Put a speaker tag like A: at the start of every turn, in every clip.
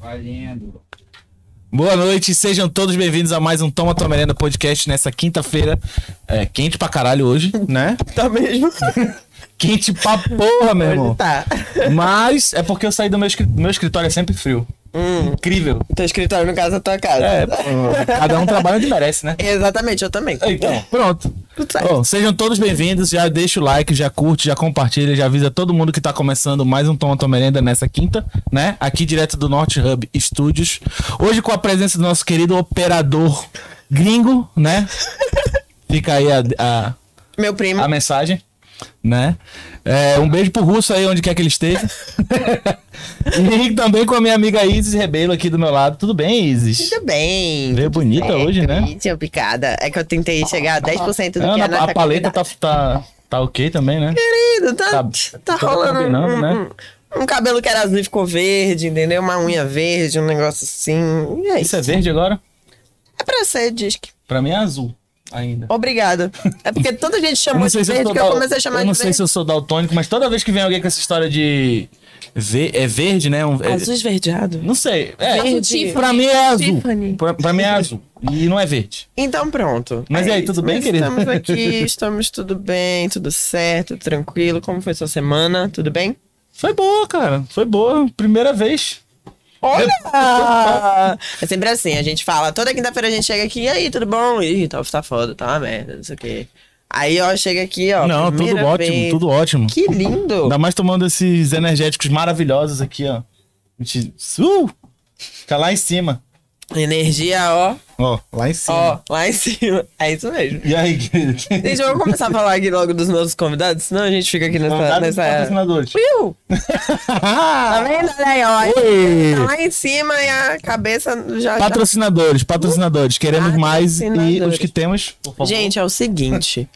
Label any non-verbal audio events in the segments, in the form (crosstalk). A: Valendo.
B: Boa noite, sejam todos bem-vindos a mais um Toma Tua Merenda podcast nessa quinta-feira. É, quente pra caralho hoje, né?
C: (laughs) Tá mesmo?
B: Quente pra porra, meu irmão.
C: Tá.
B: Mas é porque eu saí do meu escritório, meu escritório é sempre frio.
C: Hum,
B: Incrível.
C: teu escritório no caso da tua casa. (laughs)
B: É, pô, cada um trabalha onde merece, né?
C: Exatamente, eu também.
B: Então, pronto.
C: É. Tudo certo.
B: Bom, sejam todos bem-vindos. Já deixa o like, já curte, já compartilha, já avisa todo mundo que tá começando mais um Toma Tua Merenda nessa quinta, né? Aqui direto do Norte Hub Studios. Hoje com a presença do nosso querido operador gringo, né? Fica aí a, a,
C: Meu primo.
B: a mensagem, né? É, um beijo pro Russo aí, onde quer que ele esteja. (laughs) e também com a minha amiga Isis Rebelo aqui do meu lado. Tudo bem, Isis?
C: Muito tá bem.
B: Veio bonita
C: Certo,
B: hoje, né?
C: Bonitinha, picada. É que eu tentei chegar a 10% do
B: Ana,
C: que é nossa
B: a paleta
C: qualidade.
B: tá, tá, tá ok também, né?
C: Querido, tá,
B: tá-
C: tá,
B: tá
C: rolando um,
B: combinando, né?
C: um- um cabelo que era azul e ficou verde, entendeu? Uma unha verde, um negócio assim. E é
B: Isso
C: isso.
B: é verde agora?
C: É pra ser, diz que.
B: Pra mim é azul ainda.
C: Obrigada. É porque tanta gente
B: Eu
C: chamou
B: não
C: de
B: sei se
C: verde
B: eu sou
C: que eu
B: dal-
C: comecei a chamar
B: eu não
C: de
B: sei
C: verde.
B: se eu sou daltônico, mas toda vez que vem alguém com essa história de ve- é verde, né? Um- é-
C: Azul esverdeado.
B: Não sei. É,
C: Verde.
B: Pra mim é azul.
D: Tiffany.
B: Pra, pra mim é azul. E não é verde.
C: Então pronto.
B: Mas e aí, tudo bem, querida?
C: Estamos
B: (laughs)
C: aqui, estamos tudo bem, tudo certo, tranquilo. Como foi sua semana? Tudo bem?
B: Foi boa, cara. Foi boa. Primeira vez. (laughs)
C: Olha! É sempre assim, a gente fala, toda quinta-feira a gente chega aqui, e aí, tudo bom? Ih, tá, tá foda, tá uma merda, não sei o quê. Aí, ó, chega aqui, ó.
B: não, tudo
C: primeira
B: ótimo,
C: vez.
B: tudo ótimo.
C: Que lindo!
B: Ainda mais tomando esses energéticos maravilhosos aqui, ó. A gente. Uh! Fica lá em cima.
C: Energia, ó,
B: Ó, lá em cima.
C: ó, lá em (laughs) cima. É isso mesmo.
B: E aí, querido?
C: Gente, vamos começar a falar aqui logo dos nossos convidados, senão a gente fica aqui
B: (laughs)
C: nessa.
B: Convidados e
C: nessa...
B: patrocinadores.
C: Viu? Tá vendo? Olha aí,
B: (laughs)
C: ó.
B: Oi!
C: Tá lá em cima e a cabeça já. já-
B: Patrocinadores, patrocinadores. Queremos mais e os que temos. por favor.
C: Gente, é
B: (laughs)
C: o seguinte.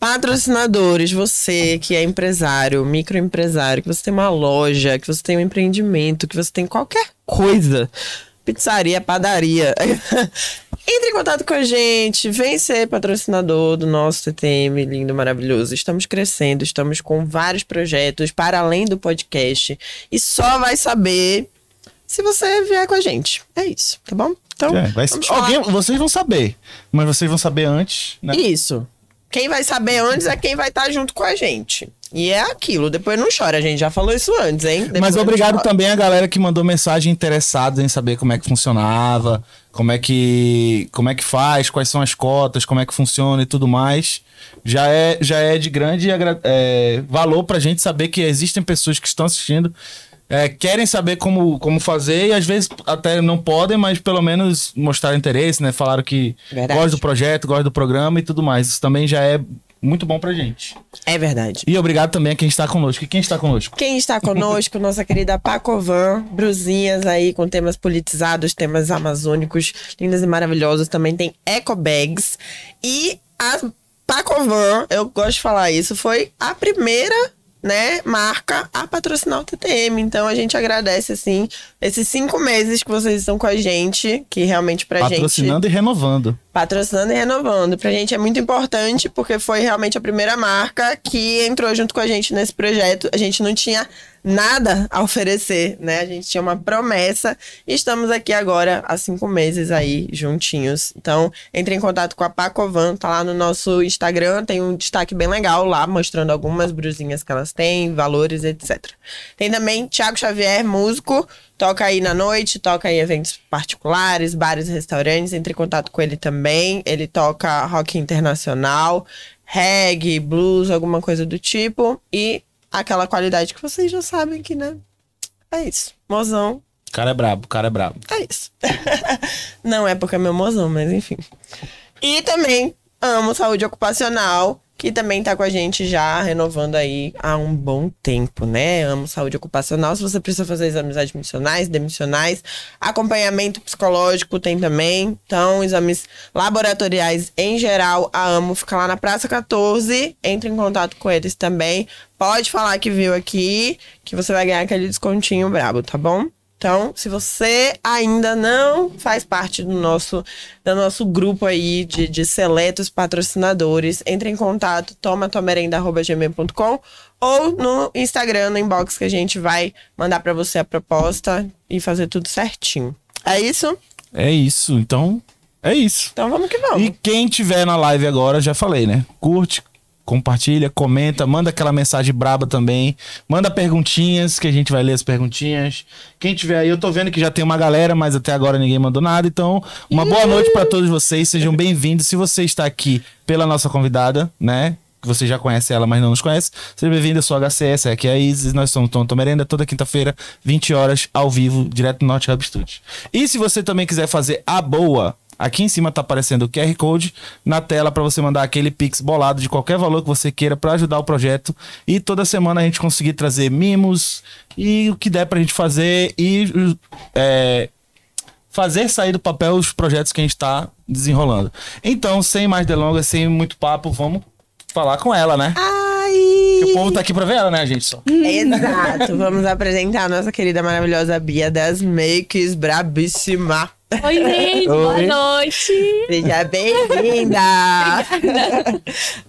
C: Patrocinadores, você que é empresário, microempresário, que você tem uma loja, que você tem um empreendimento, que você tem qualquer coisa, pizzaria, padaria. (laughs) Entre em contato com a gente, vem ser patrocinador do nosso TTM lindo, maravilhoso. Estamos crescendo, estamos com vários projetos para além do podcast e só vai saber se você vier com a gente. É isso, tá bom? Então,
B: É, vai-
C: vamos falar.
B: alguém, vocês vão saber, mas vocês vão saber antes, né?
C: Isso. Quem vai saber antes é quem vai estar junto com a gente. E é aquilo, depois não chora, a gente já falou isso antes, hein? Depois
B: Mas
C: não
B: obrigado
C: chora.
B: também a galera que mandou mensagem interessada em saber como é que funcionava, como é que como é que faz, quais são as cotas, como é que funciona e tudo mais. Já é já é de grande agra- é, valor pra gente saber que existem pessoas que estão assistindo é, querem saber como, como fazer e às vezes até não podem, mas pelo menos mostraram interesse, né? Falaram que
C: Verdade.
B: gosta do projeto, gosta do programa e tudo mais. Isso também já é muito bom pra gente.
C: É verdade.
B: E obrigado também a quem está conosco. E quem está conosco?
C: Quem está conosco, (laughs) nossa querida Pacovan, brusinhas aí com temas politizados, temas amazônicos, lindas e maravilhosos. Também tem Eco Bags. E a Pacovan, eu gosto de falar isso, foi a primeira, né, marca a patrocinar o TTM. Então a gente agradece, assim, esses cinco meses que vocês estão com a gente, que realmente pra gente
B: Patrocinando e renovando.
C: patrocinando e renovando. Pra gente é muito importante, porque foi realmente a primeira marca que entrou junto com a gente nesse projeto. A gente não tinha nada a oferecer, né? A gente tinha uma promessa e estamos aqui agora há cinco meses aí juntinhos. Então, entre em contato com a Pacovan, tá lá no nosso Instagram, tem um destaque bem legal lá, mostrando algumas brusinhas que elas têm, valores, etc. Tem também Thiago Xavier, músico, toca aí na noite, toca em eventos particulares, bares e restaurantes, entre em contato com ele também. Ele toca rock internacional, reggae, blues, alguma coisa do tipo. E aquela qualidade que vocês já sabem que, né? É isso. Mozão,
B: O cara é brabo, o cara é brabo.
C: é isso. (laughs) Não é porque é meu mozão, mas enfim. E também amo saúde ocupacional, que também tá com a gente já renovando aí há um bom tempo, né? Amo saúde ocupacional. Se você precisa fazer exames admissionais, demissionais, acompanhamento psicológico tem também. Então, exames laboratoriais em geral, a Amo fica lá na Praça 14. Entre em contato com eles também. Pode falar que viu aqui, que você vai ganhar aquele descontinho brabo, tá bom? Então, se você ainda não faz parte do nosso, do nosso grupo aí de, de seletos patrocinadores, entre em contato, toma tua merenda.gmail.com ou no Instagram, no inbox, que a gente vai mandar pra você a proposta e fazer tudo certinho. É isso?
B: É isso, então é isso.
C: Então vamos que vamos.
B: E quem tiver na live agora, já falei, né? Curte, compartilha, comenta, manda aquela mensagem braba também, manda perguntinhas, que a gente vai ler as perguntinhas. Quem tiver aí, eu tô vendo que já tem uma galera, mas até agora ninguém mandou nada, então uma boa noite pra todos vocês, sejam bem-vindos. Se você está aqui pela nossa convidada, né? Que você já conhece ela, mas não nos conhece. Seja bem-vindo, eu sou a HCS, aqui é a Isis, nós somos Tom Merenda, toda quinta-feira, 20 horas, ao vivo, direto no Norte Hub Studios. E se você também quiser fazer a boa, Aqui em cima tá aparecendo o QR Code na tela para você mandar aquele pix bolado de qualquer valor que você queira para ajudar o projeto. E toda semana a gente conseguir trazer mimos e o que der pra gente fazer e é, fazer sair do papel os projetos que a gente tá desenrolando. Então, sem mais delongas, sem muito papo, vamos falar com ela, né?
C: Ai!
B: Porque o povo tá aqui pra ver ela, né, gente? Só.
C: Exato. Vamos apresentar a nossa querida maravilhosa Bia das Makes, brabíssima.
A: Oi, gente, boa
B: Oi.
A: noite.
C: Seja bem-vinda!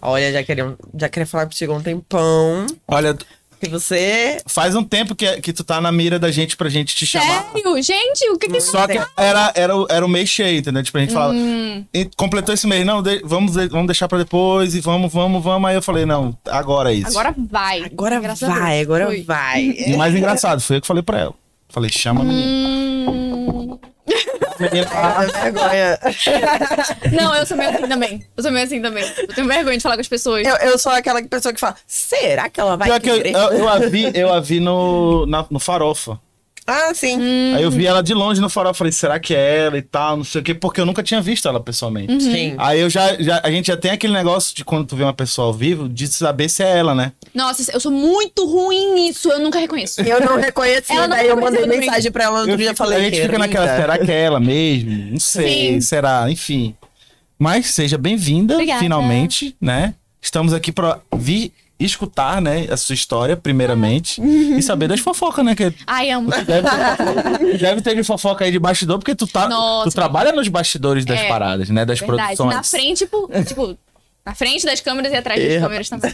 C: Olha, já queria, já queria falar contigo há um tempão.
B: Olha,
C: Que você.
B: faz um tempo que, que tu tá na mira da gente pra gente te chamar.
A: Sério? Gente, o que que...
B: Só que era, era, o- era o mês cheio, entendeu? Tipo, a gente fala, "E completou esse mês, não, de- vamos, de- vamos deixar pra depois e vamos, vamos, vamos. Aí eu falei, não, agora é isso.
A: Agora vai.
C: Agora
A: Graças a
C: vai,
A: Deus.
C: agora (laughs)
A: Foi.
C: vai.
B: E o mais engraçado, foi eu que falei pra ela. Falei, chama a menina.
A: Hum.
B: A menina tá
C: Ah,
B: fala,
C: vergonha.
A: Não, eu sou meio assim também. Eu sou meio assim também. Eu tenho vergonha de falar com as pessoas.
C: Eu, eu sou aquela pessoa que fala: será que ela vai
B: Pior que eu,
C: querer?"
B: eu, eu a vi, eu a vi no, na- no farofa.
C: Ah, sim.
B: Aí eu vi ela de longe no farofa, falei, será que é ela e tal, não sei o quê, porque eu nunca tinha visto ela pessoalmente.
C: Sim.
B: Aí eu já, já- a gente já tem aquele negócio de quando tu vê uma pessoa ao vivo, de saber se é ela, né?
A: Nossa, eu sou muito ruim nisso. Eu nunca reconheço.
C: Eu não reconheci,
A: Ela não
C: daí eu
A: reconheceu
C: mandei
A: também.
C: mensagem pra ela outro
B: Eu
C: dia
B: fico-
C: falei.
B: a gente fica
C: "Querida,
B: naquela, será que é ela mesmo? Não sei,
A: Sim.
B: será, enfim. Mas seja bem-vinda,
A: Obrigada.
B: finalmente, né? Estamos aqui pra vir escutar, né, a sua história,
A: (laughs)
B: primeiramente, e saber das fofocas, né? Que
A: Ai, amo.
B: deve ter,
A: (laughs)
B: deve ter de fofoca aí de bastidor, porque tu, tá,
A: Nossa.
B: tu trabalha nos bastidores das
A: É,
B: paradas, né? Das
A: Verdade.
B: produções.
A: Na frente, tipo... tipo na frente das câmeras e atrás
B: Ih,
A: das câmeras também.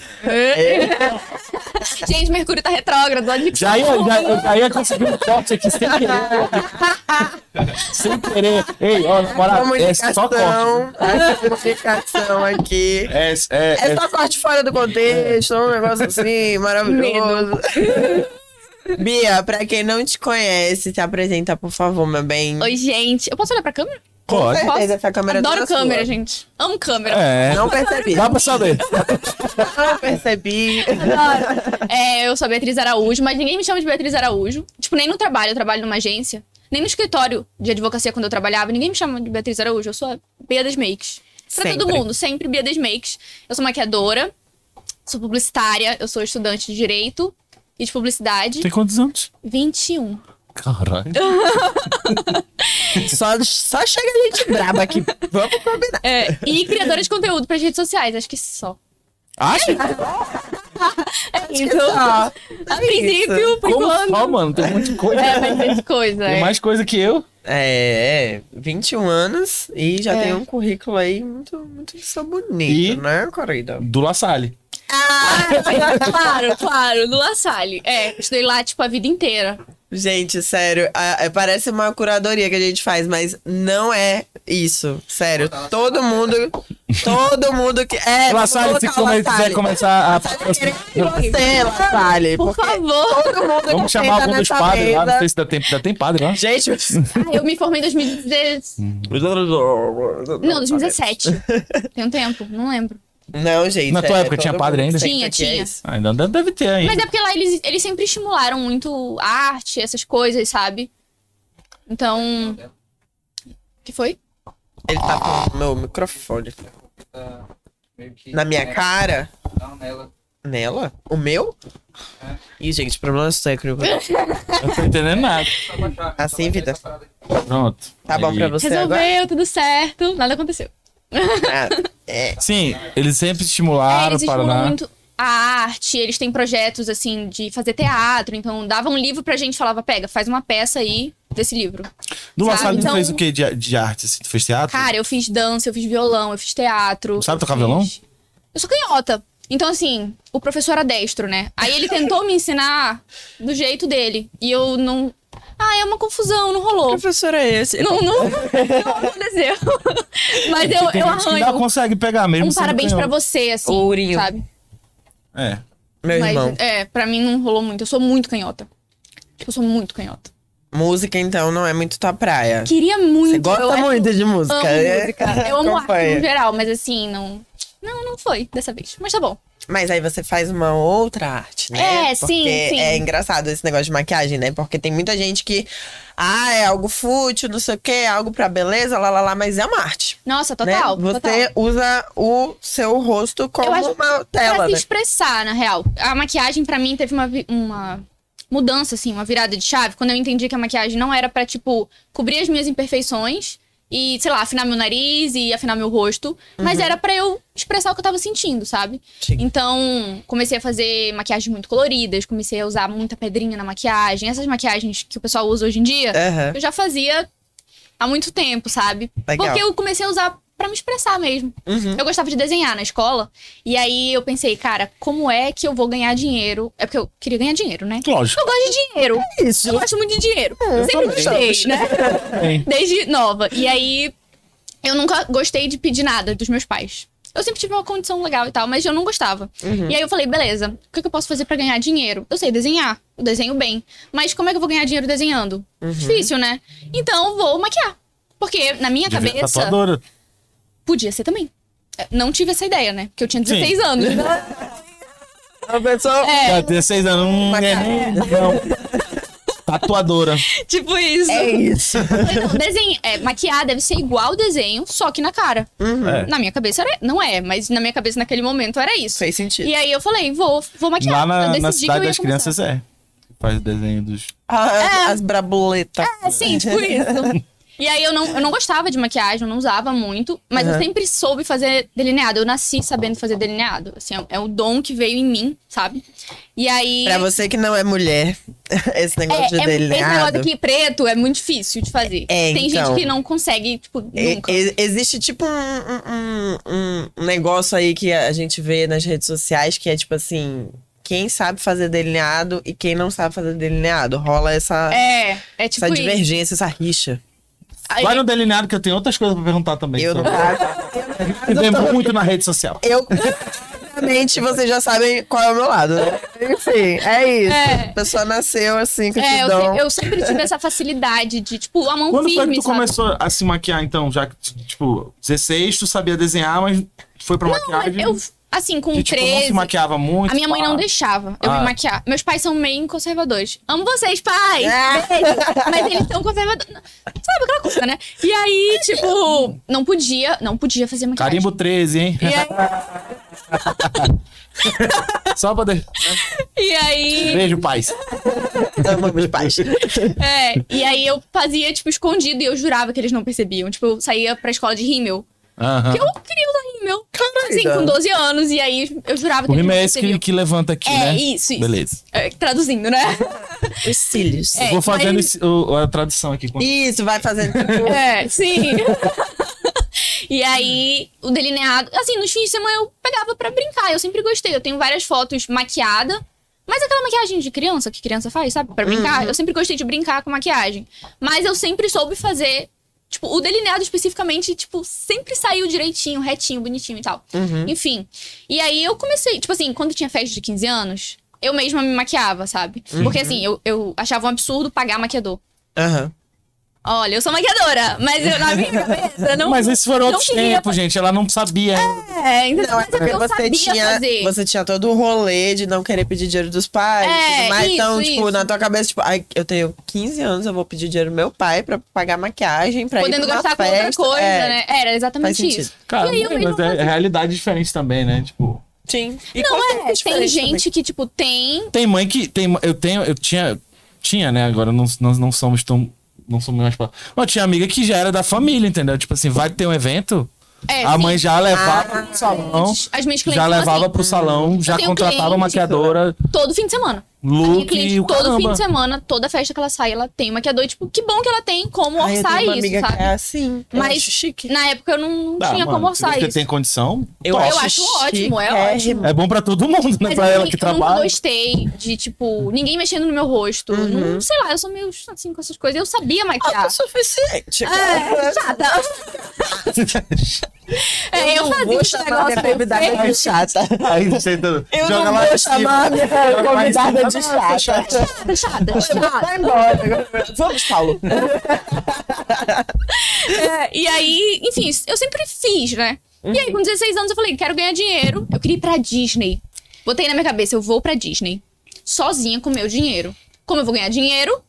A: Gente, Mercúrio tá retrógrado. Olha que
B: Já ia, já, eu já ia conseguir um corte aqui sem
A: (laughs)
B: querer. sem querer. Ei, ó, namorado, é só corte.
C: Comunicação. (laughs) a Comunicação aqui.
B: É, é,
C: É só corte fora do contexto, um negócio (laughs) assim, maravilhoso. (laughs) Bia, pra quem não te conhece, te apresenta, por favor, meu bem.
A: Oi, gente. Eu posso olhar pra câmera?
C: Com
B: Pode.
C: certeza, essa câmera é
A: Adoro
C: toda sua.
A: câmera, gente. Amo câmera.
B: É.
C: Não percebi.
B: Dá pra saber.
C: Não percebi.
A: Adoro. (laughs) É, eu sou a Beatriz Araújo, mas ninguém me chama de Beatriz Araújo. Tipo, nem no trabalho, eu trabalho numa agência. Nem no escritório de advocacia quando eu trabalhava, ninguém me chama de Beatriz Araújo. Eu sou a Bia das Makes. Pra todo
C: Sempre.
A: mundo, sempre Bia das Makes. Eu sou maquiadora, sou publicitária, eu sou estudante de Direito e de Publicidade.
B: Tem quantos anos?
A: 21.
B: Caralho.
C: Só, só chega a gente braba aqui. Vamos combinar.
A: É, e criadora de conteúdo pras redes sociais, acho que só.
B: Acha?
A: É isso.
C: Só.
A: (laughs) A
C: É
A: princípio, por
B: Como só,
A: enquanto.
B: mano? Tem muita coisa.
A: É, vai ter coisa.
B: Tem
A: é.
B: mais coisa que eu.
C: É, é, 21 anos e já
A: É.
C: tem um currículo aí muito, muito só bonito,
B: E-
C: né, querida?
B: Do La Salle.
A: Ah, claro, claro, do La Salle. É, estudei lá, tipo, a vida inteira.
C: Gente, sério, a- é- parece uma curadoria que a gente faz, mas não é isso. Sério, todo mundo. Todo mundo que. É,
B: La
C: vamos
B: Salle, se
C: colocar o
B: come-
C: La
B: quiser
C: Salle.
B: começar a. assim,
C: Você, La Salle,
A: Por
C: porque (laughs)
A: favor.
C: todo mundo
B: Vamos
C: que
B: chamar
C: senta
B: algum dos
C: nessa
B: padres lá. Não
C: mesa-
B: sei se dá tempo. Dá tempo padre lá?
C: Gente,
A: Ah, eu me formei em 2016. Não, 2017. Tem um tempo, não lembro.
C: Não, gente. é,
B: Na tua época tinha
C: todo
B: padre
C: mundo
B: ainda?
C: senta
A: Tinha,
C: aqui, é
A: tinha.
C: isso.
B: Ah, Ainda não deve ter
A: Mas
B: ainda.
A: é porque lá eles, eles sempre estimularam muito a arte, essas coisas, sabe? Então. que foi?
C: Ele tá com o meu microfone na minha cara.
D: Não, é, um nela.
C: Nela? O meu? Ih, gente, problemas técnicos.
B: Eu não tô entendendo nada.
D: Só baixar.
C: Assim, vida?
B: Pronto.
C: Tá bom
B: Aí.
C: pra você agora?
A: Resolveu, tudo certo, nada aconteceu.
C: Ah, é.
B: Sim, eles sempre
A: É,
B: estimularam
A: eles
B: para
A: estimulam
B: lá.
A: muito. a arte, eles têm projetos, assim, de fazer teatro. Então, dava um livro pra gente e falava, pega, faz uma peça aí desse livro.
B: No
A: Sabe,
B: passado, tu
A: então-
B: fez o que de, de arte? Assim? Tu fez teatro?
A: Cara, eu fiz dança, eu fiz violão, eu fiz teatro.
B: Sabe tocar
A: eu
B: violão?
A: fiz- Eu sou canhota. Então, assim, o professor era destro, né? Aí ele tentou me ensinar do jeito dele. E eu não. Ah, é uma confusão, não rolou.
D: professor é esse?
A: Não, não, não aconteceu. Mas eu,
B: Tem
A: eu
B: gente que ainda
A: arranjo.
B: consegue pegar
C: é
B: mesmo.
A: Um
B: sendo
A: parabéns pra
B: canhoto.
A: você, assim.
D: O Ourinho.
A: Sabe?
B: É.
D: Meu
A: Mas,
D: irmão.
A: é, pra mim não rolou muito. Eu sou muito canhota. Tipo, eu sou muito canhota.
C: Música, então, não é muito tua praia.
A: Queria muito.
C: Você gosta
A: eu acho-
C: muito de música.
A: amo
C: é?
A: música. Eu amo arte
C: Acompanha.
A: no geral, mas assim, não. Não, não foi dessa vez. Mas tá bom.
C: Mas aí você faz uma outra arte, né?
A: É, sim,
C: Porque
A: sim.
C: É engraçado esse negócio de maquiagem, né? Porque tem muita gente que. Ah, é algo fútil, não sei o quê, é algo pra beleza, lá, lá, lá, mas é uma arte.
A: Nossa, total.
C: né? Você
A: total.
C: usa o seu rosto como
A: Eu acho
C: uma tela,
A: Pra se
C: né?
A: expressar, na real. A maquiagem, pra mim, teve uma, vi- uma mudança, assim, uma virada de chave, quando eu entendi que a maquiagem não era pra, tipo, cobrir as minhas imperfeições e, sei lá, afinar meu nariz e afinar meu rosto, mas era pra eu expressar o que eu tava sentindo, sabe?
C: Uhum. Sim.
A: Então, comecei a fazer maquiagens muito coloridas, comecei a usar muita pedrinha na maquiagem, essas maquiagens que o pessoal usa hoje em dia,
C: Aham.
A: eu já fazia há muito tempo, sabe?
C: Legal.
A: Porque eu comecei a usar pra me expressar mesmo. Eu gostava de desenhar na escola. E aí eu pensei, cara, como é que eu vou ganhar dinheiro? É porque eu queria ganhar dinheiro, né?
B: Lógico.
A: Eu gosto de dinheiro.
C: É Isso. É,
A: Eu gosto muito de dinheiro. Sempre
B: também.
A: gostei,
C: (laughs)
A: né?
B: Tem.
A: Desde nova. E aí eu nunca gostei de pedir nada dos meus pais. Eu sempre tive uma condição legal e tal, mas eu não gostava.
C: Uhum.
A: E aí eu falei, beleza, o que que eu posso fazer pra ganhar dinheiro? Eu sei desenhar, eu desenho bem. Mas como é que eu vou ganhar dinheiro desenhando?
C: Uhum.
A: Difícil, né? Então eu vou maquiar. Porque na
B: Devia
A: minha
B: tá ser
A: cabeça.
B: tatuadora.
A: Podia ser também. É, Não tive essa ideia, né? Porque eu tinha 16
C: (laughs)
A: anos. então-
C: A
A: (laughs)
C: pessoa.
A: É,
B: Já 16 Tá, anos. Hum, é, não. Tatuadora.
A: tipo isso.
C: É isso.
A: Então, desenho, é, maquiar deve ser igual o desenho, só que na cara.
B: É.
A: Na minha cabeça era- não é, mas na minha cabeça naquele momento era isso.
C: Fez sentido.
A: E aí eu falei, vou, vou
B: Lá
A: maquiar.
B: na,
A: eu decidi
B: na
A: que eu
B: Cidade
A: ia
B: das
A: começar.
B: Crianças é. Faz o desenho dos.
C: Ah, As brabuletas.
A: É, sim, tipo isso. E aí eu não, eu não gostava de maquiagem, eu não usava muito, mas eu
C: Aham.
A: sempre soube fazer delineado. Eu nasci sabendo fazer delineado. Assim, é, é o dom que veio em mim, sabe? E
C: (laughs)
A: aí.
C: Pra você que não é mulher, (laughs) esse negócio né?
A: É,
C: de
A: é, esse negócio
C: delineado.
A: aqui preto é muito difícil de fazer.
C: É,
A: Tem
C: então. É,
A: gente que não consegue, tipo,
C: E-
A: nunca.
C: e- existe tipo um, um- um- um negócio aí que a gente vê nas redes sociais que é tipo assim: quem sabe fazer delineado e quem não sabe fazer delineado. Rola essa,
A: É, é tipo
C: essa
A: isso.
C: divergência, essa rixa.
A: Aí-
B: Vai no delineado que eu tenho outras coisas pra perguntar também.
C: Eu não
B: sobre- que vem muito na rede social.
C: Eu. Claramente vocês já sabem qual é o meu lado, né? Enfim, é isso.
A: É.
C: A pessoa nasceu assim, com
A: É, eu,
C: esse dom.
A: se- eu sempre tive essa facilidade de, tipo, a mão
B: Quando foi que
A: firme,
B: tu
A: sabe?
B: começou a se maquiar, então? Já que, tipo, 16, tu sabia desenhar, mas foi pra maquiagem.
A: Eu, assim, com
B: que, tipo, não se
A: 13,
B: maquiava muito.
A: a minha mãe
B: pá.
A: não deixava eu
B: Ah.
A: me maquiar. Meus pais são meio conservadores. Amo vocês, pais!
C: Ah.
A: Beijo! Mas eles são conservadores. Sabe aquela coisa, né? E aí, tipo, não podia, não podia fazer maquiagem.
B: Carimbo 13,
A: (laughs)
B: hein?
A: E aí,
B: Só pra deixar.
A: e aí
B: Beijo, pais.
C: Amamos pais.
A: É, e aí eu fazia, tipo, escondido e eu jurava que eles não percebiam. Tipo, eu saía pra escola de rímel.
B: Aham.
A: Porque eu queria usar rímel. Assim,
C: Caralho.
A: com 12 anos. E aí eu jurava que
B: O
A: eles
B: rima
A: não
B: é esse que,
A: percebiam.
B: que levanta aqui,
A: É,
B: né?
A: isso, isso.
B: Beleza.
A: É, traduzindo, né?
B: (laughs)
C: Os cílios.
A: É,
B: Vou fazendo
A: mas-
B: esse- o- a tradução aqui.
C: Isso, vai fazendo. tipo,
A: É, sim. (laughs) E aí, o delineado. Assim, nos fins de semana eu pegava pra brincar. Eu sempre gostei. Eu tenho várias fotos maquiada. Mas aquela maquiagem de criança, que criança faz, sabe? Pra brincar.
B: Uhum.
A: Eu sempre gostei de brincar com maquiagem. Mas eu sempre soube fazer. Tipo, o delineado especificamente, tipo, sempre saiu direitinho, retinho, bonitinho e tal.
C: Uhum.
B: Uhum.
A: Enfim. E aí eu comecei, tipo assim, quando tinha festa de 15 anos, eu mesma me maquiava, sabe? Porque
B: Uhum.
A: assim, eu, eu achava um absurdo pagar maquiador.
C: Aham.
A: Olha, eu sou maquiadora, mas
B: (laughs)
A: eu, na minha cabeça não.
B: Mas esses foram
A: não
B: outros
A: queria
B: tempos, gente. Ela não sabia. ainda.
A: fa- É, entendeu?
C: Não, é
A: Mas é
C: porque
A: porque eu
C: você
A: sabia
C: tinha,
A: fazer.
C: você tinha todo o rolê de não querer pedir dinheiro dos pais e
A: É,
C: tudo mais.
A: isso,
C: então, tipo,
A: isso.
C: na tua cabeça, tipo, ai, eu tenho 15 anos, eu vou pedir dinheiro do meu pai pra pagar maquiagem, pra ir
A: Podendo
C: pra uma
A: gastar com
C: festa.
A: outra coisa,
C: É,
A: né? Era
C: Faz
A: exatamente
C: sentido.
A: isso.
B: Cara,
A: e aí eu mesma
B: mas é, é realidade diferente também, né? Tipo.
C: Sim. E
A: Não,
C: qual
A: é,
C: a
A: tem
C: diferença
A: gente que, tipo, tem.
B: Tem mãe que. Tem, eu tenho. Eu tinha. Tinha, né? Agora não, não, não somos tão. Não somos mais. pa- Mas eu tinha amiga que já era da família, entendeu? Tipo assim, vai ter um evento.
A: É,
B: a
A: sim.
B: mãe já levava pro salão.
A: As minhas clientes
B: Já
A: são
B: levava
A: assim.
B: pro salão, já
A: tenho
B: contratava
A: cliente-
B: maquiadora,
A: Todo fim de semana. A minha
B: look
A: cliente,
B: e o
A: todo fim
B: caramba.
A: de semana, toda festa que ela sai, ela tem uma maquiador. E, Tipo, que bom que ela tem como
C: Ai, Ah, eu
A: orçar
C: tenho uma
A: isso,
C: amiga que
A: sabe?
C: é assim. eu
A: Mas
C: acho chique.
A: na época eu não
B: Ah,
A: tinha
B: mano,
A: como orçar
B: se você
A: isso.
B: tem condição,
C: Eu
B: top.
A: Eu acho ótimo, é
C: chiquérrimo.
B: É bom pra todo mundo, né?
A: Mas
B: pra
A: eu,
B: ela
A: nu-
B: que
A: eu nunca
B: trabalha.
A: gostei de, tipo, ninguém mexendo no meu rosto.
C: Uhum.
A: Não, sei lá, eu sou meio assim com essas coisas. Eu sabia
C: Ah,
A: maquiar.
C: Autossuficiente.
A: É, chata. É, eu fazia esse negócio. perfeito.
C: chata.
B: (laughs) Aí você
C: Eu não vou chamar a minha convidada de chata.
A: Chata, chata, chata.
C: Vai embora. Vamos, Paulo.
A: É, e aí, enfim, eu sempre fiz, né? E aí, com 16 anos, eu falei, quero ganhar dinheiro. Eu queria ir pra Disney. Botei na minha cabeça, eu vou pra Disney. Sozinha com meu dinheiro. Como eu vou ganhar dinheiro?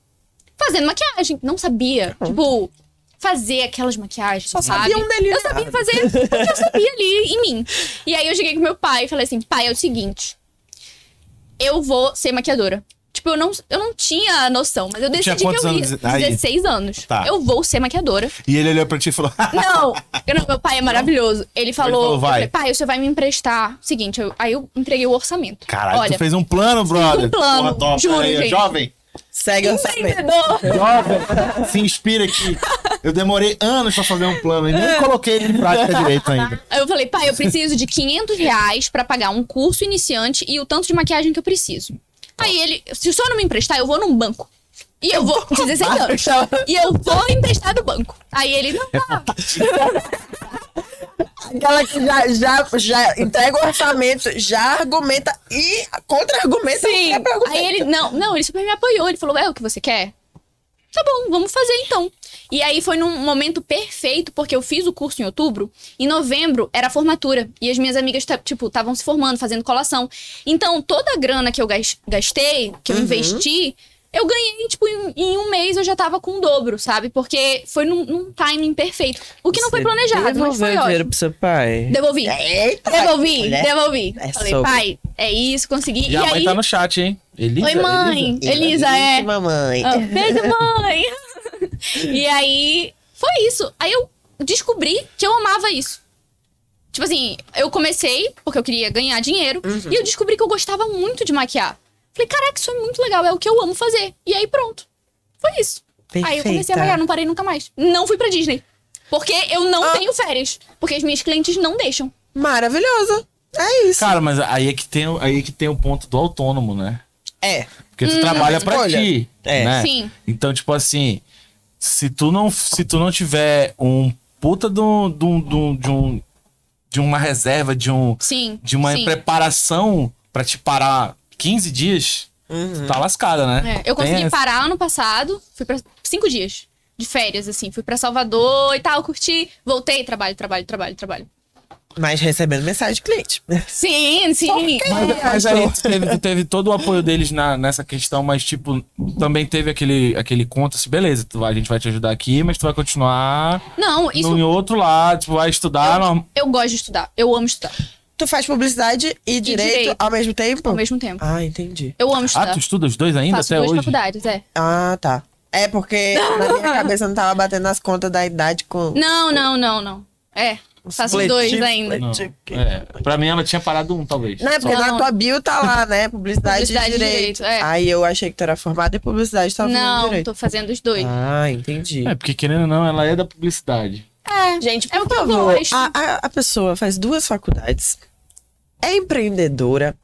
A: Fazendo maquiagem. Não sabia. Tipo, fazer aquelas maquiagens,
C: Hum. Só
A: sabe?
C: sabia um delineado.
A: Eu sabia fazer o que eu sabia ali em mim. E aí, eu cheguei com meu pai e falei assim, pai, é o seguinte. Eu vou ser maquiadora. Tipo, eu não, eu não tinha noção, mas eu
B: Tinha
A: decidi que
B: quantos
A: eu ia.
B: anos aí?
A: 16 anos.
B: Tá.
A: Eu vou
B: (laughs)
A: ser maquiadora.
B: E ele olhou pra ti e falou: (laughs)
A: Não, eu não, meu pai é maravilhoso. Ele falou,
B: falou,
A: eu
B: vai.
A: falei, pai, você vai me emprestar. Seguinte, eu- aí eu entreguei o orçamento.
B: Caralho,
A: Olha,
B: tu fez um plano, brother.
A: plano,
B: Porra, top.
A: juro,
B: Aí,
A: gente.
B: Jovem,
A: um
C: Segue o sabendo.
A: empreendedor.
B: jovem, se inspira aqui. Eu demorei anos pra fazer um plano e
A: É.
B: nem coloquei ele em
A: (laughs)
B: prática direito ainda.
A: Aí eu falei, pai, eu preciso de 500 reais pra pagar um curso iniciante e o tanto de maquiagem que eu preciso.
B: Tá.
A: Aí ele, se o senhor não me emprestar, eu vou num banco. E eu vou, 16 anos, e eu vou emprestar do banco. Aí ele, não,
B: É
A: tá,
C: Aquela que já, já, já entrega o orçamento, já argumenta e contra-argumenta.
A: Sim.
C: qualquer pergunta.
D: é
A: Aí ele, não, não, ele super me apoiou. Ele falou, é o que você quer? Tá bom, vamos fazer então. E aí foi num momento perfeito, porque eu fiz o curso em outubro. Em novembro era a formatura. E as minhas amigas, ta- tipo, estavam se formando, fazendo colação. Então, toda a grana que eu gas- gastei, que
D: Uhum.
A: eu investi, eu ganhei, tipo, em, em um mês eu já tava com o dobro, sabe? Porque foi num, num timing perfeito. O que não foi planejado, mas foi ótimo.
D: pro seu pai.
A: Devolvi.
C: Eita,
A: Devolvi,
C: mulher.
A: devolvi.
D: É
A: Falei,
D: sobre.
A: pai, é isso, consegui.
B: E,
A: E,
B: a mãe
A: aí.
B: tá no chat, hein? Elisa,
A: Oi, mãe. Elisa, é.
C: Mamãe.
A: Ah, Beijo, mãe. (laughs) e aí, foi isso. Aí eu descobri que eu amava isso. Tipo assim, eu comecei porque eu queria ganhar dinheiro. E eu descobri que eu gostava muito de maquiar. Falei, caraca, isso é muito legal. É o que eu amo fazer. E aí, pronto. Foi isso. Aí eu comecei a
D: Perfeita.
A: maquiar. Não parei nunca mais. Não fui pra Disney. Porque eu não tenho férias. Porque as minhas clientes não deixam.
C: Maravilhoso. É isso.
B: Cara, mas aí é que tem, o- aí é que tem o ponto do autônomo, né?
C: É.
B: Porque tu trabalha pra
C: escolha.
B: ti,
D: É.
B: né?
A: Hum. Sim.
B: Então, tipo assim, se tu não, se tu não tiver um puta de um, de um, de um- de um- de uma reserva, de um
A: Sim.
B: de uma
A: sim.
B: preparação pra te parar 15 dias,
C: Uhum.
B: tu tá lascada, né?
A: Uhum. É, eu consegui
B: Tem essa-
A: parar ano passado, fui pra cinco dias de férias, assim. Fui pra Salvador e tal, curti, voltei, trabalho, trabalho, trabalho, trabalho.
C: Mas recebendo mensagem de cliente. (laughs)
A: Sim, sim.
B: Mas, mas aí tu teve, tu teve todo o apoio deles na- nessa questão, mas tipo, também teve aquele, aquele conto assim, beleza, tu vai- a gente vai te ajudar aqui, mas tu vai continuar
A: Não, isso.
B: no, em outro lado, tu vai estudar, norm-
A: Eu gosto de estudar, eu amo estudar
C: Tu faz publicidade e, direito,
A: direito.
C: ao mesmo tempo?
A: ao mesmo tempo.
C: Ah, entendi.
A: Eu amo
B: Ah,
A: estudar.
B: tu estuda os dois ainda
A: Faço
B: até
A: duas
B: hoje?
A: faculdades, é.
C: Ah, tá. É porque na
A: (laughs)
C: minha cabeça não tava batendo as contas da idade com.
A: Não, não, não, não. É, faço
C: Supletivo.
A: dois ainda.
B: Não,
C: Tipo que-
B: é. Pra mim ela tinha parado um, talvez.
C: Não, é porque
A: Não.
C: na tua bio tá lá,
A: (laughs)
C: né? Publicidade,
A: Publicidade
C: e
A: e
C: direito.
A: direito, é.
C: Aí eu achei que tu era formada em publicidade, tava Tá fazendo
A: Não,
C: direito.
A: tô fazendo os dois.
D: Ah, entendi.
B: É, porque querendo ou não, ela é da
A: (laughs)
B: publicidade.
A: É,
C: Gente, Ah,
A: é o que eu gosto.
C: A, a- a pessoa faz duas faculdades, é empreendedora,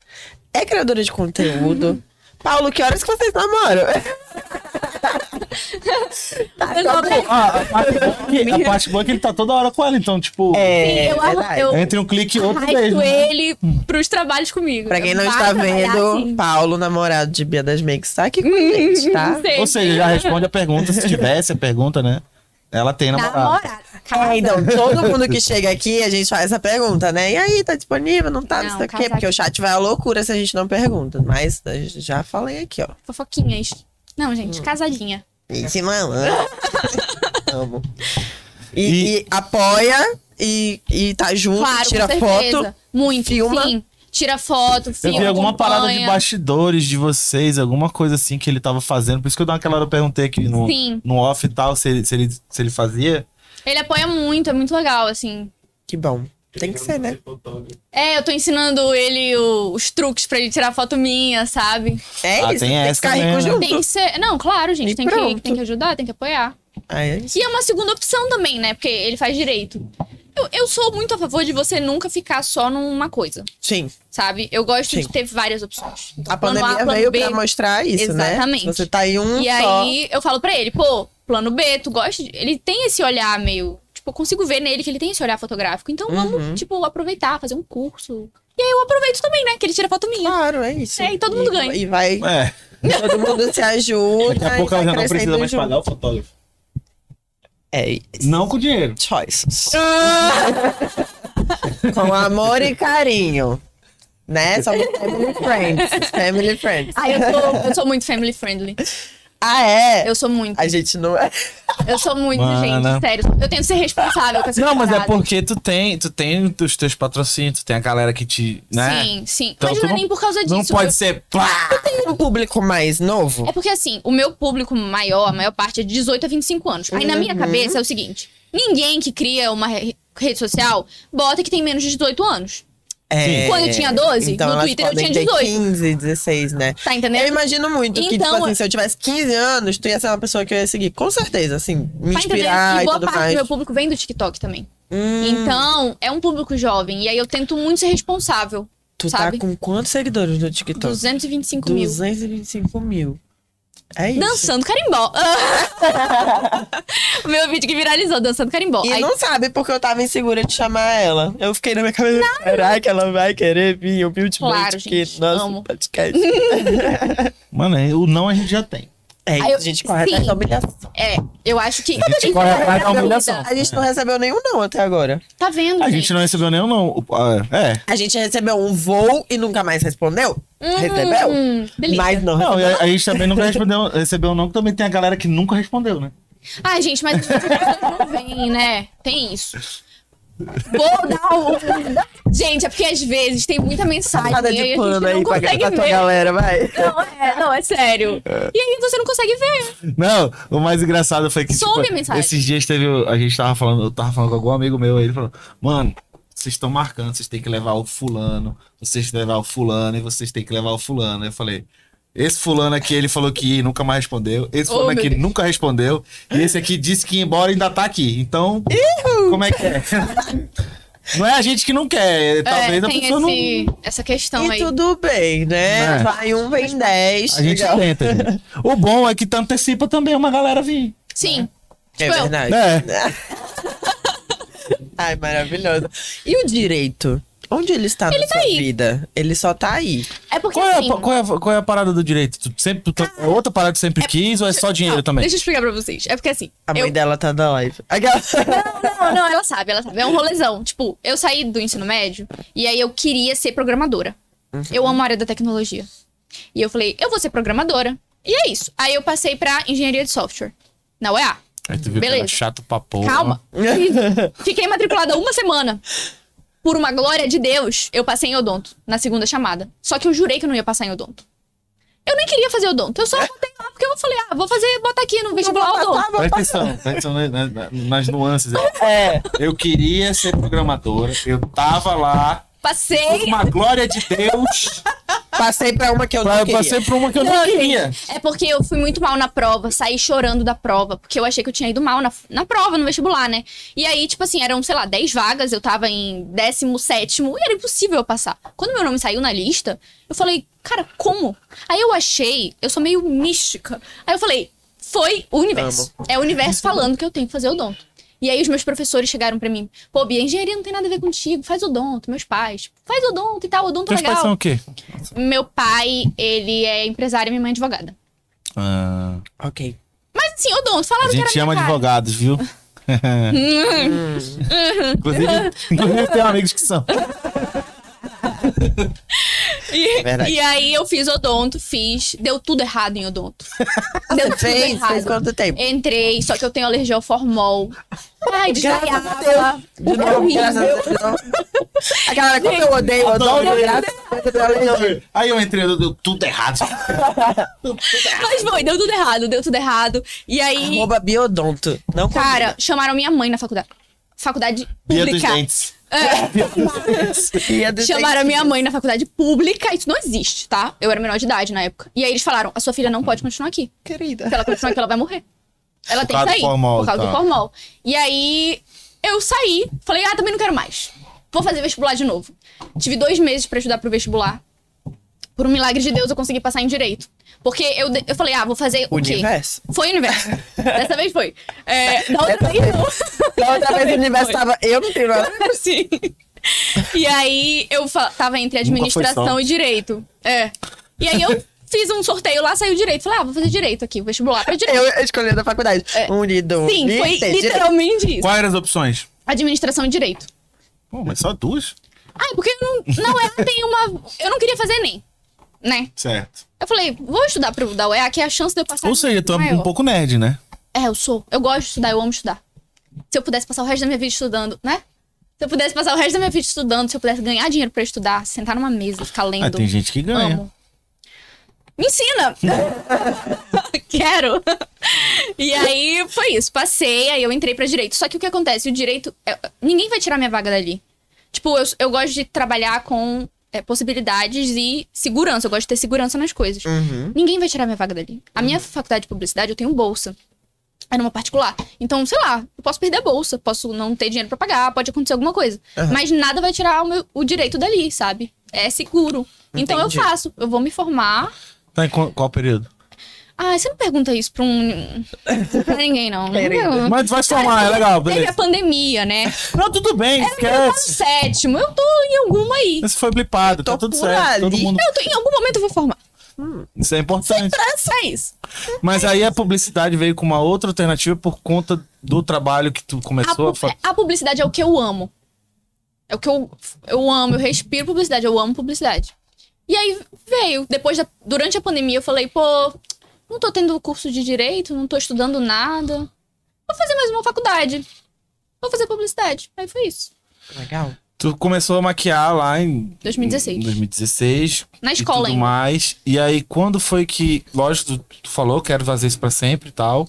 C: é criadora de
A: Uhum.
C: conteúdo. Paulo, que horas que vocês namoram? tá
A: Eu não-
B: Ah, a parte boa é que- a parte boa é que ele tá toda hora com ela, então, tipo,
C: É,
A: eu amo-
C: verdade.
A: eu- é,
B: entre um clique e outro
A: Hypo
B: mesmo. né?
A: ele pros trabalhos comigo.
C: Pra quem não
A: Vai
C: está
A: trabalhar,
C: vendo,
A: sim. Uhum.
C: Paulo, namorado de Bia das Makes, tá aqui com a gente,
A: (laughs)
C: tá?
A: Sei.
B: Ou seja, já responde a pergunta, se tivesse a pergunta, né? Ela
A: Tá
B: tem namorado.
A: Namorada.
C: Ah, então, todo mundo que chega aqui, a gente faz essa pergunta, né? E aí, tá disponível? Não tá, não,
A: Não,
C: sei o quê.
A: casar
C: Porque o
A: aqui.
C: chat vai à loucura se a gente não pergunta. Mas eu já falei aqui, ó.
A: Fofoquinhas. Não, gente, casadinha.
C: Esse
A: (laughs)
C: malandro. Amo. E,
B: E-
C: e apoia e, e tá junto,
A: Claro,
C: tira
A: com certeza.
C: foto.
A: Muito,
C: filma.
A: sim. Tira foto,
B: Eu
A: filma,
B: vi alguma parada de
A: acompanha.
B: bastidores de vocês, alguma coisa assim que ele tava fazendo. Por isso que eu naquela hora eu perguntei aqui no,
A: Sim.
B: no off e tal, se ele, se ele, se ele fazia.
A: Ele apoia muito, é muito legal, assim.
C: Que bom. Tem que ser, né?
A: É, eu tô ensinando ele o- os truques pra ele tirar foto minha, sabe?
C: É
B: Ah,
C: isso.
B: tem
C: que
B: essa
C: ficar
B: também,
C: rico
B: né?
C: junto.
A: Tem que ser. Não, claro, gente,
C: E
A: tem que,
C: pronto.
A: tem que ajudar, tem que apoiar.
C: Ah, é isso.
A: Que é uma segunda opção também, né? Porque ele faz direito. Eu, eu sou muito a favor de você nunca ficar só numa coisa,
C: Sim.
A: sabe? Eu gosto
C: Sim.
A: de ter várias opções. Então,
C: A
A: plano
C: pandemia
A: plano
C: veio
A: B.
C: pra mostrar isso, né?
A: Exatamente.
C: Você tá em um
A: E
C: só.
A: aí eu falo pra ele, pô, plano B, tu gosta de... Ele tem esse olhar meio. Tipo, eu consigo ver nele que ele tem esse olhar fotográfico. Então
C: Uhum.
A: vamos, tipo, aproveitar, fazer um curso. E aí eu aproveito também, né? Que ele tira foto minha.
C: Claro, é isso.
A: É, e todo mundo
C: E-
A: ganha.
C: E vai,
B: É.
C: todo mundo se ajuda.
B: Daqui a pouco
C: e
B: ela já
C: vai
B: não precisa
C: Então, tá crescendo
B: mais
C: junto.
B: pagar o fotógrafo.
C: É,
B: Não com dinheiro.
C: choices. (laughs) Com amor e carinho. Né? Somos family friends. Family friends.
A: Ai, eu sou, eu sou muito family friendly.
C: Ah, é?
A: Eu sou muito.
C: A gente não é.
A: Eu sou muito,
B: Mana.
A: gente, sério. Eu tento ser responsável com essa
B: Não, mas é porque tu tem, tu tem os teus patrocínios, tu tem a galera que te. Né?
A: Sim, sim.
B: Então,
A: mas
B: tu
A: não é
B: não-
A: nem por causa disso.
B: Não
A: eu-
B: pode ser. Plá!
C: Um público mais novo.
A: É porque assim, o meu público maior, a maior parte é de 18 a 25 anos. Aí na minha cabeça é o seguinte: ninguém que cria uma re- rede social bota que tem menos de 18 anos.
C: É,
A: Quando eu tinha 12, no
C: elas
A: Twitter eu
C: podem
A: tinha
C: ter
A: 18.
C: 15, 16, né?
A: Tá entendendo?
C: Eu imagino muito que, tipo
A: Então,
C: assim,
A: eu-
C: se eu tivesse 15 anos, tu ia ser uma pessoa que eu ia seguir. Com certeza, assim, me
A: Tá entendendo?
C: inspirar
A: E
C: e
A: boa
C: tudo
A: parte do
C: mais.
A: meu público vem do TikTok também.
C: Hum,
A: Então, é um público jovem. E aí eu tento muito ser responsável.
C: tu
A: sabe?
C: tá com quantos seguidores no TikTok?
A: 225 mil.
C: 225 mil. É isso. (laughs)
A: Dançando carimbó. (laughs) o meu vídeo que viralizou, dançando carimbó.
C: E
A: Aí-
C: não sabe porque eu tava insegura de chamar ela. Eu fiquei na minha cabeça, será que ela vai querer vir humildemente
A: Claro,
C: aqui
A: gente,
C: no nosso
A: amo. (laughs)
C: podcast?
B: Mano, é- o não a gente já tem.
C: É isso,
A: Aí eu-
C: a gente corre atrás
A: sim.
C: da humilhação.
A: É, eu acho que.
B: corre atrás da humilhação.
C: A gente não recebeu nenhum não até agora.
A: Tá vendo?
B: A gente não recebeu nenhum, não. O- ah, É.
C: A gente recebeu um voo e nunca mais respondeu. recebeu?
A: Hum, delícia.
C: É, Mas não.
B: Não, e a, a gente também
A: (laughs)
B: nunca respondeu, recebeu não, que também tem a galera que nunca respondeu, né?
A: Ai, gente, mas as pessoas não vem, né? Tem isso. Vou dar
C: (laughs)
A: um. Gente, é porque às vezes tem muita mensagem
C: Nada
A: e aí
C: de
A: a
C: pano
A: gente não
C: aí pra,
A: consegue
C: pra tua
A: ver.
C: galera, vai.
A: Não, é, não, é sério. E aí você não consegue ver.
B: Não, o mais engraçado foi que. tipo,
A: Some a mensagem.
B: Esses dias teve. o- A gente tava falando, eu tava falando com algum amigo meu, aí ele falou: Mano, vocês estão marcando, vocês têm que levar o fulano, vocês têm que levar o fulano e vocês têm que levar o fulano. Aí Eu falei. Esse fulano aqui, ele falou que ia e nunca mais respondeu. Esse
A: Oh,
B: fulano
A: meu
B: aqui
A: Deus.
B: nunca respondeu. E esse aqui disse que ia embora e ainda tá aqui. Então, como é que
A: (laughs)
B: é? Não é a gente que não quer.
A: É,
B: Talvez tá a
A: tem
B: pessoa não.
A: esse, essa questão
C: E
A: Então aí.
C: tudo bem, né?
B: Né?
C: Vai um, vem dez.
B: A gente
C: Legal.
B: tenta. gente. O bom é que tu antecipa também uma galera vir.
A: Sim.
C: É
A: Tipo, eu-
C: verdade.
B: É.
C: Ai, maravilhoso. E o direito? Onde ele está na
A: tá
C: sua
A: aí.
C: vida? Ele só tá aí.
A: É porque
B: Qual é, a,
A: assim,
B: pa- qual, é a, qual é a parada do direito? Tu sempre, tu tá- é outra parada que sempre quis ou é só dinheiro
A: Não,
B: também?
A: Deixa eu explicar pra vocês. É porque assim.
C: A mãe
A: eu...
C: dela tá na live. Aquela-
A: Não, não, ela sabe, ela sabe. É um rolezão. Tipo, eu saí do ensino médio e aí eu queria ser programadora.
B: Uhum.
A: Eu amo a área da tecnologia. E eu falei, eu vou ser programadora. E é isso. Aí eu passei pra engenharia de software. Na UEA.
B: Aí tu viu
A: Beleza.
B: que era chato pra porra.
A: Calma.
B: (laughs)
A: Fiquei matriculada uma semana. Por uma glória de Deus, eu passei em odonto na segunda chamada. Só que eu jurei que eu não ia passar em odonto. Eu nem queria fazer odonto. Eu só botei lá porque eu falei, ah, vou fazer, botar aqui no vestibular odonto.
B: Presta atenção, presta atenção na- na- na- nas nuances. aí.
C: É.
B: Eu queria ser programadora, eu tava lá, por
A: Passei.
B: uma glória de Deus,
C: Passei pra uma que eu
B: pra-
C: não
B: eu
C: queria.
B: passei por uma que eu não queria.
A: É porque eu fui muito mal na prova, saí chorando da prova, porque eu achei que eu tinha ido mal na, na prova, no vestibular, né? E aí, tipo assim, eram, sei lá, 10 vagas, eu tava em 17 e era impossível eu passar. Quando meu nome saiu na lista, eu falei, cara, como? Aí eu achei, eu sou meio mística. Aí eu falei, foi o universo. É o universo falando que eu tenho que fazer odonto. E aí os meus professores chegaram pra mim, pô, Bia, engenharia não tem nada a ver contigo, faz odonto, meus pais, tipo, faz odonto e tal, odonto é
B: Teus pais
A: legal.
B: são o quê?
A: Meu pai, ele é empresário e minha mãe é advogada.
B: Ah,
C: Ok.
A: Mas assim, odonto, falaram
B: a
A: que era
B: gente ama
A: minha cara.
B: advogados, viu? inclusive, inclusive tem amigos que são.
A: E,
C: É verdade.
A: e aí eu fiz odonto, fiz. Deu tudo errado em
C: (laughs)
A: odonto. Deu tudo
C: Fez? Fez
A: errado.
C: quanto tempo?
A: Entrei, só que eu tenho alergia ao formol. Ai, desmaiava.
C: De novo, graças a Deus. de novo. A galera, como eu odeio, eu
B: Adoro.
C: odeio, graças a Deus, eu odeio.
B: Aí eu entrei, eu deu tudo errado. (laughs)
A: Mas foi, deu tudo errado, deu tudo errado. E aí,
C: Arroba biodonto. Não
A: cara, chamaram minha mãe na faculdade. Faculdade
B: Dia dos
A: pública. É,
B: dentes.
C: Ia do
A: Chamaram a minha mãe na faculdade pública, isso não existe, tá? Eu era menor de idade na época. E aí eles falaram: a sua filha não pode continuar aqui.
C: Querida.
A: Se ela continuar aqui, ela vai morrer. Ela
B: Por
A: tem que
B: causa do
A: sair.
B: formol,
A: por causa do
B: tá.
A: formol. E aí eu saí, falei, ah, também não quero mais. Vou fazer vestibular de novo. Tive dois meses pra estudar pro vestibular. Por um milagre de Deus, eu consegui passar em direito. Porque eu, de- eu falei, ah, vou fazer o quê?
C: Universo.
A: Foi
C: (laughs)
A: universo. Dessa vez foi. É, da outra
C: Dessa
A: vez
C: vez-
A: não.
C: Da outra vez o universo
A: foi.
C: tava. Eu não tenho nada.
A: (laughs) Sim. E aí eu fa- tava entre administração
B: só.
A: e direito. É. E aí eu fiz um sorteio lá, saiu direito. Falei, ah, vou fazer direito aqui, vestibular pra direito.
C: Eu escolhi da faculdade.
A: É.
C: Unido.
A: Sim, foi
C: Inter-
A: literalmente isso.
B: Quais eram as opções?
A: Administração e direito.
B: Pô, mas só duas?
A: Ah, porque não, não é, tem uma. Eu não queria fazer nem, né?
B: Certo.
A: Eu falei, vou estudar pro da UEA, que é a chance de eu passar.
B: Ou seja, tu é
A: maior.
B: um pouco nerd, né?
A: É, eu sou. Eu gosto de estudar, eu amo estudar. Se eu pudesse passar o resto da minha vida estudando, né? Se eu pudesse passar o resto da minha vida estudando, se eu pudesse ganhar dinheiro pra estudar, sentar numa mesa, ficar lendo.
B: Ah, tem gente que ganha.
A: Amo. Me ensina! (laughs) Quero! E aí foi isso, passei, aí eu entrei pra direito. Só que o que acontece? O direito. é- ninguém vai tirar minha vaga dali. Tipo, eu, eu gosto de trabalhar com é, possibilidades e segurança. Eu gosto de ter segurança nas coisas. Ninguém vai tirar minha vaga dali. A
B: Uhum.
A: minha faculdade de publicidade, eu tenho bolsa. Era uma particular. Então, sei lá, eu posso perder a bolsa, posso não ter dinheiro pra pagar, pode acontecer alguma coisa.
B: Uhum.
A: Mas nada vai tirar o, meu- o direito dali, sabe? É seguro. Então eu
C: Entendi.
A: faço. Eu vou me formar.
B: Tá em qual, qual período?
A: Ah, você não pergunta isso pra um. pra ninguém, não. Não
C: Querida.
A: pergunta.
B: Mas vai se formar, é legal,
A: Teve a
B: beleza.
A: pandemia, né?
B: Não, tudo bem,
A: Eu tô no
B: esquece.
A: sétimo, eu tô em alguma aí.
B: Isso foi blipado,
C: tô
B: tá tudo
C: por
B: certo. Todo
C: ali.
B: mundo...
A: Eu tô, em algum momento eu vou formar.
B: Isso é importante.
A: Pra é isso.
B: Mas aí a publicidade veio com uma outra alternativa por conta do trabalho que tu
A: A,
B: começou a
A: pu-
B: fazer.
A: a publicidade é o que eu amo. É o que eu, eu amo, eu respiro publicidade, eu amo publicidade. E aí veio, depois da, durante a pandemia, eu falei, pô, não tô tendo curso de direito, não tô estudando nada. Vou fazer mais uma faculdade. Vou fazer publicidade. Aí foi isso.
C: Legal.
B: Tu começou a maquiar lá em
A: 2016.
B: 2016.
A: Na
B: e
A: escola
B: Hum, tudo
A: ainda.
B: mais. E aí, quando foi que. Lógico, tu, tu falou, quero fazer isso pra sempre e tal.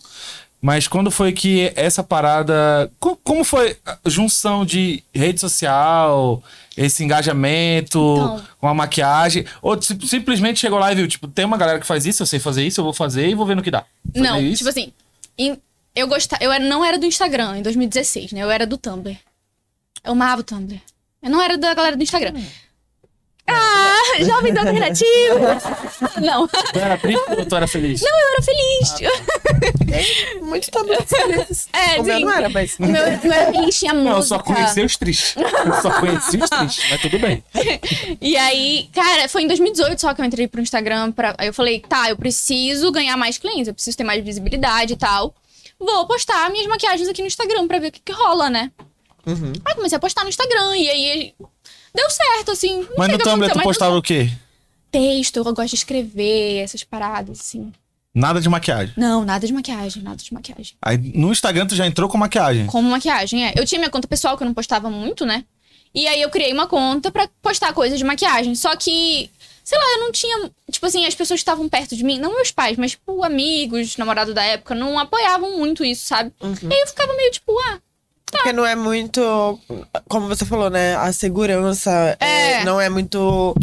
B: Mas quando foi que essa parada. co- Como foi a junção de rede social, esse engajamento
A: Então.
B: com a maquiagem? Ou tu sim- simplesmente chegou lá e viu, tipo, tem uma galera que faz isso, eu sei fazer isso, eu vou fazer e vou ver no que dá. Foi
A: Não,
B: meio isso?
A: tipo assim, em- eu gostava, eu era- não era do Instagram em 2016, né? Eu era do Tumblr. Eu amava o Tumblr. Eu não era da galera do Instagram. Ah,
B: (laughs)
A: jovens alternativos! não,
B: Tu era triste ou tu era feliz?
A: assim- eu era
B: Ah,
A: feliz.
C: Muito tabu.
A: (laughs)
B: tá.
A: é,
C: O meu
A: sim.
C: não era, mas.
A: O meu, o meu era feliz, tinha música.
B: (laughs) Não, eu só conheci os
A: (laughs)
B: tristes. Eu só conheci os tristes, mas tudo bem.
A: E aí, cara, foi em 2018 só que eu entrei pro Instagram. Pra... Aí eu falei, tá, eu preciso ganhar mais clientes, eu preciso ter mais visibilidade e tal. Vou postar minhas maquiagens aqui no Instagram pra ver o que, que rola, né? Aí comecei a postar no Instagram e aí deu certo, assim. Não
B: Mas no
A: sei o que
B: Tumblr
A: aconteceu,
B: tu
A: mas
B: postava o quê?
A: Texto, eu gosto de escrever, essas paradas, assim.
B: Nada de maquiagem.
A: Não, nada de maquiagem, nada de maquiagem.
B: Aí no Instagram tu já entrou com maquiagem.
A: Como maquiagem, é. Eu tinha minha conta pessoal que eu não postava muito, né? E aí eu criei uma conta pra postar coisas de maquiagem. Só que, sei lá, eu não tinha. Tipo assim, as pessoas que estavam perto de mim, não meus pais, mas tipo amigos, namorado da época, não apoiavam muito isso, sabe? E aí eu ficava meio tipo, ah,
C: Porque não é muito. Como você falou, né? A segurança
A: É.
C: é, não é muito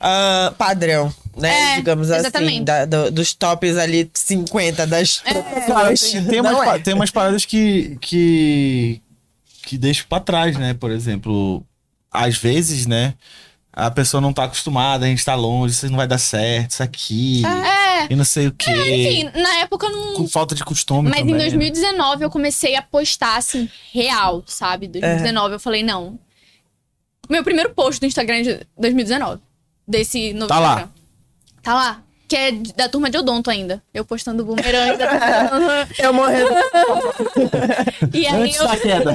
C: ah, padrão, né?
A: É,
C: Digamos
A: exatamente. É,
C: assim. da- do- dos tops ali 50 das.
B: É, Cara, tem, tem
C: Não
B: umas, pa-
C: é.
B: tem umas paradas que, que, que deixo pra trás, né? Por exemplo, às vezes, né? A pessoa não tá acostumada, a gente tá longe, isso não vai dar certo, isso aqui,
A: é.
B: Hum. e não sei o quê.
C: É,
A: Enfim, na época eu não.
B: com falta de costume
A: Mas
B: também,
A: em
B: né?
A: 2019 eu comecei a postar, assim, real, sabe?
B: É.
A: 2019 eu falei, não. Meu primeiro post do Instagram é de 2019. Desse novo
B: Tá lá.
A: Instagram. Tá lá. Que é de- da turma de Odonto ainda. Eu postando
B: (laughs)
A: bumerangue. da turma
C: Eu morrendo.
A: de Odonto. e aí
B: Antes da
A: eu,
B: queda.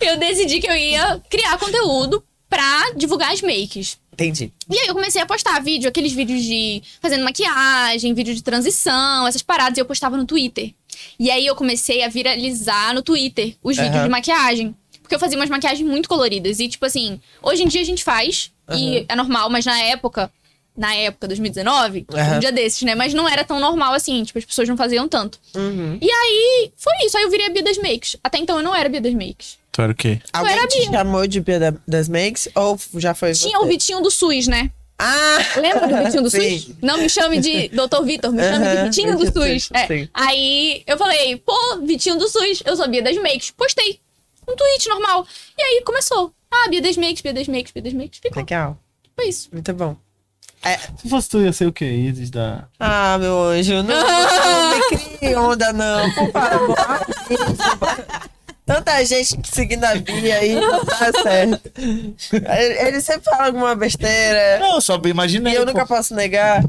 A: eu decidi que eu ia criar conteúdo pra divulgar as makes.
C: Entendi.
A: E aí eu comecei a postar vídeo, aqueles vídeos de fazendo maquiagem, vídeo de transição, essas paradas, e eu postava no Twitter. E aí eu comecei a viralizar no Twitter os vídeos
C: Aham.
A: de maquiagem. Porque eu fazia umas maquiagens muito coloridas. E, tipo assim, hoje em dia a gente faz, e é normal, mas na época, na época, 2019,
C: Aham.
A: um dia desses, né? Mas não era tão normal assim, tipo, as pessoas não faziam tanto.
C: Uhum.
A: E aí, foi isso. Aí eu virei a Bia das Makes. Até então eu não era a Bia das Makes.
B: Tu era o quê?
C: Alguém
A: era
C: te
A: bi.
C: chamou de Bia da- das Makes? Ou já foi
A: Tinha
C: você?
A: o Vitinho do SUS, né?
C: Ah!
A: Lembra do
C: (laughs)
A: Vitinho do
C: Sim.
A: SUS? Não me chame de Dr. Vitor, me chame de
C: Aham,
A: Vitinho do
C: Vitinho do
A: SUS.
C: SUS,
A: É.
C: sim.
A: Aí eu falei, pô, Vitinho do SUS, eu sou Bia das Makes. Postei um tweet normal. E aí começou. Ah, Bia das Makes, Bia das Makes, Bia das Makes. Ficou.
C: Legal.
A: Foi isso.
C: Muito bom.
B: Se fosse tu, ia ser o quê? Isis da...
C: Ah, meu anjo, não,
A: (laughs)
C: não me crie onda, não. Por favor. Tanta gente que seguindo a Bia aí, não tá certo. Ele ele sempre fala alguma besteira.
B: Não, eu só imaginei.
C: E eu
B: pô.
C: nunca posso
B: (laughs)
C: negar.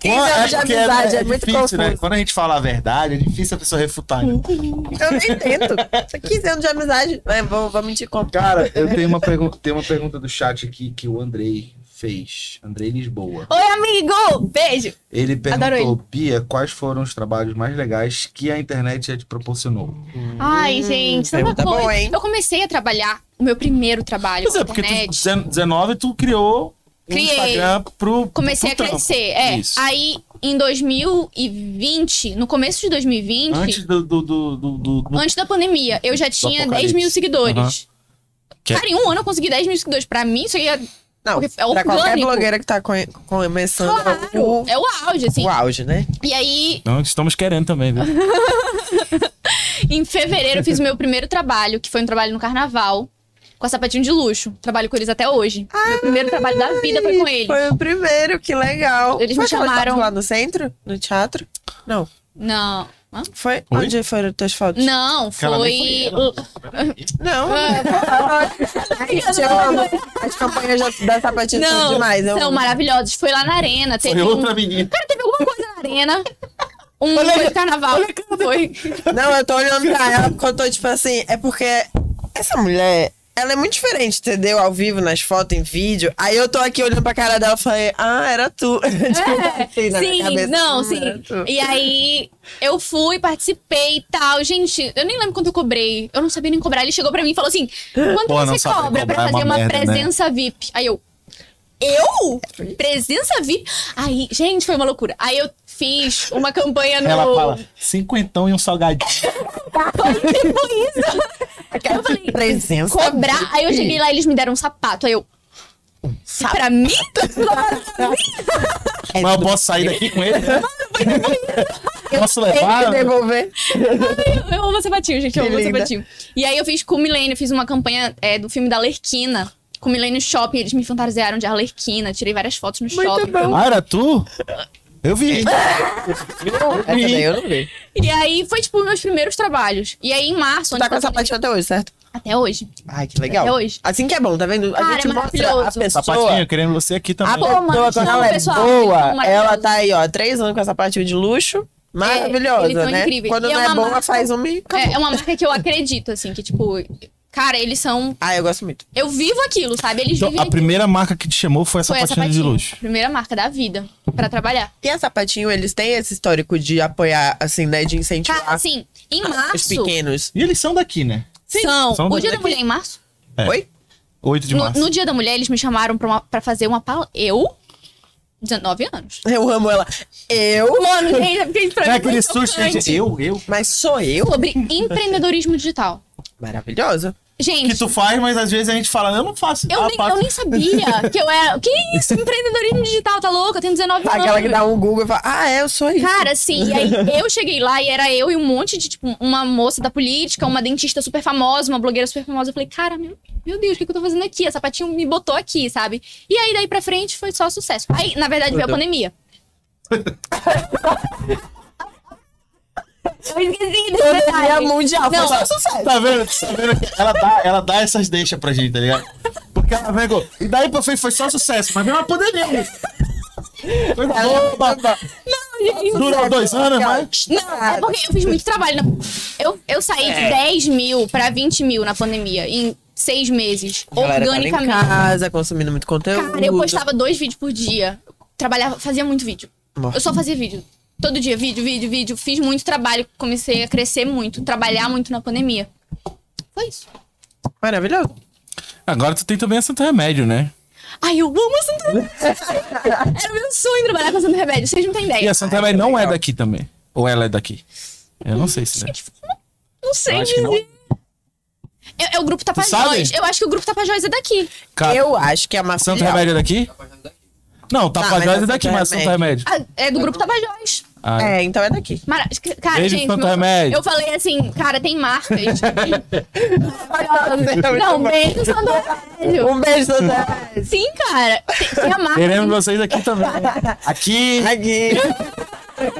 C: Quem
B: Quando-
C: sabe de
B: porque
C: amizade é, muito
B: difícil,
C: confuso.
B: né? Quando a gente fala a verdade, é difícil a pessoa refutar. né?
C: Eu nem tento. Só 15 anos de amizade. Mas vou, vou mentir como.
B: Cara, eu tenho uma, pergunta, tenho uma pergunta do chat aqui que o Andrei fez. Andrei Lisboa.
A: Oi, amigo! Beijo!
B: Ele perguntou,
A: Adoro ele.
B: Bia, quais foram os trabalhos mais legais que a internet já te proporcionou?
A: Ai, gente, tanta
C: Hum, pergunta
A: coisa.
C: boa, hein?
A: Eu comecei a trabalhar o meu primeiro trabalho
B: Pois
A: com
B: é,
A: a
B: porque tu,
A: internet.
B: 19 tu criou o
A: Criei.
B: Instagram pro
A: Comecei a
B: pro trampo.
A: crescer, é.
B: Isso.
A: Aí, em 2020, no começo de 2020,
B: Antes do... do, do, do, do- do-
A: antes da pandemia, eu já tinha 10 mil
B: apocalipse.
A: seguidores.
B: Que é-
A: Cara, em um ano eu consegui 10 mil seguidores. Pra mim, isso aí é,
C: Não,
A: Porque é
C: pra qualquer
A: orgânico.
C: blogueira que tá come- começando o,
A: é o auge, assim.
C: o auge, né?
A: E aí,
B: Não, estamos querendo também, viu?
A: em fevereiro, eu fiz o meu primeiro trabalho, que foi um trabalho no carnaval, com a sapatinho de luxo. Trabalho com eles até hoje. meu primeiro trabalho da vida foi com eles.
C: Foi o primeiro, que legal.
A: Eles
C: Foi
A: me
C: aquela que
A: chamaram.
C: tava lá no centro? No teatro? Não.
A: Não. Hã?
C: Foi?
B: Foi?
C: Onde foram as tuas fotos?
A: Não, Ah.
B: Cara,
A: foi.
B: nem foi ela.
C: Não. (laughs) Ai,
A: Ah,
C: te amo. As campanhas já- da sapatilha são
A: Não,
C: demais. né? Eu
A: são
C: amo.
A: maravilhosos. Foi lá na arena. Teve
B: Foi
A: um-
B: outra
A: (laughs)
B: menina.
A: Cara, teve alguma coisa
B: (laughs)
A: na arena. Um
B: Olha aí,
A: foi de carnaval. Foi.
C: Não, eu tô olhando pra ela porque eu tô tipo assim, é porque essa mulher, ela é muito diferente, entendeu? Ao vivo, nas fotos, em vídeo. Aí eu tô aqui olhando pra cara dela e falei, ah, era tu. (laughs) tipo, assim, na minha
A: É, Sim,
C: cabeça.
A: não,
C: "Ah,
A: sim.
C: era tu."
A: E aí, eu fui, participei e tal. Gente, eu nem lembro quanto eu cobrei. Eu não sabia nem cobrar. Ele chegou pra mim e falou assim: quanto
B: Pô, não
A: você
B: saber
A: cobra pra
B: cobrar é uma
A: fazer uma,
B: merda, né?
A: presença VIP? Aí eu. Eu? Presença VIP? Aí, gente, foi uma loucura. Aí eu fiz uma campanha no.
B: Ela fala, cinquentão e um salgadinho.
A: Foi tipo isso. (laughs) Eu falei,
C: Presença.
A: cobrar. Aí eu cheguei lá e eles me deram um sapato. Aí eu. Pra mim?
C: É
B: Mas eu posso sair daqui com (laughs) ele? posso levar?
C: Tem que devolver.
A: Eu amo sapatinho, gente. Eu
C: Que
A: amo
C: linda.
A: sapatinho. E aí eu fiz com o Milênio, fiz uma campanha é, do filme da Lerquina. Com o Milênio Shopping, eles me fantasiaram de Arlequina. Tirei várias fotos no shopping.
B: Ah, era tu? Eu vi.
C: Essa daí eu não vi.
A: E aí foi, tipo, meus primeiros trabalhos. E aí em março,
C: Tu
A: onde
C: tá com
A: foi-
C: a sapatilha até hoje, certo?
A: até hoje. é,
C: Ai, que legal.
A: Até hoje.
C: Assim que é bom, tá vendo? A
A: Cara,
C: gente mostra
A: é
C: a
A: maravilhoso.
C: pessoa.
B: Sapatinho, querendo você aqui
C: A
B: também.
A: Ah, Pô, mano,
C: pessoa, quando
A: chama
C: ela
A: o
C: é
A: pessoal, então, eles são
C: boa,
A: maravilhosos.
C: ela tá aí, ó, três anos com essa sapatilha de luxo.
A: eles
C: Maravilhosa,
A: É, são
C: né?
A: incríveis.
C: Quando
A: E é
C: não é,
A: uma
C: boa,
A: marca-
C: faz uma e acabou.
A: É, é uma marca que eu acredito, assim, que, tipo, cara, eles são.
C: Ah, eu gosto muito.
A: Eu vivo aquilo, sabe? Eles
B: Então,
A: vivem
B: a primeira marca que te chamou foi a
A: Foi a
B: sapatinha de luxo.
A: A primeira marca da vida pra trabalhar.
C: E a Sapatinho, eles têm esse histórico de apoiar, assim, né? De incentivar
A: Cara, assim, em
C: os
A: março.
C: pequenos.
B: E eles são daqui, né?
A: São.
B: São
A: o Dia
B: daqui.
A: da Mulher em março?
B: 8 de
A: No,
B: março.
A: no Dia da Mulher, eles me chamaram pra, uma- pra fazer uma palestra. Eu? 19 anos.
C: Eu amo ela. Eu?
A: Mano, gente, é porque pra
B: É
A: mim
B: aquele
A: foi
B: susto, gente.
A: chocante.
B: Eu, eu.
C: Mas sou eu?
A: Sobre empreendedorismo digital.
C: Maravilhosa.
B: Que
A: Gente,
B: tu faz, mas às vezes a gente fala, eu não faço.
A: eu,
B: Ah,
A: nem,
B: faço.
A: eu nem sabia que eu era. Que isso? Empreendedorismo digital, tá louca? Eu tenho 19 anos.
C: Aquela que dá um Google e fala, ah, é, eu sou isso.
A: Cara, assim, e aí eu cheguei lá e era eu e um monte de, tipo, uma moça da política, uma dentista super famosa, uma blogueira super famosa. Eu falei, cara, meu, meu Deus, o que, que eu tô fazendo aqui? A sapatinho me botou aqui, sabe? E aí, daí pra frente, foi só sucesso. Aí, na verdade, veio a pandemia. (laughs) eu esqueci desse
C: Pandemia
A: detalhe.
C: mundial, foi
A: Não,
C: só sucesso.
B: Tá vendo? Tá vendo que ela dá, ela dá essas deixas pra gente, tá ligado? Porque ela vem com- E daí pra frente foi só sucesso, mas mesmo a pandemia. amigo. Foi boba.
A: é
B: Durou dois anos, mas.
A: Não, é porque eu fiz muito trabalho. na- Eu, eu saí
C: É.
A: de 10 mil pra 20 mil na pandemia, em seis meses,
C: Galera, tava em
A: organicamente.
C: casa, consumindo muito conteúdo.
A: Cara, eu postava dois vídeos por dia. Trabalhava, fazia muito vídeo.
C: Nossa.
A: Eu só fazia vídeo. Todo dia, vídeo, vídeo, vídeo. Fiz muito trabalho, comecei a crescer muito, trabalhar muito na pandemia. Foi isso.
C: Maravilhoso.
B: Agora tu tem também a Santo Remédio, né?
A: Ai, eu amo a Santa Remédio. Era o meu sonho trabalhar com a Santa Remédio, vocês não têm
B: E
A: ideia.
B: é a Santa Remédio não é daqui também. Ou ela é daqui? Eu não sei se é.
A: Não sei
B: Eu acho que não.
A: dizer. Eu- é o grupo Tapajós.
B: sabe?
A: Eu acho que o grupo Tapajós é daqui.
B: Ca-
C: Eu acho que é uma
B: Santo
C: filial.
B: Remédio é daqui? Não, Tapajós
C: mas
B: é
C: é
B: daqui,
C: Santo
B: mas Santo Remédio.
A: Ah, é do grupo Tapajós.
B: Ah,
C: É, então é daqui.
A: Mara... Cara,
B: Beijo,
A: gente,
B: Santo
A: meu-
B: Remédio.
A: eu falei assim, cara,
B: (laughs)
A: tem marcas. (laughs)
B: É
C: (laughs)
A: não, bem do Santo Remédio.
C: Então é Um beijo, Sandra.
A: Sim, cara. Tem,
B: (laughs)
A: tem a marca.
B: Queremos vocês aqui também. Aqui.
C: Aqui.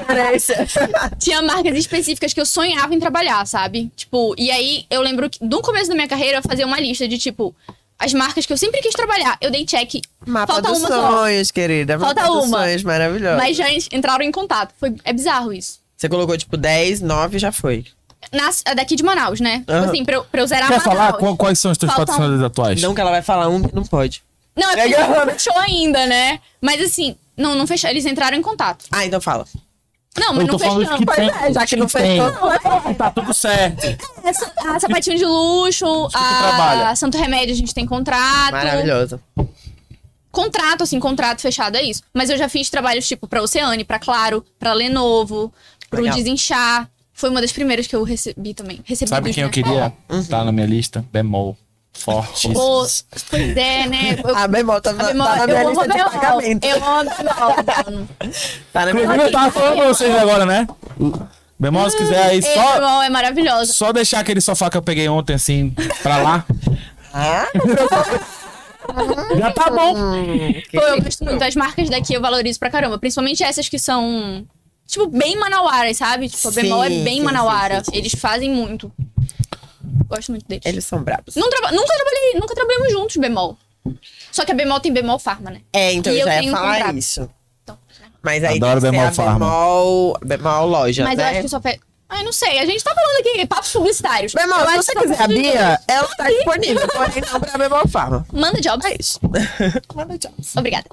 A: tinha marcas específicas que eu sonhava em trabalhar, sabe? Tipo, e aí eu lembro que no começo da minha carreira eu fazia uma lista de tipo as marcas que eu sempre quis trabalhar. Eu dei check.
C: (laughs) Mapa
A: Falta
C: dos
A: uma só.
C: sonhos, querida.
A: Falta
C: Mapa dos
A: uma.
C: sonhos, maravilhoso.
A: Mas já en- entraram em contato. Foi, é bizarro isso.
C: Você colocou, tipo, 10, 9 já foi.
A: Nas, é daqui de Manaus, né? Tipo
C: Aham.
A: assim, pra eu, pra eu zerar
B: Quer
A: Manaus.
B: falar qual- quais são os teus
A: Falta-
B: patrocinadores atuais?
C: Não que ela vai falar um que não pode.
A: Não, é porque
C: Legal.
A: não fechou ainda, né? Mas assim, não, não fechou. Eles entraram em contato.
C: Ah, então fala.
A: Tá Não, mas
B: Eu
A: não
B: tô falando
A: fechamos.
B: os que
C: Pois
B: tem.
C: é, já que
B: os
C: não fez
B: tem.
C: todo,
B: Tá tudo certo.
A: É, Essa- A sapatinho de luxo,
B: que
A: a,
B: trabalha.
A: Santo Remédio a gente tem contrato.
C: Maravilhoso.
A: contrato, assim, contrato fechado é isso. Mas eu já fiz trabalhos, tipo, pra Oceane, pra Claro, pra Lenovo, pro
C: Legal.
A: Desinchar. Foi uma das primeiras que eu recebi também. Recebi
B: Sabe
A: dos,
B: quem
A: né?
B: eu queria? Tá na minha lista? Bemol. Forte.
A: Pô, pois é, né?
C: (laughs)
A: Eu,
C: A Bemol tá,
A: a
C: tá
A: Bemol-
C: na
A: eu
C: minha
A: amo
C: lista
A: a
C: de
A: Bemol.
C: pagamento.
A: Eu amo a Bemol, mano.
C: Tá na minha
B: Inclusive, eu tava falando pra vocês agora, né? Bemol, se quiser aí,
A: Ei,
B: só,
A: Bemol é maravilhosa.
B: só deixar aquele sofá que eu peguei ontem, assim, pra lá.
C: Ah,
B: Já tá bom.
A: Pô, eu gosto muito. As marcas daqui eu valorizo pra caramba. Principalmente essas que são, tipo, bem manauaras, sabe? Tipo, a Bemol é
C: Sim,
A: bem
C: sim,
A: manauara.
C: sim, sim, sim,
A: Eles fazem muito. Gosto muito deles.
C: eles são brabos.
A: Não traba- nunca trabalhei, nunca trabalhamos juntos, Bemol. Só que a Bemol tem Bemol Farma, né?
C: É, então
A: E
C: eu
A: eu
C: já ia
A: tenho
C: falar
A: contrato.
C: isso.
A: Então, né?
C: Mas aí
B: Adoro
C: tem que ser
B: Bemol
C: a
B: Farma.
C: Bemol, Bemol loja,
A: Mas eu
C: né?
A: acho que só fez. Ai, não sei. A gente tá falando aqui, papos publicitários.
C: Bemol,
A: eu
C: se
A: acho
C: você
A: que só
C: quiser a
A: precisa de
C: Bia,
A: dois.
C: ela tá
A: Sim.
C: disponível. Porém, não pra Bemol
A: (laughs)
C: Farma.
A: Manda jobs.
C: É isso. Manda tchau.
A: Obrigada.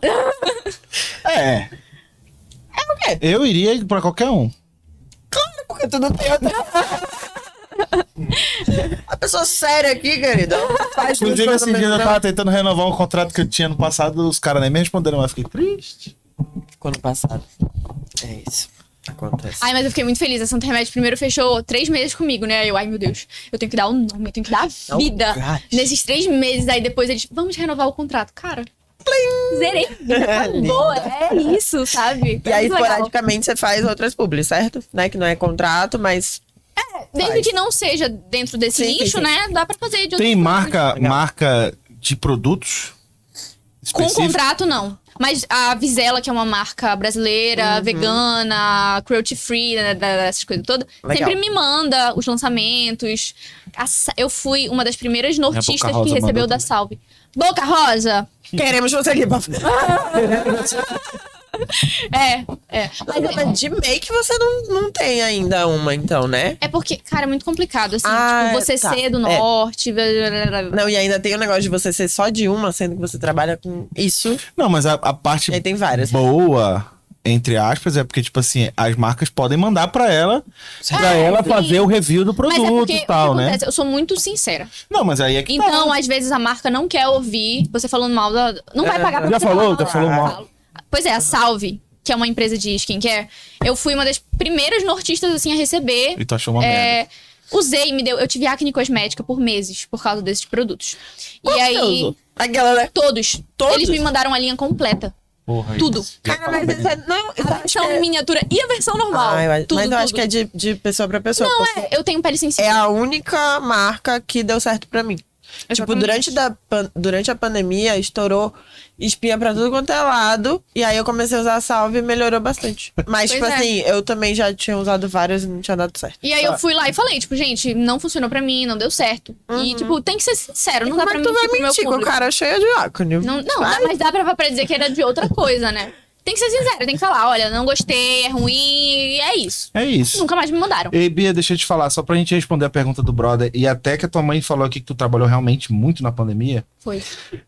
B: É.
C: É o quê?
B: Eu iria pra qualquer um.
C: Claro, porque tu não tem outra. A pessoa séria aqui, querida. Faz tudo
B: Inclusive,
C: pelo
B: esses dias eu
C: mesmo
B: tava tentando renovar um contrato que eu tinha no passado, os caras nem me responderam, mas eu fiquei triste.
C: Ficou no passado. É isso. Acontece.
A: Ai, mas eu fiquei muito feliz. A Santo Remédio primeiro fechou três meses comigo, né? Eu, ai, meu Deus, eu tenho que dar um nome, eu tenho que dar
C: Oh,
A: vida.
C: gosh.
A: Nesses três meses, aí depois eles, vamos renovar o contrato. Cara, zerei.
C: (laughs)
A: Acabou, é isso, sabe? É
C: E aí,
A: Muito legal.
C: esporadicamente, você faz outras publis, certo? Né? Que não é contrato,
A: (laughs)
C: mas.
A: Desde
C: faz.
A: que não seja dentro desse
C: Sim, sim,
A: nicho,
C: sim.
A: né? Dá pra fazer de outras
B: Tem
A: formas.
B: marca,
C: Legal.
B: marca de produtos?
A: Com
B: específicos?
A: contrato, não. Mas a Visela, que é uma marca brasileira,
C: Uhum.
A: vegana, cruelty free, né, da- dessas coisas todas,
C: Legal.
A: sempre me manda os lançamentos. A Sa- eu fui uma das primeiras nortistas
B: Boca Rosa
A: que recebeu
B: mandou
A: da
B: também.
A: Salve. Boca Rosa!
C: Queremos você aqui, papai.
A: É, é. Mas é,
C: Mas de make você não, não tem ainda uma, então, né?
A: é porque, cara, é muito complicado, assim.
C: Ah,
A: tipo, você
C: tá.
A: ser do
C: É.
A: norte. blá, blá, blá, blá.
C: Não, e ainda tem o negócio de você ser só de uma, sendo que você trabalha com isso.
B: Não, mas a, a parte
A: É,
C: E aí tem várias.
B: boa, entre aspas, é porque, tipo assim, as marcas podem mandar pra ela, pra
A: É,
B: ela
A: sim.
B: fazer o review do
A: Mas
B: produto
A: é porque
B: e tal,
A: o que
B: né?
A: acontece? Eu sou muito sincera.
B: Não, mas aí é que tá.
A: Então, às vezes, a marca não quer ouvir você falando mal da. Não vai
C: É,
A: pagar pra
B: já
A: você
B: falou, já
A: falar
B: falou mal.
A: Pois é, a Salve, que é uma empresa de skincare, eu fui uma das primeiras nortistas assim a receber.
B: E tu achou uma
A: É,
B: merda.
A: Usei, me deu. Eu tive acne cosmética por meses por causa desses produtos. e aí.
C: Gostoso. Aquela, né?
A: Todos,
C: Todos?
A: Eles me mandaram a linha completa.
B: Porra,
A: tudo.
B: isso.
C: Cara, mas isso é. Não, eu
A: A
C: acho
A: versão
C: que é-
A: miniatura e a versão normal.
C: Ah, eu acho-
A: tudo,
C: mas eu acho
A: tudo.
C: que é de, de pessoa pra pessoa.
A: Não,
C: porque
A: é. Eu tenho pele sensível.
C: é a única marca que deu certo pra mim. Tipo,
A: Exatamente.
C: durante, da, pan- durante a pandemia, estourou espinha pra tudo quanto é lado. E aí eu comecei a usar a salve e melhorou bastante. Mas,
A: Pois
C: tipo
A: é.
C: assim, eu também já tinha usado várias e não tinha dado certo.
A: E aí eu fui lá e falei, tipo, gente, não funcionou pra mim, não deu certo. E, tipo, tem que ser sincero, não dá
C: Como
A: pra
C: é que Uhum. tu vai
A: mentir pro meu
C: mentir com o
A: público.
C: cara cheio de acne?
A: Não, não
C: Vai.
A: dá, mas dá pra, pra dizer que era de outra coisa, né? Tem que ser sincero, tem que falar, olha, não gostei, é ruim, e é isso.
B: É isso.
A: Nunca mais me mandaram.
B: Ei, Bia, deixa eu te falar, só pra gente responder a pergunta do brother, e até que a tua mãe falou aqui que tu trabalhou realmente muito na pandemia,
A: Foi.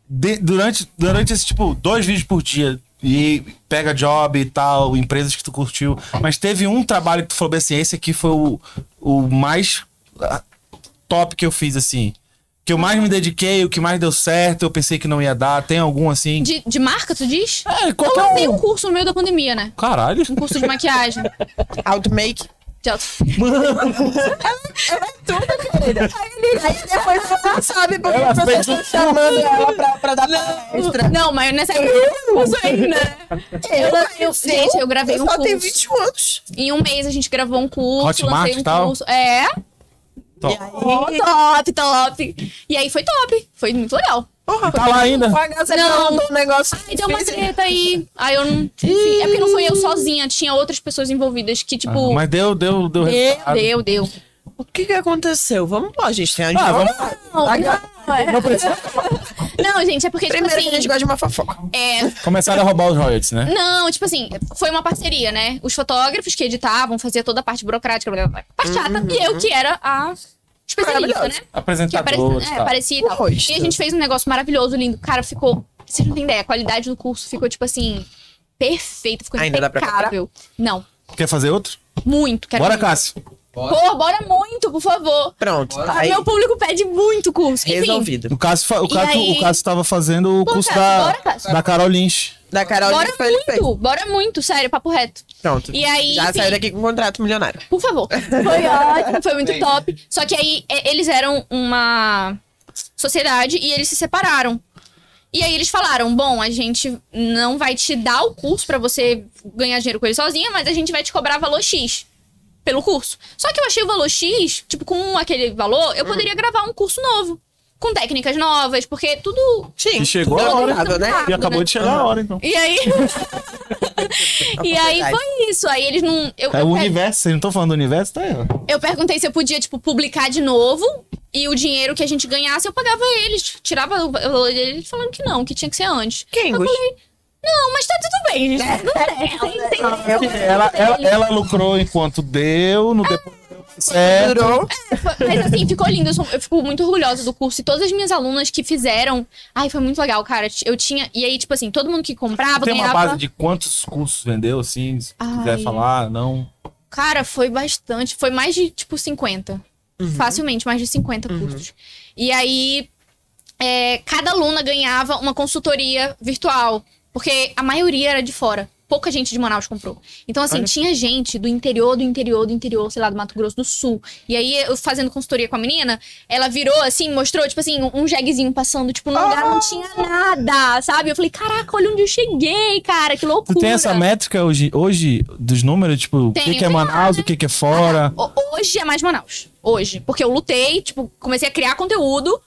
B: de- durante, durante esse, tipo, dois vídeos por dia, e pega job e tal, empresas que tu curtiu, mas teve um trabalho que tu falou bem assim, esse aqui foi o, o mais ah, top que eu fiz, assim, que eu mais me dediquei, o que mais deu certo, eu pensei que não ia dar, tem algum assim?
A: De, de marca, tu diz?
B: É,
A: Eu lancei
B: qualquer um.
A: (laughs) um curso no meio da pandemia, né?
B: Caralho.
A: Um curso de maquiagem.
C: Auto make?
A: de alto.
C: Ela é tudo, querida. Aí, ele- aí depois você sabe porque
B: Ela
C: as pessoas
B: fez
C: estão
B: um-
C: chamando ela pra, pra dar palestra.
A: Não, mas nessa época eu uso ainda. Eu, eu, gente, eu gravei um
C: só
A: curso.
C: tenho 21 anos.
A: Em um mês a gente gravou um curso,
B: Hotmart
A: lancei um
B: e tal?
A: curso. É,
B: Top.
A: ó, top, top. E aí foi top, foi muito legal.
C: Porra,
B: Tá lá ainda?
C: O HZ
A: Não.
C: mandou um negócio.
A: Aí deu uma treta aí. Aí eu não. Enfim, é porque não fui eu sozinha, tinha outras pessoas envolvidas que, tipo.
B: Ah, mas deu, deu, deu resultado.
A: Deu,
C: é
A: deu.
C: O que que aconteceu? Vamos lá, gente. Tem
B: Ah, vamos-
A: Não,
C: Agora-
A: não, é.
B: não precisa.
A: Não, gente, é porque, tipo
C: Primeiro que a
A: assim.
C: gente gosta de uma fofoca.
A: É,
B: Começaram a roubar os royalties, né?
A: Não, tipo assim, foi uma parceria, né? Os fotógrafos que editavam, fazia toda a parte burocrática, blá, blá, blá, a parte chata, e eu que era a especialista,
C: Maravilhosa.
A: né? Que apare...
B: Apresentador.
A: é, aparecia e tal.
C: Poxa.
A: E a gente fez um negócio maravilhoso, lindo. Cara, ficou. Vocês não têm ideia, a qualidade do curso ficou, tipo assim, perfeita, ficou
C: Ainda dá pra
A: impecável. Não,
B: Quer fazer outro?
A: muito. Quero um
B: Bora,
A: muito.
B: Cássio.
A: Pô, bora muito, por favor.
C: Pronto, tá
A: Ah,
C: aí.
A: Meu público pede muito curso. Enfim,
C: Resolvido.
B: O Cássio, fa- o
A: E
B: Cássio,
A: aí-
B: o Cássio tava fazendo o
A: Pô,
B: curso
A: Cássio,
B: da,
A: bora, Cássio.
B: da Carol Lynch.
C: Da Carol
A: Bora
C: foi ele que fez.
A: muito, bora muito, sério, papo reto.
C: Pronto.
A: E aí,
C: Já
A: enfim.
C: saiu daqui com um contrato milionário.
A: Por favor. Foi ótimo, foi muito top. Só que aí é, eles eram uma sociedade e eles se separaram. E aí eles falaram: bom, a gente não vai te dar o curso pra você ganhar dinheiro com ele sozinha, mas a gente vai te cobrar valor X pelo curso. Só que eu achei o valor X, tipo, com aquele valor, eu poderia gravar um curso novo. Com técnicas novas, porque tudo.
C: Sim.
B: E chegou
C: tudo
B: a hora.
C: combinado, né?
A: Ah.
B: E acabou de chegar a hora, então.
A: E aí. (laughs) e aí
C: verdade.
A: foi isso. Aí eles não. Eu,
B: É
A: eu
B: o
A: pe-
B: universo, vocês não estão falando do universo, tá aí. ó.
A: Eu perguntei se eu podia, tipo, publicar de novo. E o dinheiro que a gente ganhasse, eu pagava eles. Tirava o valor deles falando que não, que tinha que ser antes.
C: Quem,
A: eu
C: Gus?
A: falei, não, mas tá tudo bem, gente. Tudo bem. Tem- É tem-
B: Ela, ela, ela lucrou enquanto deu, no depois deu certo.
C: Durou.
A: Foi- Mas assim, ficou lindo. Eu, sou- eu fico muito orgulhosa do curso. E todas as minhas alunas que fizeram. Ai, foi muito legal, cara. Eu tinha. E aí, tipo assim, todo mundo que comprava
B: Tem uma
A: ganhava.
B: base de quantos cursos vendeu, assim, se quiser
A: é Ai.
B: falar, não.
A: Cara, foi bastante. Foi mais de, tipo, 50.
B: Uhum.
A: Facilmente, mais de 50 cursos. E aí, é, cada aluna ganhava uma consultoria virtual. Porque a maioria era de fora. Pouca gente de Manaus comprou. Então, assim, tinha gente do interior, do interior, do interior, sei lá, do Mato Grosso do Sul. E aí, eu fazendo consultoria com a menina, ela virou, assim, mostrou, tipo assim, um jeguezinho passando, tipo, num lugar
B: Ah!
A: não tinha nada, sabe? Eu falei, caraca, olha onde eu cheguei, cara, que
B: Tu
A: loucura.
B: tem essa métrica hoje, hoje dos números, tipo, o que,
A: Tenho,
B: que é
A: tem lá,
B: Manaus,
A: né?
B: o que, que é fora.
A: Ho- Hoje é mais Manaus. Hoje. Porque eu lutei, tipo, comecei a criar conteúdo.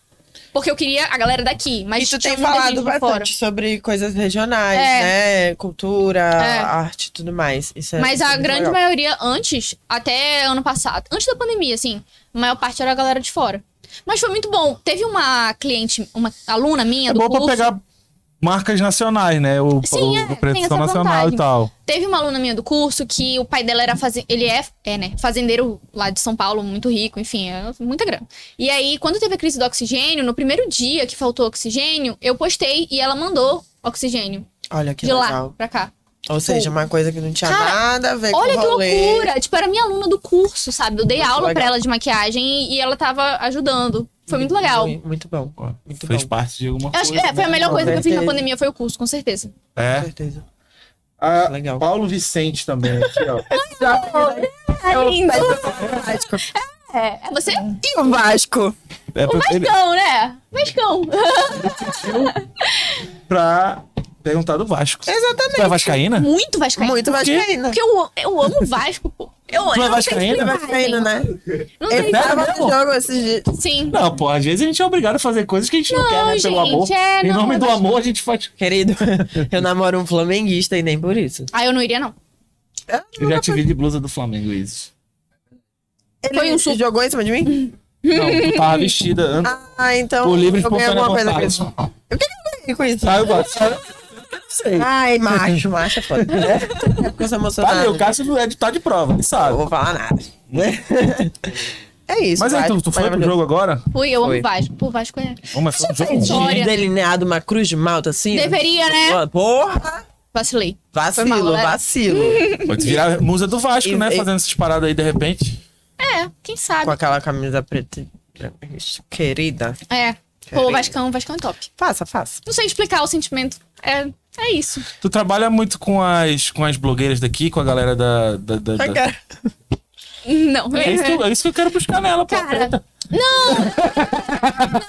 A: Porque eu queria a galera daqui. Mas
C: E tu
A: tinha
C: tem
A: muita gente
C: falado
A: de
C: bastante
A: fora. É.
C: sobre coisas regionais, né? Cultura, arte e tudo mais. Isso é-
A: Mas
C: isso é
A: a
C: muito
A: grande
C: legal.
A: maioria, antes, até ano passado, antes da pandemia, assim, a maior parte era a galera de fora. Mas foi muito bom. Teve uma cliente, uma aluna minha
B: É
A: do
B: bom
A: curso.
B: pra pegar marcas nacionais, né? O,
A: Sim,
B: o,
A: é,
B: o
A: tem
B: produção
A: essa
B: nacional
A: vantagem.
B: e tal.
A: Teve uma aluna minha do curso que o pai dela era fazen... ele é, é, né, fazendeiro lá de São Paulo, muito rico, enfim, é muita grana. E aí, quando teve a crise do oxigênio, no primeiro dia que faltou oxigênio, eu postei e ela mandou oxigênio
C: Olha que
A: de
C: legal.
A: lá pra cá.
C: Ou seja, uma coisa que não tinha
A: Cara,
C: nada a ver com
A: Olha
C: o
A: que
C: rolê.
A: loucura! Tipo, era minha aluna do curso, sabe? Eu dei
C: Muito
A: aula pra
C: legal.
A: ela de maquiagem e- e ela tava ajudando. Foi muito legal. Eu
C: Muito, muito bom. Muito
B: Fez
C: bom.
B: parte de alguma
A: acho
B: coisa.
A: que é, foi a
B: né?
A: melhor
C: Com
A: coisa que eu fiz na
C: certeza.
A: pandemia, foi o curso, com certeza.
C: Com
B: É.
C: certeza.
B: Ah,
C: Legal.
B: Paulo Vicente também, aqui, ó.
A: É lindo!
C: Vasco.
A: É, é você?
C: E o Vasco?
B: É pra, ele,
C: tá?
A: Vascão, né? Vascão.
B: pra perguntar do Vasco.
C: Exatamente. Hum.
B: Tu é vascaína?
A: Muito Vascaíno.
C: Muito vascaína.
A: Porque eu, eu amo o Vasco, pô. Eu,
B: Tu é
A: eu não
B: vascaíno?
A: Sei explicar,
C: Vascaíno, né?
A: gente. Não assim.
C: Ele
A: sei
C: tava
B: mesmo?
C: no jogo esses dias.
A: Sim.
B: Não, pô, às vezes a gente é obrigado a fazer coisas que a gente não,
A: Não,
B: quer, né? pelo
A: gente,
B: amor.
A: é,
B: em
A: não,
B: nome
A: eu
B: do
A: acho-
B: amor, a gente faz.
C: (laughs) Querido, eu namoro um flamenguista e nem por isso.
A: Ah, eu não iria, não.
B: Eu já te vi de blusa do Flamengo, Isis.
C: Ele
A: Foi um suco.
C: jogou em cima de mim?
B: Não, tu tava vestida. an-
C: Ah, então.
B: Por livre e
C: eu ganhei
B: espontânea
C: alguma coisa com
B: vontade.
C: isso. Ah, O que que eu ganhei com isso?
B: Sai do Vasco. sei.
C: Ai, macho, macho é foda. É porque eu sou emocionada.
B: Valeu, o Cássio não é de, tá de prova, ele
C: Não
B: sabe.
C: vou falar nada. É isso.
B: Mas aí, tu, tu foi pro jogo agora?
A: Fui, eu
C: Foi.
A: amo o Vasco. Pô, o Vasco é.
B: Ô, mas foi um jogo
A: fez
B: bom.
A: jogo.
C: De
A: Olha.
C: delineado uma cruz de malta assim?
A: Deveria, né?
C: Porra!
A: Vacilei.
C: Vacilo,
A: Foi mal, né?
C: vacilo.
B: Pode virar musa do Vasco,
C: E-
B: né?
C: e-
B: Fazendo essas paradas aí de repente.
A: É, quem
C: Com
A: sabe?
C: aquela camisa preta. e branca. Querida.
A: É. Pô,
C: Peraí.
A: o Vascão, o Vascão é top.
C: Faça, faça.
A: Não sei explicar o sentimento. É, é isso.
B: Tu trabalha muito com as, com as blogueiras daqui, com a galera da. da, da- da-
C: Agora.
A: Não.
B: É isso, que eu, é isso que eu quero buscar nela, pô.
A: Cara,
B: puta.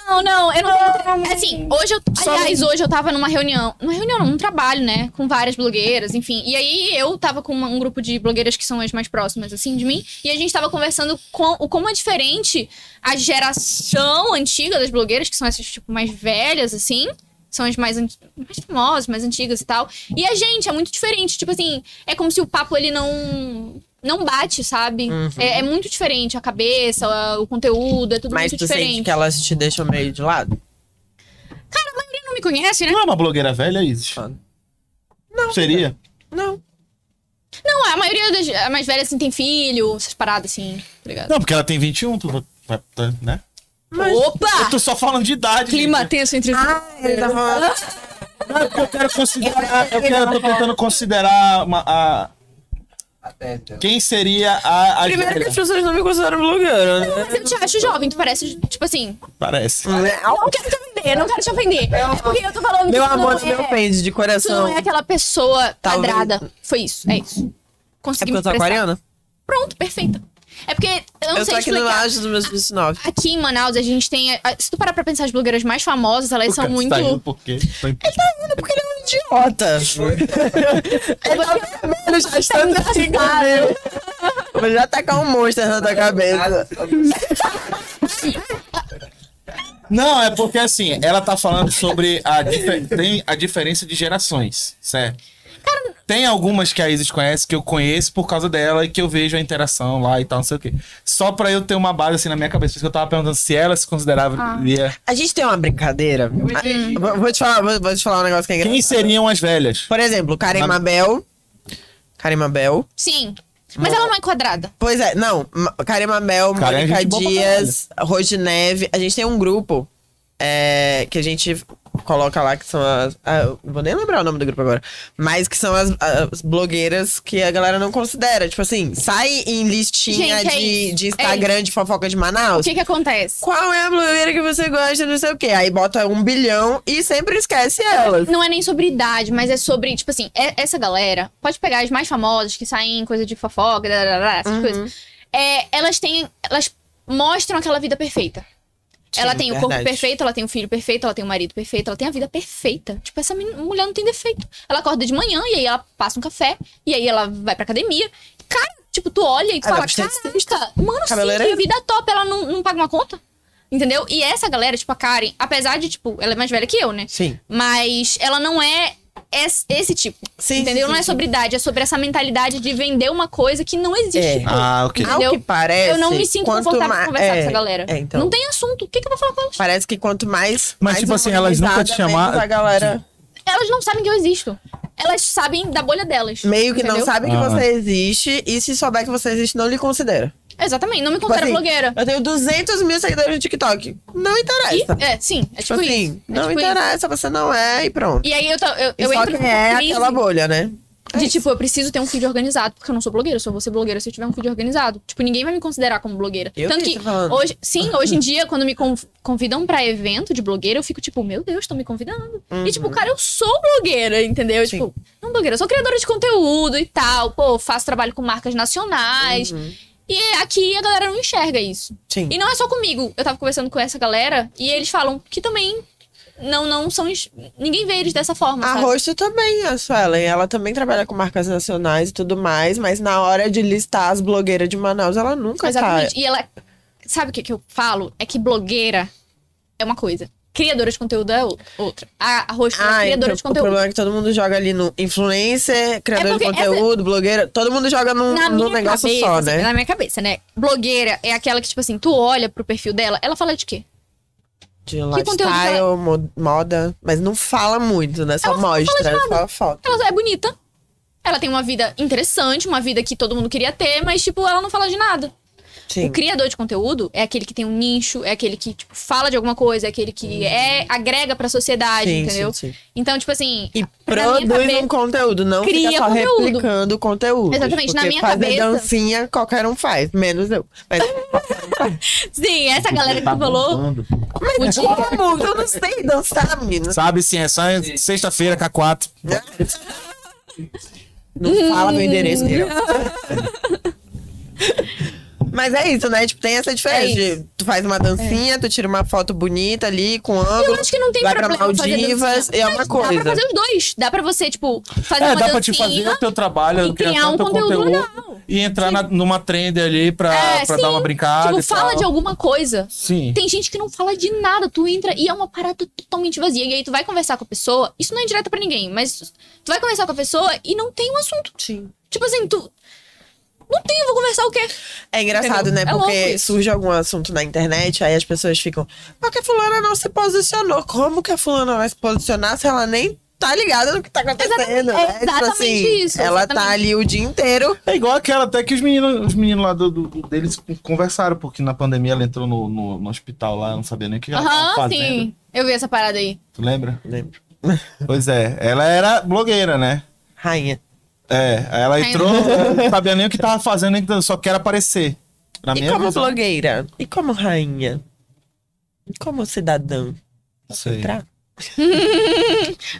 A: Não, não, eu não tenho. Assim, hoje eu. Aliás, hoje eu tava numa reunião. Numa reunião, não, num trabalho, né? Com várias blogueiras, enfim. E aí eu tava com uma- um grupo de blogueiras que são as mais próximas, assim, de mim. E a gente tava conversando com o como é diferente a geração antiga das blogueiras, que são essas, tipo, mais velhas, assim. São as mais, anti- mais famosas, mais antigas e tal. E a gente é muito diferente. Tipo assim, é como se o papo ele não. Não bate, sabe?
C: Uhum.
A: É, é muito diferente a cabeça, a- o conteúdo, é tudo
C: Mas
A: muito
C: tu
A: diferente.
C: sente que elas te deixam meio de lado?
A: Cara, a maioria não me conhece, né?
B: Não é uma blogueira velha, Isis?
C: Não.
B: Seria?
C: Não.
A: Não, a maioria das a mais velhas, assim, tem filho, essas paradas, assim, tá ligado?
B: Não, porque ela tem 21, tu, tá- tá- né?
C: Mas-
A: Opa!
B: Eu tô só falando de idade.
A: Ah. Clima
B: gente.
A: tenso entre os...
C: Ah, ele tá falando.
B: Não, é porque eu quero considerar. Eu quero, eu tô tentando considerar uma- a,
D: Até, então.
B: quem seria a. a
C: Primeiro que
B: velha.
C: as pessoas não me consideram blogueira, né?
A: Mas eu te acho jovem, tu parece, tipo assim...
B: Parece.
A: Eu não quero te ofender, não quero te ofender. É porque eu tô falando que
C: Meu
A: tu
C: amor,
A: não
C: tu me
A: é-
C: ofende de
A: Tu não
C: coração.
A: é aquela pessoa
C: Talvez.
A: quadrada. Foi isso, é isso.
C: Tá É porque
A: Consegui me
C: eu sou
A: expressar.
C: aquariana?
A: Pronto, perfeita. É porque eu não
C: Eu tô
A: sei
C: aqui no
A: explicar.
C: auge dos meus 29.
A: Aqui em Manaus, a gente tem... a- Se tu parar pra pensar, as blogueiras mais famosas, elas são muito... tá
B: Tá indo porque.
C: Porque ele é um idiota. (laughs) ele tá vermelho, já está no meu. Vou já tacar um monstro na tua cabeça.
B: Não, é porque assim, ela tá falando sobre a, dife- tem a diferença de gerações, certo? Tem algumas que a Isis conhece que eu conheço por causa dela e que eu vejo a interação lá e tal, não sei o quê. Só pra eu ter uma base assim na minha cabeça, porque eu tava perguntando se ela se considerava.
A: Ah.
B: é.
C: A gente tem uma brincadeira.
D: entendi.
C: Ah, Vou vou te falar, vou, vou te falar um negócio que é
B: Quem
C: engraçado.
B: seriam as velhas?
C: Por exemplo, Karen
B: Mas-
C: Mabel. Karen Mabel.
A: Sim. Mas ela não é quadrada.
C: Pois é, não. Ma- Karen Mabel,
B: Karen é
C: Mônica
B: gente boa pra
C: Dias, Rodineve. A gente tem um grupo é, que a gente coloca lá que são as. ah, eu vou nem lembrar o nome do grupo agora. Mas que são as, as blogueiras que a galera não considera. Tipo assim, sai em listinha
A: Gente, é
C: de,
A: isso.
C: de
A: É
C: Instagram de fofoca de Manaus.
A: O que que acontece?
C: Qual é a blogueira que você gosta, não sei o quê? Aí bota um bilhão e sempre esquece elas.
A: Não é nem sobre idade, mas é sobre, tipo assim, é- essa galera, pode pegar as mais famosas que saem em coisa de fofoca, blá, blá, blá,
C: Uhum.
A: essas coisas. É, elas têm. Elas mostram aquela vida perfeita. ela
C: Sim,
A: tem o corpo
C: verdade.
A: perfeito, ela tem o filho perfeito, ela tem o marido perfeito, ela tem a vida perfeita. Tipo, essa men- mulher não tem defeito. Ela acorda de manhã e aí ela passa um café, e aí ela vai pra academia. Cara, tipo, tu olha e tu
C: Ela é
A: fala,
C: esteticista,
A: caraca, mano, sim,
C: cabeleireira."
A: que vida top, ela não, não paga uma conta. Entendeu? E essa galera, tipo, a Karen, apesar de, tipo, ela é mais velha que eu, né?
C: Sim.
A: Mas ela não é es- esse tipo.
C: Sim,
A: entendeu?
C: sim,
A: não
C: sim,
A: é sobre idade, é sobre essa mentalidade de vender uma coisa que não existe.
C: É.
B: Ah, ok.
A: Ah,
C: Ao
A: Entendeu?
C: que parece.
A: eu não me sinto
C: quanto
A: confortável
C: ma-
A: pra conversar com
C: é,
A: essa galera.
C: É, então.
A: Não tem assunto. O que, que eu vou falar com elas?
C: Parece que quanto mais.
B: Mas,
C: mais
B: tipo assim, elas nunca te
C: humanizada,
B: chamaram-
C: menos A galera
A: Elas não sabem que eu existo. Elas sabem da bolha delas.
C: meio que não
A: entendeu?
C: sabe que
B: Ah.
C: você existe e se souber que você existe, não lhe considera.
A: Exatamente. Não me
C: Tipo
A: considero
C: assim,
A: blogueira.
C: Eu tenho 200 mil seguidores no TikTok. Não
A: E-
C: interessa.
A: é, sim.
C: Tipo
A: É tipo,
C: assim,
A: isso. É
C: não
A: tipo isso.
C: interessa, você não é e pronto.
A: E aí eu, tô, eu,
C: E
A: eu
C: só
A: entro um
C: quem
A: numa
C: é
A: crise
C: aquela bolha, né?
A: de tipo, eu preciso ter um feed organizado, porque eu não sou blogueira, eu só vou ser blogueira se eu tiver um feed organizado. Tipo, ninguém vai me considerar como blogueira.
C: Eu
A: Tanto
C: que
A: Então, que
C: tô falando.
A: hoje, sim, hoje em dia, quando me conv- convidam pra evento de blogueira, eu fico tipo, meu Deus, estão me convidando.
C: Uhum.
A: E tipo, cara, eu sou blogueira, entendeu?
C: Sim.
A: Tipo, não blogueira, eu sou criadora de conteúdo e tal, pô, faço trabalho com marcas
C: Uhum.
A: nacionais. E aqui a galera não enxerga isso.
C: Sim.
A: E não é só comigo. Eu tava conversando com essa galera e eles falam que também não não são enx- ninguém vê eles dessa forma,
C: A
A: sabe?
C: Rosto também, a Suelen. Ela também trabalha com marcas nacionais e tudo mais, mas na hora de listar as blogueiras de Manaus, ela nunca
A: Exatamente.
C: tá.
A: E ela. Sabe o que, que eu falo? É que blogueira é uma coisa. Criadora de conteúdo é o- outra. A, a rosto é
C: Ah,
A: criadora
C: então,
A: de
C: O
A: conteúdo. É
C: problema é que todo mundo joga ali no influencer, criador de
A: porque essa-
C: conteúdo, blogueira. Todo mundo joga num,
A: Na
C: num
A: minha
C: negócio
A: cabeça,
C: só,
A: assim,
C: né?
A: na minha cabeça, né? Blogueira é aquela que, tipo assim, tu olha pro perfil dela, ela fala de quê?
C: De
A: conteúdo que
C: lifestyle, mo- moda. Mas não fala muito, né? Só
A: Ela não fala de
C: mostra, só foto.
A: Ela é bonita. Ela tem uma vida interessante, uma vida que todo mundo queria ter, mas, tipo, ela não fala de nada.
C: Sim.
A: O criador de conteúdo é aquele que tem um nicho, é aquele que, tipo, fala de alguma coisa, é aquele que é, agrega pra sociedade,
C: Sim,
A: entendeu?
C: sim, sim.
A: Então, tipo assim,
C: E
A: pra minha
C: produz
A: cabeça-
C: um conteúdo, não
A: Cria
C: fica só
A: conteúdo.
C: replicando o conteúdo.
A: Exatamente, na
C: Porque
A: minha
C: fazer
A: cabeça-
C: dancinha, qualquer um faz, menos eu.
A: (laughs)
C: Mas
A: sim,
B: Tá
A: essa galera que tu falou.
C: Mas como? Eu não sei dançar, menina.
B: Sabe sim, é só sexta-feira, K4.
C: Não fala meu endereço. Miguel. (laughs) Mas é isso, né? Tipo, tem essa diferença.
A: É isso. É.
C: de tu faz uma dancinha, tu tira uma foto bonita ali, com
A: Eu
C: ângulo.
A: acho que não tem
C: vai pra
A: problema fazer
C: Maldivas,
A: dancinha.
C: é uma
A: Mas Dá
C: coisa.
A: pra fazer os dois. Dá pra você, tipo, fazer
B: É,
A: uma
B: dá
A: dancinha.
B: pra te fazer o teu trabalho,
A: e criar
B: criação,
A: um
B: teu
A: conteúdo
B: conteúdo
A: legal.
B: e entrar na- numa trend ali pra,
A: É,
B: pra
A: sim.
B: dar uma brincada.
A: Tipo,
B: e
A: fala
B: tal.
A: de alguma coisa.
B: Sim.
A: Tem gente que não fala de nada, tu entra e é uma parada totalmente vazia. E aí tu vai conversar com a pessoa, isso não é direto pra ninguém, mas tu vai conversar com a pessoa e não tem um assunto.
C: Sim.
A: Tipo assim, tu. Não tem, eu vou conversar o quê?
C: É engraçado,
A: Entendeu?
C: né?
A: É louco
C: Porque
A: isso.
C: surge algum assunto na internet, aí as pessoas ficam. Por que a fulana não se posicionou? Como que a fulana vai se posicionar se ela nem tá ligada no que tá acontecendo?
A: Exatamente, é
C: né? Tipo
A: exatamente
C: assim,
A: isso,
C: Ela tá
A: exatamente.
C: ali o dia inteiro.
B: É igual aquela até que os meninos, os meninos lá do, do- do- deles conversaram, porque na pandemia ela entrou no, no, no hospital lá, eu não sabia nem o que ela tava
A: Aham,
B: fazendo.
A: sim. Eu vi essa parada aí.
B: Tu lembra?
C: Lembro.
B: Pois é, ela era blogueira, né?
C: Rainha.
B: É, aí ela
A: Ainda.
B: entrou, não sabia nem o que tava fazendo, nem que- só quer aparecer. Na
C: E
B: minha
C: como
B: visão,
C: blogueira? E como rainha? E como cidadã?
B: não sei.
C: Entrar?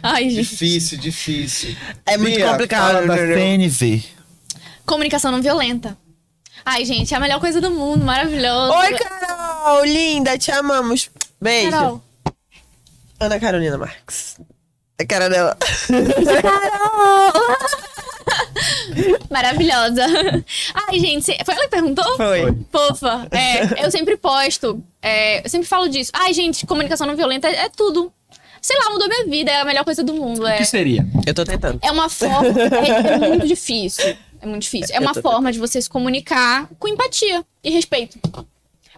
A: Ai, gente.
B: Difícil, difícil.
C: É muito
B: Bia,
C: complicado, né?
B: Fala da
C: entendeu?
B: CNV.
A: Comunicação não violenta. Ai, gente, é a melhor coisa do mundo, maravilhoso.
C: Oi, Carol! Linda, te amamos. Beijo.
A: Carol.
C: Ana Carolina Marques. A cara
A: (laughs)
C: dela.
A: Maravilhosa. (laughs) Ai, gente, cê- foi ela que perguntou?
C: Foi.
A: Fofa. É, eu sempre posto. é, eu sempre falo disso. Ai, gente, comunicação não violenta é, é tudo. Sei lá, mudou minha vida, é a melhor coisa do mundo.
B: O
A: É,
B: que seria?
C: Eu tô tentando.
A: é uma forma. É, é muito difícil. É muito difícil. É
C: Eu
A: uma
C: tô
A: forma de você se comunicar com empatia e respeito.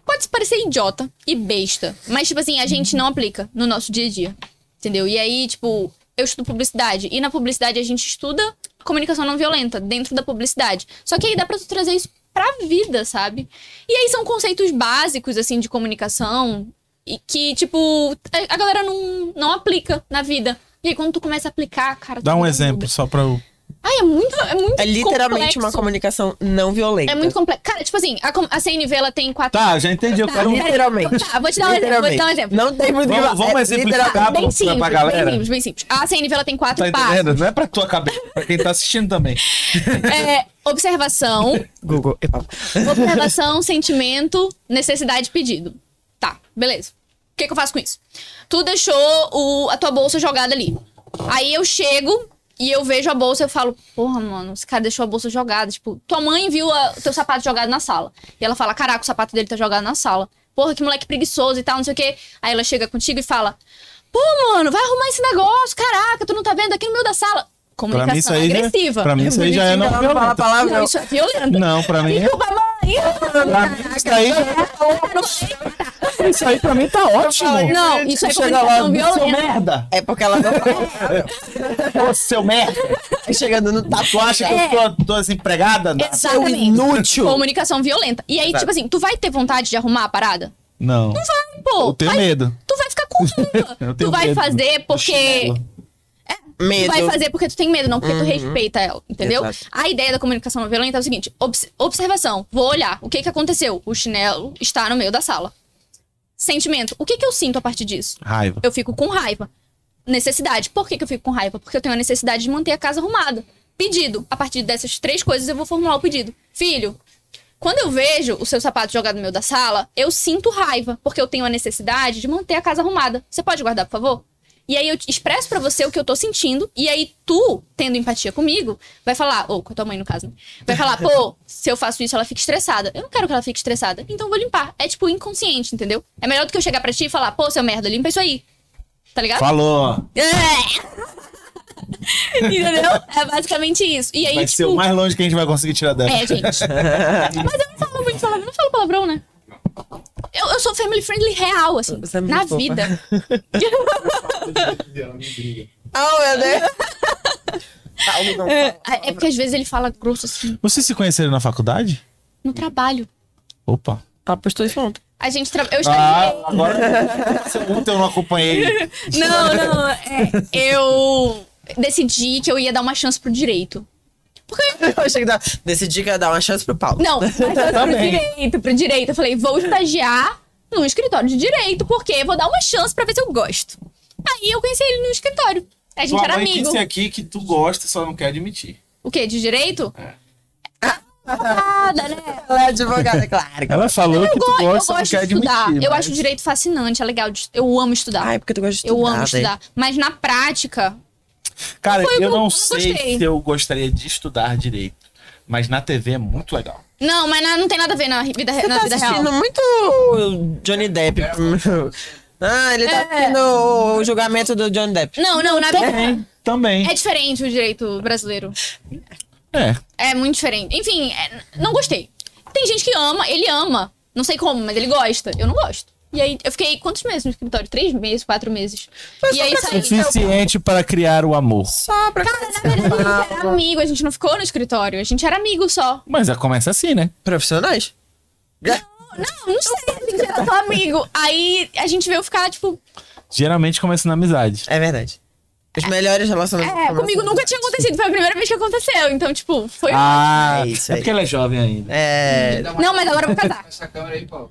A: Pode parecer idiota e besta, mas, tipo assim, a gente não aplica no nosso dia a dia. Entendeu? E aí, tipo, eu estudo publicidade. E na publicidade a gente estuda comunicação não violenta dentro da publicidade. Só que aí dá pra tu trazer isso pra vida, sabe? E aí são conceitos básicos, assim, de comunicação. E que, tipo, a a galera não, não aplica na vida. E aí, quando tu começa a aplicar, cara.
B: Dá
A: tu
B: um
A: muda.
B: exemplo, só pra eu.
A: Ai, é muito. É, muito
C: É literalmente
A: complexo.
C: uma comunicação não violenta.
A: É muito complexo. Cara, tipo assim, a, com- a CNV ela tem quatro.
B: Tá, já entendi, eu
A: Tá,
B: quero um.
C: É Literalmente.
A: Tá, vou te dar um exemplo. Vou te dar um exemplo.
C: Não tem muito o que
B: Vamos-
C: falar.
B: vamos
C: É
B: exemplificar.
C: literalmente.
B: tá pra-
A: Ah, bem
B: pra
A: simples,
B: galera.
A: bem simples, bem simples. A CNV ela tem quatro
B: Tá
A: partes.
B: entendendo? Não é pra tua cabeça, pra quem tá assistindo também.
A: É, observação,
C: Google. epa.
A: observação, sentimento, necessidade, pedido. Tá, beleza. O que, que eu faço com isso? Tu deixou o- a tua bolsa jogada ali. Aí eu chego e eu vejo a bolsa e eu falo, porra, mano, esse cara deixou a bolsa jogada. Tipo, tua mãe viu a- o teu sapato jogado na sala. E ela fala, caraca, o sapato dele tá jogado na sala. Porra, que moleque preguiçoso e tal, não sei o quê. Aí ela chega contigo e fala, pô, mano, vai arrumar esse negócio, caraca, tu não tá vendo aqui no meio da sala.
B: Pra
A: Comunicação
B: mim, isso aí
A: agressiva.
B: já, é- pra mim, isso aí já é não
C: Ela não fala a
B: violenta.
C: palavra.
A: Não, isso é violento.
B: Não, pra mim. é
A: Desculpa, mãe.
B: Pra mim, isso aí tá já é. Isso aí pra mim tá ótimo.
A: Não, isso é
B: Chega lá,
A: comunicação
B: seu
A: violenta.
B: merda!
C: É porque ela não fala.
B: Ô, seu merda!
C: Chegando no tapa.
B: Tu acha que eu tô, tô desempregada?
A: É. Exatamente.
C: Seu inútil.
A: Comunicação violenta. E aí,
C: Exato.
A: tipo assim, tu vai ter vontade de arrumar a parada?
B: Não.
A: Vai, pô.
B: Eu tenho
A: vai-
B: medo.
A: Tu vai ficar com raiva.
B: (laughs) Eu tenho
A: tu vai
B: medo
A: fazer
B: do
A: porque.
B: chinelo.
A: Tu
C: né? Medo. Uhum.
A: vai fazer porque tu tem medo, não porque tu respeita ela, entendeu?
C: Exato.
A: A ideia da comunicação não violenta é o seguinte: obs- observação. Vou olhar. O que que aconteceu? O chinelo está no meio da sala. Sentimento. O que que eu sinto a partir disso?
B: Raiva.
A: Eu fico com raiva. Necessidade. Por que, que eu fico com raiva? Porque eu tenho a necessidade de manter a casa arrumada. Pedido. A partir dessas três coisas, eu vou formular o pedido. Filho, quando eu vejo o seu sapato jogado no meio da sala, eu sinto raiva, porque eu tenho a necessidade de manter a casa arrumada. Você pode guardar, por favor? E aí eu te expresso pra você o que eu tô sentindo, e aí tu, tendo empatia comigo, vai falar, ou com a tua mãe no caso, né? vai falar, pô, se eu faço isso ela fica estressada. Eu não quero que ela fique estressada, então eu vou limpar. É tipo inconsciente, entendeu? É melhor do que eu chegar pra ti e falar, pô, seu merda, limpa isso aí. Tá ligado?
B: Falou.
A: É. (laughs) Entendeu? É basicamente isso. E aí,
B: Vai
A: tipo.
B: ser o mais longe que a gente vai conseguir tirar dela.
A: É,
C: (laughs)
A: gente. Mas eu não falo muito palavrão, eu não falo palavrão, né? Eu, eu sou family friendly real, assim.
C: Você é muito
A: na
C: fofa. (laughs)
A: vida.
C: Oh, meu
A: (laughs)
C: Deus. Paulo não fala.
A: É é porque às vezes ele fala grosso assim,
B: Vocês se conheceram na faculdade?
A: no trabalho.
B: Opa.
C: Ela postou isso ontem.
A: A gente trabalha. Eu estagiei.
B: Ah, agora. Ontem eu não acompanhei.
A: Não, não. é, eu decidi que eu ia dar uma chance pro direito.
C: (laughs) Eu achei que dá. Decidi que ia dar uma chance pro Paulo.
A: Não, mas eu pro
B: Também.
A: direito, pro direito. Eu falei, vou estagiar num escritório de direito, porque vou dar uma chance pra ver se eu gosto. Aí eu conheci ele no escritório. A gente
B: Tua
A: era
B: mãe
A: amigo.
B: disse aqui que tu gosta, só não quer admitir.
A: O quê? De direito? Nada, né?
C: Ela é advogada, claro.
B: Ela falou que tu gosta,
A: Eu gosto
B: não
A: de
B: quer admitir.
A: estudar. Eu
B: mas-
A: acho o direito fascinante, é legal. de- Eu amo estudar.
C: Ai, porque tu gosta de
A: eu
C: estudar.
A: amo
C: né?
A: estudar. Mas na prática,
B: Cara,
A: Foi o que
B: eu
A: eu- eu
B: não
A: não
B: sei
A: gostei.
B: se eu gostaria de estudar direito, mas na TV é muito legal.
A: Não, mas na- não tem nada a ver na vida,
C: Você
A: na
C: tá
A: vida real.
C: assistindo muito Johnny Depp. (laughs) ah, ele tá assistindo o julgamento do Johnny Depp.
A: É. Não, não, na vida.
B: Também, É, também.
A: É diferente o direito brasileiro.
B: É.
A: É muito diferente. Enfim, é- não gostei. Tem gente que ama, ele ama. Não sei como, mas ele gosta. Eu não gosto. E aí, eu fiquei quantos meses no escritório? Três meses, quatro meses. e aí saí.
B: Suficiente para criar o amor.
C: Só pra
A: Cara, na verdade, a gente era amigo, a gente não ficou no escritório, a gente era amigo só.
B: Mas já começa assim, né?
C: profissionais.
A: Não, não sei, a gente era só amigo. Aí a gente veio ficar, tipo,
B: Geralmente começa na amizade.
C: É verdade. Os melhores relacionamentos.
A: é,
C: começam-
A: comigo nunca tinha acontecido, foi a primeira vez que aconteceu. Então, tipo, foi.
B: Ah,
C: É isso aí.
B: porque ela é jovem ainda.
C: É.
A: Não, mas agora eu vou casar.
D: Essa câmera aí, pô.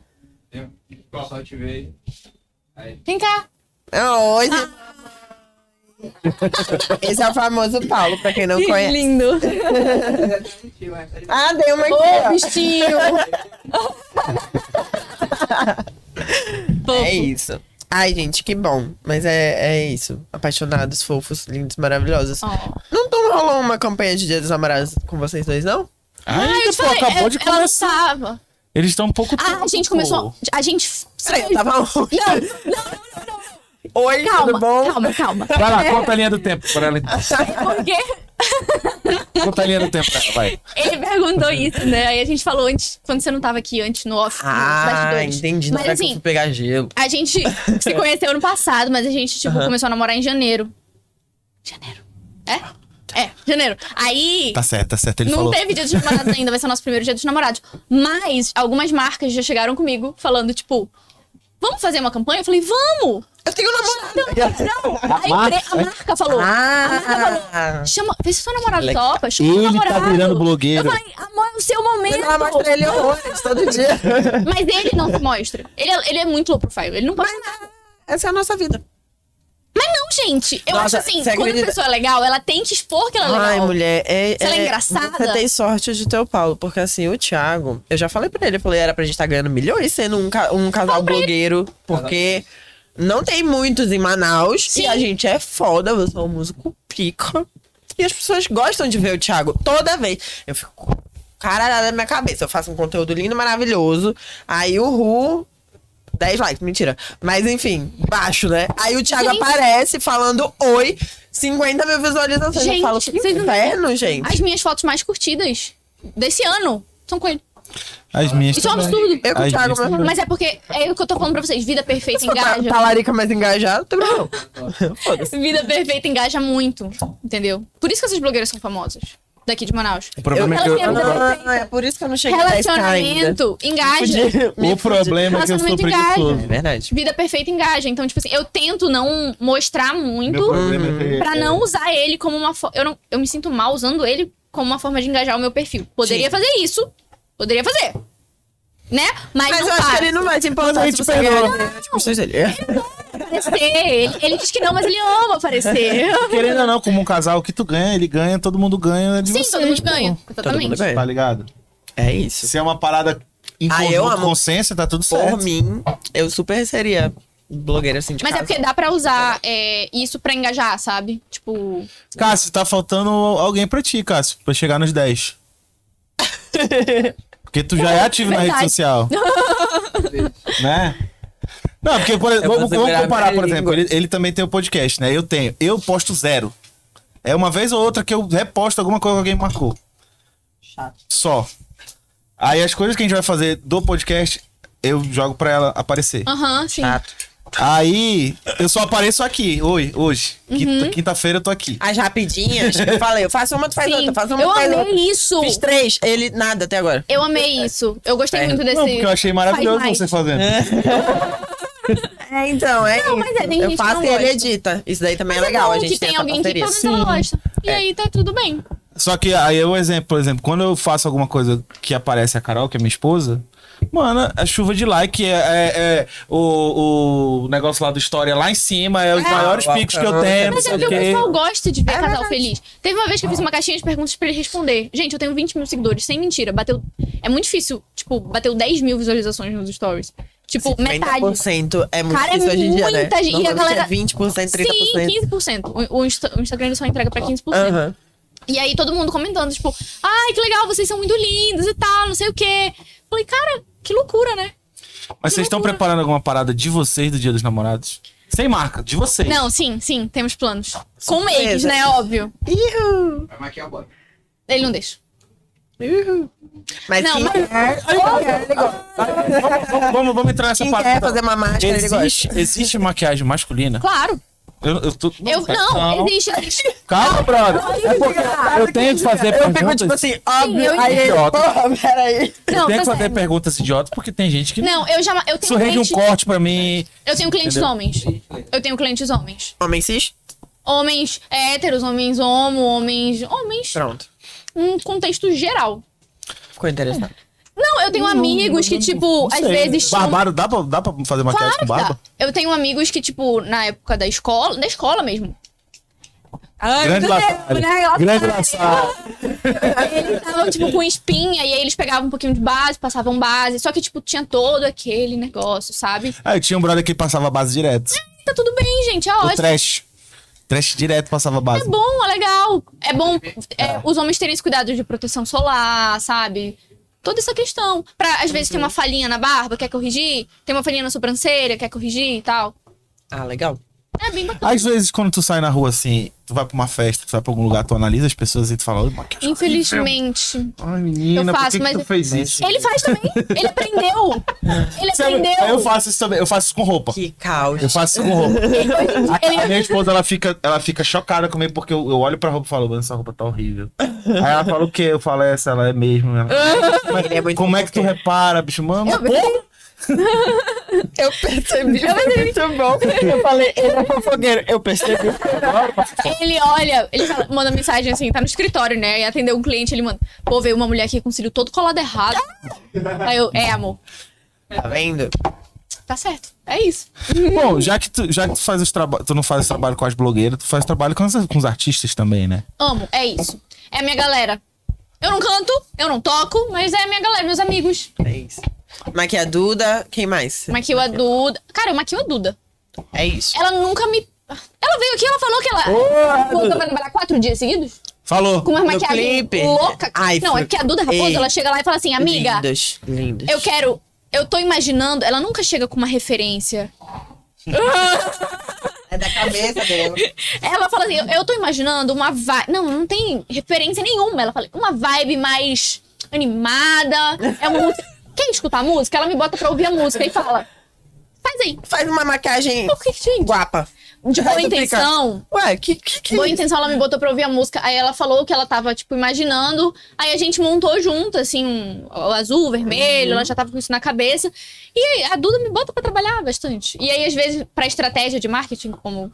D: Entendeu? Pô, Só te ver.
A: (laughs)
D: Aí.
A: Vem cá.
C: Não, Hoje. Oh,
A: Ah.
C: (laughs) Esse é o famoso Paulo, pra quem não
A: Que
C: conhece.
A: lindo.
D: é
C: Ah, deu uma
A: Ô,
C: aqui.
A: bichinho.
C: ó.
A: Fofo.
C: É isso. Ai, gente, que bom. Mas é, é isso. Apaixonados, fofos, lindos, maravilhosos.
A: Ó.
C: Não tão rolou uma campanha de Dia dos Namorados com vocês dois, não?
A: Ah,
B: Ai,
A: eu
B: tu
A: te
B: pô,
A: falei,
B: acabou
A: ela-
B: de
A: ela não
B: começar.
A: tava.
B: Eles estão um pouco
A: Ah, a gente
B: tempo.
A: começou. A gente.
C: Peraí, eu tava longe.
A: Não, não,
C: Oi, tudo
A: calma,
C: bom?
A: calma, calma.
B: Vai
A: (laughs)
B: lá, conta a linha do tempo pra ela. então.
A: Porque
B: Conta a linha do tempo pra ela, vai.
A: ele perguntou isso, né? Aí a gente falou antes, quando você não tava aqui antes no off. nos
C: Ah,
A: bastidores.
C: entendi. Não
A: Mas
C: era que eu
A: assim,
C: fui pegar gelo.
A: a gente
C: (laughs)
A: se conheceu no passado, mas a gente, tipo, começou a namorar em janeiro. Janeiro. É? É, janeiro. Aí.
B: Tá certo, tá certo. Ele
A: Não
B: falou.
A: teve dia dos namorados ainda, vai ser o nosso primeiro dia dos namorados. Mas algumas marcas já chegaram comigo falando, tipo, vamos fazer uma campanha? Eu falei, vamos!
C: Eu tenho um namorado. (laughs)
A: Não, a,
B: marca-
A: empre- a marca falou.
C: Ah,
A: Chama, vê se seu namorado
C: Legal.
A: topa, chama seu
B: Ele tá
A: namorado.
B: virando blogueiro.
A: Eu falei, amor, é o seu momento.
C: ela mostra um ele horrores todo dia.
A: (laughs) Mas ele não se mostra. Ele é, ele é muito low profile, ele não posta nada.
C: Essa é a nossa vida.
A: Mas não, gente, eu
C: Nossa,
A: acho assim,
C: você
A: quando
C: acredita?
A: a pessoa é legal, ela tem que expor que ela é legal.
C: Ai, mulher, é,
A: Se ela é engraçada.
C: Você tem sorte de ter o Paulo, porque assim, o Thiago, eu já falei pra ele, eu falei, era pra gente estar ganhando milhões sendo um, ca- um casal blogueiro, porque não tem muitos em Manaus
A: Sim.
C: e a gente é foda, eu sou um músico pica. E as pessoas gostam de ver o Thiago toda vez. Eu fico com caralhada na minha cabeça. Eu faço um conteúdo lindo, maravilhoso. Aí o Ru 10 likes, mentira. Mas enfim, baixo, né? Aí o Thiago
A: Gente.
C: aparece falando oi, 50 mil visualizações. eu
A: Gente,
C: falo, que
A: vocês não-
C: inferno, assim? Tá gente.
A: As minhas fotos mais curtidas desse ano são com ele.
B: As minhas.
A: Isso é um
B: também.
A: absurdo.
C: Eu com o
B: As
C: Thiago,
B: minhas também.
A: Mas é porque é o que eu tô falando pra vocês. Vida perfeita
C: mas...
A: engaja.
C: Talarica mais engajada, tem problema. Foda-se.
A: Vida perfeita engaja muito. Entendeu? Por isso que essas blogueiras são famosas. Daqui de Manaus.
B: O problema é que eu-
A: Ela tem a vida
C: Ah, é por isso que eu não cheguei a 10 ainda.
A: Relacionamento engaja.
C: Podia- me
B: O problema é que eu sou
A: Relacionamento engaja.
C: É
B: preguiçoso.
C: verdade.
A: Vida perfeita engaja. Então, tipo assim, eu tento não mostrar
B: Meu
A: muito
B: problema é que-
A: pra não usar ele como uma forma. Eu, não- eu me sinto mal usando ele como uma forma de engajar o meu perfil. Poderia
C: Sim.
A: fazer isso. Poderia fazer. Né? Mas,
C: Mas
A: não
C: eu acho
A: faz.
C: que ele não vai te importar
B: Mas
C: se
B: a gente
C: você
B: perdoa.
C: ganhar dinheiro de custas dele.
A: aparecer. Ele, ele diz que não, mas ele
C: (laughs)
A: ama
C: é
A: aparecer.
B: Querendo ou não, como um casal que tu ganha, ele ganha, todo mundo ganha de
A: Sim,
B: você,
A: todo mundo
B: tipo,
A: ganha.
C: Todo mundo
A: Exatamente.
B: Tá
C: ganha.
B: ligado?
C: É isso.
B: Se é uma parada em
C: Ah, eu
B: conjunto,
C: amo.
B: consciência, tá tudo certo.
C: Por mim, eu super seria blogueira assim de
A: Mas é
C: casa.
A: porque dá pra usar é, isso pra engajar, sabe? Tipo.
B: Cássio, tá faltando alguém pra ti, Cássio, pra chegar nos 10. Porque tu já é ativo na rede
A: Verdade.
B: social,
C: (laughs)
B: né? Não, porque, por exemplo,
C: vou
B: vamos, vamos
C: É segurar
B: comparar,
C: minha
B: por exemplo,
C: língua.
B: ele, ele também tem o podcast, né? Eu tenho. Eu posto zero. É uma vez ou outra que eu reposto alguma coisa que alguém marcou.
C: Chato.
B: Só. Aí as coisas que a gente vai fazer do podcast, eu jogo pra ela aparecer.
A: Aham, sim.
C: Chato.
B: Aí, eu só apareço aqui, hoje, hoje. Quinta- Quinta-feira eu tô aqui.
C: As rapidinhas, que eu falei, eu faço uma, tu faz
A: Sim.
C: outra, faço tá. uma,
A: Eu
C: tu faz
A: amei
C: outra.
A: isso.
C: Fiz três, ele nada até agora.
A: Eu amei isso. Eu gostei
C: É.
A: muito desse.
B: Não, porque eu achei maravilhoso
A: Faz mais.
B: você fazendo.
C: É, então, é
A: Não, mas é, tem
C: eu
A: gente que
C: faço
A: não
C: e ele
A: gosta.
C: edita. Isso daí também
A: Mas
C: é legal,
A: bom
C: a gente
A: que tem
C: essa
A: alguém que
C: parceria. É.
A: pelo menos ela gosta. E aí tá tudo bem.
B: Só que aí é o exemplo, por exemplo, quando eu faço alguma coisa que aparece a Carol, que é minha esposa, mano, a chuva de like é, é- é o, o negócio lá do história lá em cima, é os maiores
D: lá,
B: picos que eu
D: caramba.
B: tenho. não
A: Mas
B: sei
A: é que
B: o
A: o
B: quê. É
A: pessoal gosta de ver casal feliz. Teve uma vez que eu fiz uma caixinha de perguntas pra ele responder. Gente, eu tenho 20 mil seguidores, sem mentira. Bateu. É muito difícil, tipo, bateu 10 mil visualizações nos stories. Tipo, metade.
C: 50% é muito
A: Cara, é
C: difícil hoje em dia, né?
A: muita gente, e a
C: Normalmente
A: galera-
C: é 20%, 30%.
A: Sim, 15%. O, o Insta- o Instagram ele só entrega pra 15%.
C: Aham.
A: E aí todo mundo comentando, tipo, ai, que legal, vocês são muito lindos e tal, não sei o quê. Falei, cara, que loucura, né?
B: Mas vocês estão
A: loucura.
B: preparando alguma parada de vocês do Dia dos Namorados? Sem marca, de vocês.
A: Não, sim, sim, temos planos. Com
C: Surpresa.
A: eles, né? Óbvio.
C: Ihu,
D: Vai maquiar a bola.
A: Ele não deixa.
C: ihu. Mas
A: Não,
C: quem,
A: mas-
C: quer, quem quer, ele gosta.
B: Vamos, vamos, vamos entrar nessa
C: Quem
B: parada.
C: quer fazer uma máscara, ele gosta.
B: Existe, existe maquiagem masculina?
A: Claro.
B: Eu, eu tô.
A: Eu, não, existe.
B: (laughs)
A: existe.
B: Calma, brother. É porque eu tenho que fazer
C: Eu fico tipo
B: perguntas.
C: assim, óbvio,
A: eu
C: aí ele,
B: idiota.
C: porra, peraí.
B: Eu tenho
A: Não, tá
B: que fazer
A: certo.
B: perguntas idiotas porque tem gente que.
A: Não, eu já. Eu tenho
B: Isso rende um
A: cliente,
B: corte pra mim.
A: eu tenho clientes
B: Entendeu?
A: homens. Eu tenho clientes homens.
C: Homem cis?
A: Homens héteros, homens homo, homens. Homens.
C: Pronto.
A: Um contexto geral.
C: Ficou interessante.
A: Não, eu tenho amigos que, tipo, às
B: sei.
A: vezes. tinham-
B: Barbaro, dá pra, dá pra fazer maquiagem
A: Claro
B: com
A: que dá.
B: barba?
A: Eu tenho amigos que, tipo, na época da escola, da escola mesmo. Ai,
B: Grande
A: meu Deus,
B: laçada.
A: né? Ela-
B: Grande laçada.
A: Eles estavam, tipo, com espinha, e aí eles pegavam um pouquinho de base, passavam base. Só que, tipo, tinha todo aquele negócio, sabe?
B: Ah, eu tinha um brother que passava base direto.
A: E tá tudo bem, gente, é
B: O
A: ótimo.
B: trash. Trash direto passava base.
A: É bom, é legal. É bom é, os homens terem esse cuidado de proteção solar, sabe? Toda essa questão. Pra, às vezes, tem uma falhinha na barba, quer corrigir. Tem uma falhinha na sobrancelha, quer corrigir e tal.
C: Ah, legal.
A: É bem bacana.
B: Às vezes, quando tu sai na rua assim, tu vai pra uma festa, tu vai pra algum lugar, tu analisa as pessoas e tu fala, "Oi, maquiagem.
A: Infelizmente.
B: Ai, menina,
A: Eu
B: por
A: faço,
B: que, que
A: mas-
B: tu fez isso?
A: Ele faz também. Ele aprendeu. Ele
B: Sabe,
A: aprendeu.
B: aí eu faço isso também, eu faço isso com roupa.
C: Que caos.
B: Eu faço isso com roupa.
C: (laughs)
A: Ele-
B: A, a minha esposa, ela fica, ela fica chocada comigo, porque eu, eu olho pra roupa e falo, "Mano, essa roupa tá horrível. Aí ela fala o quê? Eu falo, essa, ela é mesmo. Ela, Mas
C: Ele é muito
B: como é que tu repara, bicho? Mano,
A: Eu-
B: porra!
C: Eu percebi. Foi muito bom. Eu falei, ele é fofogueiro. Eu percebi.
A: Ele olha, ele fala- manda mensagem assim, tá no escritório, né? E atendeu um cliente, ele manda, pô, veio uma mulher aqui com o cílio todo colado errado. Aí eu, é, amor,
C: Tá vendo?
A: tá certo. É isso.
B: Bom, já que tu, já que tu faz os traba- tu não faz esse trabalho com as blogueiras, tu faz trabalho com, as- com os artistas também, né?
A: Amo, é isso. É a minha galera. Eu não canto, eu não toco, mas é a minha galera, meus amigos.
C: É isso. Maquia Duda, quem mais?
A: Maquio a Duda. Cara, eu maquio a Duda.
C: É isso.
A: Ela nunca me. Ela veio aqui, ela falou que ela. Voltou pra trabalhar quatro dias seguidos?
B: Falou!
A: Com uma
C: No
A: maquiagem
C: clipe?
A: louca.
C: Ai,
A: não, é
C: foi-
A: porque a Duda Raposo,
C: Ei.
A: ela chega lá e fala assim, amiga.
C: Lindos, lindos.
A: Eu quero. Eu tô imaginando. Ela nunca chega com uma referência.
C: É da cabeça dela.
A: Ela fala assim: eu, eu tô imaginando uma vibe. Não, não tem referência nenhuma. Ela fala: uma vibe mais animada. É uma música. Quem escuta a música, ela me bota pra ouvir a música e fala: faz aí.
C: Faz uma maquiagem
A: Por que, gente?
C: guapa.
A: De boa
C: Aí tu fica,
A: intenção.
C: Ué, que que, que...
A: Boa intenção, ela me botou pra ouvir a música. Aí ela falou que ela tava, tipo, imaginando. Aí a gente montou junto, assim, um o azul, o vermelho. Ela já tava com isso na cabeça. E aí, a Duda me bota pra trabalhar bastante. E aí, às vezes, pra estratégia de marketing, como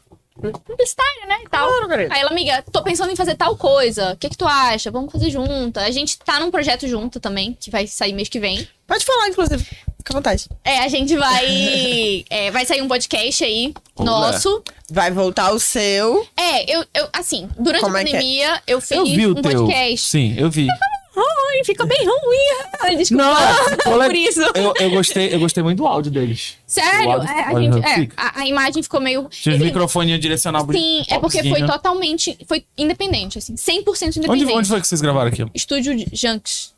A: publicitária, né? E tal.
C: Claro, querida.
A: aí ela, amiga, tô pensando em fazer tal coisa. O que que tu acha? Vamos fazer junto. A gente tá num projeto junto também, que vai sair mês que vem.
C: Pode falar, inclusive. Fica à vontade.
A: É, a gente (laughs) vai... é, vai sair um podcast aí,
B: Olá.
A: nosso.
C: Vai voltar o seu.
A: É, eu, eu assim, durante
C: Como
A: a
C: é que é?
A: pandemia, eu fiz
B: Eu vi
A: um
B: o teu.
A: podcast.
B: Sim, eu
A: (laughs)
B: vi.
A: ruim, ficou bem ruim. Desculpa (laughs)
B: ficou le-
A: por isso.
B: é Eu, eu gostei, eu gostei muito do áudio deles. O
A: Sério,
B: áudio-
A: é, a,
B: olha,
A: gente- é,
B: fica.
A: a- a imagem ficou meio.
B: Tinha os microfones direcionados.
A: Sim, é porque foi totalmente. Foi independente, assim. 100% independente.
B: Onde, onde foi que vocês gravaram aqui?
A: Estúdio de Junks.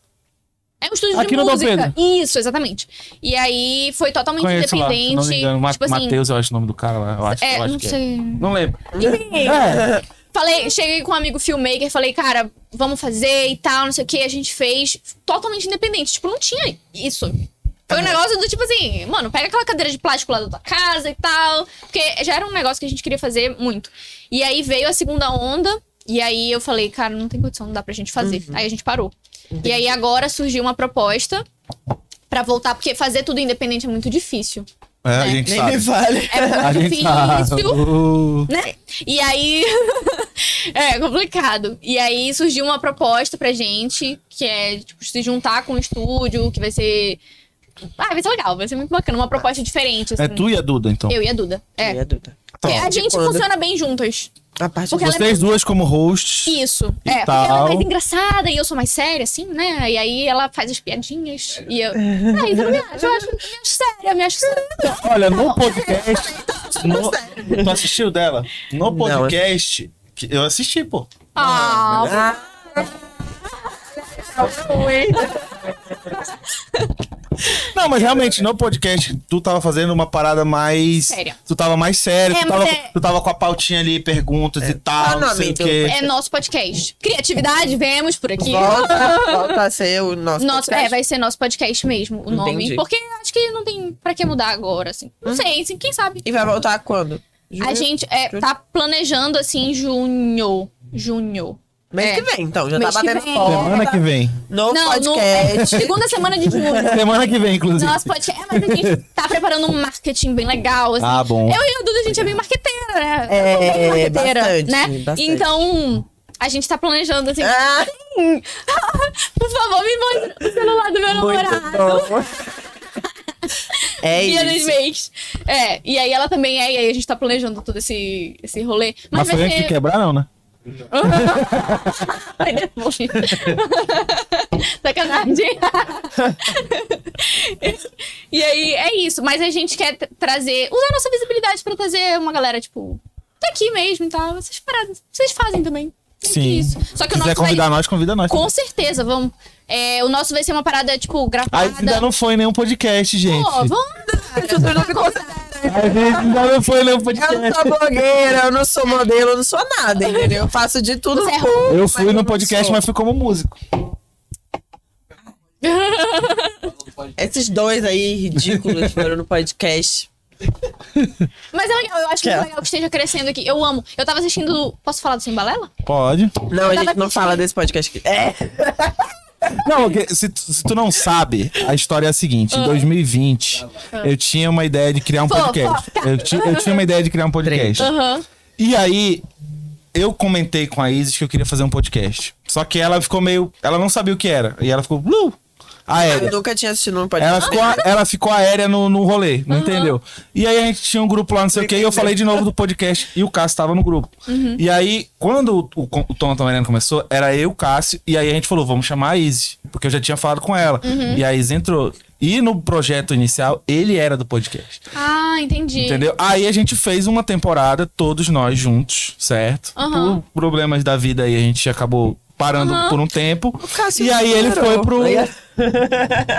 A: É um estúdio
B: Aqui
A: de
B: no Dom
A: música. Isso, exatamente. E aí foi totalmente
B: Conheço lá, se
A: independente.
B: não me engano. Ma
A: tipo assim.
B: Matheus, eu acho o nome do cara lá. Eu acho,
A: é,
B: eu acho
A: não
B: que é.
A: sei.
B: Não lembro. É.
A: Falei, cheguei com um amigo filmmaker, falei, cara, vamos fazer e tal, não sei o que, a gente fez totalmente independente. Tipo, não tinha isso. Foi um negócio do tipo assim, mano, pega aquela cadeira de plástico lá da tua casa e tal. Porque já era um negócio que a gente queria fazer muito. E aí veio a segunda onda, e aí eu falei, cara, não tem condição, não dá pra gente fazer.
B: Uhum.
A: Aí a gente parou. E aí agora surgiu uma proposta pra voltar, porque fazer tudo independente é muito difícil.
B: É, a
A: É.
B: gente
C: Nem
B: sabe.
C: me fale.
A: É
C: (laughs)
A: muito
B: (laughs) A gente
A: (laughs)
B: sabe.
A: difícil.
B: Uh.
A: né? E aí. (laughs) é complicado. E aí surgiu uma proposta pra gente, que é tipo, se juntar com o estúdio, que vai ser. Ah, vai ser legal, vai ser muito bacana. Uma proposta diferente.
B: É
A: assim.
B: tu e a Duda, então.
A: Eu e a Duda. É.
C: E a Duda?
A: É, a
C: De
A: gente
C: quando?
A: funciona bem juntas.
C: A parte
A: Porque
C: do...
A: ela é
B: Vocês duas como hosts.
A: Isso.
B: E
A: é, porque ela
B: tal.
A: é mais engraçada e eu sou mais séria, assim, né? E aí ela faz as piadinhas. E
B: É.
A: eu. Ah, então eu me acho, eu acho, eu me acho séria, eu me acho séria.
B: Olha, no podcast. no- Tu assistiu dela? No
C: Não,
B: podcast. que eu assisti, pô.
A: Ah,
C: Ah,
B: Não, mas realmente, no podcast, tu tava fazendo uma parada mais.
A: Séria.
B: Tu tava mais sério,
A: É,
B: tu, tava,
A: mas é-
B: tu tava com a pautinha ali, perguntas e
C: Qual
B: tal,
C: o
B: Ah, não
C: nome
B: sei o
C: do-
B: quê.
A: é nosso podcast. Criatividade, vemos por aqui.
C: volta, volta a ser o nosso.
A: Nosso,
C: podcast.
A: é, vai ser nosso podcast mesmo, o nome.
C: Entendi. Hum.
A: Porque acho que não tem pra que mudar agora, assim. Não sei, assim, quem sabe.
C: E vai voltar quando?
A: A
C: Julho?
A: gente é,
C: Julho?
A: tá planejando, assim, junho. Junho.
C: Mês
A: é.
C: que vem, então. Já
A: Mês
C: tá
A: que
C: batendo
A: vem.
C: porta.
B: que vem.
C: No
A: Não, no, é,
C: podcast.
A: (laughs) segunda semana
C: (laughs)
A: de junho.
B: Semana que vem, inclusive.
A: Nosso podcast. É, mas a gente tá preparando um marketing bem legal, assim.
B: Ah, bom.
A: Eu e a Duda, a gente é bem marqueteira, né?
C: É,
A: Eu sou bem marqueteira,
C: bastante,
A: né?
C: bastante.
A: Então, a gente tá planejando, assim,
C: Ah,
A: por favor, me mostra o celular do meu namorado. (laughs)
C: muito bom. É
A: Dia dos
C: isso.
A: Makes. É, e aí ela também é, e aí a gente tá planejando todo esse, esse rolê. Mas,
B: Mas foi
A: vai
B: antes
A: ser.
B: de quebrar, não, né?
A: (laughs) Ai, depois. (laughs) Sacanagem. (laughs) e aí é isso. Mas a gente quer tra- trazer. Usar a nossa visibilidade pra trazer uma galera, tipo, daqui mesmo e tal. Vocês paradas. Vocês fazem também. Tem que
B: Sim.
A: Isso. Só que
B: Se quiser
A: o nosso
B: convidar
A: vai.
B: nós, convida nós.
A: Com certeza, vamos. É, o nosso vai ser uma parada, tipo,
B: A
A: gravada.
B: gente ainda não foi em nenhum podcast, gente.
A: Pô, vamos.
B: A gente ainda não foi em nenhum podcast.
C: Eu não sou blogueira, eu não sou modelo, eu não sou nada, entendeu? Eu faço de tudo
A: Você é
C: um pouco.
B: Eu
C: mas
B: fui no
C: não
B: podcast,
C: sou.
B: mas fui como músico.
C: Esses dois aí ridículos foram no podcast.
A: Mas é legal, eu acho
C: Que
A: muito
C: é?
A: legal que esteja crescendo aqui. Eu amo. Eu tava assistindo. Posso falar do Sem Balela?
B: Pode.
C: Não, a
A: Tava
C: gente não
A: assistindo.
C: fala desse podcast aqui. É,
B: Não, porque se, tu- se tu não sabe, a história é a seguinte:
A: Ah.
B: em 2020, eu tinha uma ideia de criar um
A: Fofoca.
B: podcast. Eu, ti- eu tinha uma ideia de criar um podcast.
A: Aham.
B: E aí, eu comentei com a Isis que eu queria fazer um podcast. Só que ela ficou meio. Ela não sabia o que era. E ela ficou. Uh,
C: eu
B: aérea.
C: nunca tinha assistido um
B: Ela
C: podcast.
B: ficou, a- ela ficou aérea no, no rolê, não entendeu? E aí a gente tinha um grupo lá, não sei o quê, e eu falei de novo do podcast e o Cássio tava no grupo.
A: Uhum.
B: E aí, quando o, o, o Tom Tamarino começou, era eu, Cássio, e aí a gente falou, vamos chamar a Izzy, porque eu já tinha falado com ela.
A: Uhum.
B: E a Izzy entrou. E no projeto inicial, ele era do podcast,
A: Ah, entendi.
B: entendeu? Aí a gente fez uma temporada, todos nós juntos, certo?
A: Aham.
B: Por problemas da vida aí, a gente acabou parando por um tempo.
C: Cássio
B: E aí ele
C: parou.
B: foi pro...
C: Aí a-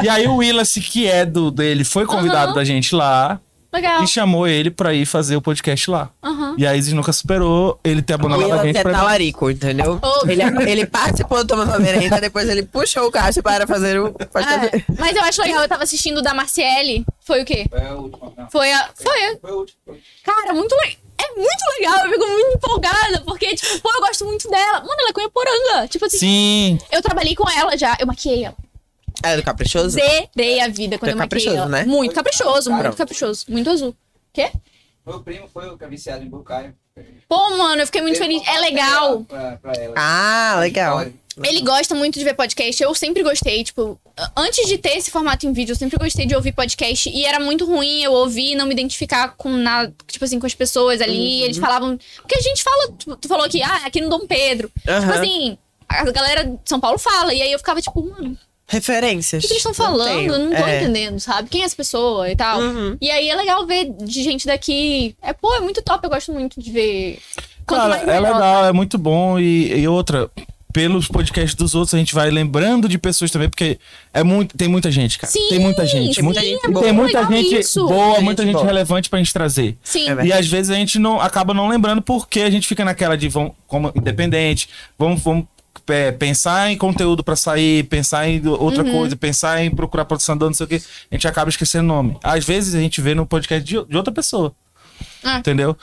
B: E aí o Willis, que é do dele, foi convidado
A: Aham.
B: da gente lá
A: Legal.
B: e chamou ele pra ir fazer o podcast lá.
A: Aham.
B: E a Isis nunca superou ele ter abandonado
C: Willan
B: a gente
C: é
B: pra
C: talarico, entendeu?
A: Oh.
C: Ele, é ele participou do Tomando a Merenda, depois ele puxou o Cássio para fazer o podcast.
A: É, mas eu acho legal, eu tava assistindo o da Marciele. Foi o quê?
D: Foi a última. Não.
A: Foi a. Foi a.
D: Foi a última.
A: Cara, muito legal. É muito legal, eu fico muito empolgada, porque, tipo, pô, eu gosto muito dela. Mano, ela é conheporanga. Tipo assim,
B: Sim.
A: eu trabalhei com ela já, eu maquiei ela.
C: É do Caprichoso?
A: Zerei a vida quando
C: É
A: eu maquiei
C: caprichoso,
A: ela.
C: né?
A: Muito caprichoso,
C: Cara.
A: muito caprichoso, muito azul. Quê?
D: Meu primo foi o que é viciado em Bucaio.
A: Pô, mano, eu fiquei muito feliz. É legal.
D: Pra, pra ela.
C: Ah, legal.
D: Olha,
A: Ele gosta muito de ver podcast. Eu sempre gostei, tipo, antes de ter esse formato em vídeo, eu sempre gostei de ouvir podcast. E era muito ruim eu ouvir e não me identificar com nada, tipo assim, com as pessoas ali. Eles falavam. Porque a gente fala, tipo, tu falou aqui, ah, aqui no Dom Pedro. Tipo
C: Aham.
A: assim, a galera de São Paulo fala. E aí eu ficava, tipo, mano, o
C: Referências.
A: que, que eles estão
C: Não
A: falando?
C: tenho.
A: Eu não tô
C: É.
A: entendendo, sabe? Quem é essa pessoa e tal.
C: Uhum.
A: E aí é legal ver de gente daqui. É, pô, é muito top, eu gosto muito de ver. Quanto
B: Cara,
A: mais
B: é
A: melhor. né?
B: legal, é muito bom. E, e outra, pelos podcasts dos outros, a gente vai lembrando de pessoas também, porque é muito, tem muita gente, cara.
A: Sim,
B: tem muita gente.
A: sim,
B: muita
C: é
B: gente,
C: muito
B: tem muita
A: legal
B: gente
A: isso.
B: boa,
C: Gente
B: muita gente
C: boa.
B: relevante pra gente trazer.
A: Sim.
C: É verdade.
B: E às vezes a gente não acaba não lembrando porque a gente fica naquela de vamos, como independente, vamos, vamos é, pensar em conteúdo pra sair, pensar em do- outra
A: Uhum.
B: coisa, pensar em procurar patrocinador, não sei o quê. A gente acaba esquecendo o nome. Às vezes a gente vê no podcast de, de outra pessoa.
A: É.
B: Entendeu?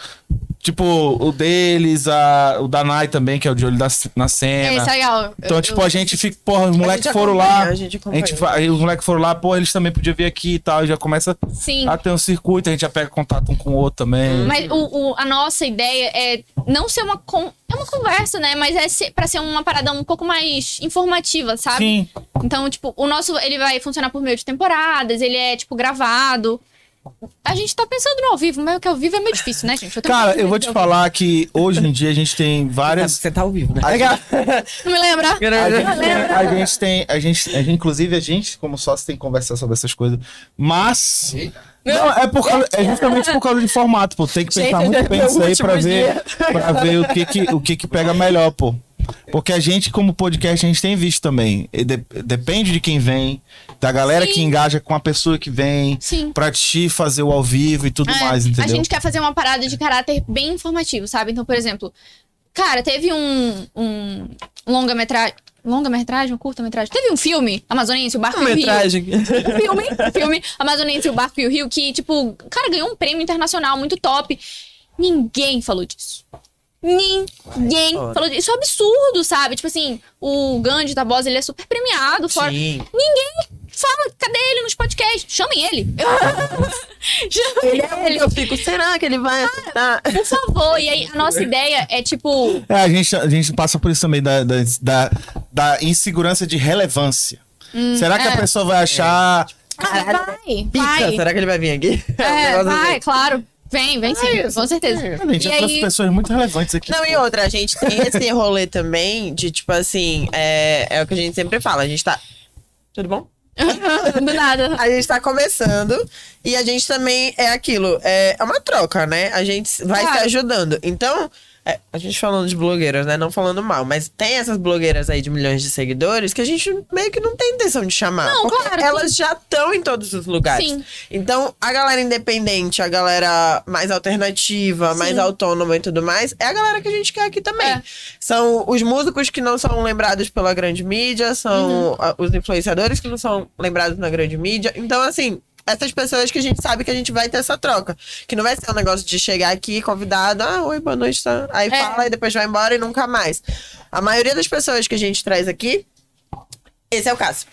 B: Tipo, o deles, a, o Danai também, que é o de olho da- na cena.
A: É, isso é legal.
B: Então,
A: Eu-
B: tipo,
A: eu-
B: a gente fica, porra, os moleques
C: gente
B: foram lá.
C: acompanha, a gente
B: a gente
C: acompanha.
B: vai- os moleques foram lá, porra, eles também podiam vir aqui e tal. E já começa
A: Sim.
B: a ter um circuito, a gente já pega contato um com o outro também.
A: Mas o, o- a nossa ideia é não ser uma. con- É uma conversa, né? Mas é ser, pra ser uma parada um pouco mais informativa, sabe?
B: Sim.
A: Então, tipo, o nosso ele vai funcionar por meio de temporadas, ele é, tipo, gravado. A gente tá pensando no ao vivo, mas o que é ao vivo é meio difícil, né, gente? tenho
B: Cara,
A: muito
B: eu vou
A: medo
B: te
A: de ao
B: falar que hoje em dia a gente tem
A: (laughs)
B: várias. É,
E: Você tá ao vivo, né?
A: vivo. Não me lembra?
B: A gente, a gente tem. A gente, a gente- inclusive, a gente, como sócio, tem que conversar sobre essas coisas. Mas. Não, é, por causa- é justamente por causa de formato, pô. Tem que pensar
E: Gente,
B: muito bem
E: meu
B: nisso aí
E: último
B: pra ver,
E: dia.
B: pra ver o, que que, o que que pega melhor, pô. Porque a gente, como podcast, a gente tem visto também. E de- depende de quem vem, da galera
A: Sim.
B: que engaja com a pessoa que vem,
A: Sim.
B: pra te fazer o ao vivo e tudo
A: É,
B: mais, entendeu?
A: A gente quer fazer uma parada de caráter bem informativo, sabe? Então, por exemplo, cara, teve um, um longa-metragem. Longa-metragem ou curta-metragem? Teve um filme amazonense, O Barco e o Rio.
E: metragem.
A: um filme, um filme Amazonense, o Barco e o Rio, que, tipo, cara, ganhou um prêmio internacional muito top. Ninguém falou disso. Ninguém
E: fora.
A: falou disso. Isso é um absurdo, sabe? Tipo assim, o Gandhi Tabosa, ele é super premiado. Fora.
E: Sim.
A: Fala, cadê ele nos podcasts? Chamem ele. (laughs) Chamem
C: Ele é um que eu fico, será que ele vai
A: Ah,
C: acertar?
A: Por favor. E aí, a nossa ideia é, tipo...
B: É, a gente, a gente passa por isso também, da, da, da, da insegurança de relevância. Será que
A: é.
B: a pessoa vai achar.
A: Cara, Ah, vai,
E: Pica,
A: vai.
E: será que ele vai vir
C: (laughs)
E: aqui?
A: É,
E: Um negócio
A: vai,
E: assim.
A: claro. Vem,
C: É
A: vem sim, com certeza.
B: A gente
A: É. E
B: já trouxe
A: aí-
B: pessoas muito relevantes aqui.
C: Não, e outra, a gente tem esse rolê também de, tipo assim, é, é o que a gente sempre fala, a gente tá. Tudo bom?
A: (laughs) Do nada.
C: A gente tá começando e a gente também é aquilo, é, é uma troca, né? A gente vai
A: Claro.
C: se ajudando. Então, é, a gente falando de blogueiras, né? Não falando mal, mas tem essas blogueiras aí de milhões de seguidores que a gente meio que não tem intenção de chamar.
A: Não,
C: porque
A: claro que-
C: Elas já estão em todos os lugares.
A: Sim.
C: Então, a galera independente, a galera mais alternativa, mais autônoma e tudo mais, é a galera que a gente quer aqui também.
A: É.
C: São os músicos que não são lembrados pela grande mídia, são
A: Uhum.
C: ah, os influenciadores que não são lembrados na grande mídia. Então, assim, essas pessoas que a gente sabe que a gente vai ter essa troca. Que não vai ser um negócio de chegar aqui, convidado, ah, oi, boa noite, tá? aí
A: É.
C: fala e depois vai embora e nunca mais. A maioria das pessoas que a gente traz aqui, esse é o caso.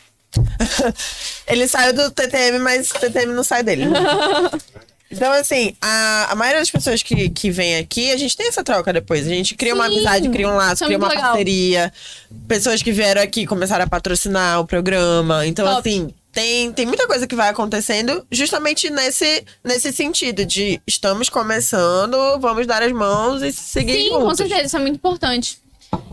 C: (laughs) Ele saiu do TTM, mas o TTM não sai
A: (laughs)
C: dele. Então, assim, a, a maioria das pessoas que, que vem aqui, a gente tem essa troca depois. A gente cria uma
A: Sim,
C: amizade, cria um
A: isso
C: laço,
A: é
C: cria uma
A: muito legal.
C: parceria. Pessoas que vieram aqui começaram a patrocinar o programa. Então,
A: Top.
C: assim, tem, tem muita coisa que vai acontecendo justamente nesse, nesse sentido de estamos começando, vamos dar as mãos e seguir
A: Sim,
C: juntos.
A: com certeza, isso é muito importante.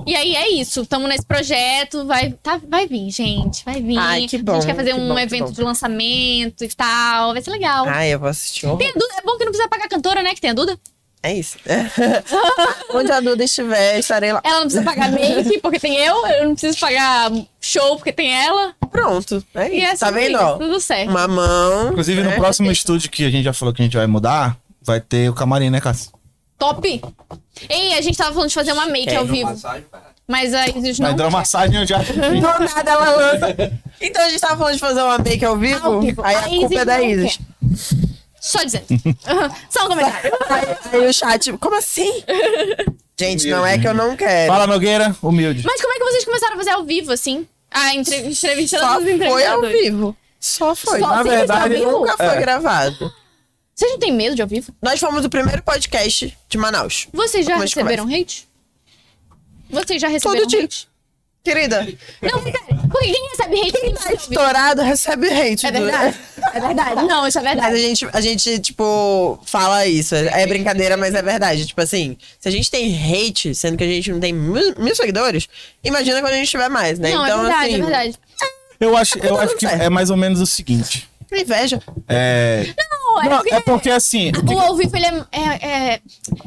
A: E aí é isso, estamos nesse projeto, vai, tá, vai vir, gente, vai vir.
C: Ai, que bom,
A: A gente quer fazer
C: que
A: um
C: bom, que
A: evento
C: bom.
A: de lançamento e tal, vai ser legal.
C: Ai, eu vou assistir um
A: Tem a Duda, é bom que não precisa pagar a cantora, né, que tem a Duda.
C: É isso. (laughs) Onde a Duda estiver, estarei lá.
A: Ela não precisa pagar make,
C: (laughs)
A: porque tem eu, eu não preciso pagar show, porque tem ela.
C: Pronto. É
A: E
C: isso.
A: é assim,
C: tá vendo? ó?
A: Tudo certo.
C: Uma mão.
B: Inclusive,
A: É.
B: no
C: né?
B: próximo estúdio que a gente já falou que a gente vai mudar, vai ter o camarim, né, Cássio?
A: Top! Ei, a gente tava falando de fazer uma make ao vivo,
D: Massagem, cara.
A: mas a Isis
B: Na
A: não... é.
B: hidromassagem eu já.
A: (laughs)
C: Do nada ela lança. Então a gente tava falando de fazer uma make ao vivo.
A: Ao vivo.
C: Aí a,
A: A
C: culpa
A: Isis
C: é da
A: não
C: Isis.
A: Só
C: (laughs)
A: dizendo. Só um comentário.
C: Aí, aí o chat, como assim? Gente, não é que eu não quero.
B: Fala, Nogueira, humilde.
A: Mas como é que vocês começaram a fazer ao vivo, assim? A entre- entrevistando
C: Só
A: os
C: foi ao
A: entrevistadores.
C: vivo. Só foi.
A: Só assim,
B: Na
A: sempre
B: verdade,
A: ao vivo?
C: Nunca foi
B: É.
C: gravado.
A: Vocês não têm medo de ao vivo?
C: Nós fomos o primeiro podcast de Manaus.
A: Vocês já
C: Mas é
A: receberam hate? Vocês já receberam
C: Todo dia.
A: hate?
C: Querida,
A: Não, mas pera, porque quem recebe hate quem
C: tá
A: recebe ao vivo?
C: estourado, recebe hate.
A: É
C: do-
A: verdade. É verdade. Não, isso é
C: Mas a
A: verdade.
C: gente, a gente, tipo, fala isso. É é brincadeira, mas é verdade. Tipo assim, se a gente tem hate, sendo que a gente não tem mil, mil seguidores, imagina quando a gente tiver mais, né?
A: Não,
C: então,
A: é verdade,
C: assim,
A: é verdade.
B: Eu acho, eu
C: tudo
B: acho que
C: certo.
B: é mais ou menos o seguinte.
C: inveja.
B: É.
A: Não, é
B: Não,
A: porque
B: é porque assim, o que,
A: o ao vivo, ele é, é, é...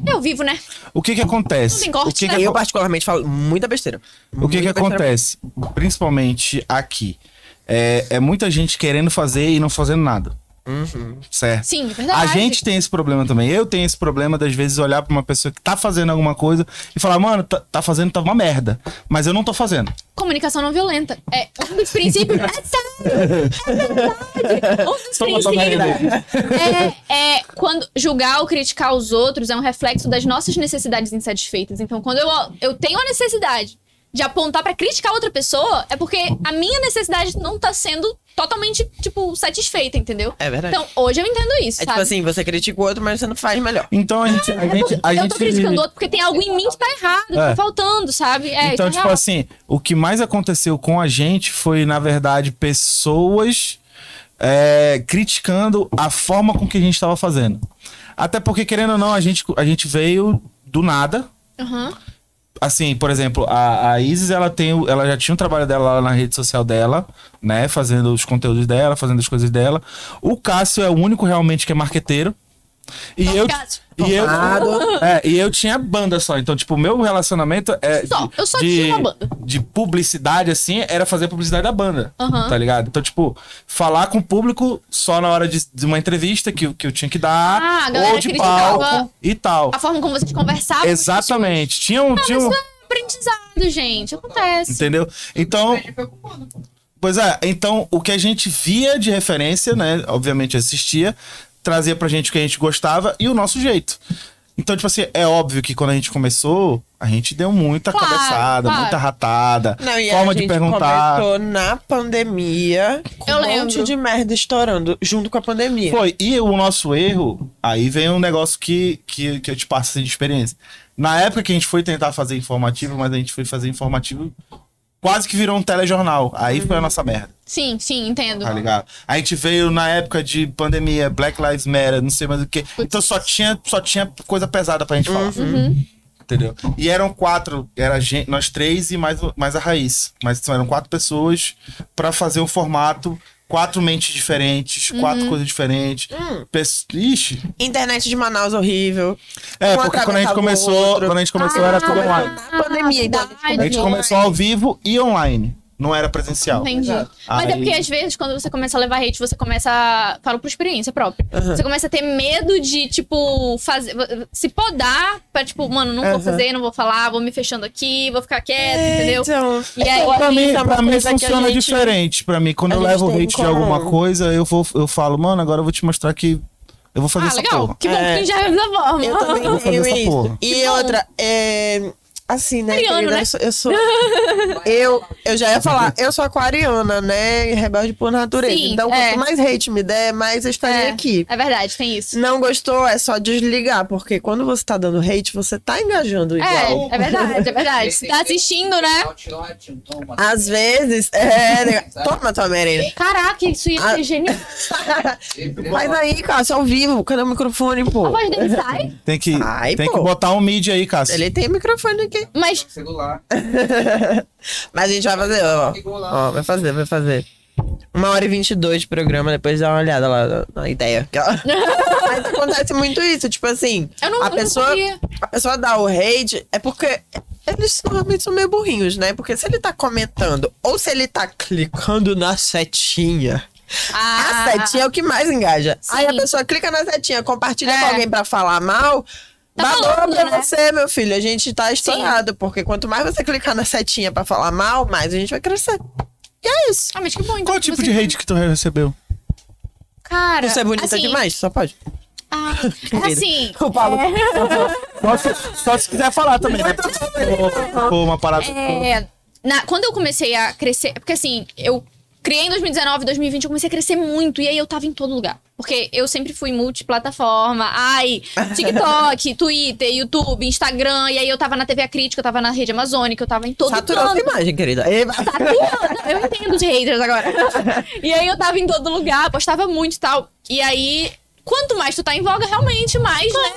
A: É ao vivo, né?
B: o que que
A: Não
B: acontece?
A: tem
B: O que
A: corte,
B: que
A: né?
C: Eu, particularmente, falo muita besteira.
B: O que que
C: Muita besteira.
B: acontece? Principalmente aqui. É, é muita gente querendo fazer e não fazendo nada.
C: Uhum.
B: certo?
A: Sim, é
B: A
A: verdade.
B: gente tá- tem esse problema também. Eu tenho esse problema das vezes olhar pra uma pessoa que tá fazendo alguma coisa e falar, mano, tá, tá fazendo, tá uma merda. Mas eu não tô fazendo.
A: Comunicação não violenta. É um dos
B: (laughs)
A: princípios. é sério! É verdade! Um dos
B: Toma, né? toma,
A: princípios. É, é quando julgar ou criticar os outros é um reflexo das nossas necessidades insatisfeitas. Então, quando eu, eu tenho a necessidade de apontar pra criticar outra pessoa, é porque a minha necessidade não tá sendo totalmente, tipo, satisfeita, entendeu?
C: É verdade.
A: Então, hoje eu entendo isso,
C: é
A: sabe? É
C: tipo assim, você critica o outro, mas você não faz melhor.
B: Então a gente. A gente, a
A: eu
B: gente
A: tô criticando o outro porque tem algo em mim que tá errado, que
B: É.
A: tá faltando, sabe? É,
B: então,
A: isso é
B: tipo
A: real.
B: assim, o que mais aconteceu com a gente foi, na verdade, pessoas é, criticando a forma com que a gente estava fazendo. Até porque, querendo ou não, a gente, a gente veio do nada.
A: Aham.
B: Assim, por exemplo, a, a Isis, ela, tem, o- ela já tinha um trabalho dela lá na rede social dela, né? Fazendo os conteúdos dela, fazendo as coisas dela. O Cássio é o único realmente que é marqueteiro. E
A: Nossa,
B: eu,
A: Cássio.
B: e, eu,
C: Formado.
B: é, e eu tinha banda só. Então, tipo, meu relacionamento é.
A: Só, eu só tinha uma banda.
B: De publicidade, assim, era fazer a publicidade da banda.
A: Aham.
B: Tá ligado? Então, tipo, falar com o público só na hora de, de uma entrevista que, que eu tinha que dar.
A: Ah, a galera
B: ou de
A: criticava
B: palco e tal.
A: A forma como você conversava.
B: Exatamente. Tinha um.
A: Mas
B: Tinha um
A: isso é aprendizado, gente. Acontece.
B: entendeu? Então. Pois é, então o que a gente via de referência, né? Obviamente assistia, trazia pra gente o que a gente gostava e o nosso jeito. Então, tipo assim, é óbvio que quando a gente começou, a gente deu muita
A: Claro,
B: cabeçada,
A: claro.
B: muita ratada,
C: Não, e
B: forma
C: a gente
B: de perguntar.
C: começou na pandemia, com
A: Eu
C: um
A: lembro.
C: monte de merda estourando, junto com a pandemia.
B: Foi, e o nosso erro, aí vem um negócio que, que, que eu te passo assim, de experiência. Na época que a gente foi tentar fazer informativo, mas a gente foi fazer informativo, quase que virou um telejornal. Aí foi a nossa merda.
A: Sim, sim, entendo.
B: Tá ligado? A gente veio na época de pandemia, Black Lives Matter, não sei mais o que. Então só tinha, só tinha coisa pesada pra gente falar.
C: Uhum.
A: Uhum.
B: Entendeu? E eram quatro, era a gente, nós três e mais, o- mais a raiz. Mas então, eram quatro pessoas pra fazer o formato, quatro mentes diferentes,
C: Uhum.
B: quatro coisas diferentes. Pes- Ixi.
C: Hum, Internet de Manaus horrível.
B: É,
C: Um
B: porque
C: atravessava
B: quando a gente
C: o
B: começou,
C: outro. Ah,
B: quando a gente começou
A: Ah,
B: era tudo online.
C: Na pandemia, então,
A: verdade.
B: A gente começou ao vivo e online, não era presencial.
A: Entendi. Mas é
B: Aí-
A: porque às vezes, quando você começa a levar hate, você começa. A... Falo por experiência própria. Você começa a ter medo de, tipo, fazer. Se podar pra, tipo, mano, não vou
C: Aham.
A: fazer, não vou falar, vou me fechando aqui, vou ficar quieto, entendeu?
C: Então,
A: E aí,
B: Pra mim,
C: Isso é uma
B: pra mim
C: coisa que a
B: funciona
C: gente-
B: diferente. Pra mim, quando
C: a
B: eu
C: gente
B: levo
C: tem em
B: hate de alguma
C: comum.
B: coisa, eu, vou, eu falo, mano, agora eu vou te mostrar que eu vou fazer
A: ah,
B: essa
A: legal.
B: porra.
A: Que bom
C: É.
A: que já é da forma.
C: eu também
B: fazer
C: tenho
B: essa porra.
C: isso. E outra, é, assim, né,
A: Aquariano,
C: querida,
A: né?
C: eu sou- eu sou... eu, eu já ia falar, eu sou aquariana, né, e rebelde por natureza.
A: Sim,
C: então,
A: é.
C: quanto mais hate me der, mais eu estaria
A: É,
C: aqui.
A: é verdade, tem isso.
C: Não gostou, é só desligar, porque quando você tá dando hate, você tá engajando igual.
A: É, é verdade, é verdade. Você tá assistindo, né?
D: Outlet, toma.
C: Às vezes, é, né, toma tua
B: (laughs)
C: merenda.
A: Caraca, isso ia ser
C: Ah.
A: genial.
C: Mas
D: né?
C: aí, Cássio, ao vivo, cadê o microfone,
A: A
C: pô?
A: voz dele sai,
B: Tem, que,
C: Ai,
B: tem
C: pô.
B: que botar um mid aí, Cássio.
C: Ele tem microfone aqui. (laughs)
A: mas
D: um Celular.
C: Mas a gente vai fazer, ó.
D: Ligou lá.
C: Ó, vai fazer, vai fazer. Uma hora e vinte e dois de programa, depois dá uma olhada lá na, na ideia.
A: (laughs)
C: Mas acontece muito isso, tipo assim,
A: eu não,
C: a,
A: eu não
C: pessoa,
A: sabia.
C: a pessoa dá o hate, é porque eles normalmente são meio burrinhos, né? Porque se ele tá comentando ou se ele tá clicando na setinha,
A: Ah,
C: a setinha é o que mais engaja.
A: Sim.
C: Aí a pessoa clica na setinha, compartilha
A: É.
C: com alguém pra falar mal.
A: Tá
C: Babou
A: falando,
C: pra
A: né?
C: você, meu filho. A gente tá estourado, porque quanto mais você clicar na setinha pra falar mal, mais a gente vai crescer. E é isso.
A: Ah, mas que bom. então
B: Qual
A: que
B: tipo
A: você-
B: de hate que tu recebeu?
A: Cara,
C: Você é bonita
A: assim,
C: demais, só pode. (laughs)
A: Ah, é assim,
C: O Paulo.
B: Só se, só se quiser falar também. né? Pô, pô, uma parada.
A: é, na- quando eu comecei a crescer, porque assim, eu criei em 2019, 2020, eu comecei a crescer muito, e aí eu tava em todo lugar. Porque eu sempre fui multiplataforma, ai, TikTok, Twitter, YouTube, Instagram, e aí eu tava na TV A Crítica, eu tava na Rede Amazônica, eu tava em todo
C: Saturou
A: canto.
C: essa imagem, querida. Eba.
A: Tá Eu entendo os haters agora. E aí eu tava em todo lugar, postava muito e tal. E aí, quanto mais tu tá em voga, realmente mais, né?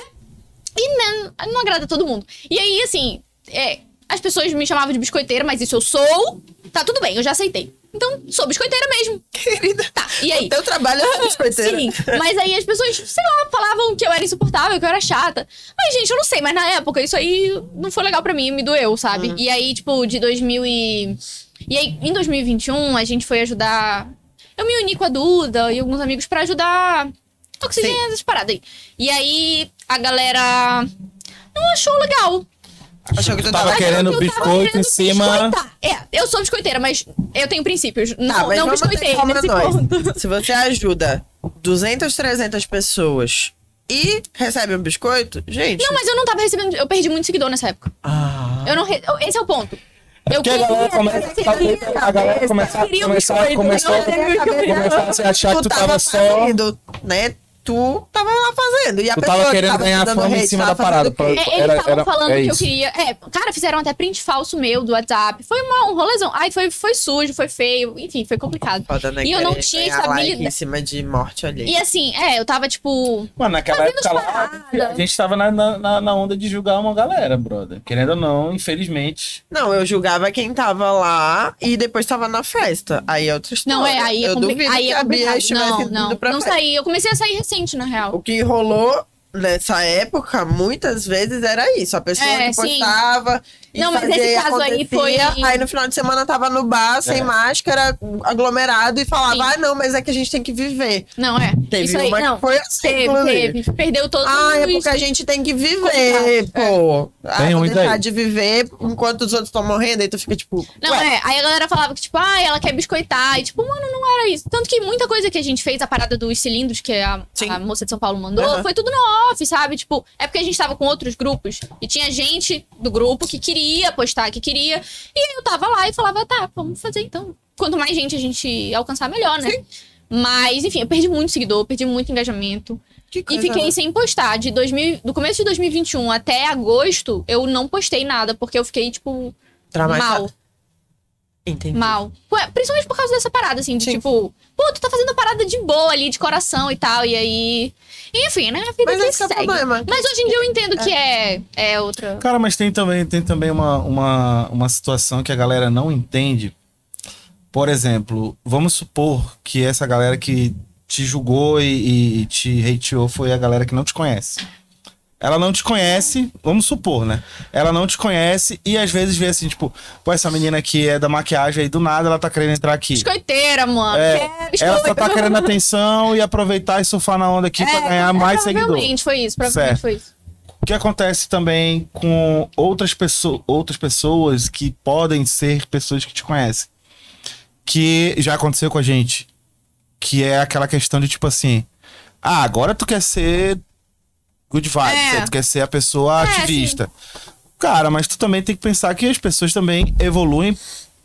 A: E né, não agrada todo mundo. E aí, assim, é, as pessoas me chamavam de biscoiteira, mas isso eu sou. Tá tudo bem, eu já aceitei. Então, sou biscoiteira mesmo.
C: (laughs) Querida.
A: Tá, e aí?
C: O teu trabalho é biscoiteiro.
A: Sim, mas aí as pessoas, sei lá, falavam que eu era insuportável, que eu era chata. Mas, gente, eu não sei, mas na época isso aí não foi legal pra mim, me doeu, sabe?
C: Uhum.
A: um, E aí, tipo, de 2000 e... E aí, em 2021, a gente foi ajudar... eu me uni com a Duda e alguns amigos pra ajudar a oxigenar
C: Sim.
A: essas paradas aí. E aí a galera não achou legal.
C: Achou que tu
B: tava
C: tava
B: Tá querendo
A: Eu tava
B: biscoito em
A: querendo
B: cima.
A: biscoitar. É, eu sou biscoiteira, mas eu tenho princípios.
C: Tá,
A: Não,
C: mas
A: não
C: vamos ter
A: biscoitei
C: calma
A: nesse
C: nós.
A: ponto. (laughs)
C: Se você ajuda 200, 300 pessoas e recebe um biscoito, gente.
A: Não, mas eu não tava recebendo. Eu perdi muito seguidor nessa época.
C: Ah.
A: Eu não. re- eu- Esse é o ponto. Eu
B: Porque a galera começa a galera começa a
A: Queria um
B: começar,
A: biscoito.
B: começou,
A: Eu queria um biscoito.
B: começar a se achar que tu tava só.
C: fazendo, né? Tu tava lá fazendo. E a
B: Tu
C: pessoa
B: tava querendo
C: tava
B: ganhar
C: dando
B: fama em
C: hate,
B: cima da
C: tava
B: parada.
C: fazendo
B: pra-
C: o quê?
A: É, eles
B: era-
A: estavam
B: era-
A: falando
B: é
A: que eu
B: isso.
A: queria. É, cara, fizeram até print falso meu do WhatsApp. Foi uma, um rolezão. Ai, foi, foi sujo, foi feio. Enfim, foi complicado.
C: Foda, né?
A: e eu não
C: Querer
A: tinha
C: ganhar like em
A: estabilidade.
C: cima de morte ali.
A: E assim, é, eu tava tipo.
B: Mano, naquela
A: Fazendo
B: época
A: as
B: lá,
A: paradas.
B: a gente tava na, na, na onda de julgar uma galera, brother. Querendo ou não, infelizmente.
C: Não, eu julgava quem tava lá e depois tava na festa. Aí é outra história.
A: Não, é, aí é,
C: eu
A: compli-
C: duvido
A: aí
C: que
A: é
C: a Bia
A: complicado.
C: estivesse
A: Não,
C: indo
A: não.
C: pra
A: Não
C: festa.
A: saí. Eu comecei a sair recente, na real.
C: O que rolou nessa época, muitas vezes, era isso. A pessoa
A: É,
C: que
A: sim.
C: postava e
A: Não, mas
C: fazia,
A: esse caso aí
C: acontecia.
A: foi-
C: Aí no final de semana tava no bar, sem
B: É.
C: máscara, aglomerado, e falava,
A: Sim.
C: ah, não, mas é que a gente tem que viver.
A: Não, é.
C: Teve
A: Isso aí,
C: uma que
A: não.
C: foi assim,
A: Teve,
C: inclusive.
A: teve. Perdeu todos
C: Ah, é
A: os.
C: porque a gente tem que viver,
A: Contato,
C: pô. Ah,
B: Tem
C: vou
B: muito
C: deixar
B: aí.
C: de viver enquanto os outros estão morrendo, aí tu fica tipo.
A: Não,
C: ué,
A: é. Aí a galera falava que, tipo, ah, ela quer biscoitar. E, tipo, mano, não era isso. Tanto que muita coisa que a gente fez, a parada dos cilindros que a,
C: Sim.
A: a moça de São Paulo mandou,
C: Aham.
A: foi tudo no off, sabe? Tipo, é porque a gente tava com outros grupos. E tinha gente do grupo que queria postar, que queria. E eu tava lá e falava, tá, vamos fazer então. Quanto mais gente a gente alcançar, melhor, né? Mas, enfim, eu perdi muito seguidor, perdi muito engajamento.
C: que
A: E
C: coisa,
A: fiquei
C: né?
A: sem postar. De 2000, do começo de 2021 até agosto, eu não postei nada, porque eu fiquei, tipo,
C: Traumatizada.
A: mal
C: Entendi.
A: mal. Pô, é, Principalmente por causa dessa parada, assim, de
C: Sim.
A: tipo, pô, tu tá fazendo a parada de boa ali, de coração e tal, e aí. Enfim, né? A vida
C: Mas
A: que
C: esse que é o
A: segue.
C: problema.
A: Mas hoje em dia eu entendo que é, é outra.
B: Cara, mas tem também, tem também uma, uma, uma situação que a galera não entende. Por exemplo, vamos supor que essa galera que te julgou e, e te hateou foi a galera que não te conhece. Ela não te conhece, vamos supor, né? Ela não te conhece e às vezes vê assim, tipo, pô, essa menina aqui é da maquiagem aí do nada ela tá querendo entrar aqui.
A: Biscoiteira, mano.
B: É,
A: Quer biscoito.
B: Ela só tá querendo atenção e aproveitar e surfar na onda aqui pra
A: É,
B: ganhar mais seguidor.
A: Provavelmente foi isso, provavelmente
B: Certo.
A: foi isso.
B: O que acontece também com outras, pesso outras pessoas que podem ser pessoas que te conhecem. Que já aconteceu com a gente. Que é aquela questão de tipo assim: ah, agora tu quer ser good vibes,
A: É.
B: tu quer ser a pessoa
A: É,
B: ativista. Cara, mas tu também tem que pensar que as pessoas também evoluem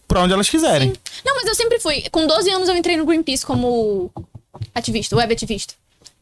B: pra onde elas quiserem.
A: Não, mas eu sempre fui. Com 12 anos eu entrei no Greenpeace como ativista, web ativista.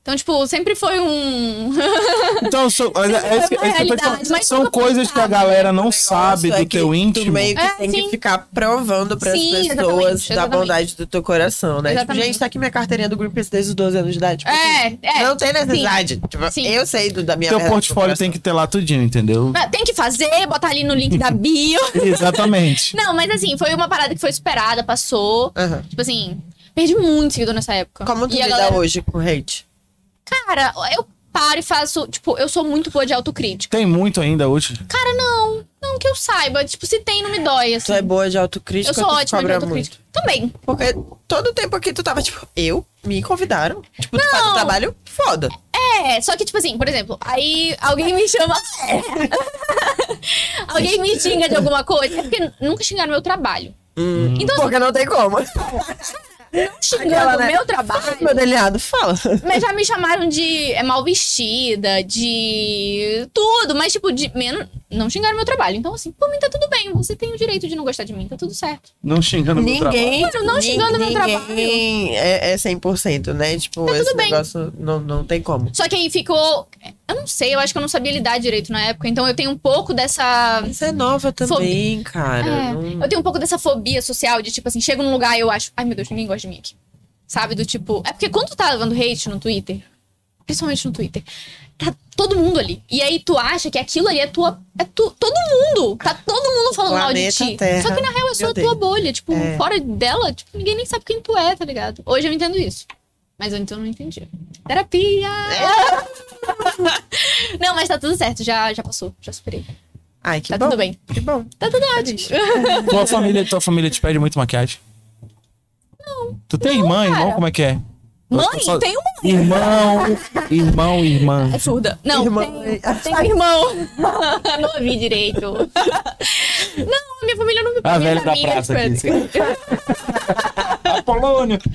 A: Então, tipo, sempre foi um. (laughs)
B: Então, são, mas é- é-
A: Isso é uma
B: é- é-
A: realidade, mas
B: são
A: tudo né?
B: coisas que a
A: pensado,
B: galera não
A: um
C: negócio
B: sabe
C: é
B: do
C: que
B: teu
C: Tu
B: íntimo.
C: meio que
A: É,
C: tem
A: sim.
C: que ficar provando pras
A: Sim,
C: pessoas
A: exatamente,
C: da
A: exatamente.
C: bondade do teu coração, né? Tipo,
A: Exatamente.
C: gente, tá aqui minha carteirinha do Greenpeace desde os 12 anos de idade. Tipo, assim,
A: É, é.
C: não tem
A: sim.
C: necessidade. Tipo,
A: Sim.
C: eu sei do, da minha
B: Teu
A: é
C: verdade do
B: portfólio tem
C: coração.
B: que ter lá tudinho, entendeu?
A: Ah, Tem que fazer, botar ali no link
C: (laughs)
A: da bio.
B: Exatamente.
A: Não, mas assim, foi uma parada que foi superada, passou.
C: Aham.
A: Tipo assim, perdi muito seguidor nessa época.
C: Como tu
A: Tá. E a
C: lida
A: galera-
C: hoje com hate?
A: Cara, eu paro e faço. Tipo, eu sou muito boa de autocrítica.
B: Tem muito ainda hoje.
A: Cara, não. Não que eu saiba. Tipo, se tem, não me dói. Assim.
C: Tu é boa de autocrítica
A: eu sou
C: ou tu se
A: ótima de
C: cobra
A: autocrítica. Também.
C: muito? Porque todo tempo aqui tu tava tipo, eu? Me convidaram. Tipo, tu faz um trabalho foda.
A: É, só que, tipo assim, por exemplo, aí alguém me
C: (laughs)
A: chama. alguém me xinga de alguma coisa. É porque nunca xingaram meu trabalho.
B: Hum.
A: Então, assim,
C: Porque não tem como.
A: não xingando
C: Aquela, né?
A: meu
C: Fala,
A: trabalho.
C: (laughs) meu deliado, fala.
A: Mas já me chamaram de é, mal vestida, de tudo, mas tipo, de menos. Não xingaram meu trabalho. Então, assim, por mim tá tudo bem. Você tem o direito de não gostar de mim, tá tudo certo.
B: Não xingando meu trabalho.
C: Ninguém.
A: Mano, não xingando meu trabalho. Tá
C: Ninguém é, é 100%, né? Tipo, esse
A: tudo bem.
C: negócio não, não tem como.
A: Só que aí ficou. Eu não sei, eu acho que eu não sabia lidar direito na época. Então eu tenho um pouco dessa.
C: Você é nova também,
A: também,
C: cara.
A: É, eu tenho um pouco dessa fobia social de tipo assim, chego num lugar e eu acho, ai meu Deus, ninguém gosta de mim aqui. Sabe? Do tipo. É porque quando tu tá levando hate no Twitter, principalmente no Twitter, tá todo mundo ali. E aí tu acha que aquilo ali é tua. É tu, todo mundo! Tá todo mundo falando mal de
C: Planeta
A: ti.
C: Terra.
A: Só que na real é só
C: Meu
A: a tua
C: Deus.
A: bolha. Tipo,
C: É.
A: fora dela, tipo, ninguém nem sabe quem tu é, tá ligado? Hoje eu entendo isso. Mas antes eu não entendia. Terapia!
C: É.
A: (laughs) não, mas tá tudo certo, já, já passou, já superei.
C: Ai, que
A: tá
C: bom.
A: tudo bem.
C: Que bom.
A: Tá tudo ótimo.
B: Tua família, tua família te pede muito maquiagem. Tu tem irmã, irmão? Como é que é?
A: Mãe,
B: Só-
A: tem uma mãe.
B: Irmão, irmão, irmã.
A: É surda. Não,
C: Irmã.
A: tem, tem um irmão. (laughs) não ouvi
C: (laughs)
A: direito. Não, minha família não me
B: A velha
A: minhas
B: Ah, da
A: amigas,
B: praça aqui.
A: Pedro.
B: Apolônio.
A: (laughs)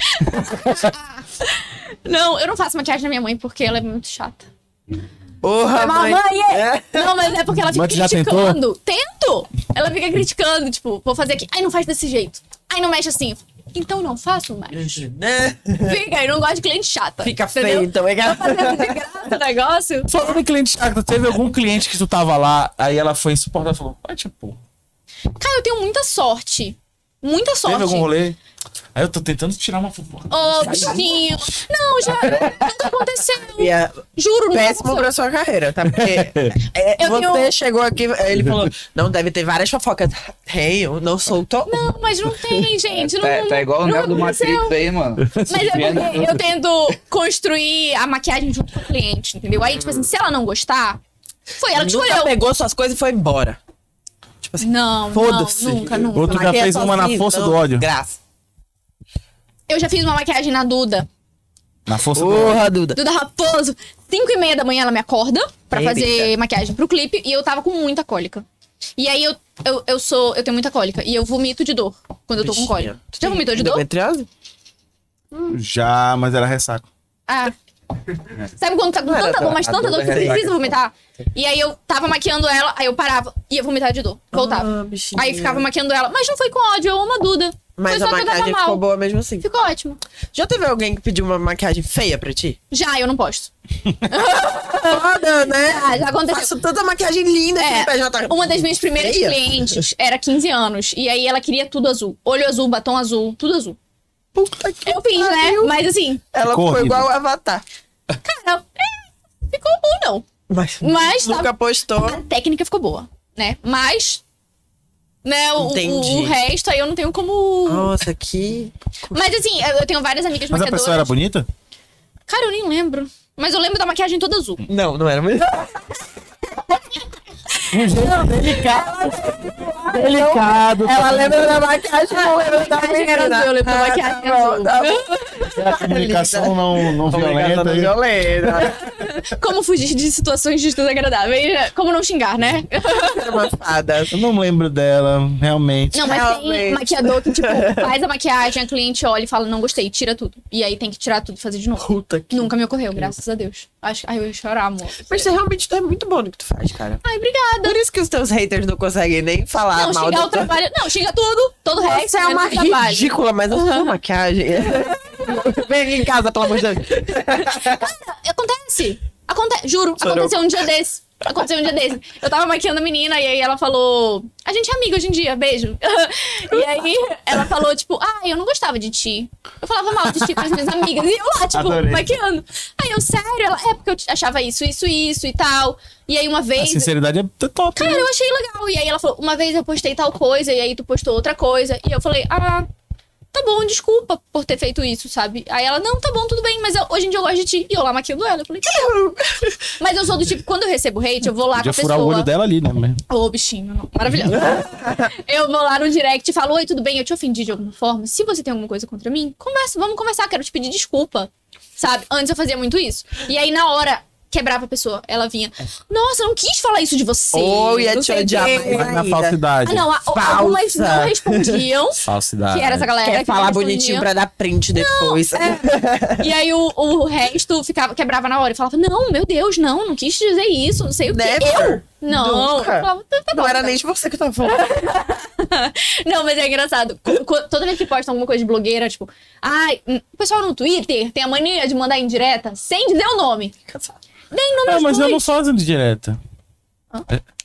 A: Não, eu não faço maquiagem na minha mãe porque ela é muito chata.
C: Porra,
A: Mamãe!
C: Ah, mãe. É.
A: Não, mas é porque ela fica
B: Mas tu já
A: criticando. Tento! Ela fica criticando, tipo, vou fazer aqui. Ai, não faz desse jeito. Ai, não mexe assim. Então não faço mais.
C: Né?
A: Fica, eu não gosto de cliente chata.
C: Fica
A: entendeu?
C: feio, então, é
A: Tá fazendo de graça o negócio.
B: Falando em é cliente chato, teve algum cliente que tu tava lá, aí ela foi insuportável e falou, vai tipo,
A: Cara, eu tenho muita sorte. Muita sorte.
B: teve algum rolê? Aí eu tô tentando tirar uma fofoca.
A: Ô, bichinho.
D: (laughs)
A: Não, já
D: É.
A: nunca aconteceu.
C: (laughs) E é
A: Juro, nunca
C: péssimo
A: aconteceu.
C: pra sua carreira, tá?
B: (laughs)
C: Porque é,
A: Eu
C: você
A: tenho- um
C: chegou aqui, ele falou, não, deve ter várias fofocas. Tem, eu não soltou.
A: Não, mas não
D: (laughs)
A: tem, gente. Não,
D: Tá, tá igual o
A: não
D: Neo do
A: aconteceu.
D: Matrix aí, mano.
A: Mas é porque eu tento construir a maquiagem junto com o cliente, entendeu? Aí, tipo assim, se ela não gostar, foi ela que
C: Nunca
A: escolheu.
C: pegou suas coisas e foi embora. Tipo assim,
A: Não, não,
C: Foda-se.
A: nunca, nunca.
B: Outro já
C: maquia
B: fez uma na
C: sozinho,
B: força
C: então,
B: do ódio.
C: Graça.
A: Eu já fiz uma maquiagem na Duda.
B: Na força do ódio.
C: Porra, Duda.
A: Duda Raposo, 5 e meia da manhã ela me acorda pra
C: Eita.
A: fazer maquiagem pro clipe e eu tava com muita cólica. E aí eu, eu, eu sou, eu tenho muita cólica e eu vomito de dor quando eu tô com
C: Bichinha.
A: cólica. Tu já vomitou de dor?
C: Endometriose?
B: Já, mas era ressaca.
A: Ah. Sabe quando tá com
C: Não era
A: tanta dor,
C: dor,
A: mas
D: a
A: tanta
D: dor
A: dor que
D: é
A: você
D: ressaca.
A: precisa vomitar? E aí eu tava maquiando ela, aí eu parava, ia vomitar de dor, voltava.
C: Ah, bichinha.
A: Aí ficava maquiando ela. Mas não foi com ódio, eu amo a Duda.
C: Mas
A: foi
C: a
A: só que eu tava
C: maquiagem ficou
A: mal.
C: boa mesmo assim.
A: Ficou ótimo.
C: Já teve alguém que pediu uma maquiagem feia pra ti?
A: Já, eu não posto.
C: Foda, né?
A: Ah, já aconteceu.
C: Faço tanta maquiagem linda que
A: É,
C: me pede uma tá-
A: uma das minhas
B: é
A: primeiras
C: Feia?
A: clientes era 15 anos. E aí ela queria tudo azul. Olho azul, batom azul, tudo azul.
C: Puta que
A: Eu fiz, né?
C: pariu.
A: Mas assim,
C: Ela
B: Ficou
C: ficou
B: horrível.
C: igual o Avatar.
A: cara, é, ficou bom não.
C: Mas,
A: Mas tá-
C: nunca postou.
A: A técnica ficou boa, né? Mas, né, o, o,
C: Entendi.
A: o resto aí eu não tenho como...
C: Nossa, que.
A: Mas assim, eu eu tenho várias amigas
B: Ah. Mas a
A: maquiadoras.
B: pessoa era bonita?
A: Cara, eu nem lembro. Mas eu lembro da maquiagem toda azul.
C: Não, não era mesmo.
B: Delicado.
C: Ela lembra da maquiagem, não lembra da
A: maquiagem era
C: menina.
A: azul, eu lembro da
C: Ah,
A: maquiagem
C: tá bom,
A: azul.
C: tá bom.
B: A comunicação não, não
C: Obrigada,
B: violenta. aí.
C: não (laughs) violenta.
A: Como fugir de situações desagradáveis. Como não xingar, né?
C: Era uma fada.
B: Eu não lembro dela, realmente.
A: Não, mas tem
C: Realmente.
A: maquiador
C: (laughs)
A: que, tipo, faz a maquiagem, a cliente olha e fala, não gostei, tira tudo. E aí tem que tirar tudo e fazer de novo.
C: Puta que.
A: Nunca me ocorreu, graças a Deus. Acho, ai, eu ia chorar, amor.
C: Mas você realmente tá muito bom no que tu faz, cara.
A: Ai, obrigada.
C: Por isso que os teus haters não conseguem nem falar
A: não,
C: mal
A: xingar o
C: do teu-
A: trabalho. Não, xinga tudo, todo o resto.
C: Você é
A: menos
C: uma
A: o trabalho.
C: ridícula, mas a sua maquiagem. (laughs) Vem aqui em casa, pelo amor de Deus.
A: Acontece. Aconte... Juro,
C: Chorou.
A: aconteceu um dia desse. Aconteceu um dia desse. Eu tava maquiando a menina e aí ela falou. A gente é amiga hoje em dia, beijo. (laughs) E aí ela falou, tipo, ah, eu não gostava de ti. Eu falava mal de ti com as minhas amigas. E eu lá, tipo,
B: Adorei.
A: maquiando. Aí eu, sério, ela, é porque eu te- achava isso, isso, isso e tal. E aí uma
B: A
A: vez.
B: sinceridade é top.
A: Cara, eu achei legal. E aí ela falou, uma vez eu postei tal coisa, e aí tu postou outra coisa. E eu falei, ah, tá bom, desculpa por ter feito isso, sabe? Aí ela, não, tá bom, tudo bem, mas eu- hoje em dia eu gosto de ti. E eu lá maquiando ela. Eu falei, tá
B: (laughs)
A: bom. Mas eu sou do tipo, quando eu recebo hate, eu vou lá
B: Podia
A: com a pessoa.
B: furar o olho dela ali, né? mas-
A: Ô, bichinho, não. maravilhoso. eu vou lá no direct e falo, oi, tudo bem, eu te ofendi de alguma forma. Se você tem alguma coisa contra mim, conversa, vamos conversar, quero te pedir desculpa. Sabe? Antes eu fazia muito isso. E aí, na hora, quebrava a pessoa. Ela vinha, nossa, eu não quis falar isso de você.
C: Ou ia
A: não
C: te
A: sei o
C: odiar
A: quê."
C: mais
B: Mas na
C: ainda.
B: falsidade.
A: Ah, não, a-
C: Falsa.
A: algumas não respondiam.
B: (laughs) Falsidade.
A: que era essa galera.
C: Quer
A: que
C: falar
A: não respondia.
C: bonitinho pra dar print depois.
A: é, E aí o, o resto ficava, quebrava na hora e falava: Não, meu Deus, não, não quis dizer isso, não sei o que. Eu?
C: Never.
A: Não.
C: Nunca.
A: Eu falava, "Tá- tá
C: Não
A: bom,
C: era
A: tá
C: nem de você que tava falando.
A: Não, mas é engraçado. Co- co- Toda vez que postam alguma coisa de blogueira, tipo, ai, hum, o pessoal no Twitter tem a mania de mandar indireta sem dizer o nome. Nem
B: Não,
A: nome das
B: Ah, mas eu não
A: coisas.
B: sou fazendo direta.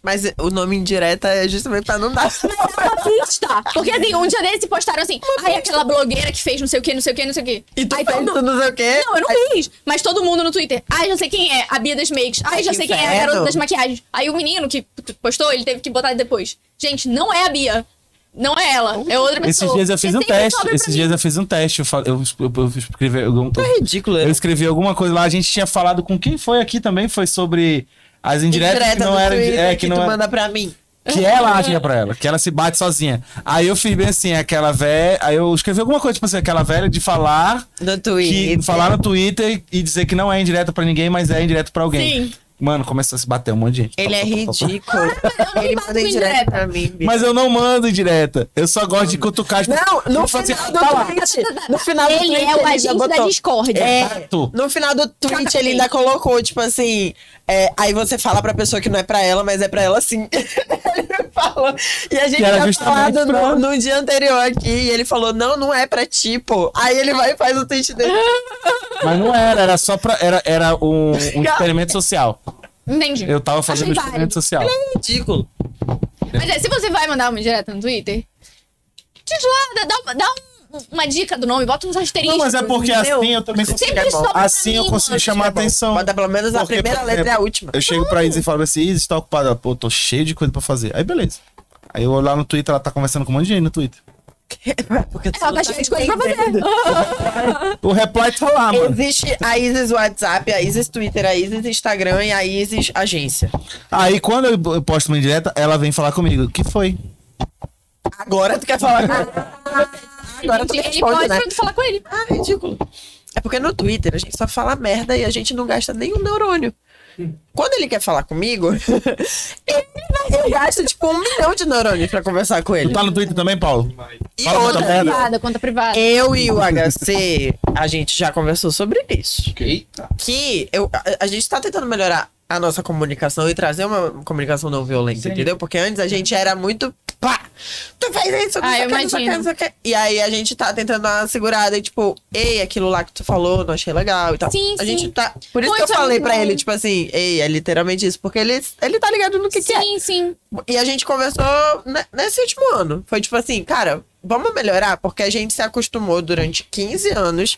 C: Mas o nome indireta é justamente pra não dar.
A: Uma pista. Porque assim, um dia desse postaram assim, ai, aquela blogueira que fez não sei o que, não sei o que, não sei o que.
C: E tu
A: Aí
C: fez
A: todo-
C: tu não sei o quê.
A: Não, eu não fiz. Mas todo mundo no Twitter. Ai, já sei quem é, a Bia das Makes. Ai, já
C: Que
A: sei quem é, a
C: inferno.
A: garota das maquiagens. Aí o menino que p- postou, ele teve que botar depois. Gente, não é a Bia. Não é ela. É outra pessoa.
B: Esses dias eu
A: Porque
B: fiz um
A: sempre
B: teste.
A: sobra pra
B: Esses
A: mim. Tá
B: dias eu fiz um teste. Eu, fa- eu, eu, eu escrevi. Eu, eu-
C: É ridículo.
B: eu
C: né?
B: escrevi alguma coisa lá. A gente tinha falado com quem foi aqui também. Foi sobre as indiretas
C: Indireta
B: que não
C: do
B: eram.
C: Twitter
B: É, que
C: tu
B: não era-
C: manda pra mim.
B: Que ela acha pra ela, que ela se bate sozinha. Aí eu fiz bem assim, aquela velha. Aí eu escrevi alguma coisa, tipo assim, aquela velha de falar.
C: Do
B: Que,
C: Twitter.
B: falar no Twitter e dizer que não é indireta pra ninguém, mas é indireta pra alguém.
A: Sim.
B: Mano, começou a se bater um monte de gente.
C: Ele é
B: Pá, pá, pá, pá, pá.
C: ridículo.
A: não
C: Ele
A: bato
C: manda
A: com
C: indireta
A: indireta.
C: pra mim. bicho.
B: Mas eu não mando indireta. Eu só gosto de cutucar as
C: Não, no
B: Eu falo assim,
C: final do
B: tá lá.
C: tweet. No final do
A: Ele
C: tweet.
A: é o
C: já
A: agente da
C: botou.
A: discórdia.
C: É.
B: Exato.
C: No final do tweet, ele ainda colocou, tipo assim. é, aí você fala pra pessoa que não é pra ela, mas é pra ela sim. (laughs) ele falou. E a gente
B: Que era
C: tinha
B: justamente
C: falado
B: pra-
C: no, no dia anterior aqui. E ele falou, não, não é pra tipo. Aí ele vai e faz o tweet
B: (laughs)
C: dele.
B: Mas não era, era só pra. Era, era um, um experimento social.
A: Entendi.
B: Eu tava fazendo um
A: Achei
B: experimento
A: válido.
B: social.
C: Ridículo.
A: Mas é, se você vai mandar uma indireta no Twitter, diz lá, dá- dá, uma- dá um- uma dica do nome, bota uns asteriscos.
B: Não, mas é porque
A: entendeu?
B: assim eu também consigo.
A: Sempre sobra pra
B: Assim eu
A: mim,
B: consigo
A: mano.
B: chamar a atenção.
C: Bota pelo menos a
B: Porque,
C: primeira
B: por
C: letra e a
B: exemplo,
C: última.
B: Eu chego pra Isis e falo assim, Isis tá ocupada. Pô, tô cheio de coisa pra fazer. Aí beleza. Aí eu olho lá no Twitter, ela tá conversando com um monte de gente no Twitter.
C: Porque tu
A: Ela
C: não
A: tá cheia de coisa pra fazer.
C: entendendo.
B: O reply tá lá, mano.
C: Existe a Isis WhatsApp, a Isis Twitter, a Isis Instagram e a Isis Agência.
B: Aí quando eu eu posto uma indireta, ela vem falar comigo. O que foi?
C: Agora tu quer falar. Agora tu
A: Gente, ele
C: responde,
A: pode
C: né?
A: falar com ele.
C: Ah, ridículo. É porque no Twitter a gente só fala merda e a gente não gasta nenhum neurônio. Quando ele quer falar comigo, (laughs) ele vai- eu gasto tipo um milhão de neurônios pra conversar com
B: Tu
C: ele.
B: tá no Twitter também, Paulo?
C: E
B: Fala muita
C: outra,
B: merda.
A: Privada, conta privada.
C: eu e o HC, a gente já conversou sobre isso.
D: Eita.
C: Que eu, a, a gente tá tentando melhorar a nossa comunicação e trazer uma comunicação não violenta, entendeu? Porque antes a gente era muito. Pá! Tu faz isso, não
A: Ah,
C: sei o
A: eu
C: que, não sei o que, não
A: imagino.
C: sei o que. E aí a gente tá tentando dar uma segurada e, tipo, ei, aquilo lá que tu falou, não achei legal e tal.
A: Sim,
C: a
A: sim.
C: gente tá. Por isso
A: Pô,
C: que eu
A: isso é
C: falei
A: muito
C: pra
A: bom.
C: ele, tipo assim, ei, é literalmente isso. Porque ele, ele tá ligado no que, que é.
A: Sim, sim.
C: E a gente conversou ne- nesse último ano. Foi tipo assim, cara, vamos melhorar, porque a gente se acostumou durante 15 anos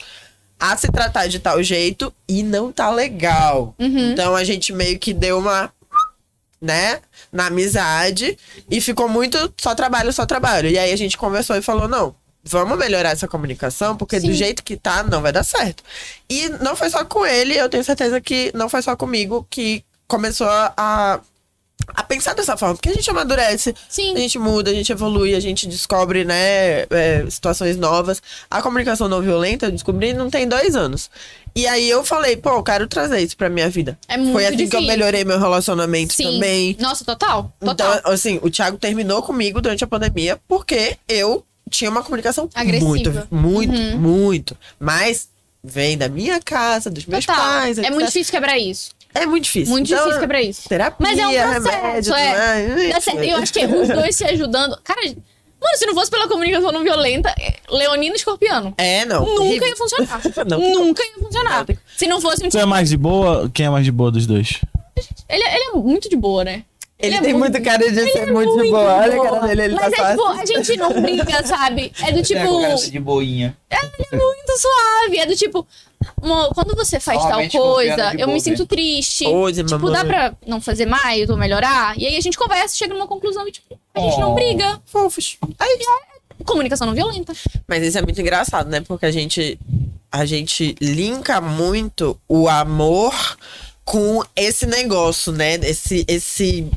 C: a se tratar de tal jeito e não tá legal. Então a gente meio que deu uma. Né? Na amizade. E ficou muito só trabalho, só trabalho. E aí a gente conversou e falou: não, vamos melhorar essa comunicação, porque do
A: Sim.
C: jeito que tá, não vai dar certo. E não foi só com ele, eu tenho certeza que não foi só comigo que começou a a pensar dessa forma, porque a gente amadurece,
A: Sim.
C: a gente muda, a gente evolui, a gente descobre, né, é, situações novas. A comunicação não violenta eu descobri não tem dois anos. E aí eu falei, pô, eu quero trazer isso pra minha vida.
A: É muito
C: Foi assim que eu
A: difícil.
C: melhorei meu relacionamento
A: Sim.
C: também.
A: Nossa, total. Total.
C: Então, assim, o Thiago terminou comigo durante a pandemia porque eu tinha uma comunicação
A: Agressiva. Uhum.
C: muito, muito, muito. Mas vem da minha casa, dos meus
A: total.
C: pais.
A: é
C: etc.
A: muito difícil quebrar isso.
C: É muito difícil.
A: Muito
C: Então,
A: difícil quebrar isso.
C: Terapia,
A: Mas é um processo,
C: remédio,
A: é.
C: né?
A: Dá certo. Eu acho que os dois se ajudando. Cara, mano, se não fosse pela comunicação não violenta, é Leonino e Escorpiano.
C: É, não.
A: Nunca
C: horrível.
A: ia funcionar.
C: (laughs) Não.
A: Nunca ia funcionar. Se não fosse um
B: Tu é mais de boa? Quem é mais de boa dos dois?
A: Ele, ele é muito de boa, né?
C: Ele,
A: é
C: tem muito, cara de ser
A: ele é
C: muito de boa. Olha a
A: boa.
C: cara dele, ele
A: Mas
C: tá
A: é tipo,
C: fácil.
A: a gente não briga, sabe? É do tipo.
D: É, com cara de
A: (laughs)
D: boinha.
A: É, ele é muito suave. É do tipo. "Amor, Quando você faz tal
D: Normalmente, quando piada
A: coisa,
D: de
A: eu
D: boa,
A: me sinto
D: né?
A: triste.
C: Hoje,
A: tipo,
C: mamãe.
A: dá pra não fazer mais ou melhorar? E aí a gente conversa, chega numa conclusão e, tipo, a gente
D: Oh.
A: não briga.
C: Fofos. Aí,
A: Comunicação não violenta.
C: Mas isso é muito engraçado, né? Porque a gente, a gente linka muito o amor com esse negócio, né? Esse, esse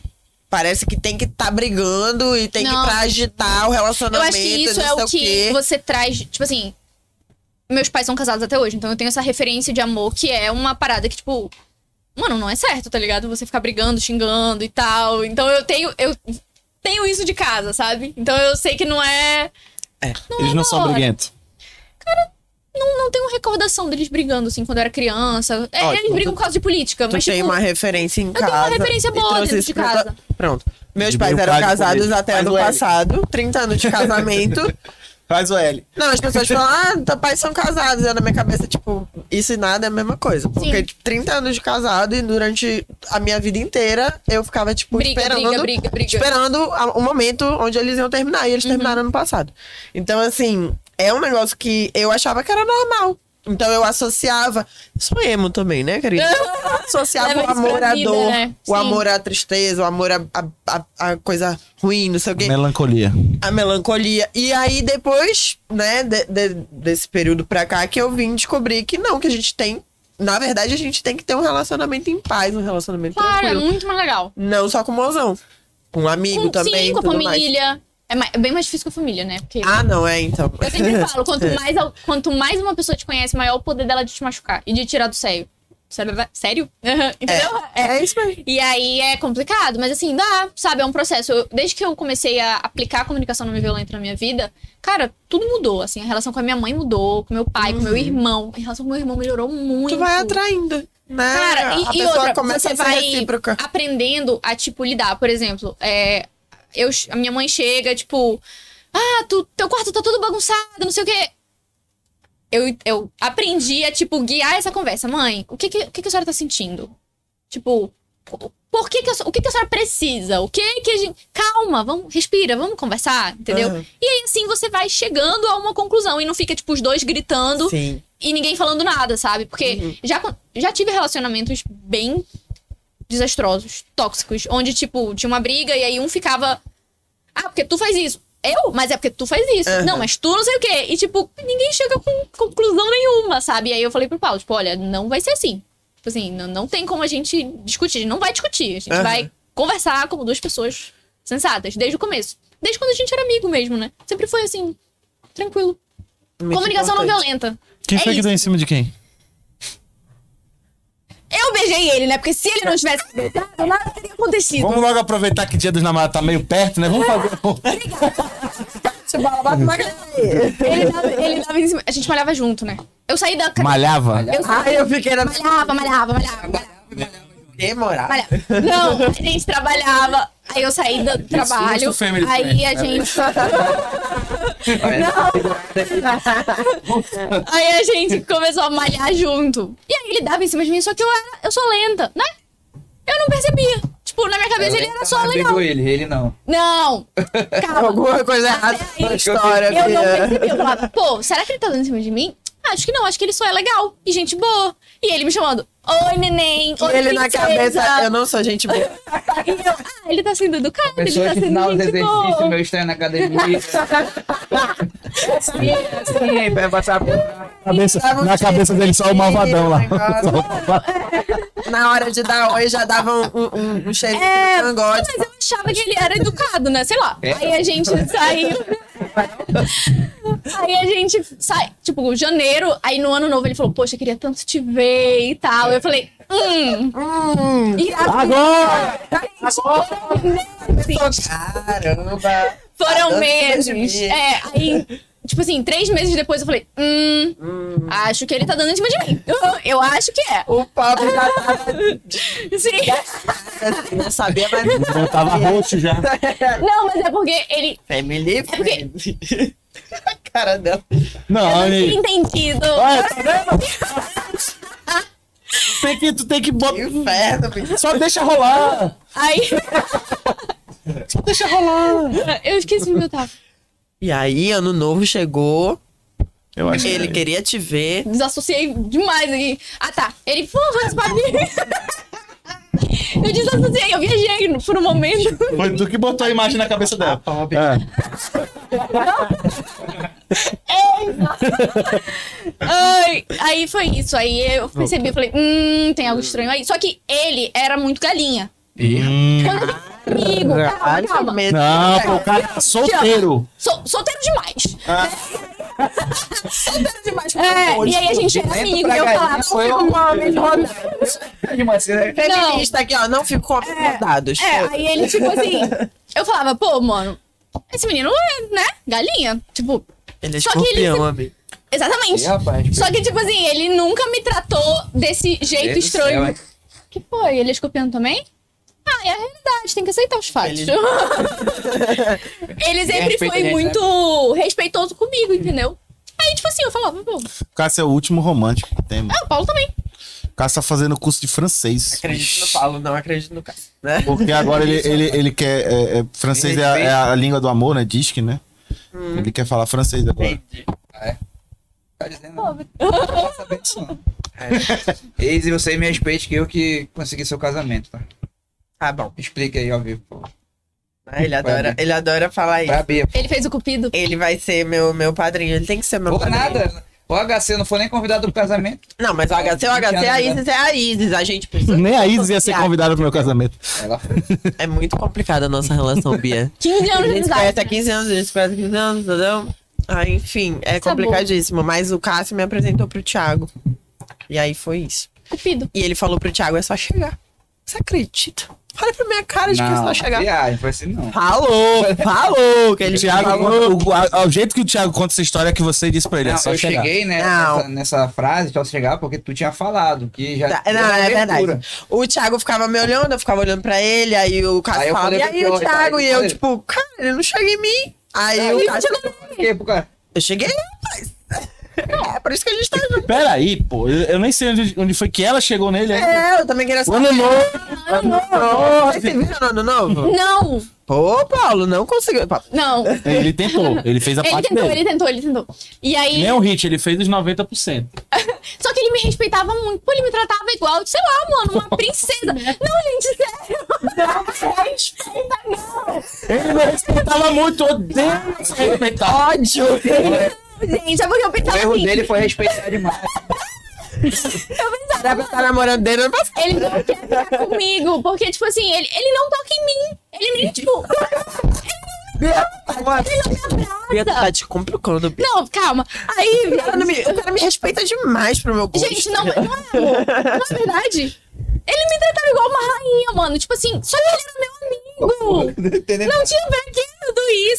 C: parece que tem que estar brigando e tem que
A: Não.
C: pra agitar o
A: Eu
C: relacionamento.
A: acho que isso
C: não
A: é
C: sei
A: o que
C: quê.
A: você traz. Tipo assim. Meus pais são casados até hoje, então eu tenho essa referência de amor que é uma parada que, tipo. Mano, não é certo, tá ligado? Você ficar brigando, xingando e tal. Então eu tenho. Eu tenho isso de casa, sabe? Então eu sei que não é. Não
B: Eles
A: é
B: não
A: da
B: são
A: hora.
B: briguentos.
A: Não, não tenho recordação deles brigando, assim, quando eu era criança. É,
C: Ótimo,
A: eles brigam
C: tu-
A: por causa de política,
C: Tu
A: mas
C: tem
A: tipo.
C: uma referência em
A: tenho
C: casa.
A: uma referência
C: e
A: boa
C: trouxe
A: dentro
C: isso
A: de
C: pra
A: casa.
C: tua- Pronto. Meus
B: De
C: pais
B: meu
C: eram
B: pai de
C: casados
B: comer.
C: até
B: Faz
C: ano
B: o L.
C: passado, 30 anos
B: (laughs)
C: de casamento.
B: Faz o L.
C: Não, as pessoas falam, ah, teus pais são casados. Eu, na minha cabeça, tipo, isso e nada é a mesma coisa. Porque,
A: Sim.
C: tipo, 30 anos de casado e durante a minha vida inteira eu ficava, tipo,
A: Briga,
C: esperando.
A: briga, briga, Uhum. briga.
C: Esperando a- o momento onde eles iam terminar. E eles terminaram ano passado. Então, assim, é um negócio que eu achava que era normal. Então eu associava. Sou emo também, né,
A: (laughs)
C: querida? Associava o
A: Leva isso pra
C: amor à
A: vida,
C: dor,
A: né?
C: o
A: Sim.
C: amor à tristeza, o amor à à- à- à coisa ruim, não sei o quê
B: Melancolia.
C: a melancolia. E aí, depois, né, de- de- desse período pra cá, que eu vim descobrir que não, que a gente tem. Na verdade, a gente tem que ter um relacionamento em paz, um relacionamento
A: Claro, é
C: tranquilo.
A: muito mais legal.
C: Não só com o mozão. Com um amigo
A: Com-
C: também.
A: Sim, com a
C: tudo mais.
A: família. É, mai- é bem mais difícil com a família, né? Porque
C: Ah, não, é então. (laughs)
A: eu sempre falo, quanto mais, al- quanto mais uma pessoa te conhece, maior o poder dela de te machucar e de tirar do sério. Sério? Sério? (laughs) Entendeu?
C: É isso mesmo.
A: E aí é complicado, mas assim, dá, sabe? É um processo. Eu- desde que eu comecei a aplicar a comunicação não violenta na minha vida, cara, tudo mudou. Assim, a relação com a minha mãe mudou, com meu pai, com meu irmão. A relação com meu irmão melhorou muito.
C: Uhum. Tu vai atraindo, né?
A: Cara, e,
C: a
A: e
C: pessoa
A: outra,
C: começa
A: você
C: a ser
A: vai
C: recíproca.
A: aprendendo a, tipo, lidar. Por exemplo, é, eu, a minha mãe chega, tipo, ah, tu, teu quarto tá todo bagunçado, não sei o quê. Eu, eu aprendi a, tipo, guiar essa conversa. Mãe, o que que, o que, que a senhora tá sentindo? Tipo, po- por que que a, se- o que que a senhora precisa? O que que a gente... Calma, vamos, respira, vamos conversar, entendeu?
C: Aham.
A: E aí, assim, você vai chegando a uma conclusão e não fica, tipo, os dois gritando
C: Sim.
A: e ninguém falando nada, sabe? Porque
C: Uhum.
A: já, con- já tive relacionamentos bem desastrosos, tóxicos, onde, tipo, tinha uma briga e aí um ficava. Ah, porque tu faz isso. Eu? Mas é porque tu faz isso.
C: Aham.
A: Não, mas tu não sei o quê. E, tipo, ninguém chega com conclusão nenhuma, sabe? E aí eu falei pro Paulo, tipo, olha, não vai ser assim. Tipo assim, não, não tem como a gente discutir. A gente não vai discutir. A gente
C: Aham.
A: vai conversar como duas pessoas sensatas, desde o começo. Desde quando a gente era amigo mesmo, né? Sempre foi assim, tranquilo.
C: Muito
A: Comunicação não
C: importante.
A: violenta.
B: Quem
A: É
B: foi que
A: isso.
B: deu em cima de quem?
A: Eu beijei ele, né? Porque se ele não tivesse beijado, nada teria acontecido.
B: Vamos logo aproveitar que Dia dos Namorados tá meio perto, né? Vamos fazer. (laughs)
C: Você fala, bota uma grande.
A: Ele dava, ele dava em cima. A gente malhava junto, né? Eu saí da academia.
B: Malhava.
A: Eu
C: Ai, eu fiquei na
A: malhava, malhava, malhava, malhava,
C: demorada. (laughs)
A: malhava. Não, a gente trabalhava. Aí eu saí do trabalho.
B: susto, family
A: Aí a
B: friend. né?
A: gente. Aí a gente começou a malhar junto. E aí ele dava em cima de mim, só que eu era. Eu sou lenta, né? Eu não percebia. Tipo, na minha
B: É,
A: cabeça ele era só
D: Ah,
A: legal.
D: pegou ele, ele não.
C: (laughs)
A: Não! Calma.
C: Alguma coisa errada na história,
A: Eu não
C: Bia.
A: percebi. Eu falava, pô, será que ele tá dando em cima de mim? Acho que não, acho que ele só é legal e gente boa. E ele me chamando, oi neném, oi
C: E ele na
A: princesa."
C: cabeça, eu não sou gente boa.
A: E eu, ah, ele tá sendo educado, ele
D: Pessoa
A: tá
D: que final
A: sendo
D: os
A: gente
D: exercícios,
A: boa.
D: meu estranho na
A: (laughs)
D: academia. Sim, assim, aí vai passar por lá.
C: Tava um
B: na cabeça dele só o
C: cheirinho,
B: malvadão (laughs) lá.
C: negócio. Na hora de dar oi, já dava um, um, um cheirinho
A: É,
C: de cangote.
A: mas eu achava que ele era educado, né? Sei lá.
D: É.
A: Aí a gente saiu. aí a gente sai, tipo, janeiro, aí no ano novo ele falou, poxa, eu queria tanto te ver e tal. Eu falei, hum. E a-
B: Agora!
C: Caramba.
A: Foram
C: Adoro
A: meses.
C: presumir.
A: É, aí, tipo assim, três meses depois eu falei, hum, acho que ele tá dando em cima de mim. (laughs) Eu, eu acho que é.
C: O Pablo já tava.
A: Sim.
C: assim, Não sabia, mas.
B: Eu tava roxo já.
A: Não, mas é porque ele.
C: Family
A: É
C: friend. (laughs) Cara dela.
B: Não,
A: Eu não
B: olha
A: tinha
B: aí.
A: entendido.
B: Olha, tá vendo? (laughs) Tem que, tu tem que botar.
C: Que um inferno, menino.
B: Só deixa rolar.
A: Aí. (laughs)
B: Só deixa rolar.
A: Eu esqueci onde eu tava.
C: E aí, ano novo chegou.
B: Eu acho
C: Ele queria te ver.
A: Desassociei demais aqui. Ah, tá. Ele. Pô, mas Fabi- (laughs) Eu desassociei, eu viajei no- por um momento. (laughs)
B: Foi tu que botou a imagem na cabeça dela.
D: Pobre.
B: É.
A: É, Ai, aí foi isso. Aí eu percebi, eu falei, hum, tem algo estranho aí. Só que ele era muito galinha. Quando ele foi comigo, calma, calma.
C: Ah, medo.
B: Não, pô, o cara é solteiro.
A: Sol, solteiro demais.
C: Solteiro demais.
A: É, e aí a gente era amigo. E eu falava,
D: Foi uma de uma cena.
C: um Feminista aqui, ó. Não fico com acomodados.
A: é, aí ele, tipo assim, eu falava, pô, mano, esse menino é, né, galinha. Tipo,
C: Ele é
A: Só que ele-
C: escorpião, amigo.
A: exatamente.
D: Ih, rapaz,
A: Só que, tipo assim, ele nunca me tratou desse jeito
D: é. Deus do céu,
A: estranho.
D: hein?
A: que foi? Ele é escorpião também? Ah, é a realidade, tem que aceitar os fatos.
C: Ele-
A: (laughs) ele sempre
D: respeita a
A: foi
D: gente,
A: muito respeitoso comigo, entendeu? Aí, tipo assim, eu falava, pô,
B: Cássio é o último romântico que tem. mano.
A: ah, o Paulo também.
B: Cássio tá fazendo curso de francês.
C: Acredito no Paulo, não acredito no Cássio. Né?
B: Porque agora ele, ele, ele quer. é, é, francês é a, é a língua do amor, né? Diz que, né? Ele quer falar francês agora.
D: Entendi. Ah, é? Tá dizendo? Não, não tá sabendo disso,
A: (laughs)
D: não. É. Eis e você me respeite que eu que consegui seu casamento, tá?
C: Tá bom.
D: Explica aí ao vivo, pô.
C: Ah, Ele adora, ele adora falar isso.
D: Pra Bia, pô.
A: Ele fez o cupido.
C: Ele vai ser meu, meu padrinho. Ele tem que ser meu
D: Ou
C: padrinho.
D: nada. O HC não foi nem convidado pro casamento.
C: Não, mas o HC, o HC, a Isis é a Isis. A gente precisa.
B: Nem a Isis ia ser convidada pro meu casamento.
D: Ela
E: É muito complicada a nossa relação, Bia.
A: 15 anos de
C: Eles conhecem há
A: amizade.
C: 15 anos, eles conhecem há 15 anos, entendeu? Ah, enfim, é
A: Tá bom.
C: complicadíssimo. Mas o Cássio me apresentou pro Thiago. E aí foi isso.
A: né? Cupido.
C: E ele falou pro Thiago, é só chegar. Você acredita? Olha pra minha cara de que é só chegar.
D: viagem, foi assim não.
C: Falou, falou. Que ele
B: Thiago,
C: falou.
B: o, o- o jeito que o Thiago conta essa história é que você disse pra ele. é
D: Não,
B: só
D: eu
B: chegar.
D: cheguei né,
C: Não.
D: nessa, nessa frase, só chegar, porque tu tinha falado que já.
C: Tá,
D: deu
C: Não,
D: uma
C: é
D: abertura.
C: verdade. O Thiago ficava me olhando, eu ficava olhando pra ele, aí o
D: Aí
C: Cássio
D: eu
C: falava,
D: falei
C: e
D: pro
C: aí o
D: Thiago,
C: Thiago? E
D: aí
C: eu,
D: ele-
C: tipo, cara, ele não chega em mim. Aí
D: Aí
C: o
D: eu
C: Cássio,
D: fiquei pro cara.
C: eu cheguei, rapaz. (laughs) É, por isso que a gente tá junto.
B: Peraí, pô. Eu, eu nem sei onde, onde foi que ela chegou nele. É.
C: É, eu também queria
B: Ano
C: saber.
B: novo. Ano
C: Vocês
B: novo.
C: viram no ano novo?
A: Não,
C: Pô, Paulo, não conseguiu. Pa-
A: não.
B: Ele tentou. Ele fez a
A: Ele
B: parte
A: tentou,
B: dele.
A: ele tentou, ele tentou. E aí.
B: Nem o hit, ele fez os 90%.
A: (laughs) Só que ele me respeitava muito. Pô, ele me tratava igual, sei lá, mano, uma princesa. não,
B: né?
A: gente, sério. Não, respeita, não.
B: Ele não respeitava muito, eu odeio se respeitar.
C: Ódio!
A: (laughs) Gente, é porque eu
D: O
A: pensava
D: erro
A: assim.
D: dele foi respeitar demais.
A: Eu pensava, assim,
C: Deve estar namorando dele ano passado.
A: ele não quer ficar comigo. Porque, tipo assim, ele, ele não toca em mim. Ele me, tipo. ele não me
E: Bia, tu tá
A: abraça.
E: te complicando, Bia.
A: Não, calma. Aí,
C: O cara, não me, o cara me respeita demais pro meu gosto.
A: Gente, não, não é, amor.
C: (laughs)
A: Não é verdade. Ele me tratava igual uma rainha, mano. Tipo assim, só que ele era meu amigo.
D: Entendeu?
A: Não tinha vergonha tudo
C: (laughs)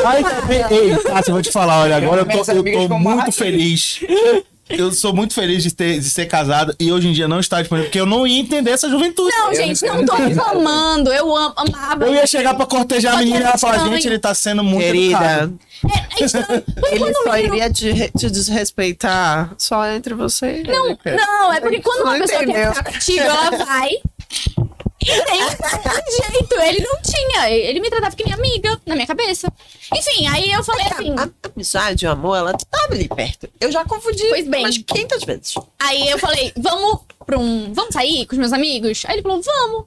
A: isso.
B: Ai, tá bem- Ei, Cássio, eu vou te falar, olha, agora eu tô,
D: Minhas
B: eu
D: amigas
B: tô
D: ficam
B: muito
D: amarradinhas.
B: feliz. Eu sou muito feliz de, ter, de ser casado e hoje em dia não está disponível, porque eu não ia entender essa juventude.
A: Não, gente, não tô reclamando. Eu am- amava.
B: eu ia chegar pra cortejar a
A: Só que
B: menina e
A: era
B: ela falar,
A: estranho.
B: gente, ele tá sendo muito
C: Querida,
B: educado.
A: É,
C: (laughs)
A: é estranho. Porque
C: ele
A: quando um o
C: só
A: menino-
C: iria te, re- te desrespeitar só entre você. e ele,
A: Não,
C: cara.
A: não, é porque quando uma
C: Não
A: pessoa
C: entendeu.
A: quer ficar contigo, ela vai.
C: (laughs)
A: E tem jeito, ele não tinha. Ele me tratava que minha amiga, na minha cabeça. Enfim, aí eu falei assim.
C: tá, A amizade, o amor, ela tava ali perto. Eu já confundi
A: Pois bem.
C: umas 500 vezes.
A: Aí eu falei, vamos pra um. Vamos sair com os meus amigos? Aí ele falou, vamos.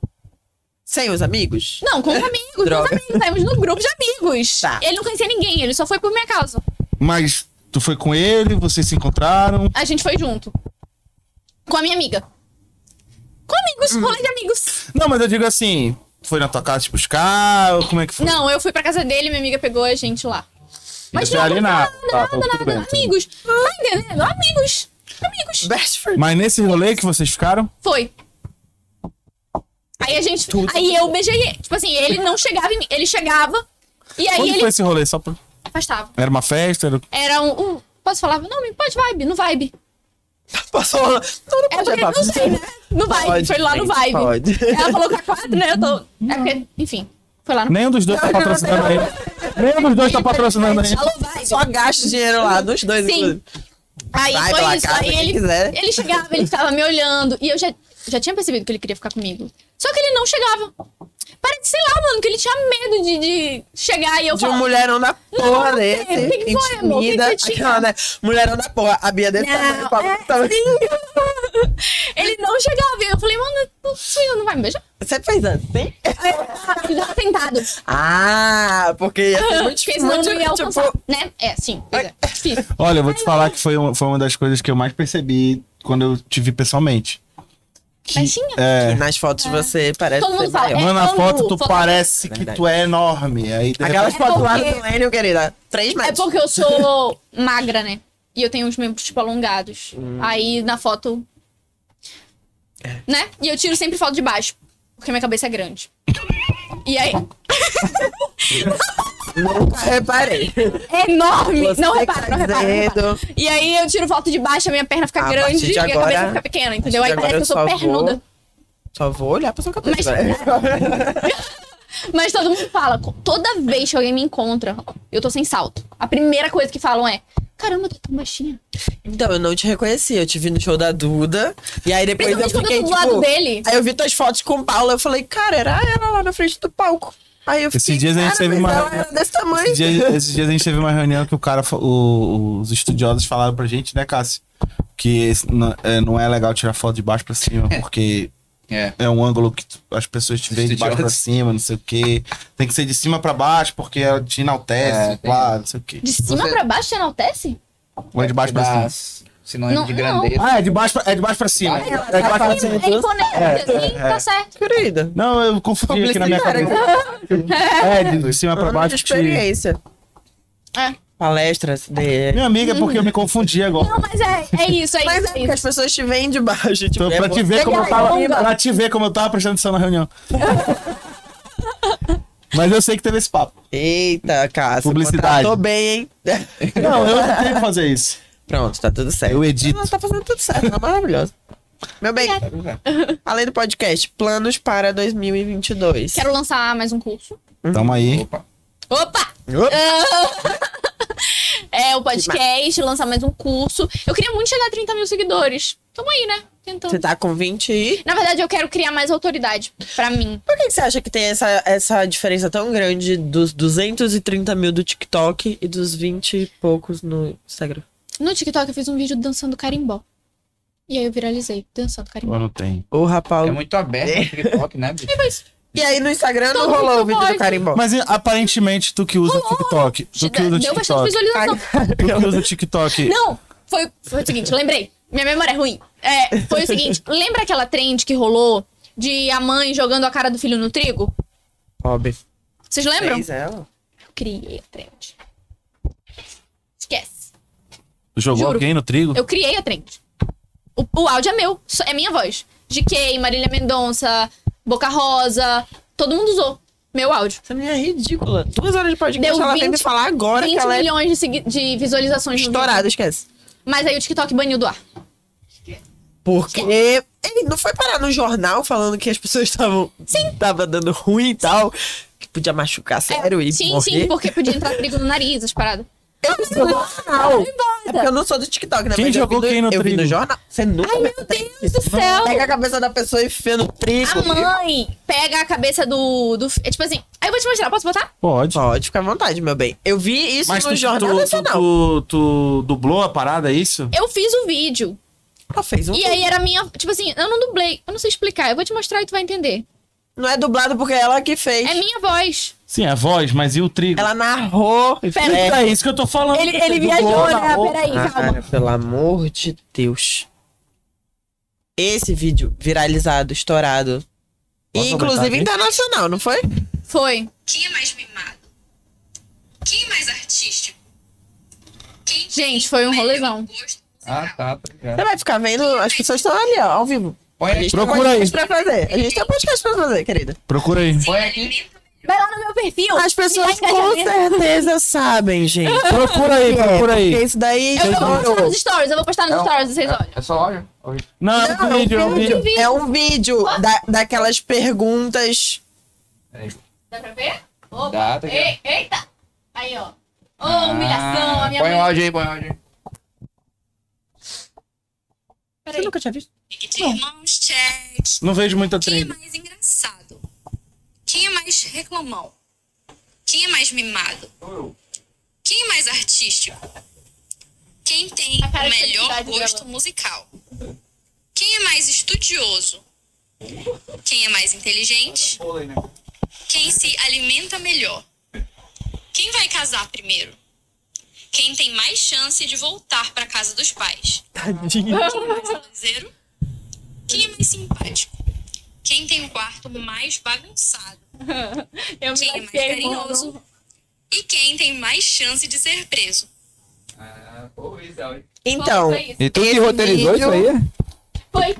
C: Sem os amigos?
A: Não,
B: (laughs)
A: com os amigos, com os
C: Droga.
A: amigos. Saímos no grupo de amigos.
C: Tá.
A: Ele não conhecia ninguém, ele só foi por minha causa.
B: Mas tu foi com ele, vocês se encontraram.
A: A gente foi junto. Com a minha amiga. Com amigos,
B: Hum.
A: rolê de amigos.
B: Não, mas eu digo assim, foi na tua casa te buscar, ou como é que foi?
A: Não, eu fui pra casa dele, minha amiga pegou a gente lá. Mas
B: Você
A: não,
B: ali
A: não,
B: na-
A: nada,
B: tá,
A: nada,
B: tudo
A: nada,
B: bem,
A: nada.
B: tudo
A: Amigos. Tá entendendo? Amigos. Amigos.
C: (laughs) Best friend.
B: Mas nesse rolê que vocês ficaram,
A: Foi. Aí a gente. Aí eu beijei ele. Tipo assim, ele não chegava em mim. Ele chegava. E aí
B: onde
A: ele
B: foi esse rolê? Só pra...
A: afastava.
B: Era uma festa? Era...
A: Era um. um- posso falar? Não, me pode vibe, no vibe.
C: Passou. Não, não
A: É
C: pode
A: porque
C: levar.
A: não sei, né? No vibe,
C: Pode,
A: foi lá no
C: gente,
A: vibe.
C: pode.
A: Ela falou que a quatro, né? Eu tô. É porque, enfim, foi lá no
B: Nenhum dos dois tá patrocinando aí. Nenhum dos dois tá patrocinando aí.
A: Alô, vibe.
C: Só gasta o dinheiro lá, dos dois,
A: Sim.
C: inclusive.
A: Aí
C: Vai
A: foi
C: pela
A: isso.
C: casa,
A: aí
C: quem
A: ele,
C: quiser.
A: ele chegava, ele ficava me olhando. E eu já, já tinha percebido que ele queria ficar comigo. Só que ele não chegava. Parece, sei lá, mano, que ele tinha medo de, de chegar e eu
C: De um
A: falava.
C: mulherão da porra
A: não sei,
C: desse.
A: o que que foi, amor? O que que
C: intimida.
A: você tinha?
C: Aquela, né? Mulherão da porra. A Bia desse tamanho, o Paulo desse
A: Não, é,
C: tamanho.
A: sim. (laughs) ele não chegava. E eu falei, mano, tu sumiu, não vai me (laughs) beijar?
C: Você fez assim?
A: Aí Ele tava tentado.
C: Ah, porque ia
A: (laughs)
C: ser muito
A: Porque senão não ia
C: muito,
A: alcançar,
C: tipo,
A: né? É, sim. Pois é.
C: (laughs)
A: Difícil.
B: Olha, eu vou te falar que foi, um- foi uma das coisas que eu mais percebi quando eu te vi pessoalmente. Que,
A: Baixinha?
B: é,
C: Nas fotos você parece
A: Todo mundo
C: ser
A: fala,
C: maior.
A: é,
B: mano, na
A: ângulo,
B: foto tu
A: foto-
B: parece que
C: Verdade.
B: tu é enorme. Aí, de
C: Aquelas
B: repente-
C: fotos lá
A: é porque-
C: do Enio, querida. Três
A: É
C: metros.
A: porque eu sou magra, né? E eu tenho os membros, tipo, alongados.
C: Hum.
A: Aí na foto.
C: É.
A: Né? E eu tiro sempre foto de baixo. Porque minha cabeça é grande.
C: (laughs)
A: E aí.
C: Nunca
A: (laughs)
C: reparei.
A: É enorme!
C: Você
A: não
C: tá
A: repara, não repara, não repara.
C: dizendo. Ah,
A: E aí eu tiro foto de baixo, a minha perna fica
C: A partir
A: grande
C: de
A: e a
C: agora-
A: cabeça fica pequena, entendeu?
C: a
A: Aí
C: partir de
A: parece que eu sou
C: agora eu só vou-
A: pernuda.
C: Só vou olhar pra sua cabeça.
A: Mas todo mundo fala, co- toda vez que alguém me encontra, eu tô sem salto. A primeira coisa que falam é: caramba, eu tô tão baixinha.
C: Então, eu não te reconheci. Eu te vi no show da Duda. E aí depois eu
A: Principalmente quando
C: fiquei,
A: eu tô
C: tipo...
A: do lado dele.
C: Aí eu vi tuas fotos com o Paulo. Eu falei, cara, era ela lá na frente do palco. Aí eu
B: Esses
C: fiquei,
B: dias a gente
C: cara,
B: teve
C: mas
B: uma-
C: ela era desse tamanho.
B: Esses dias, esses dias a gente teve uma reunião que o cara, fa- o- os estudiosos falaram pra gente, né, Cássio? Que esse n- é, não é legal tirar foto de baixo pra cima, porque
D: É.
B: é um ângulo que tu- as pessoas te veem de baixo pra
D: Estudiosos.
B: cima, não sei o quê. Tem que ser de cima pra baixo, porque ela te enaltece,
D: É, tem-
B: pá, não sei o quê.
A: De cima
D: Você-
A: pra baixo é você enaltece?
B: Ou é de baixo pra cima?
D: Das- Sinônimo
A: Não,
D: de
A: não.
D: grandeza.
B: Ah, é de baixo pra, é de baixo pra cima.
D: Vai,
B: É de É. baixo pra cima.
A: É imponente, sim, tá certo.
C: Querida.
B: Não, eu confundi aqui na minha
C: Publicitária.
B: cabeça. É, de cima pra
C: Ano
B: baixo.
C: de
B: que te-
C: experiência.
A: É.
E: Palestras de.
B: Minha amiga, é porque eu me confundi agora.
A: Não, mas é, é isso, é
C: Mas
A: isso.
C: é porque as pessoas te veem de baixo. Tipo,
B: Então,
A: é
B: pra, te ver como eu tava, pra te ver como eu tava prestando atenção na reunião. Mas eu sei que teve esse papo.
C: Eita, Cássio.
B: Publicidade.
C: Tô
B: (laughs)
C: bem, hein?
B: Não, eu não tenho que fazer isso.
C: Pronto, tá tudo certo.
B: Eu edito.
C: Ela tá fazendo tudo certo, tá maravilhosa. Meu bem, além do podcast, planos para 2022.
A: Quero lançar mais um curso.
B: Tamo aí.
D: Opa.
A: Opa! É, o podcast, lançar mais um curso. Eu queria muito chegar a 30 mil seguidores. Tamo aí, né? Tentando.
C: Você tá com 20 e...
A: Na verdade, eu quero criar mais autoridade pra mim.
C: Por que, que você acha que tem essa, essa diferença tão grande dos 230 mil do TikTok e dos 20 e poucos no Instagram?
A: No TikTok, eu fiz um vídeo dançando carimbó. E aí eu viralizei, dançando carimbó.
B: Eu não tenho.
C: Ô,
D: É
C: rapaz.
D: muito aberto
C: É.
D: o TikTok, né, bicho?
C: E aí no Instagram não
A: Todo
C: rolou
A: mundo
C: o vídeo
A: pode.
C: do carimbó.
B: Mas e, aparentemente, tu que usa o TikTok. Tu que usa o
A: Deu
B: TikTok.
A: bastante visualização.
B: Tu que usa o TikTok.
A: Não, foi, foi o seguinte, lembrei. Minha memória é ruim. É, foi o seguinte, lembra aquela trend que rolou de a mãe jogando a cara do filho no trigo?
E: Pobre.
A: Vocês lembram?
C: Fez ela?
A: Eu criei a trend. Esquece.
B: Tu jogou
A: Juro.
B: alguém no trigo?
A: Eu criei a trend. O, o áudio é meu, só- é minha voz. GK, Marília Mendonça, Boca Rosa, todo mundo usou meu áudio.
C: Essa menina é ridícula. Duas horas de podcast,
A: Deu
C: ela
A: 20
C: tenta falar agora que
A: 20
C: ela é
A: milhões de, segui- de visualizações no vídeo.
C: estourada, esquece.
A: Mas aí o TikTok baniu do ar.
C: Porque ele não foi parar no jornal falando que as pessoas estavam tava dando ruim e tal, que podia machucar sério e
A: É, sim,
C: morrer.
A: sim, porque podia entrar trigo no nariz, as paradas.
C: Eu vi no jornal. É porque eu não sou do TikTok, né?
B: Quem
C: Mas
B: jogou
C: eu vi
B: quem no
C: Eu vi
B: trigo?
C: no jornal. Você nunca
A: Ai,
C: vai
A: meu
C: fazer
A: Deus do
C: isso.
A: céu.
C: Pega a cabeça da pessoa e enfia no trigo.
A: A mãe pega a cabeça do. do é tipo assim. Aí eu vou te mostrar, posso botar?
B: Pode.
C: Pode ficar à vontade, meu bem. Eu vi isso no Jornal Nacional.
B: tu, tu dublou a parada, é isso?
A: Eu fiz o vídeo.
C: Ela fez um.
A: E aí era minha. Tipo assim, eu não dublei. Eu não sei explicar. Eu vou te mostrar e tu vai entender.
C: Não é dublado porque ela que fez.
A: É minha voz.
B: Sim, a voz, mas e o trigo?
C: Ela narrou.
A: Pera.
B: É, isso que eu tô falando.
A: Ele, ele
B: Dublou
A: viajou,
B: na
A: né?
B: outra.
A: Peraí, calma.
C: Ah, Cara, pelo amor de Deus. Esse vídeo viralizado, estourado.
B: Posso
C: E,
B: aumentar
C: inclusive
B: aqui?
C: internacional, não foi?
A: Foi.
F: Quem é mais mimado? Quem é mais artístico? Quem
A: Gente, foi um rolezão.
F: gosto?
D: Ah, tá, tá
C: Você
D: ligado.
C: vai ficar vendo, as pessoas estão ali, ó, ao vivo.
D: Põe
C: A gente
D: aqui,
C: tem
B: Procura aí.
C: podcast pra fazer. A gente tem um podcast pra fazer, querida.
B: Procura aí.
D: põe aqui.
A: Vai lá no meu perfil.
C: As pessoas
A: me dá
C: com
A: engajamento.
C: certeza sabem, gente.
B: Procura aí, procura
C: Porque
B: É, aí.
C: isso daí é um
A: Eu vou
C: estourou.
A: postar nos stories, eu vou postar nos stories, vocês
C: Ah.
A: olham.
D: É, é só olha. olha.
B: Não, é
C: Não,
B: um vídeo, é um vídeo.
C: É um vídeo da, daquelas perguntas.
D: Peraí.
A: Dá pra ver? Opa.
D: Dá, tá aqui.
A: Ei, eita! Aí, ó. Ô,
D: Ah,
A: humilhação, a minha
D: Põe o
A: mãe.
D: áudio aí, põe o áudio aí.
C: Você nunca tinha visto?
F: Pique é de irmãos, check.
B: Não vejo muita
F: Quem é
B: trilha.
F: mais engraçado? Quem é mais reclamão? Quem é mais mimado? Quem é mais artístico? Quem tem
A: A cara
F: o
A: de
F: melhor
A: felicidade
F: gosto
A: dela.
F: musical? Quem é mais estudioso? Quem é mais inteligente? Quem se alimenta melhor? Quem vai casar primeiro? Quem tem mais chance de voltar para casa dos pais? Quem é mais bagunceiro? Quem é mais simpático? Quem tem o quarto mais bagunçado?
A: Eu
F: Quem é
A: lasquei,
F: mais
A: mano.
F: carinhoso? E quem tem mais chance de ser preso?
D: Ah, pô, esse áudio.
C: Então,
A: Foi isso.
D: E tu que
C: Esse
D: roteirizou
C: vídeo-
D: isso aí?
A: Foi.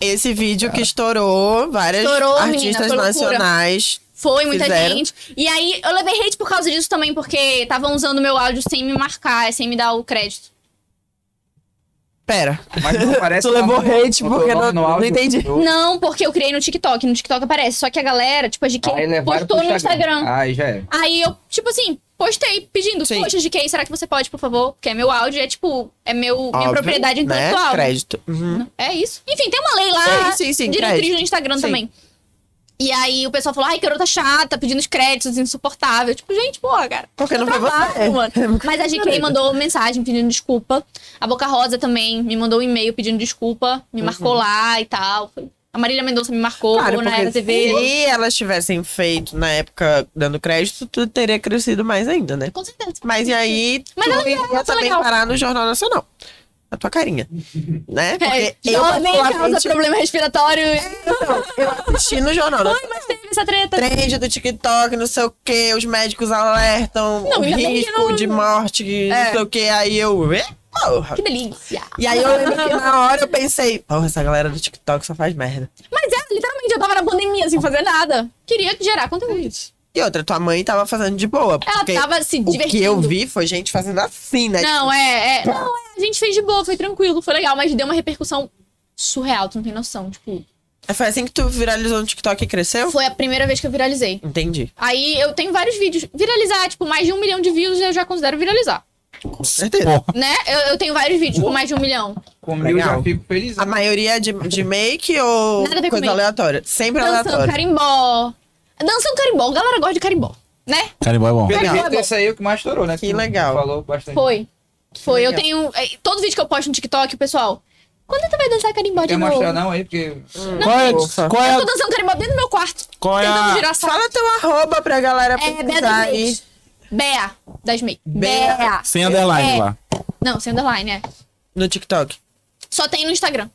C: esse vídeo que estourou, várias
A: Estourou, menina,
C: artistas
A: foi loucura.
C: nacionais.
A: Foi, muita
C: Fizeram.
A: gente. E aí, eu levei hate por causa disso também, porque estavam usando meu áudio sem me marcar, sem me dar o crédito.
C: Pera.
D: Mas não parece
C: Tu
D: que tá
C: levou
D: no-
C: hate
D: no teu
C: porque
D: nome
C: não-
D: no
C: não
D: áudio.
C: entendi.
D: Eu-
A: Não, porque eu criei no TikTok. No TikTok aparece. Só que a galera, tipo, a GK
D: Aí levaram
A: postou
D: pro
A: no Instagram.
D: Aí já é.
A: Aí eu, tipo assim, postei pedindo,
C: Sim.
A: poxa, GK, será que você pode, por favor? Porque é meu áudio, é tipo, é meu, minha
C: Óbvio, né?
A: propriedade
C: É
A: intelectual.
C: Crédito. Uhum.
A: É isso. Enfim, tem uma lei lá.
C: Sim, sim, sim,
A: diretriz
C: crédito.
A: no Instagram
C: Sim.
A: também. E aí o pessoal falou, ai, garota chata, pedindo os créditos, insuportável. Tipo, gente, porra, cara. tá
C: Porque não foi você. É.
A: trabalho, mano.
C: (laughs)
A: Mas a GK
C: Beleza.
A: mandou mensagem pedindo desculpa. A Boca Rosa também me mandou um e-mail pedindo desculpa. Me marcou lá e tal. Foi A Marília Mendonça me marcou
C: Claro,
A: na
C: Uhum. porque
A: Era TV.
C: se elas tivessem feito na época dando crédito, tudo teria crescido mais ainda, né?
A: Com certeza.
C: Mas e aí,
A: Mas
C: tu
A: ela
C: ia
A: era
C: também
A: legal.
C: parar no Jornal Nacional. A tua carinha. Né? Porque
A: É,
C: eu,
A: ela nem causa
C: particularmente,
A: problema respiratório.
C: não, eu assisti no Jornal Nacional.
A: Ai, mas teve essa treta.
C: Trend do TikTok, não sei o que, os médicos alertam
A: Não,
C: o
A: ainda bem que
C: risco
A: não- É.
C: de morte, que não sei o que, aí eu. "Ê, Porra.
A: Que delícia.
C: E aí eu lembro que na hora eu pensei, porra, essa galera do TikTok só faz merda.
A: Mas é, literalmente, eu tava na pandemia sem fazer nada. Queria gerar conteúdo.
C: E outra, tua mãe tava fazendo de boa.
A: Ela
C: É porque
A: tava se divertindo.
C: O que eu vi foi gente fazendo assim, né?
A: Não, é, é. Não, é, a gente fez de boa, foi tranquilo, foi legal, mas deu uma repercussão surreal, tu não tem noção. Tipo,
C: Foi assim que tu viralizou no TikTok e cresceu?
A: foi a primeira vez que eu viralizei.
C: Entendi.
A: Aí eu tenho vários vídeos. Viralizar, tipo, mais de um milhão de views eu já considero viralizar.
C: Com certeza.
B: Porra.
A: Né? Eu, eu tenho vários vídeos com mais de um milhão.
D: Com mil eu já
C: Legal.
D: fico feliz.
C: A maioria é de, de make ou
A: Nada a ver com
C: coisa
A: make.
C: aleatória? Sempre
A: Dançando
C: aleatória.
A: carimbó. Dançando carimbó, a galera gosta de carimbó, né?
B: Carimbó é bom.
D: Pelo
C: legal.
D: jeito, esse aí é o que mais estourou, né?
C: Que
D: Tu
C: legal.
D: Falou bastante.
A: Foi. Foi. Eu
C: legal.
A: tenho. é, Todo vídeo que eu posto no TikTok, o pessoal. Quando tu vai dançar carimbó de
D: Quer
A: novo?
D: mostrar
B: né?
D: não aí, porque...
C: Hum.
B: Qual é,
C: Ufa.
B: qual é,
A: Eu tô dançando carimbó dentro do meu quarto.
B: Qual é
A: tentando
B: a-
A: girar só.
C: Fala teu arroba pra galera
A: É, Bea
C: pesquisar
A: das
C: aí.
A: Meias. Bea das Meias.
C: Bea.
A: Bea.
B: sem underline
A: É.
B: lá.
A: Não, sem underline, é.
C: No TikTok.
A: Só tem no Instagram.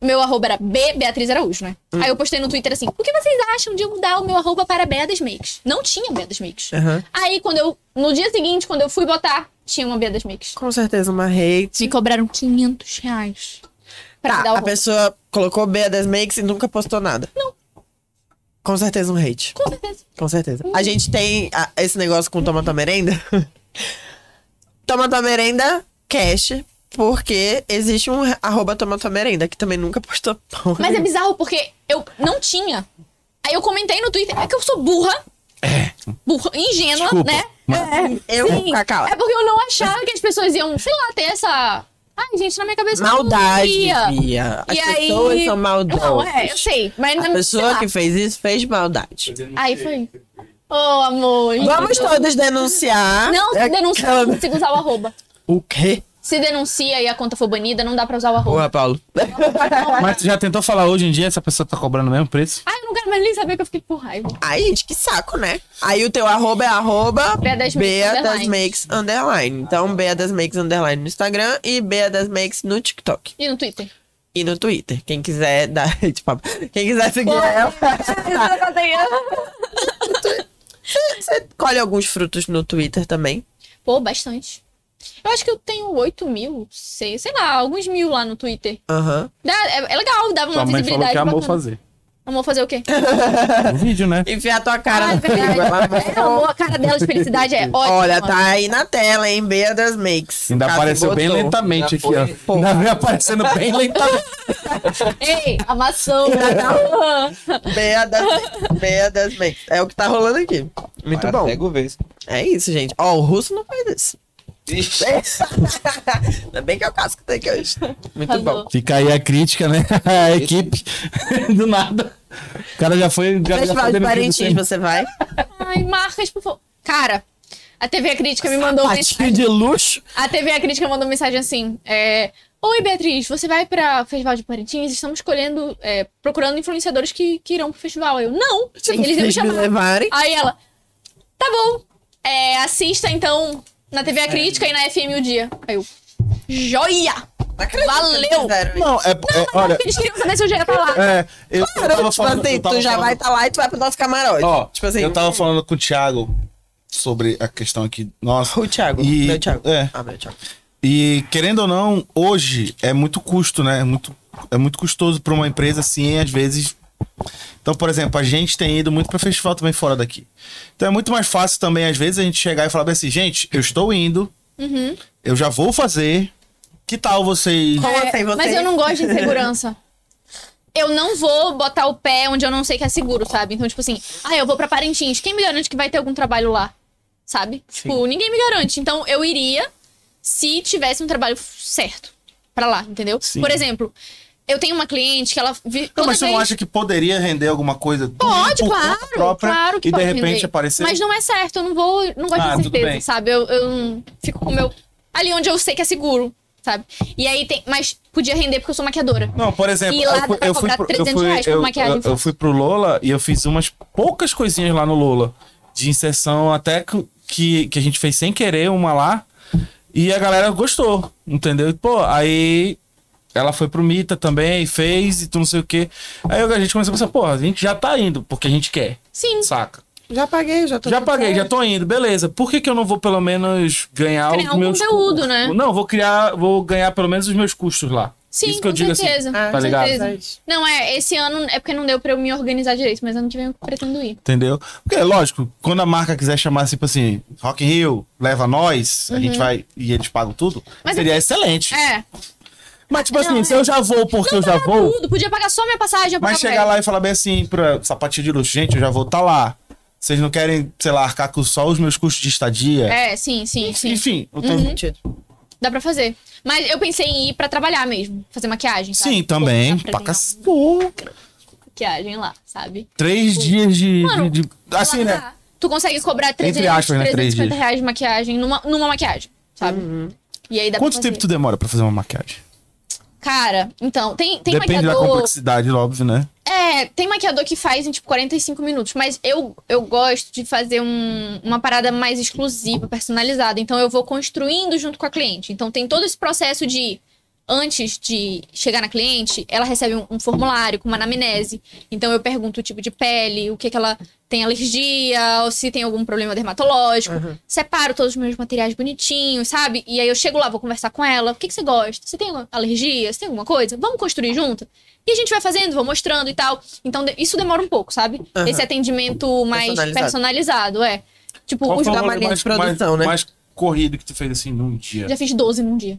A: Meu arroba era B Beatriz Araújo, né?
C: Hum.
A: Aí eu postei no Twitter assim: o que vocês acham de eu mudar o meu arroba para Bea das Makes? Não tinha Bea das Makes.
C: Aham.
A: Aí quando eu. No dia seguinte, quando eu fui botar, tinha uma Bea das Makes.
C: Com certeza, uma hate.
A: Me cobraram 500 reais pra me dar o
C: Tá, a
A: arroba.
C: pessoa colocou B das makes e nunca postou nada. Não. Com certeza um hate.
A: Com certeza.
C: Com certeza. A gente tem ah, esse negócio com Toma Tua Merenda. (laughs) Toma Tua Merenda Cash. Porque existe um arroba Toma Tua Merenda, que também nunca postou porra.
A: Mas é bizarro porque eu não tinha. Aí eu comentei no Twitter, é que eu sou burra.
C: É.
A: Burra, ingênua,
B: Desculpa,
A: né?
C: eu
A: Sim.
C: Cacau.
A: É porque eu não achava que as pessoas iam, sei lá, ter essa. Ai, gente, na minha cabeça. eu não
C: Maldade,
A: via.
C: Bia. As
A: E aí-
C: pessoas são maldosas.
A: Não, é, eu sei. Mas
C: A
A: não. sei
C: pessoa
A: lá.
C: que fez isso fez maldade.
A: Aí foi. Ô, amor.
C: Vamos todos denunciar.
A: Não, se
C: É
A: denuncia,
C: aquela-
A: não consigo usar o arroba.
C: O quê?
A: Se denuncia e a conta for banida, não dá pra usar o arroba.
C: Boa, Paulo.
B: Mas tu já tentou falar hoje em dia essa pessoa tá cobrando o mesmo preço?
A: Ai, eu não quero mais nem saber que eu fiquei com raiva.
C: Ai, gente, que saco, né? Aí o teu arroba é arroba
A: Bea das Makes
C: Bea das
A: underline.
C: Makes underline. Então, Bea das Makes underline no Instagram e Bea das Makes no TikTok
A: E
C: (laughs)
A: no Twitter? e
C: e no Twitter. Quem quiser dar (laughs) hate papo. Quem quiser seguir ela, você colhe alguns frutos no Twitter também.
A: Pô, bastante. Eu acho que eu tenho 8 mil, sei, sei lá, alguns mil lá no Twitter.
C: Aham. (laughs)
A: Dá, é, é legal, dava uma
B: Tua mãe falou
A: visibilidade.
B: que amou
A: bacana.
B: fazer.
A: Amor fazer o quê?
B: No vídeo, né?
C: Enfiar tua cara
A: Ah, é
C: no
A: verdade.
C: frigo. ela vai-
A: É, amor, a cara dela de felicidade é ótima.
C: Olha, tá aí na tela, hein? Bea das Makes.
B: Ainda
C: Caso
B: apareceu bem
C: botou.
B: lentamente
D: Já
B: aqui, ó.
C: foi.
B: Ainda veio aparecendo bem lentamente.
A: Ei, amassou.
C: Tá, Bea das Makes. Bea das Makes. É o que tá rolando aqui. Muito
D: Agora
C: bom.
D: Pega o vez.
C: É isso, gente. Ó, o russo não faz isso. É
D: Ixi,
C: (laughs) Ainda bem que é o casco daqui hoje. Muito bom.
A: Arrasou.
B: Fica aí a crítica, né? (laughs) A equipe. (laughs) Do nada. O cara já foi. Já, tá já
C: Festival
B: foi
C: de
B: demitido sem-
C: Parintins, você vai?
A: Ai, marcas, por favor. Cara, a TV Crítica me mandou mensagem.
C: Patinho de luxo.
A: A TV Crítica mandou mensagem assim: é, Oi, Beatriz, você vai pra Festival de Parintins? Estamos escolhendo, é, procurando influenciadores que, que irão pro festival. Eu, não, sei que eles iam
C: Vocês
A: me
C: me
A: chamar.
C: levarem.
A: Aí ela, tá bom, é, assista então na TV Crítica e na FM o dia. Aí eu, joia! Valeu!
B: Não, é, é, olha.
A: Eles queriam saber se eu já ia pra lá.
B: É, eu, eu
C: Cara,
B: tava
C: tipo
B: falando.
C: assim,
B: eu tava
C: tu já
B: falando-
C: vai estar lá e tu vai pro nosso camarote.
B: Ó,
C: tipo assim,
B: eu tava falando com o Thiago sobre a questão aqui. Nossa.
C: o Thiago,
B: E,
C: meu Thiago.
B: É.
C: Ah, meu Thiago.
B: E querendo ou não, hoje é muito custo, né? É muito, é muito custoso para uma empresa assim, às vezes. Então, por exemplo, a gente tem ido muito para festival também fora daqui. Então é muito mais fácil também, às vezes, a gente chegar e falar bem assim, gente, eu estou indo,
A: Uhum.
B: eu já vou fazer. Que tal vocês.
C: Como
A: É,
C: assim, você-
A: Mas eu não gosto de insegurança. Eu não vou botar o pé onde eu não sei que é seguro, sabe? Então, tipo assim, ah, eu vou pra Parintins. Quem me garante que vai ter algum trabalho lá? Sabe? Tipo, ninguém me garante. Então, eu iria se tivesse um trabalho certo pra lá, entendeu?
B: Sim.
A: Por exemplo, eu tenho uma cliente que ela. Vi,
B: Não,
A: toda
B: mas você não
A: vez-
B: acha que poderia render alguma coisa?
A: Pode,
B: por conta
A: claro.
B: própria
A: claro que
B: E de
A: pode
B: repente
A: render.
B: aparecer.
A: Mas não é certo, eu não vou. Não gosto
B: Ah,
A: de
B: tudo bem.
A: certeza, sabe? Eu, eu não fico com o meu. Ali onde eu sei que é seguro. sabe? E aí tem. Mas podia render porque eu sou maquiadora.
B: Não, por exemplo,
A: E lá
B: eu,
A: dá
B: fui-
A: pra
B: eu fui
A: cobrar
B: pro, eu
A: 300
B: fui,
A: reais por
B: eu-
A: maquiagem.
B: eu- eu fui pro Lola e eu fiz umas poucas coisinhas lá no Lola. De inserção até que- que, que a gente fez sem querer uma lá. E a galera gostou, entendeu? E, pô, aí ela foi pro Mita também, fez e tu não sei o quê. Aí a gente começou a pensar, porra, a gente já tá indo porque a gente quer,
A: Sim.
B: saca?
C: Já paguei, já tô
B: Já paguei, já tô indo, beleza. Por que, que eu não vou pelo menos ganhar
A: Criar
B: os
A: um
B: meus
A: conteúdo,
B: cu-
A: né?
B: Não, vou criar, vou ganhar pelo menos os meus custos lá.
A: Sim,
B: Isso que eu
A: com
B: digo
A: certeza.
B: assim, tá
A: com
B: ligado?
A: certeza. Não, é, esse ano é porque não deu pra eu me organizar direito, mas ano que vem eu pretendo ir.
B: Entendeu? Porque, lógico, quando a marca quiser chamar, tipo assim, Rock in Rio, leva nós, a gente vai e eles pagam tudo,
A: Uhum. Mas
B: seria excelente.
A: É.
B: Mas, tipo assim,
A: Não,
B: se eu já vou porque eu já vou,
A: Tudo, podia pagar só minha passagem. eu
B: mas
A: pagava
B: chegar
A: pra
B: lá e falar bem assim, pra sapatinho de luxo, gente, eu já vou estar lá. Vocês não querem, sei lá, arcar com só os meus custos de estadia?
A: ela. É, sim, sim, sim.
B: Enfim, eu
A: Uhum.
B: tô-
A: Dá pra fazer. Mas eu pensei em ir pra trabalhar mesmo, fazer maquiagem. sabe?
B: sim, também.
A: Pô, dá
B: Pra
A: pra ganhar
B: cac-
A: um
B: Pô,
A: maquiagem lá, sabe?
B: Três dias de,
A: Mano,
B: de- de- Assim,
A: Lá,
B: né?
A: Tu consegue cobrar 300,
B: aspas, né, três
A: 350
B: dias. Uhum.
A: reais de maquiagem numa, numa maquiagem, sabe? E aí dá
B: Quanto
A: pra
B: tempo tu
A: fazer.
B: demora pra fazer uma maquiagem?
A: Cara, então, tem, tem
B: Depende da
A: maquiador.
B: complexidade, óbvio, né?
A: É, tem maquiador que faz em tipo 45 minutos, mas eu, eu gosto de fazer um- uma parada mais exclusiva, personalizada. Então eu vou construindo junto com a cliente. Então tem todo esse processo de. Antes de chegar na cliente, ela recebe um, um formulário com uma anamnese. Então eu pergunto o tipo de pele, o que, que ela tem alergia, ou se tem algum problema dermatológico.
C: Uhum.
A: Separo todos os meus materiais bonitinhos, sabe? E aí eu chego lá, vou conversar com ela. O que, que você gosta? Você tem alergia? Você tem alguma coisa? Vamos construir junto? E a gente vai fazendo, vou mostrando e tal. Então, de- isso demora um pouco, sabe?
C: Aham.
A: Esse atendimento mais
C: Personalizado.
A: personalizado, é. Tipo,
B: Qual
A: os
B: foi o
C: da
A: da...
B: rolê
C: Maria de produção,
B: mais,
C: né?
B: mais corrido que tu fez assim num dia.
A: já fiz 12 num dia.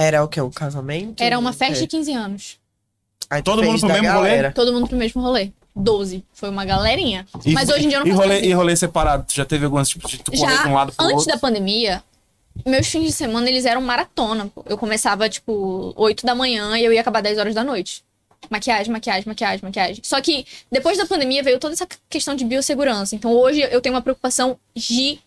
C: Era o quê? O casamento?
A: Era uma festa
C: É.
A: de 15 anos.
C: Aí tu
B: Todo
C: fez
B: mundo pro
C: da
B: mesmo rolê?
C: galera.
A: Todo mundo pro mesmo rolê. 12. Foi uma galerinha.
B: E-
A: Mas hoje em dia eu não
B: e
A: faço
B: rolê,
A: mais
B: e rolê separado. Tu já teve algumas, tipo, de tu correr
A: já
B: de um lado pro
A: antes
B: outro?
A: da pandemia, meus fins de semana eles eram maratona. pô. Eu começava tipo 8 da manhã e eu ia acabar 10 horas da noite. Maquiagem, maquiagem, maquiagem, maquiagem. Só que depois da pandemia veio toda essa questão de biossegurança. Então hoje eu tenho uma preocupação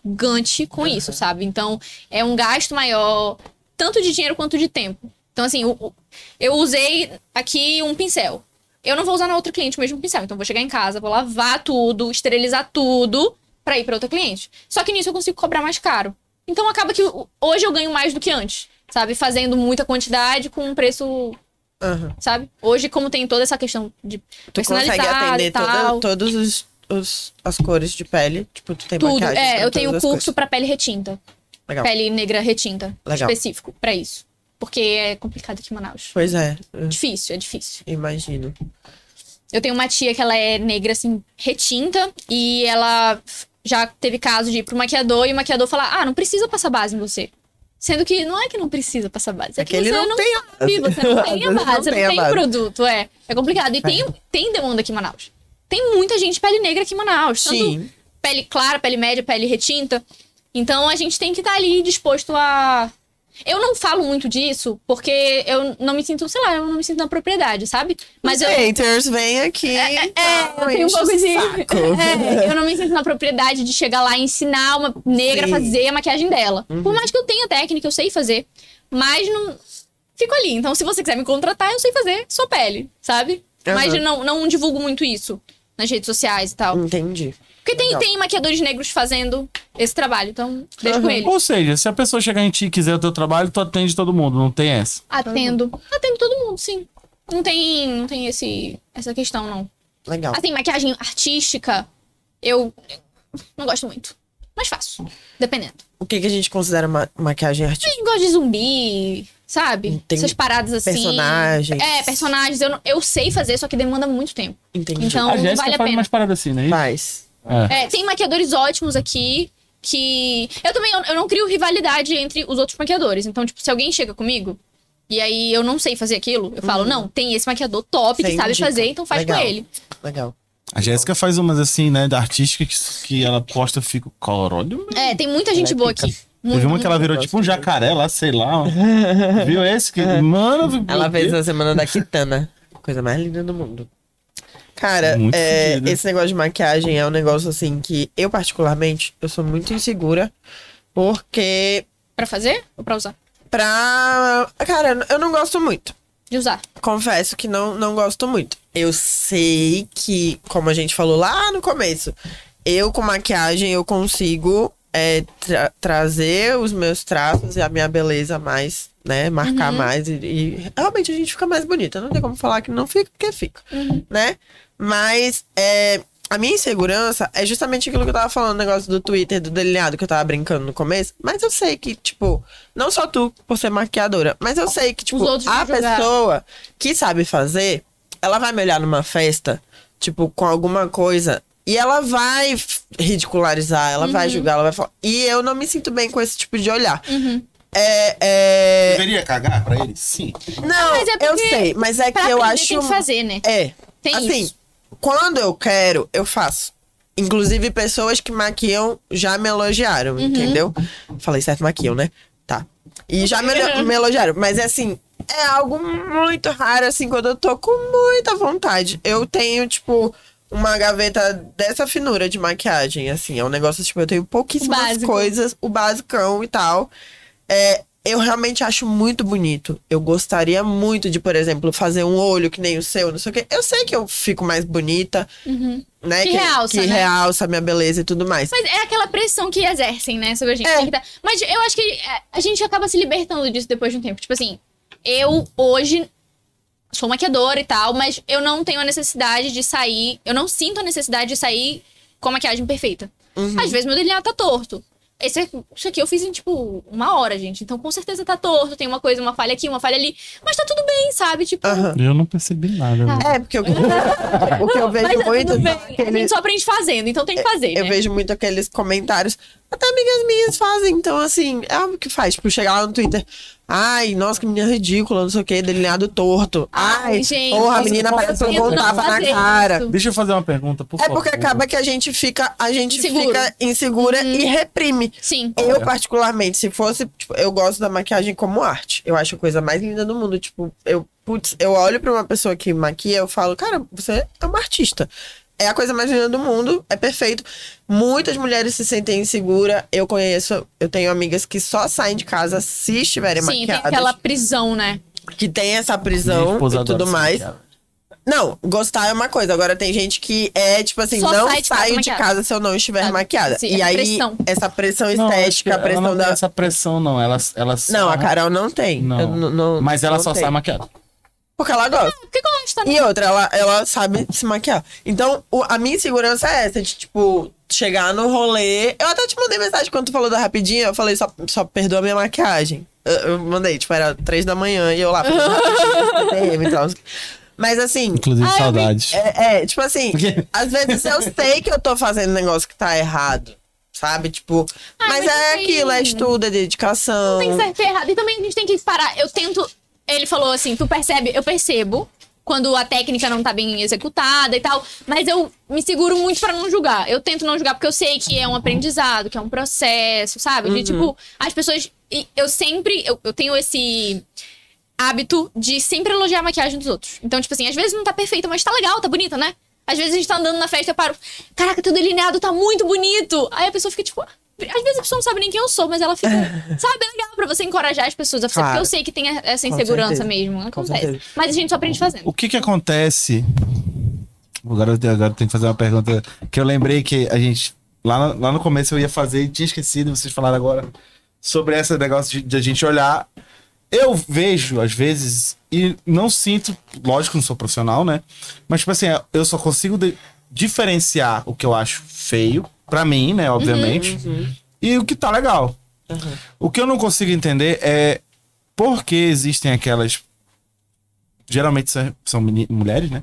A: gigante com isso, sabe? Então é um gasto maior, tanto de dinheiro quanto de tempo. Então, assim, o- o- eu usei aqui um pincel. Eu não vou usar na outra cliente o mesmo pincel. Então, eu vou chegar em casa, vou lavar tudo, esterilizar tudo pra ir pra outra cliente. Só que nisso eu consigo cobrar mais caro. Então, acaba que o- hoje eu ganho mais do que antes, sabe? Fazendo muita quantidade com um preço,
C: Aham.
A: sabe? Hoje, como tem toda essa questão de
C: Tu Uhum. consegue
A: personalizar
C: atender
A: e tal,
C: toda, todos os, os- as cores de pele? Tipo, tu tem
A: tudo.
C: maquiagem pra
A: É, eu
C: todas
A: tenho
C: as
A: curso
C: cores.
A: pra pele retinta.
C: Legal.
A: Pele negra retinta.
C: Legal.
A: Específico pra isso. Porque é complicado aqui em Manaus.
C: Pois é, eu
A: Difícil, é difícil.
C: imagino.
A: Eu tenho uma tia que ela é negra, assim, retinta, e ela já teve caso de ir pro maquiador e o maquiador falar: Ah, não precisa passar base em você. Sendo que não é que não precisa passar base, é,
C: É
A: que,
C: que ele
A: você
C: não
A: não
C: tem a
A: sabe,
C: base.
A: você não tem a
C: (laughs) Às vezes
A: base,
C: não
A: você não
C: tem a
A: tem
C: base.
A: o produto, é. É complicado. E tem, tem demanda aqui em Manaus. Tem muita gente de pele negra aqui em Manaus. tanto
C: Sim.
A: pele clara, pele média, pele retinta. Então a gente tem que estar ali disposto a. Eu não falo muito disso porque eu não me sinto, sei lá, eu não me sinto na propriedade, sabe? Mas eu,
C: haters, vem aqui.
A: é, é, eu tenho um pouco de. É, eu não me sinto na propriedade de chegar lá e ensinar uma negra
C: Sim. Uhum.
A: a fazer a maquiagem dela. Por mais que eu tenha técnica, eu sei fazer. Mas não. Fico ali. Então, se você quiser me contratar, eu sei fazer sua pele, sabe?
C: Aham.
A: Mas eu não, não divulgo muito isso nas redes sociais e tal.
C: Entendi.
A: Porque tem,
C: Legal.
A: tem maquiadores negros fazendo esse trabalho. Então, deixa com
C: Aham.
A: ele.
B: Ou seja, se a pessoa chegar em ti e quiser o teu trabalho, tu atende todo mundo, não tem essa.
A: Atendo. Atendo todo mundo, sim. Não tem, não tem esse, essa questão, não.
C: Legal.
A: Assim, maquiagem artística, eu não gosto muito. Mas faço. Dependendo.
C: O que, que a gente considera ma- maquiagem artística?
A: Eu gosto de zumbi, sabe?
C: Entendi.
A: Essas paradas assim.
C: Personagens.
A: É, personagens. Eu, não- eu sei fazer, só que demanda muito tempo.
C: Entendi.
A: Então,
B: a
A: não
B: Jéssica
A: vale a
B: faz
A: pena.
B: umas paradas assim, né?
C: Faz.
B: É.
A: É, tem maquiadores ótimos aqui que. Eu também eu, eu não crio rivalidade entre os outros maquiadores. Então, tipo, se alguém chega comigo e aí eu não sei fazer aquilo, eu falo, não, tem esse maquiador top
C: Uhum. Você
A: que sabe
C: indica.
A: fazer, então faz
C: Legal.
A: com ele.
C: Legal.
B: A Jéssica faz umas assim, né, da artística que, que ela posta, eu fico, caralho, meu.
A: É, tem muita
C: Ela
A: gente
C: é
A: boa
C: pica.
A: aqui.
B: Teve
A: Muito,
B: uma que ela virou tipo um jacaré lá, sei (laughs) lá. ó. Viu esse? Que, mano,
C: Ela
B: meu
C: fez
B: Deus.
C: na semana da Kitana. Coisa mais linda do mundo. Cara,
B: Muito
C: é,
B: sentido, né?
C: esse negócio de maquiagem é um negócio assim que eu, particularmente, eu sou muito insegura. Porque
A: Pra fazer ou pra usar?
C: pra. Cara, eu não gosto muito.
A: De usar.
C: Confesso que não, não gosto muito. Eu sei que, como a gente falou lá no começo, eu com maquiagem eu consigo é, tra- trazer os meus traços e a minha beleza mais, né?
A: Uhum.
C: Marcar mais e, e realmente a gente fica mais bonita. Não tem como falar que não fica, porque fica,
A: Uhum.
C: né? Mas é, a minha insegurança é justamente aquilo que eu tava falando, o negócio do Twitter, do delineado que eu tava brincando no começo. Mas eu sei que, tipo, não só tu por ser maquiadora, mas eu sei que, tipo,
A: Os outros
C: a
A: vão jogar.
C: pessoa que sabe fazer, ela vai me olhar numa festa, tipo, com alguma coisa. E ela vai f- ridicularizar, ela
A: Uhum.
C: vai julgar, ela vai falar. E eu não me sinto bem com esse tipo de olhar.
A: Uhum.
C: É, é-
B: Deveria cagar pra ele? Sim.
C: Não,
A: Mas é
C: eu
A: porque
C: sei, mas é que
A: Pra
C: eu
A: aprender
C: acho.
A: tem que fazer, né?
C: É.
A: Tem
C: assim,
A: isso.
C: quando eu quero, eu faço. Inclusive, pessoas que maquiam já me
A: Uhum.
C: elogiaram, entendeu? Falei certo, maquiam, né? Tá. E já me, me elogiaram. Mas assim, é algo muito raro, assim, quando eu tô com muita vontade. Eu tenho, tipo, uma gaveta dessa finura de maquiagem, assim. É um negócio, tipo, eu tenho
A: O
C: pouquíssimas
A: básico.
C: coisas, o basicão e tal. É, eu realmente acho muito bonito. Eu gostaria muito de, por exemplo, fazer um olho que nem o seu, não sei o quê. Eu sei que eu fico mais bonita, né?
A: Uhum. Que realça,
C: que
A: né?
C: realça a minha beleza e tudo mais.
A: Mas é aquela pressão que exercem, né, sobre a gente.
C: É.
A: Tem que tá- Mas eu acho que é, a gente acaba se libertando disso depois de um tempo. Tipo assim, eu hoje sou maquiadora e tal, mas eu não tenho a necessidade de sair. Eu não sinto a necessidade de sair com a maquiagem perfeita.
C: Uhum.
A: Às vezes meu delineado tá torto. Esse, aqui- isso aqui eu fiz em, tipo, uma hora, gente. Então, com certeza tá torto. Tem uma coisa, uma falha aqui, uma falha ali. Mas tá tudo bem, sabe? Tipo,
C: Aham.
B: Eu não percebi nada. né?
C: É, porque eu- o que eu vejo
A: (laughs) mas tá
C: muito.
A: tudo bem. A
C: aqueles-
A: gente só aprende fazendo, então tem que fazer,
C: Eu
A: né?
C: vejo muito aqueles comentários. Até amigas minhas fazem, então assim, é algo que faz. Tipo, chegar lá no Twitter. Ai, nossa, que menina ridícula, não sei o quê, delineado torto.
A: Ai,
C: Ai,
A: gente,
C: porra, a
A: eu
C: menina parece um
A: tento
C: bom
A: não
C: tapa na
A: fazer
C: cara.
A: isso.
B: Deixa eu fazer uma pergunta, por
C: É
B: favor.
C: porque acaba que a gente fica, a gente
A: Inseguro. Uhum.
C: fica insegura e reprime.
A: Sim.
C: Eu,
B: É.
C: particularmente, se fosse, tipo, eu gosto da maquiagem como arte. Eu acho a coisa mais linda do mundo. Tipo, eu, putz, eu olho pra uma pessoa que maquia, eu falo, cara, você é uma artista. É a coisa mais linda do mundo, é perfeito. Muitas mulheres se sentem inseguras. Eu conheço, eu tenho amigas que só saem de casa se estiverem
A: Sim, tem
C: maquiadas.
A: aquela prisão, né?
C: Que tem essa
B: Minha
C: prisão
B: esposa
C: e tudo
B: adora
C: mais.
B: essa maquiagem.
C: Não, gostar é uma coisa. Agora tem gente que é, tipo assim,
A: Só
C: não
A: sai de casa
C: saio de
A: maquiada.
C: casa se eu não estiver
A: Sabe?
C: maquiada.
A: Sim,
C: e
A: é
C: aí,
A: pressão.
C: essa pressão
B: Não, acho que
C: é estética, a
B: ela
C: pressão
B: não
C: da.
B: tem essa pressão, não. Ela, ela
C: Não, a Carol não tem.
B: Não.
C: Eu n- não-
B: Mas ela
C: não
B: só
C: tem.
B: sai maquiada.
C: Porque ela gosta.
A: Porque gosta, né?
C: E outra, ela, ela sabe se maquiar. Então, o- a minha insegurança é essa, de, tipo, chegar no rolê. Eu até te mandei mensagem quando tu falou da rapidinha, eu falei, só, só perdoa minha maquiagem. Eu, eu mandei, tipo, era três da manhã e eu lá. fazendo
A: (laughs)
C: rapidinho, PM e tal. Mas assim.
B: Inclusive,
A: Ai, eu
B: saudades.
C: É, é, tipo assim,
B: quê?
C: às vezes eu sei que eu tô fazendo um negócio que tá errado, sabe? Tipo,
A: Ai,
C: mas,
A: mas
C: é
A: isso aí-
C: aquilo, é estudo, é dedicação.
A: Tem que ser ferrado. E também a gente tem que parar. Eu tento. Ele falou assim: tu percebe? Eu percebo quando a técnica não tá bem executada e tal, mas eu me seguro muito pra não julgar. Eu tento não julgar porque eu sei que é um aprendizado, que é um processo, sabe?
C: Uhum.
A: De tipo, as pessoas. e Eu sempre. Eu, eu tenho esse hábito de sempre elogiar a maquiagem dos outros. Então, tipo assim, às vezes não tá perfeita, mas tá legal, tá bonita, né? Às vezes a gente tá andando na festa e eu paro. Caraca, teu delineado tá muito bonito. Aí a pessoa fica tipo. ah, Às vezes a pessoa não sabe nem quem eu sou, mas
C: (laughs)
A: ela fica. sabe, é legal pra você encorajar as pessoas a fazer.
C: Claro.
A: Porque eu sei que tem a- essa
C: Com
A: insegurança
C: certeza.
A: mesmo. Acontece.
C: certeza.
A: Mas a gente só
C: (laughs)
A: aprende fazendo.
B: O que que acontece? Agora, eu- agora eu tenho que fazer uma pergunta que eu lembrei que a gente. Lá no, lá no começo eu ia fazer e tinha esquecido, vocês falaram agora sobre esse negócio de, de a gente olhar. Eu vejo, às vezes, e não sinto, lógico, não sou profissional, né? Mas, tipo assim, eu só consigo de- diferenciar o que eu acho feio, pra mim, né, obviamente, e o que tá legal. O que eu não consigo entender é por que existem aquelas geralmente são, são meni- mulheres, né?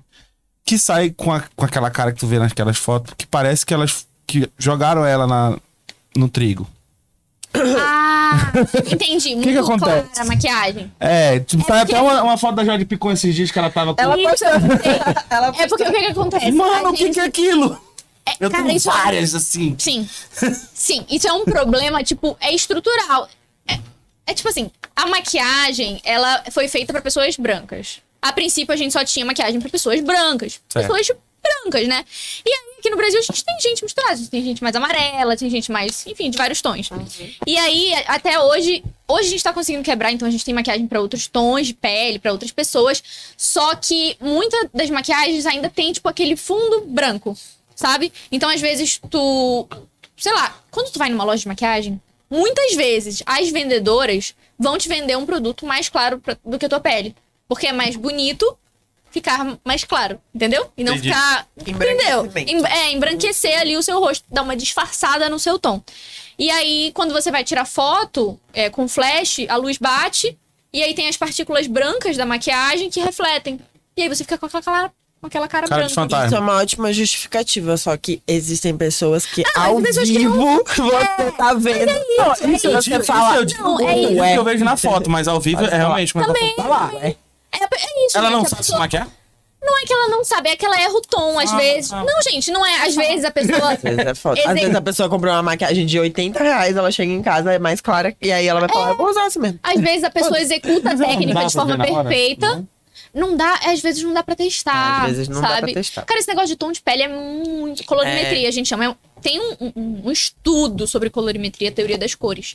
B: Que sai com, a- com aquela cara que tu vê naquelas fotos, que parece que elas que jogaram ela na, no trigo.
A: Ah,
C: (laughs)
A: entendi. Muito
B: que acontece?
A: clara a maquiagem.
B: É, tipo, tá até uma, uma foto da Jade Picon esses dias que ela tava com.
C: Ela postou. (laughs) ela
A: É porque o que, que acontece?
B: Mano,
A: A
B: o que,
A: gente-
B: que é aquilo?
A: é,
B: Eu
A: cara,
B: tenho
A: isso é-
B: várias, assim.
A: Sim. Sim, isso é um problema, tipo, é estrutural. É, é tipo assim, a maquiagem, ela foi feita pra pessoas brancas. A princípio, a gente só tinha maquiagem pra pessoas brancas.
B: Certo.
A: Pessoas brancas, né? E aí, aqui no Brasil a gente tem gente misturada. A gente tem gente mais amarela, tem gente mais, enfim, de vários tons. E aí, a- até hoje, hoje a gente tá conseguindo quebrar, então a gente tem maquiagem pra outros tons de pele, pra outras pessoas. Só que muita das maquiagens ainda tem, tipo, aquele fundo branco, sabe? Então, às vezes, tu. Sei lá, quando tu vai numa loja de maquiagem, muitas vezes as vendedoras vão te vender um produto mais claro pra- do que a tua pele. Porque é mais bonito ficar mais claro, entendeu? E não
B: Entendi.
A: ficar. Entendeu?
E: Embranquecimento.
A: Em- é, embranquecer ali o seu rosto, dar uma disfarçada no seu tom. E aí, quando você vai tirar foto é, com flash, a luz bate, e aí tem as partículas brancas da maquiagem que refletem. E aí você fica com aquela cara, com aquela cara,
B: Cara de
A: branca.
B: fantasma.
C: Isso é uma ótima justificativa, só que existem Ah, pessoas que ao
A: pessoas que
C: vivo (laughs) você tá vendo. Não, isso você
B: Isso
C: fala.
B: eu digo-
A: é Não, é
B: isso
A: isso.
B: que eu vejo na foto, mas ao vivo é realmente. Mas
A: Também.
B: tá lá.
E: é.
A: É, é isso,
B: Ela
A: né,
B: não
A: que a
B: sabe se
A: pessoa-
B: maquiar?
A: Não é que ela não sabe, é que ela erra o tom, às
B: Ah,
A: vezes.
B: ah.
A: Não, gente, não é. Às vezes a
B: (laughs)
A: pessoa.
C: Às vezes é foda. Às
A: Exemplo.
C: vezes a pessoa comprou uma maquiagem de 80 reais, ela chega em casa, é mais clara, e aí ela vai falar, eu vou usar isso mesmo.
A: Às vezes a pessoa executa a
B: Mas ela não dá
A: técnica de
B: pra ver
A: forma
B: na hora?
A: perfeita.
B: Não.
A: Não dá, às vezes não dá pra testar.
C: né? É, Às vezes não dá
A: sabe?
C: pra testar.
A: Cara, esse negócio de tom de pele é muito. Colorimetria, a gente chama. É um- Tem um, um- um estudo sobre colorimetria, teoria das cores.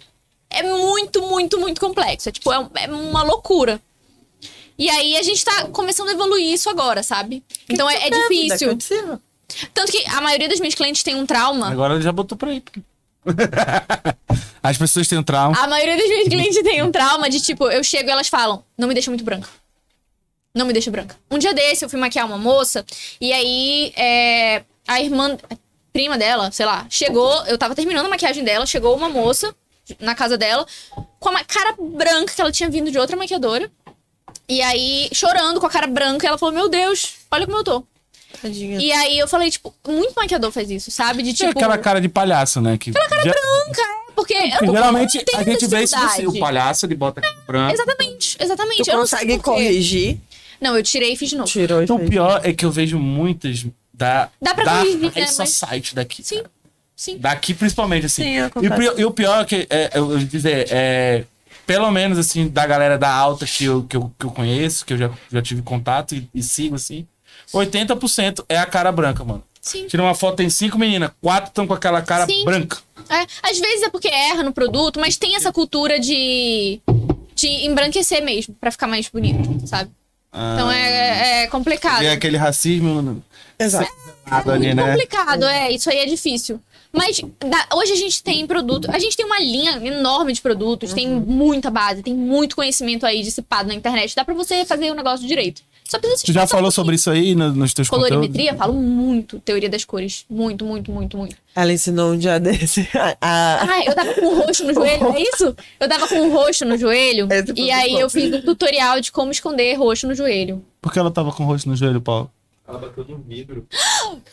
A: É muito, muito, muito complexo. É tipo, é, um- é uma loucura. E aí a gente tá começando a evoluir isso agora, sabe? Então é, é difícil. Tanto que a maioria das minhas clientes tem um trauma.
B: Agora ele já botou pra aí. (laughs) As pessoas têm um trauma.
A: A maioria das minhas clientes tem um trauma de tipo, eu chego e elas falam, não me deixa muito branca. Não me deixa branca. Um dia desse eu fui maquiar uma moça e aí é, a irmã, a prima dela, sei lá, chegou, eu tava terminando a maquiagem dela, chegou uma moça na casa dela com uma cara branca que ela tinha vindo de outra maquiadora. E aí, chorando com a cara branca, ela falou: Meu Deus, olha como eu tô.
C: Tadinha.
A: E aí eu falei: Tipo, muito maquiador faz isso, sabe? De
B: Tem
A: tipo.
B: aquela cara de palhaço, né? Que aquela cara
A: branca, é, porque. eu não-
B: Geralmente
A: eu tenho
B: a gente vê isso no
A: necessidade.
B: circo, o palhaço, ele bota aqui branco.
A: Exatamente, exatamente.
C: Tu
A: eu não sei
C: consegue
A: por quê.
C: corrigir,
A: Não, eu tirei e fiz de novo.
C: tirou e
B: Então o
C: fez.
B: pior é que eu vejo muitas da,
A: Dá pra
B: da
A: corrigir, né,
B: Raissa
A: mas-
B: site daqui.
A: Sim,
B: cara.
A: sim.
B: Daqui principalmente, assim.
C: Sim,
B: e,
C: acontece.
B: o pior, e o pior é que, é, eu vou dizer, é, pelo menos, assim, da galera da alta que eu, que eu, que eu conheço, que eu já, já tive contato e, e sigo, assim, 80% é a cara branca, mano.
A: Sim.
B: Tira uma foto, tem cinco meninas, quatro estão com aquela cara
A: Sim.
B: branca.
A: É, às vezes é porque erra no produto, mas tem essa cultura de, de embranquecer mesmo, pra ficar mais bonito, sabe? Então é, é complicado.
B: Tem
A: É
B: aquele racismo
C: Exato.
B: nada ali,
A: muito
B: né?
A: complicado, é. Isso aí é difícil. Mas da- hoje a gente tem produto, a gente tem uma linha enorme de produtos, tem
C: Uhum.
A: muita base, tem muito conhecimento aí dissipado na internet. Dá pra você fazer o negócio direito. Só precisa se
B: Tu já
A: esforçar um
B: falou
A: pouquinho.
B: sobre isso aí no- nos teus conteúdos?
A: colorimetria? Falo muito, teoria das cores. Muito, muito, muito, muito.
C: Ela ensinou um dia (laughs) desse. A, a-
A: Ai, eu tava com um roxo no joelho, é isso? Eu tava com um roxo no joelho.
C: Esse foi
A: E aí
C: bom.
A: eu fiz um tutorial de como esconder roxo no joelho.
B: Por que ela tava com o rosto no joelho, Paulo?
D: Ela bateu no vidro.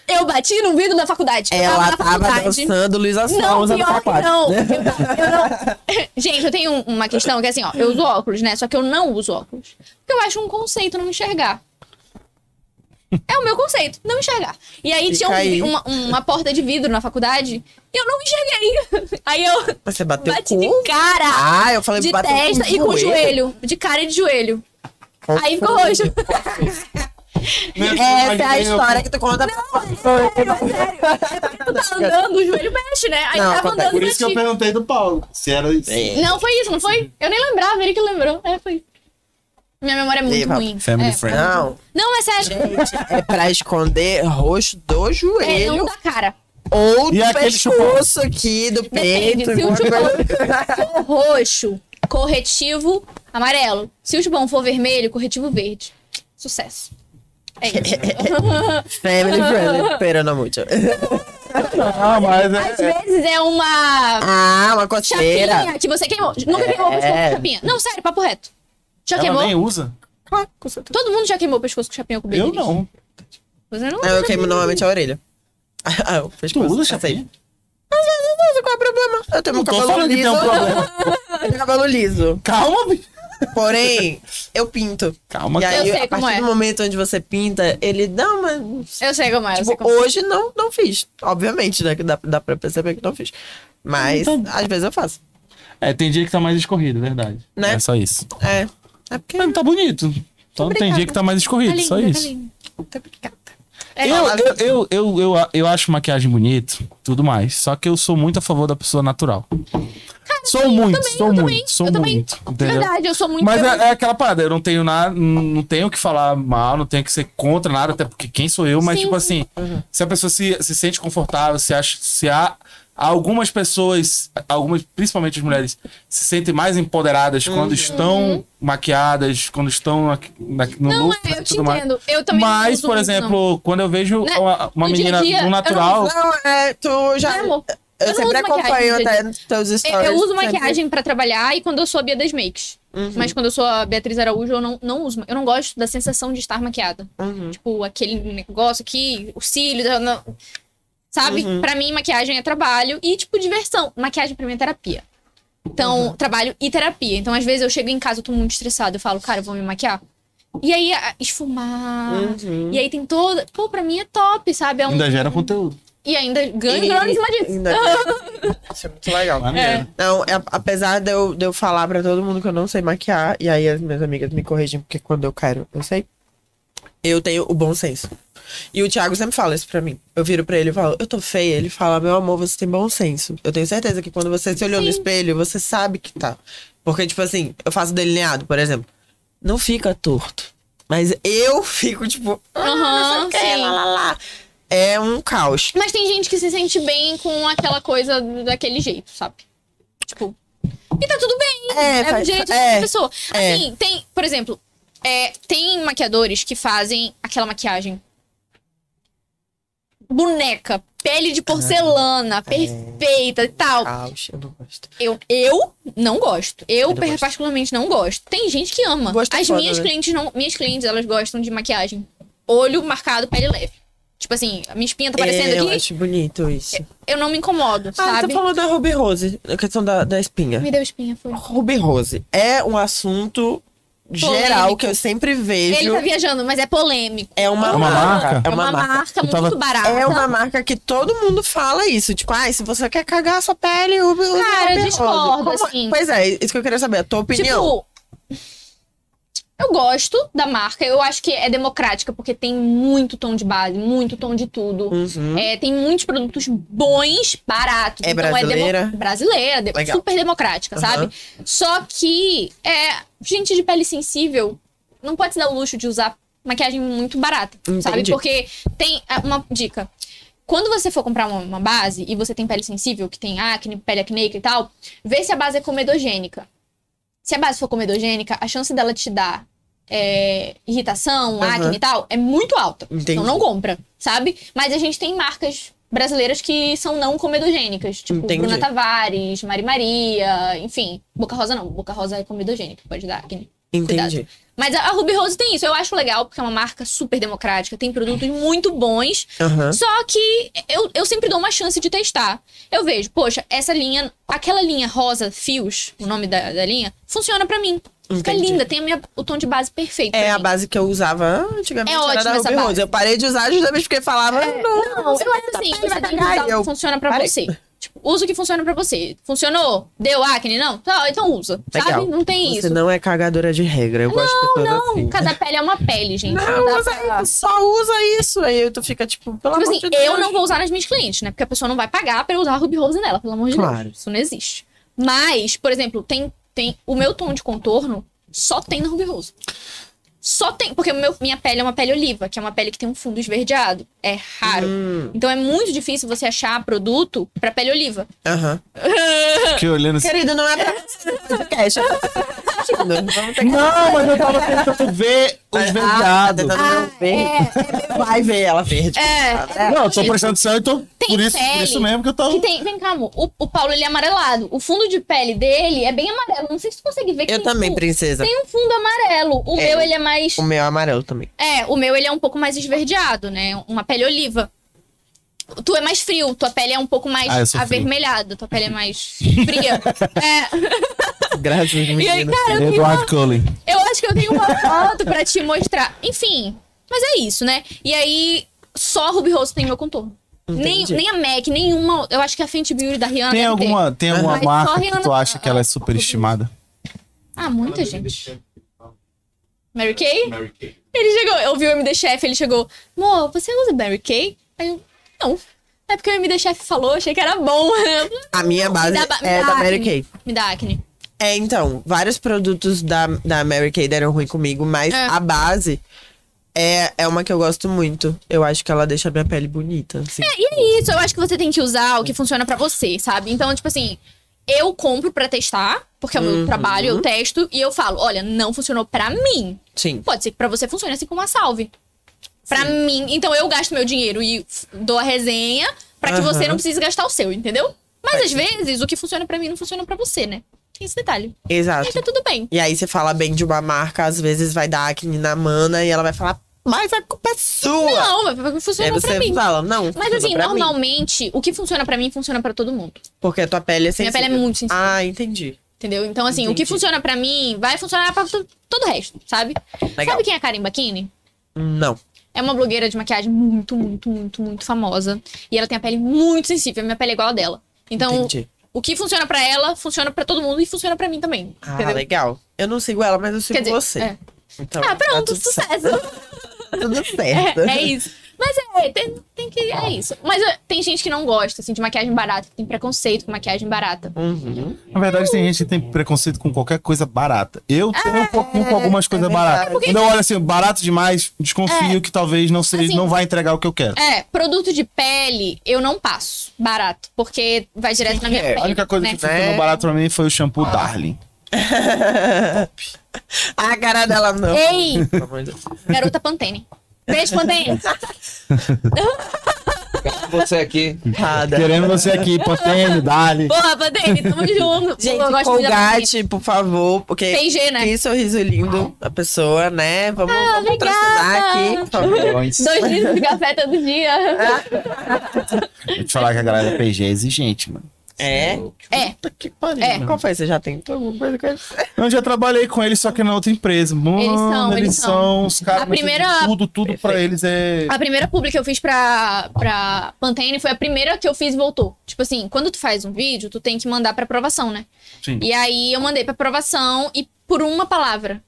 A: Eu bati no vidro da faculdade. Eu
C: Ela
A: na
C: tava
A: faculdade.
C: dançando Luísa
A: Não,
C: Sonza no
A: pior que
C: sapato. né?
A: não. Eu, eu não. Gente, eu tenho uma questão que é assim, ó, eu uso óculos, né? Só que eu não uso óculos. Porque eu acho um conceito não enxergar. É o meu conceito, não enxergar. E aí
C: Fica
A: tinha um-
C: aí.
A: uma, uma porta de vidro na faculdade e eu não enxerguei. (laughs) Aí eu
C: Você bateu
A: bati
C: com...
A: de cara.
C: Ah, eu falei
A: de
C: bateu
A: testa e com o joelho. De cara e de joelho. Aí ficou roxo.
B: Né?
C: Essa é a história que tu conta pra
A: Tu tá andando, o joelho mexe, né? Aí
C: Não,
A: tava
C: acontece.
A: andando
B: Por
A: e
B: isso que eu
A: bati.
B: perguntei do Paulo. Se era isso.
C: É.
A: Não, foi isso, não foi? Eu nem lembrava, ele que lembrou. É, foi. Minha memória é muito
C: Eva,
A: ruim.
B: Family
A: é.
B: friend.
C: Não,
A: Não, é sério.
C: é pra esconder rosto do
A: É, não
C: joelho
A: da cara.
C: ou
B: E
C: do
B: aquele
C: pescoço aqui, do peito.
A: Depende. Se o
C: alguma coisa.
A: chupão for roxo, corretivo amarelo. Se o chupão for vermelho, corretivo verde. Sucesso. É isso.
C: (laughs) Family friendly, pero no mucho.
B: Ah, mas
A: Às vezes é uma
C: Ah, uma
A: chapinha
C: coceira.
A: que você queimou. Nunca queimou o pescoço
C: É.
A: com chapinha. Não, sério, papo reto. Já
B: ela
A: queimou?
B: nem usa?
A: Todo mundo já queimou o pescoço com chapinha com bebê.
B: Eu não.
A: Você não?
C: Ah, eu queimo normalmente a orelha. (laughs) Ah, eu fiz
B: Tu usa chapinha?
C: Mas eu não uso, qual é o problema? Eu tenho
B: Não
C: meu
A: tá Então,
B: tô
C: cabelo
B: falando que tem
C: liso.
B: um problema.
C: (laughs) Eu tenho cabelo liso.
B: Calma, bicho.
C: Porém, eu pinto.
B: Calma,
C: E
B: cara.
C: aí,
A: Eu sei
C: a
A: como
C: partir
A: é.
C: do momento onde você pinta, ele dá uma
A: Eu sei como é. eu sei
C: Tipo,
A: como é.
C: hoje não, não fiz. Obviamente, né? Que dá, dá pra perceber que não fiz. Mas
B: Então-
A: tá.
C: às vezes eu faço.
B: É, tem dia que tá mais escorrido, é verdade.
C: Né?
B: É só isso.
C: É. É porque.
B: Mas tá bonito. Só não tem
C: Obrigada.
B: dia que tá mais escorrido, só
A: Tá lindo, É. tá
B: isso.
A: lindo.
C: Muito obrigada.
B: Eu, eu, eu, eu, eu, eu acho maquiagem bonito, tudo mais. Só que eu sou muito a favor da pessoa natural. sou muito,
A: também,
B: sou
A: eu
B: muito,
A: também,
B: sou
A: eu também.
B: muito. entendeu?
A: Verdade, eu sou muito.
B: Mas
A: eu-
B: é, é aquela parada, eu não tenho nada, não tenho o que falar mal, não tenho que ser contra nada, até porque quem sou eu, mas
A: Sim. Uhum.
B: tipo assim, se a pessoa se, se sente confortável, se acha, se há algumas pessoas, algumas, principalmente as mulheres, se sentem mais empoderadas
A: Uhum.
B: quando estão maquiadas, quando estão aqui- na- no
A: Não,
B: look
A: é, eu
B: e
A: te
B: tudo mais.
A: entendo. Eu também não
B: Mas,
A: uso
B: por
A: muito,
B: exemplo,
A: não.
B: quando eu vejo
A: Né?
B: uma, uma
A: No dia a
B: menina
A: dia, eu
B: no
A: não
B: natural,
C: Não, é, tu já.
A: Né, amor?
C: Eu,
A: Eu não
C: sempre
A: uso maquiagem
C: acompanho
A: no dia a
C: até teus stories.
B: é,
A: Eu, eu uso
C: sempre. Uhum,
A: maquiagem pra trabalhar e quando eu sou a Bia das Makes.
B: Uhum.
A: Mas quando eu sou a Beatriz Araújo, eu não, não uso. Eu não gosto da sensação de estar maquiada.
C: uhum,
A: Tipo, aquele negócio aqui, os cílios. eu não- Sabe?
C: Uhum.
A: Pra mim, maquiagem é trabalho e, tipo, diversão. Maquiagem pra mim é terapia. Então,
C: Uhum.
A: trabalho e terapia. Então, às vezes, eu chego em casa, eu tô muito estressada. Eu falo, cara, eu vou me maquiar. E aí, a- esfumar.
C: Uhum.
A: E aí tem toda. Pô, pra mim é top, sabe? É um-
B: ainda gera conteúdo.
A: E ainda ganho
C: E-
A: grana em cima disso.
C: ainda- Isso é muito legal.
B: Maneiro.
C: Não, é- apesar de eu, de eu falar pra todo mundo que eu não sei maquiar, e aí as minhas amigas me corrigem, porque quando eu quero, eu sei. Eu tenho o bom senso. E o Thiago sempre fala isso pra mim. Eu viro pra ele e falo, eu tô feia. Ele fala, meu amor, você tem bom senso. Eu tenho certeza que quando você se olhou no espelho, você sabe que tá. Porque, tipo assim, eu faço delineado, por exemplo. Não fica torto. Mas eu fico, tipo, ah,
A: Aham,
C: não sei o quê,
A: sim.
C: lá, lá, lá. É um caos.
A: Mas tem gente que se sente bem com aquela coisa daquele jeito, sabe? Tipo. E tá tudo bem.
C: É,
A: É, o
C: faz-
A: direito
C: é,
A: da pessoa.
C: é.
A: Assim, tem, por exemplo, é, tem maquiadores que fazem aquela maquiagem. Boneca, pele de porcelana,
C: Ah, é.
A: perfeita e tal.
C: Caos, eu não gosto.
A: Eu, eu não gosto. Eu,
C: não gosto.
A: particularmente, não gosto. Tem gente que ama.
C: Gosto é
A: As
C: foda,
A: minhas
C: né?
A: clientes não. Minhas clientes, elas gostam de maquiagem. Olho marcado, pele leve. Tipo assim, a minha espinha tá aparecendo
C: É, eu
A: aqui.
C: acho bonito isso.
A: eu não me incomodo,
C: Ah,
A: sabe?
C: você falou da Ruby Rose, a questão da, da espinha.
A: Me deu espinha, foi.
C: Ruby Rose é um assunto geral
A: Polêmico.
C: que eu sempre
A: Ele
C: vejo.
A: tá viajando, mas é polêmico.
C: É uma,
B: É uma marca?
C: um- É
A: É
C: uma, marca.
B: Eu
A: muito
B: tava-
A: barata.
C: É uma marca que todo mundo fala isso. Tipo, ai, se você quer cagar a sua pele, usa usa
A: Cara, eu
C: Ruby Rose.
A: discordo, assim.
C: Pois é, isso que eu queria saber, a tua opinião.
A: Tipo, eu gosto da marca. Eu acho que é democrática, porque tem muito tom de base, muito tom de tudo.
C: Uhum.
A: É, tem muitos produtos bons, baratos. Então,
C: É
A: demo-
C: brasileira?
A: brasileira, de-
C: Legal.
A: super democrática,
C: Aham.
A: sabe? Só que é, gente de pele sensível não pode se dar o luxo de usar maquiagem muito barata, sabe?
C: Entendi.
A: Porque tem ah, uma dica. Quando você for comprar uma, uma base e você tem pele sensível, que tem acne, pele acneica e tal, vê se a base é comedogênica. Se a base for comedogênica, a chance dela te dar é, irritação,
C: Aham.
A: acne e tal é muito alta.
C: Entendi.
A: Então não compra, sabe? Mas a gente tem marcas brasileiras que são não comedogênicas, tipo
C: Entendi.
A: Bruna Tavares, Mari Maria, enfim. Boca Rosa não, Boca Rosa é comedogênica, pode dar acne.
C: Entendi.
A: Cuidado. Mas a a Ruby Rose tem isso, eu acho legal, porque é uma marca super democrática, tem produtos muito bons,
C: Aham.
A: só que eu, eu sempre dou uma chance de testar. Eu vejo, poxa, essa linha, aquela linha rosa fios, o nome da, da linha, funciona pra mim. Fica
C: Entendi.
A: linda, tem a minha- o tom de base perfeito.
C: É
A: pra
C: a
A: mim.
C: base que eu usava antigamente,
A: É
C: era
A: ótima
C: da Ruby
A: essa base. É,
C: Rose. Eu parei de usar justamente porque falava, É, não,
A: Não, Uhum. eu acho assim,
C: pele
A: você
C: vai
A: tem que
C: cagar,
A: usar o
C: e eu-
A: que funciona pra
C: parei.
A: você. Tipo, usa o que funciona pra você. Funcionou? Deu acne? Não? Tá, então usa.
C: Legal.
A: Sabe? Não tem
C: Você
A: isso.
C: não é cagadora de regra. Eu gosto de pessoas
A: Não,
C: assim.
A: cada pele é uma pele, gente.
C: Não,
A: dá
C: usa
A: pra-
C: isso, só usa isso. Aí tu fica tipo, pelo
A: Tipo
C: amor
A: assim,
C: de Deus.
A: eu não vou usar nas minhas clientes, né? Porque a pessoa não vai pagar pra eu usar a Ruby Rose nela, pelo amor de
C: Claro.
A: Deus. Isso não existe. Mas, por exemplo, tem, tem o meu tom de contorno só tem na Ruby Rose. Só tem, porque o meu- minha pele é uma pele oliva, que é uma pele que tem um fundo esverdeado. É raro.
C: Hum.
A: Então é muito difícil você achar produto pra pele oliva.
C: Aham.
B: Fiquei olhando assim.
C: Querido, não é pra você fazer podcast. é (laughs) pra você tá assistindo. Vamos ter que...
B: Não, mas eu tava tentando ver os
C: Ah, é, tá
B: verdeados.
C: tentando ver o verde. Vai ver ela verde.
A: É,
B: Não, eu tô prestando atenção, então
A: Tem
B: por isso, por
A: pele
B: isso mesmo que eu
C: Então.
B: tava.
A: Que tem, vem cá, amor. O, o Paulo ele é amarelado. O fundo de pele dele é bem amarelo. Não sei se tu consegue ver que
C: Eu
A: tem
C: também,
A: um-
C: princesa.
A: Tem um fundo amarelo. O
C: É.
A: meu ele é mais.
C: O meu é amarelo também.
A: É, o meu ele é um pouco mais esverdeado, né? Uma pele oliva. Tu é mais frio, tua pele é um pouco mais
B: Ah, eu sou frio.
A: avermelhada, tua pele é mais
C: (laughs)
A: fria. é.
C: Graças a
A: E aí, cara, eu,
C: né?
A: tenho
B: Eduardo Cullen.
A: eu acho que eu tenho uma foto pra te mostrar. Enfim, mas é isso, né? E aí, só a Ruby Rose tem meu contorno. Nem,
C: Entendi.
A: nem a MAC, nenhuma. Eu acho que a Fenty Beauty da Rihanna.
B: Tem
A: deve ter.
B: alguma, tem alguma
A: Mas só
B: marca que
A: Rihanna-
B: tu acha que ela é superestimada?
A: Ah, muita gente. Mary Kay?
B: Mary Kay.
A: Ele chegou, eu vi o MD Chef, ele chegou, Mô, você usa Mary Kay? Aí eu, não. É porque o MD Chef falou, achei que era bom. (laughs)
C: A minha base
A: Me dá ba- me
C: é
A: dá
C: da Mary
A: acne.
C: Kay.
A: Me dá acne.
C: É, então, vários produtos da, da Mary Kay deram ruim comigo, mas
A: É.
C: a base é, é uma que eu gosto muito. Eu acho que ela deixa a minha pele bonita, assim.
A: E é isso, eu acho que você tem que usar o que funciona pra você, sabe? Então, tipo assim, eu compro pra testar, porque é o
C: Uhum.
A: meu trabalho, eu testo, e eu falo, olha, não funcionou pra mim.
C: Sim.
A: Pode ser que pra você funcione assim como uma salve. Pra mim, então eu gasto meu dinheiro e f- dou a resenha pra que
C: Aham.
A: você não precise gastar o seu, entendeu? Mas às vezes o que funciona pra mim não funciona pra você, né? Tem esse detalhe. Mas tá
C: Exato.
A: tudo bem.
C: E aí você fala bem de uma marca, às vezes vai dar acne na mana e ela vai falar, mas a culpa é sua.
A: Não, mas vai-
C: e aí
A: funcionou pra
C: você
A: mim.
C: fala, não.
A: Mas
C: tudo
A: assim,
C: pra mim."
A: normalmente, o que funciona pra mim funciona pra todo mundo.
C: Porque a tua pele é
A: Minha
C: sensível.
A: pele é muito sensível.
C: Ah, entendi.
A: Entendeu? Então, assim, o que
C: Entendi.
A: funciona pra mim vai funcionar pra to- todo o resto, sabe?
C: Legal.
A: Sabe quem é a Karen Bakini?
C: Não.
A: É uma blogueira de maquiagem muito, muito, muito, muito famosa. E ela tem a pele muito sensível. Minha pele é igual a dela. Então,
C: Entendi.
A: o que funciona pra ela, funciona pra todo mundo e funciona pra mim também.
C: Ah,
A: entendeu?
C: legal. Eu não sigo ela, mas eu
A: Quer
C: sigo
A: dizer,
C: você.
A: é.
C: Então,
A: Ah,
C: tá
A: pronto,
C: tudo certo. Tá
A: sucesso.
C: (laughs) Tudo certo.
A: É, é isso. Mas é, tem, tem que. É isso. Mas é, tem gente que não gosta, assim, de maquiagem barata, que tem preconceito com maquiagem barata.
C: Uhum. (laughs)
B: Na verdade, tem gente que tem preconceito com qualquer coisa barata. Eu
A: Ah,
B: tenho um pouquinho com
A: é
B: algumas coisas
C: verdade.
B: baratas. Quando eu olho assim, barato demais, desconfio que talvez não seja,
A: Assim,
B: não vai entregar o que eu quero.
A: É, produto de pele, eu não passo barato, porque vai direto na minha
C: é?
A: pele.
B: A única coisa
A: né?
B: que funcionou barato pra mim foi o shampoo Darling.
C: A cara dela não.
A: Ei,
C: Pelo amor de Deus.
A: garota Pantene. Beijo, Pantene.
D: Você aqui.
C: Errada.
B: Querendo você aqui, Pantene, Darling.
A: Porra, Pantene, tamo junto.
C: Gente,
A: Pô, eu gosto muito da Pantene.
C: Colgate, por favor, porque
A: P&G, né?
C: que sorriso lindo a pessoa, né? Vamos,
A: Ah,
C: vamos patrocinar aqui,
A: obrigada.
C: por favor.
A: Dois litros de café todo dia.
B: Vou te falar que a galera da PG é exigente, mano.
C: É?
A: É,
C: Puta que pariu.
A: É.
C: Qual foi? Você já tentou alguma coisa com eles?
B: Eu já trabalhei com eles, só que na outra empresa. Mano, eles são, eles são. Os caras.
A: A primeira-
B: Tudo, tudo pra eles é.
A: a primeira publi que eu fiz pra, pra Pantene foi a primeira que eu fiz e voltou. Tipo assim, quando tu faz um vídeo, tu tem que mandar pra aprovação, né?
B: Sim.
A: E aí eu mandei pra aprovação e por uma palavra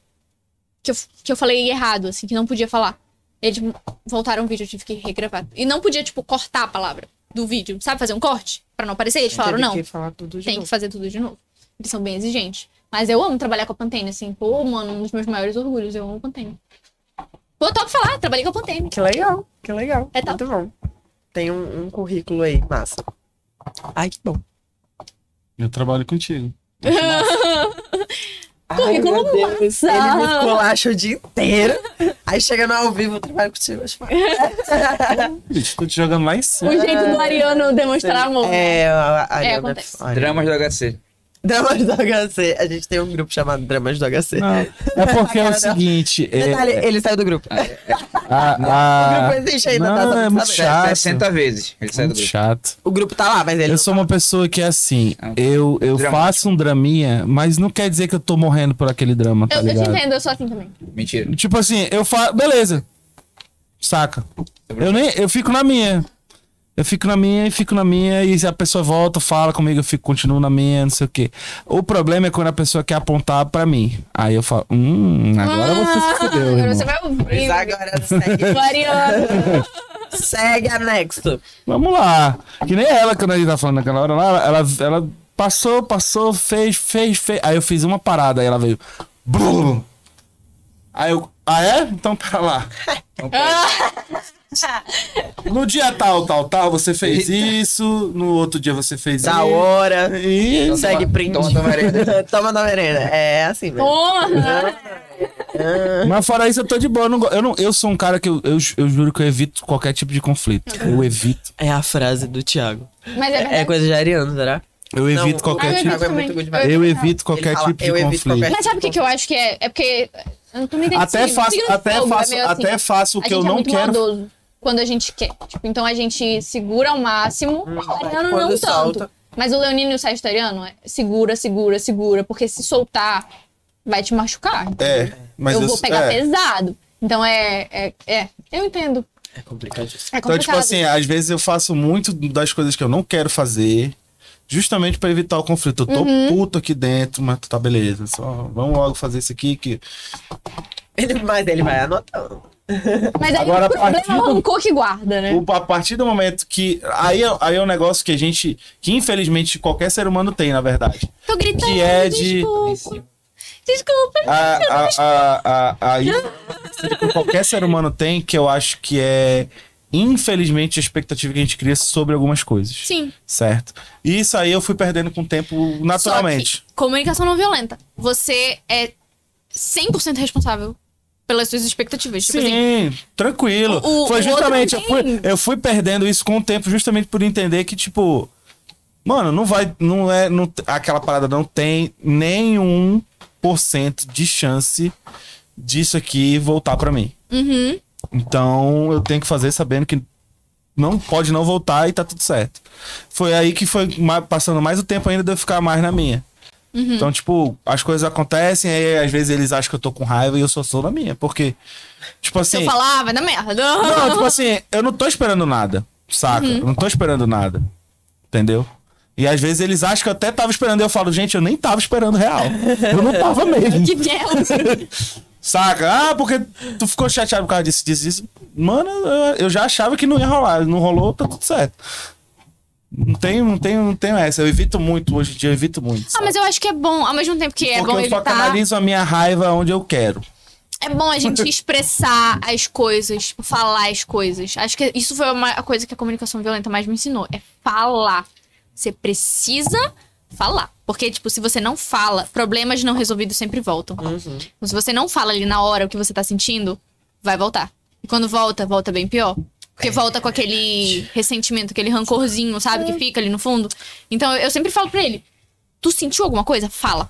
A: que eu, que eu falei errado, assim, que não podia falar. Eles voltaram o vídeo, eu tive que regravar. E não podia, tipo, cortar a palavra do vídeo. Sabe fazer um corte? Pra não aparecer? Eles falaram,
C: Teve
A: não.
C: que falar tudo de
A: tem
C: novo.
A: que fazer tudo de novo. Eles são bem exigentes. Mas eu amo trabalhar com a Pantene, assim. Pô, mano, um dos meus maiores orgulhos. Eu amo Pantene. Pô, top falar, trabalhei com
B: (laughs)
A: a Pantene.
C: Que legal, que legal.
A: É top.
C: Muito bom. Tem um, um currículo aí, massa. Ai, que bom.
B: Eu trabalho contigo.
A: Currículo
C: Ai, meu Deus. Ele
A: massa.
C: me esculacha o dia inteiro. Aí chega no ao vivo, eu trabalho contigo. Acho
A: (laughs)
C: massa.
B: Bicho, tô te jogando lá em cima.
A: O jeito do Ariano demonstrar amor.
C: É, a, a Ariana é
A: acontece.
C: foda.
D: Dramas do HC.
C: Dramas do HC. A gente tem um grupo chamado Dramas do HC.
B: Não, é porque é o seguinte. é-
C: Detalhe, ele saiu do grupo.
B: a- a-
C: O grupo existe ainda, tá? Só
B: Não,
C: pra
B: é muito
C: saber.
B: chato.
D: 60 vezes. Ele sai do
B: Muito
D: grupo.
B: chato.
C: O grupo tá lá, mas ele.
B: Eu sou uma pessoa que é assim, eu, eu
D: Dramático.
B: faço um draminha, mas não quer dizer que eu tô morrendo por aquele drama,
A: Eu,
B: tá
A: eu te
B: ligado?
A: entendo, eu sou assim também.
D: Mentira.
B: Tipo assim, eu falo, beleza. Saca? Eu nem, eu fico na minha. Eu fico na minha e fico na minha e a pessoa volta, fala comigo, eu fico continuo na minha, não sei o quê. O problema é quando a pessoa quer apontar pra mim. Aí eu falo, hum, agora você se fudeu,
A: Ah, agora
B: irmão.
A: você vai ouvir.
C: Mas agora
A: (laughs)
C: segue,
B: (laughs)
A: O Ariano.
C: segue a Nexo.
B: Vamos lá. Que nem ela, quando a gente tá falando naquela hora lá, ela, ela, ela passou, passou, fez, fez, fez. Aí eu fiz uma parada, aí ela veio. Brum. Aí eu. Ah, é? Então pera lá. Então (laughs) No dia tal, tal, tal, você fez isso. No outro dia você fez
C: Da
B: isso.
C: hora. Então
B: E
C: segue
D: toma-
C: print.
D: toma da merenda.
C: (laughs) Toma da merenda. É assim mesmo.
A: Porra!
B: Mas fora isso, eu tô de boa. Eu, não, go- eu, não- eu sou um cara que eu, eu, ju- eu juro que eu evito qualquer tipo de conflito. Eu evito.
C: É a frase do Thiago.
A: Mas é verdade.
C: É coisa de Ariano, será?
B: Eu
C: Não,
B: evito
C: o-
B: qualquer
A: Ah,
B: tipo.
C: Thiago é
A: também.
C: muito good
A: Eu-
C: vibe.
B: Eu evito qualquer
C: Ele fala,
B: tipo de
C: "Eu evito
B: conflito.
C: qualquer
A: Mas sabe o que, que eu acho que é? É porque. Eu não me identifico.
B: Até faço,
A: Signo de
B: até
A: fogo, é
B: faço,
A: meio assim.
B: até faço o que
A: a
B: eu
A: gente é
B: não
A: muito
B: quero
A: maldoso quando a gente quer. Tipo, então a gente segura ao máximo,
B: Hum,
A: o Ariano
C: quando
A: não
C: solta.
A: tanto. Mas o Leonino e o Sagitariano é segura, segura, segura, porque se soltar vai te machucar.
B: É, mas
A: eu, vou
B: s-
A: pegar
B: é.
A: pesado. Então é, é, é, eu entendo.
C: É complicadíssimo.
A: É complicado.
B: Então, tipo assim, às vezes eu faço muito das coisas que eu não quero fazer, justamente pra evitar o conflito. Eu tô puto aqui dentro, mas tá beleza. Só vamos logo fazer isso aqui que.
C: Ele, mas ele vai anotando.
A: Mas aí
B: Agora,
A: o problema
B: a partir
A: é o
B: do-
A: rancor que guarda, né?
B: O- a partir do momento que. Aí, é- aí é um negócio que a gente. Que infelizmente qualquer ser humano tem, na verdade.
A: Tô gritando,
B: que é de- Ah,
A: desculpa. Desculpa.
B: A, a, a, a, a incoerência que qualquer ser humano tem, que eu acho que é. Infelizmente, a expectativa que a gente cria sobre algumas coisas.
A: Sim.
B: Certo? E isso aí eu fui perdendo com o tempo naturalmente.
A: Só que tipo comunicação não violenta. Você é 100% responsável pelas suas expectativas. Tipo assim,
B: Sim, tranquilo.
A: O- o-
B: Foi
A: o
B: justamente, eu
A: outro não
B: fui, eu fui perdendo isso com o tempo, justamente por entender que, tipo, mano, não vai, não é, não, t- aquela parada não tem nenhum por cento de chance disso aqui voltar pra mim.
A: uhum,
B: Então eu tenho que fazer sabendo que não pode não voltar e tá tudo certo. Foi aí que foi ma- passando mais o tempo ainda de eu ficar mais na minha. Então, tipo, as coisas acontecem, aí às vezes eles acham que eu tô com raiva e eu só sou na minha. Porque, tipo
A: se
B: assim.
A: eu "Ah!" falar, vai dar merda.
B: Não, tipo assim, eu não tô esperando nada, saca? Eu não tô esperando nada. Entendeu? E às vezes eles acham que eu até tava esperando, e eu falo, gente, eu nem tava esperando real. Eu não tava mesmo.
A: (laughs) Que merda.
B: Saca? Ah, porque tu ficou chateado por causa disso, disso, disso. Mano, eu- eu já achava que não ia rolar. Não rolou, tá tudo certo. Não tenho, não tenho, não tenho essa. Eu evito muito hoje em dia, eu evito muito.
A: Ah,
B: sabe?
A: mas eu acho que é bom, ao mesmo tempo que é
B: porque
A: bom
B: eu só
A: evitar,
B: canalizo a minha raiva onde eu quero.
A: é bom a gente expressar as coisas, tipo, falar as coisas. Acho que isso foi uma a coisa que a comunicação violenta mais me ensinou, é falar. Você precisa falar. Porque, tipo, se você não fala, problemas não resolvidos sempre voltam.
B: Uhum.
A: Então, se você não fala ali na hora o que você tá sentindo, vai voltar. E quando volta, volta bem pior. Porque
B: É.
A: volta com aquele ressentimento, aquele rancorzinho, sabe? Que fica ali no fundo. Então, eu sempre falo pra ele, tu sentiu alguma coisa? Fala.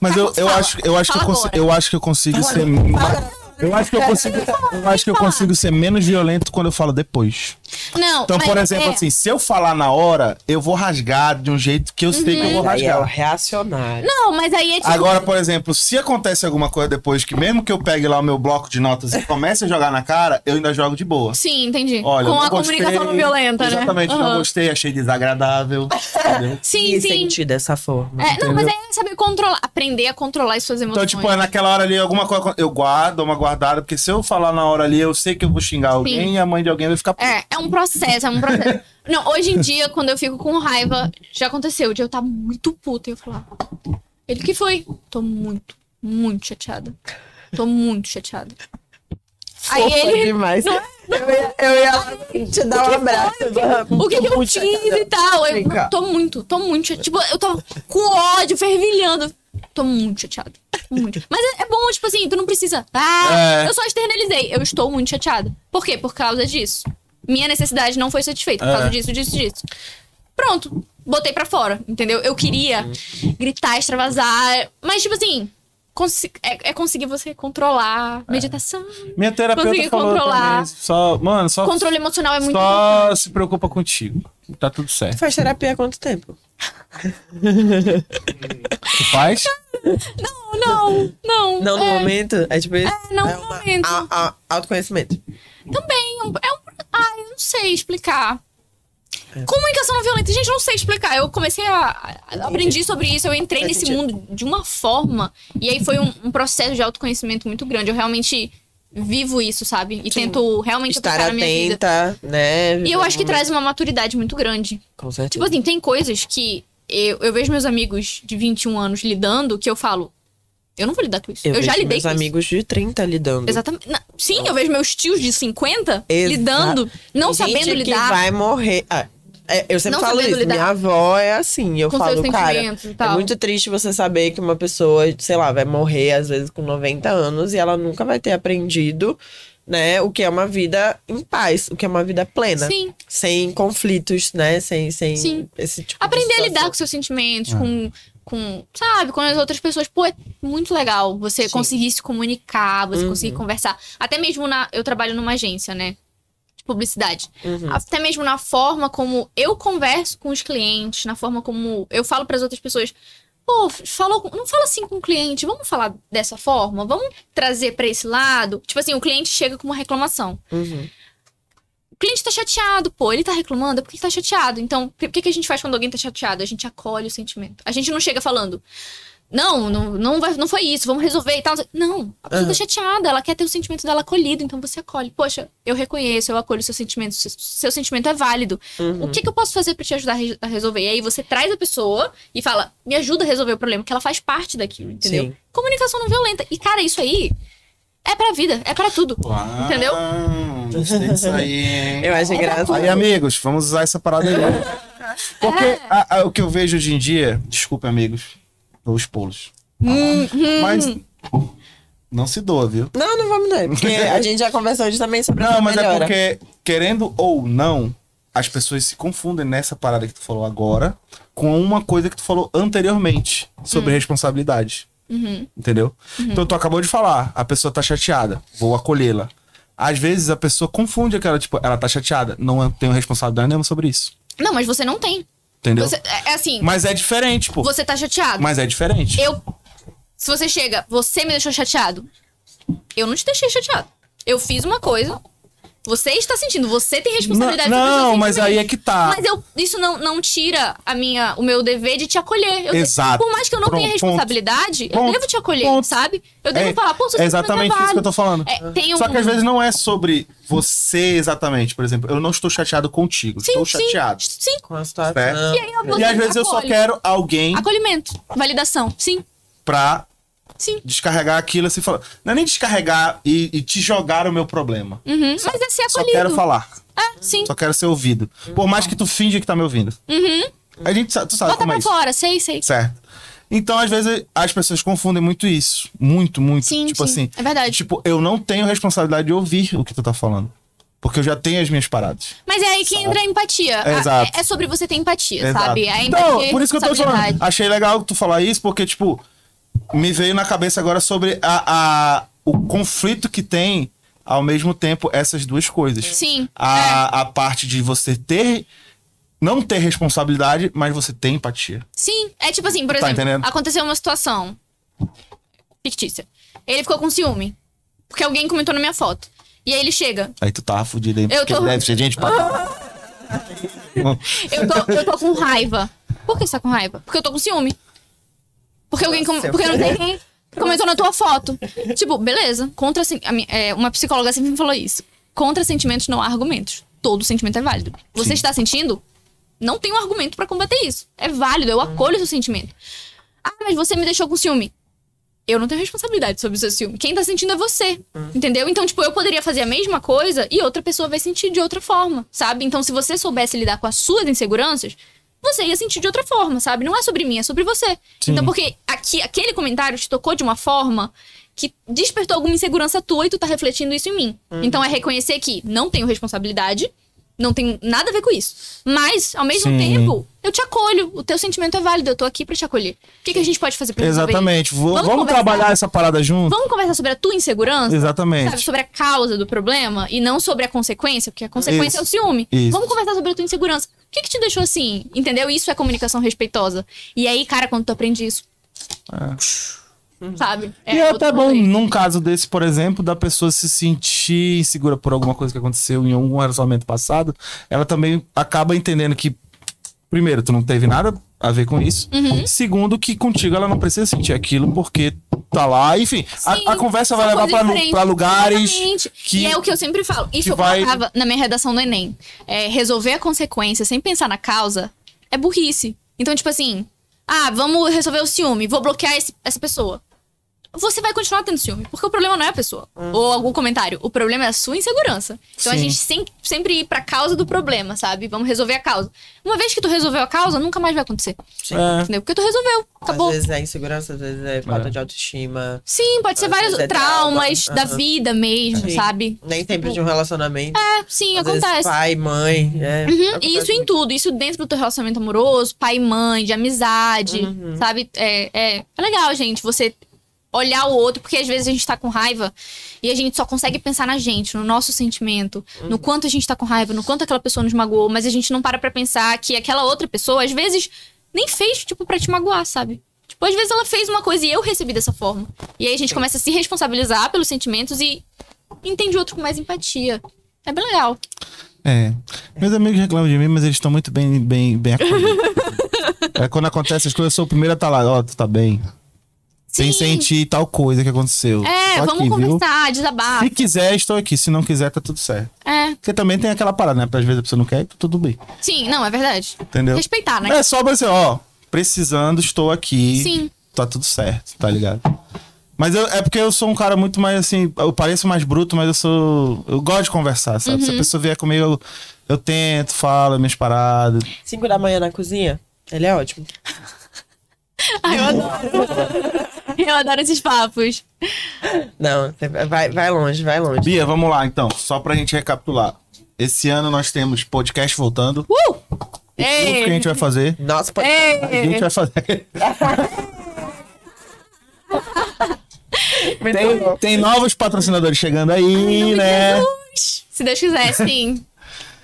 B: Mas eu, eu,
A: Fala,
B: acho, eu, acho que eu,
A: fala
B: consi-
A: agora.
B: eu acho que eu consigo ser. ma- Eu acho que eu consigo. Eu acho que eu consigo ser menos violento quando eu falo depois.
A: Não,
B: Então,
A: Oh, mas
B: por exemplo,
A: é-
B: assim, se eu falar na hora, eu vou rasgar de um jeito que eu sei que eu
A: Uhum.
B: vou
E: Aí é o
B: rasgar.
E: reacionário.
A: Hum. Não, mas aí é tipo.
B: Agora, por exemplo, se acontece alguma coisa depois que mesmo que eu pegue lá o meu bloco de notas e comece a jogar na cara, eu ainda jogo de boa.
A: Sim, entendi.
B: Olha,
A: Com
B: não
A: a
B: gostei,
A: comunicação não violenta, né?
B: Exatamente,
A: Aham.
B: não gostei, achei
A: (laughs)
B: desagradável. entendeu?
A: Sim,
E: E
A: sim.
E: sentir dessa forma.
A: É, não, mas é saber controlar, aprender a controlar as suas
B: Então,
A: emoções.
B: tipo, naquela hora ali, alguma coisa. Eu guardo, dou uma guardada, porque se eu falar na hora ali, eu sei que eu vou xingar alguém e a mãe de alguém vai ficar. puta.
A: É, é um processo, é
B: (laughs)
A: um processo. Não, hoje em dia, quando eu fico com raiva, já aconteceu de eu estar muito puta e eu falar. Ele que foi? Tô muito, muito chateada. Tô muito chateada. Aí
C: Fofa
A: ele-
C: demais. Eu ia, eu ia lá te dar um abraço.
A: O que, que eu fiz e tal? Eu
C: Vem cá.
A: tô muito, tô muito chateada. Tipo, eu tô com ódio, fervilhando. Tô muito chateada. Muito. Mas é, é bom, tipo assim, tu não precisa. Ah,
B: É.
A: eu só externalizei. Eu estou muito chateada. Por quê? Por causa disso. Minha necessidade não foi satisfeita por
B: É.
A: causa disso, disso, disso. Pronto. Botei pra fora, entendeu? Eu queria gritar, extravasar. Mas, tipo assim, consi- é, é conseguir você controlar.
B: É.
A: Meditação.
B: Minha terapeuta
A: Consegui
B: falou
A: controlar.
B: também, só, mano, só
A: Controle emocional é muito importante.
B: só se preocupa contigo. Tá tudo certo.
C: Faz terapia há quanto tempo?
B: Tu faz?
A: Não, não.
C: Não no
A: é,
C: momento? É tipo isso?
A: não no
C: é uma-
A: momento.
C: a- a- autoconhecimento.
A: Também, é um, é um- Ah, eu não sei explicar. Comunicação não violenta, gente, eu não sei explicar. Eu comecei a. a- aprendi sobre isso, eu entrei
C: Faz
A: nesse
C: sentido.
A: mundo de uma forma. E aí foi um, um processo de autoconhecimento muito grande. Eu realmente vivo isso, sabe? E tento realmente
C: Estar
A: aplicar na minha vida.
C: atenta, né?
A: E eu acho que
C: Viver
A: traz uma maturidade muito grande.
E: Com certeza.
A: Tipo assim, tem coisas que eu, eu vejo meus amigos de 21 anos lidando que eu falo, eu não vou lidar com isso. Eu,
E: vejo
A: já lidei
E: meus
A: com isso.
E: amigos de 30 lidando.
A: Exatamente. Na- Sim, eu vejo meus tios de 50
E: Exa-
A: lidando, não
C: Tem gente
A: sabendo
C: que
A: lidar
C: vai morrer. Ah, é, eu sempre
A: Não
C: falo
A: sabendo
C: isso.
A: lidar.
C: Minha avó é assim. Eu
A: com
C: falo,
A: seus
C: cara.
A: sentimentos e
C: É
A: tal.
C: muito triste você saber que uma pessoa, sei lá, vai morrer às vezes com 90 anos e ela nunca vai ter aprendido, né, o que é uma vida em paz, o que é uma vida plena.
A: Sim.
C: Sem conflitos, né? Sem, sem
A: Sim.
C: esse tipo
A: Aprender
C: de
A: a lidar
C: situação.
A: com seus sentimentos, com, com. Sabe, com as outras pessoas. Pô, é muito legal você
C: Sim.
A: conseguir se comunicar, você
C: Uhum.
A: conseguir conversar. Até mesmo na. Eu trabalho numa agência, né? De publicidade.
C: Uhum.
A: Até mesmo na forma como eu converso com os clientes, na forma como eu falo para as outras pessoas. Pô, falou, com- não fala assim com o cliente, vamos falar dessa forma, vamos trazer para esse lado. Tipo assim, o cliente chega com uma reclamação.
C: Uhum.
A: o cliente tá chateado, pô, ele tá reclamando, é porque ele tá chateado. Então, o que, que a gente faz quando alguém tá chateado? A gente acolhe o sentimento. A gente não chega falando, Não, não, não, vai, não foi isso, vamos resolver e tal. Não, a pessoa tá chateada, ela quer ter o sentimento dela acolhido, então você acolhe. Poxa, eu reconheço, eu acolho seu sentimento, se- seu sentimento é válido.
C: Uhum.
A: O que, que eu posso fazer pra te ajudar a re- a resolver? E aí você traz a pessoa e fala, me ajuda a resolver o problema, que ela faz parte daquilo, entendeu?
E: Sim.
A: Comunicação não violenta. E cara, isso aí é pra vida, é pra tudo. (laughs) Entendeu?
B: Ah, Gostei disso aí. hein?
A: é
E: Eu acho engraçado.
B: Aí, amigos, vamos usar essa parada aí. Porque a- a- o que eu vejo hoje em dia. Desculpe, amigos, os polos. Tá Mas. Não se doa, viu?
C: Não, não vamos
B: (laughs)
C: não. Porque a gente já conversou justamente sobre
B: Não,
C: essa
B: mas é
C: melhora.
B: porque, querendo ou não, as pessoas se confundem nessa parada que tu falou agora com uma coisa que tu falou anteriormente sobre responsabilidade. Entendeu? Então tu acabou de falar, a pessoa tá chateada, vou acolhê-la. Às vezes a pessoa confunde aquela, tipo, ela tá chateada, não tenho responsabilidade nenhuma sobre isso.
A: Não, mas você não tem.
B: Entendeu?
A: Você- é é assim,
B: Mas é diferente, pô.
A: você tá chateado.
B: Mas é diferente.
A: Eu. Se você chega, você me deixou chateado. Eu não te deixei chateado. Eu fiz uma coisa. Você está sentindo, você tem responsabilidade sobre os seus
B: não, mas aí é
A: sentimentos.
B: que tá.
A: Mas eu, isso não, não tira a minha, o meu dever de te acolher. Eu-
B: Exato.
A: Por mais que eu não
B: Pronto,
A: tenha responsabilidade, eu
B: ponto,
A: devo te acolher,
B: ponto.
A: sabe? Eu devo
B: É,
A: falar, pô, você
B: é exatamente isso que eu tô falando.
A: É, tem um...
B: Só que às vezes não é sobre você exatamente. Por exemplo, eu não estou chateado contigo.
A: sim,
B: estou
A: sim,
B: chateado.
A: Sim,
E: Com a situação.
B: Certo.
A: e aí eu
B: E às vezes eu só
A: acolho.
B: quero alguém
A: Acolhimento, validação, sim,
B: pra
A: sim.
B: descarregar aquilo assim falar. Não é nem descarregar e, e te jogar o meu problema.
A: Uhum, Mas é ser
B: Só
A: acolhido.
B: quero falar.
A: É, sim.
B: Só quero ser ouvido. Por mais que tu finge que tá me ouvindo. A gente sa- tu sabe
A: Uhum. Bota
B: como é
A: pra
B: isso.
A: fora, sei, sei.
B: Certo. Então, às vezes, as pessoas confundem muito isso. Muito, muito.
A: Sim,
B: tipo
A: sim.
B: assim.
A: É verdade.
B: Tipo, eu não tenho responsabilidade de ouvir o que tu tá falando. Porque eu já tenho as minhas paradas.
A: Mas é aí que entra a empatia. A-
B: Tá. Exato.
A: É, é sobre você ter empatia,
B: Exato.
A: sabe? É a empatia
B: então, por isso que eu tô te falando.
A: responsabilidade.
B: Achei legal tu falar isso, porque, tipo, me veio na cabeça agora sobre a, a- o conflito que tem, ao mesmo tempo, essas duas coisas.
A: Sim. é,
B: A, a parte de você ter. Não ter responsabilidade, mas você ter empatia.
A: sim. É tipo assim, por
B: Tá
A: exemplo,
B: entendendo?
A: aconteceu uma situação fictícia. Ele ficou com ciúme. Porque alguém comentou na minha foto. E aí ele chega.
B: Aí tu tava fudido aí,
A: Eu
B: porque
A: tô-
B: deve ser gente pra
A: Eu tô, eu tô com raiva. Por que você tá com raiva? Porque eu tô com ciúme. Porque alguém. com- porque eu não sei quem comentou na tua foto. Tipo, beleza. Contra, sen- a minha- é, uma psicóloga sempre me falou isso. Contra sentimentos não há argumentos. Todo sentimento é válido. Você
B: Sim.
A: está sentindo? Não tem um argumento pra combater isso. É válido, eu acolho o seu sentimento. Ah, mas você me deixou com ciúme. Eu não tenho responsabilidade sobre o seu ciúme. Quem tá sentindo é você.
B: Hum.
A: Entendeu? Então, tipo, eu poderia fazer a mesma coisa e outra pessoa vai sentir de outra forma, sabe? Então, se você soubesse lidar com as suas inseguranças, você ia sentir de outra forma, sabe? Não é sobre mim, é sobre você.
B: Sim.
A: Então, porque aqui, aquele comentário te tocou de uma forma que despertou alguma insegurança tua e tu tá refletindo isso em mim.
B: Hum.
A: Então, é reconhecer que não tenho responsabilidade, não tenho nada a ver com isso. Mas, ao mesmo
B: Sim.
A: tempo, eu te acolho. O teu sentimento é válido, eu tô aqui pra te acolher. O que, que a gente pode fazer pra resolver isso?
B: Exatamente. Vou-
A: Vamos
B: vamos
A: conversar.
B: trabalhar essa parada junto?
A: Vamos conversar sobre a tua insegurança?
B: Exatamente.
A: Sabe, sobre a causa do problema e não sobre a consequência, porque a consequência é o ciúme.
B: Isso.
A: Vamos conversar sobre a tua insegurança. O que, que te deixou assim? Entendeu? Isso é comunicação respeitosa. E aí, cara, quando tu aprende isso. Sabe?
B: e é
A: outro
B: até bom,
A: rolê.
B: num caso desse, por exemplo, da pessoa se sentir insegura por alguma coisa que aconteceu em algum relacionamento passado, ela também acaba entendendo que, primeiro, tu não teve nada a ver com isso.
A: Uhum.
B: Segundo, que contigo ela não precisa sentir aquilo porque tá lá. Enfim, a-
A: Sim,
B: a, conversa vai
A: são
B: levar
A: coisas
B: pra, lu-
A: diferentes.
B: pra lugares
A: Exatamente.
B: que
A: E é o que eu sempre falo. Isso
B: que
A: eu
B: vai-
A: colocava na minha redação no Enem. É, resolver a consequência sem pensar na causa é burrice. Então, tipo assim, ah, vamos resolver o ciúme, vou bloquear esse- essa pessoa. Você vai continuar tendo ciúme, porque o problema não é a pessoa. Ou algum comentário. O problema é a sua insegurança. Então a
B: Hum. Sim.
A: gente sem- sempre ir pra causa do problema, sabe? Vamos resolver a causa. Uma vez que tu resolveu a causa, nunca mais vai acontecer.
B: É.
A: Entendeu? Porque tu resolveu. Acabou.
E: Às vezes é insegurança, às vezes é falta de autoestima.
A: Sim, pode ser
E: às
A: vários
E: vezes é trauma.
A: traumas da
E: Aham.
A: vida mesmo,
E: Sim.
A: sabe?
E: Nem sempre de um relacionamento.
A: Tipo, É, sim,
E: Às vezes
A: acontece.
E: pai, mãe. É,
A: Uhum,
E: acontece
A: e isso em tudo, isso dentro do teu relacionamento amoroso, pai e mãe, de amizade,
E: Uhum.
A: sabe? É, é, é legal, gente, você olhar o outro, porque às vezes a gente tá com raiva e a gente só consegue pensar na gente, no nosso sentimento,
E: Uhum.
A: no quanto a gente tá com raiva, no quanto aquela pessoa nos magoou, mas a gente não para pra pensar que aquela outra pessoa, às vezes, nem fez, tipo, pra te magoar, sabe? Tipo, às vezes ela fez uma coisa e eu recebi dessa forma. E aí a gente começa a se responsabilizar pelos sentimentos e entende o outro com mais empatia. É bem legal.
B: É. Meus amigos reclamam de mim, mas eles estão muito
A: (laughs)
B: bem, bem, bem acolhidos. é, quando acontece as coisas, eu sou o primeiro a estar lá. Ó, tu tá bem.
A: Sim.
B: Pensei em ti e tal coisa que aconteceu.
A: É,
B: Tô
A: vamos
B: aqui, viu?
A: conversar, desabafo.
B: Se quiser, estou aqui. Se não quiser, tá tudo certo.
A: É,
B: Porque também tem aquela parada, né? Porque Às vezes a pessoa não quer e tá tudo bem.
A: sim, não, é verdade.
B: Entendeu?
A: Respeitar, né?
B: É só você, ó, precisando, estou aqui.
A: Sim.
B: Tá tudo certo, tá ligado? Mas eu- é porque eu sou um cara muito mais assim. Eu pareço mais bruto, mas eu sou. Eu gosto de conversar, sabe?
A: Uhum.
B: Se a pessoa vier comigo, eu, eu tento, falo minhas paradas.
E: Cinco da manhã na cozinha, ele é ótimo.
A: Ai, eu adoro. eu adoro esses papos.
E: Não, você vai, vai longe, vai longe.
B: Bia, vamos lá então, só pra gente recapitular. Esse ano nós temos podcast voltando.
A: Uh!
B: O que a
A: Ei!
B: gente vai fazer?
E: Nossa, (laughs)
A: É.
E: pode...
B: A gente
A: Ei!
B: vai
A: (laughs)
B: fazer. (laughs)
E: Muito
A: Uhum.
E: bom.
B: Tem novos patrocinadores chegando aí, né? O
A: Se Deus quiser, sim.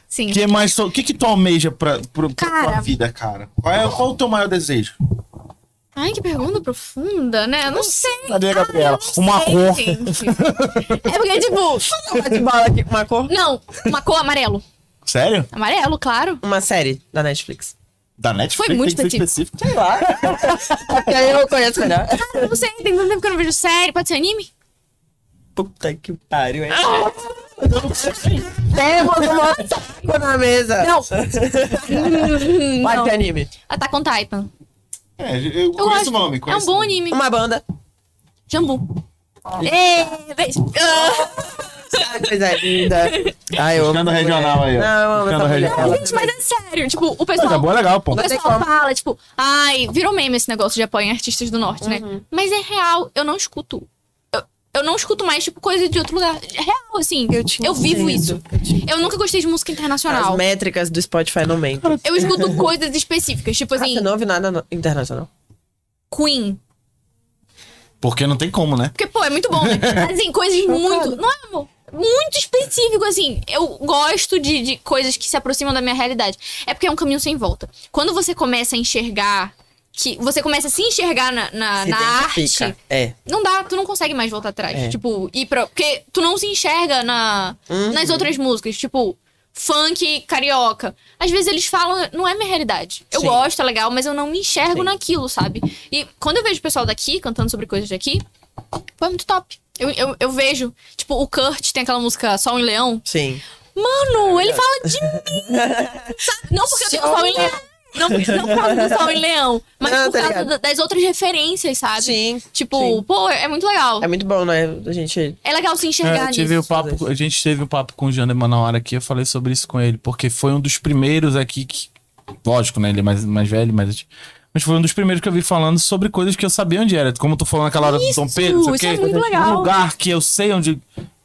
A: Sim.
B: que mais? tu- O que que tu almeja pra, pro- pra
A: Cara.
B: tua vida, cara? Qual é, qual o teu maior desejo?
A: Ai, que pergunta profunda, né? Eu não sei.
B: Cadê a Gabriela?
A: Ai, eu não
B: Uma
A: sei,
B: cor.
A: gente. É porque, tipo,
E: Uma de bola aqui com uma cor.
A: não, uma cor amarelo.
B: Sério?
A: Amarelo, claro.
E: Uma série da Netflix.
B: Da Netflix?
A: Foi muito
B: tem que ser
A: específico.
B: específico.
E: Porque aí eu conheço melhor.
A: Eu não sei, tem tanto tempo que eu não vejo série. Pode ser anime?
E: Puta que pariu, hein?
A: Ah!
E: Temos um motoco na mesa.
A: Não.
E: (laughs) Vai
A: não.
E: ter anime.
A: Attack on Titan.
B: É, eu
A: Eu
B: conheço
A: gosto.
B: o nome.
A: é
B: conheço
A: um
B: o
A: bom
B: nome.
A: anime.
E: Uma banda.
A: Jambu. Ei, beijo. Ah.
E: Ai, coisa linda. Ai, eu amo.
B: Ficando
E: essa
B: regional
E: mulher.
B: aí, ó.
E: Não, eu amo
B: Ficando
E: essa mulher.
B: regional.
A: Gente, mas é sério. Tipo, o
B: Mas é
A: pessoal...
B: bom, é legal, pô.
A: O
E: Não tem
A: pessoal
E: como.
A: fala, tipo, ai, virou meme esse negócio de apoiar artistas do norte,
E: Uhum.
A: né? Mas é real, eu não escuto. Eu, eu não escuto mais, tipo, coisa de outro lugar. É real, assim. Eu,
E: te
A: vivo isso.
E: entendo, eu te
A: Eu nunca gostei de música
E: As
A: internacional.
E: métricas do Spotify não mentem.
A: Eu escuto coisas específicas, tipo
E: Ah,
A: assim,
E: você não ouve nada no- internacional.
A: Queen.
B: Porque não tem como, né?
A: Porque, pô, é muito bom, né?
E: (laughs)
A: Mas, assim, coisas muito. Não é, amor? Muito específico, assim. Eu gosto de, de coisas que se aproximam da minha realidade. É porque é um caminho sem volta. Quando você começa a enxergar. Que você começa a se enxergar na, na,
E: Se
A: na
E: identifica.
A: arte.
E: É.
A: Não dá, tu não consegue mais voltar atrás.
E: É.
A: Tipo, ir pra. Porque tu não se enxerga na,
E: Uhum.
A: nas outras músicas. Tipo, funk carioca. Às vezes eles falam, não é minha realidade. Eu
E: Sim.
A: gosto, é legal, mas eu não me enxergo
E: Sim.
A: naquilo, sabe? E quando eu vejo o pessoal daqui cantando sobre coisas daqui, foi muito top. Eu, eu, eu vejo, tipo, o Kurt tem aquela música Sol em Leão.
E: Sim.
A: Mano,
E: É
A: ele fala de mim. Sabe? Não porque eu tenho Sol em Leão. Não, não por causa do Sol em Leão, mas
E: Não,
A: por
E: tá
A: causa
E: ligado.
A: da- das outras referências, sabe?
E: Sim.
A: Tipo,
E: Sim.
A: pô, é muito legal.
E: É muito bom, né? A gente.
A: É legal se
B: É,
A: enxergar
B: eu tive
A: nisso.
B: o papo,
E: fazer.
B: a gente teve um papo com o Jander Manauara aqui, eu falei sobre isso com ele, porque foi um dos primeiros aqui que. Lógico, né? Ele é mais, mais velho, mas. Mas foi um dos primeiros que eu vi falando sobre coisas que eu sabia onde era. Como tu falou naquela hora do Dom Pedro, não sei o
A: isso
B: quê.
A: é muito legal.
B: Um lugar que eu sei onde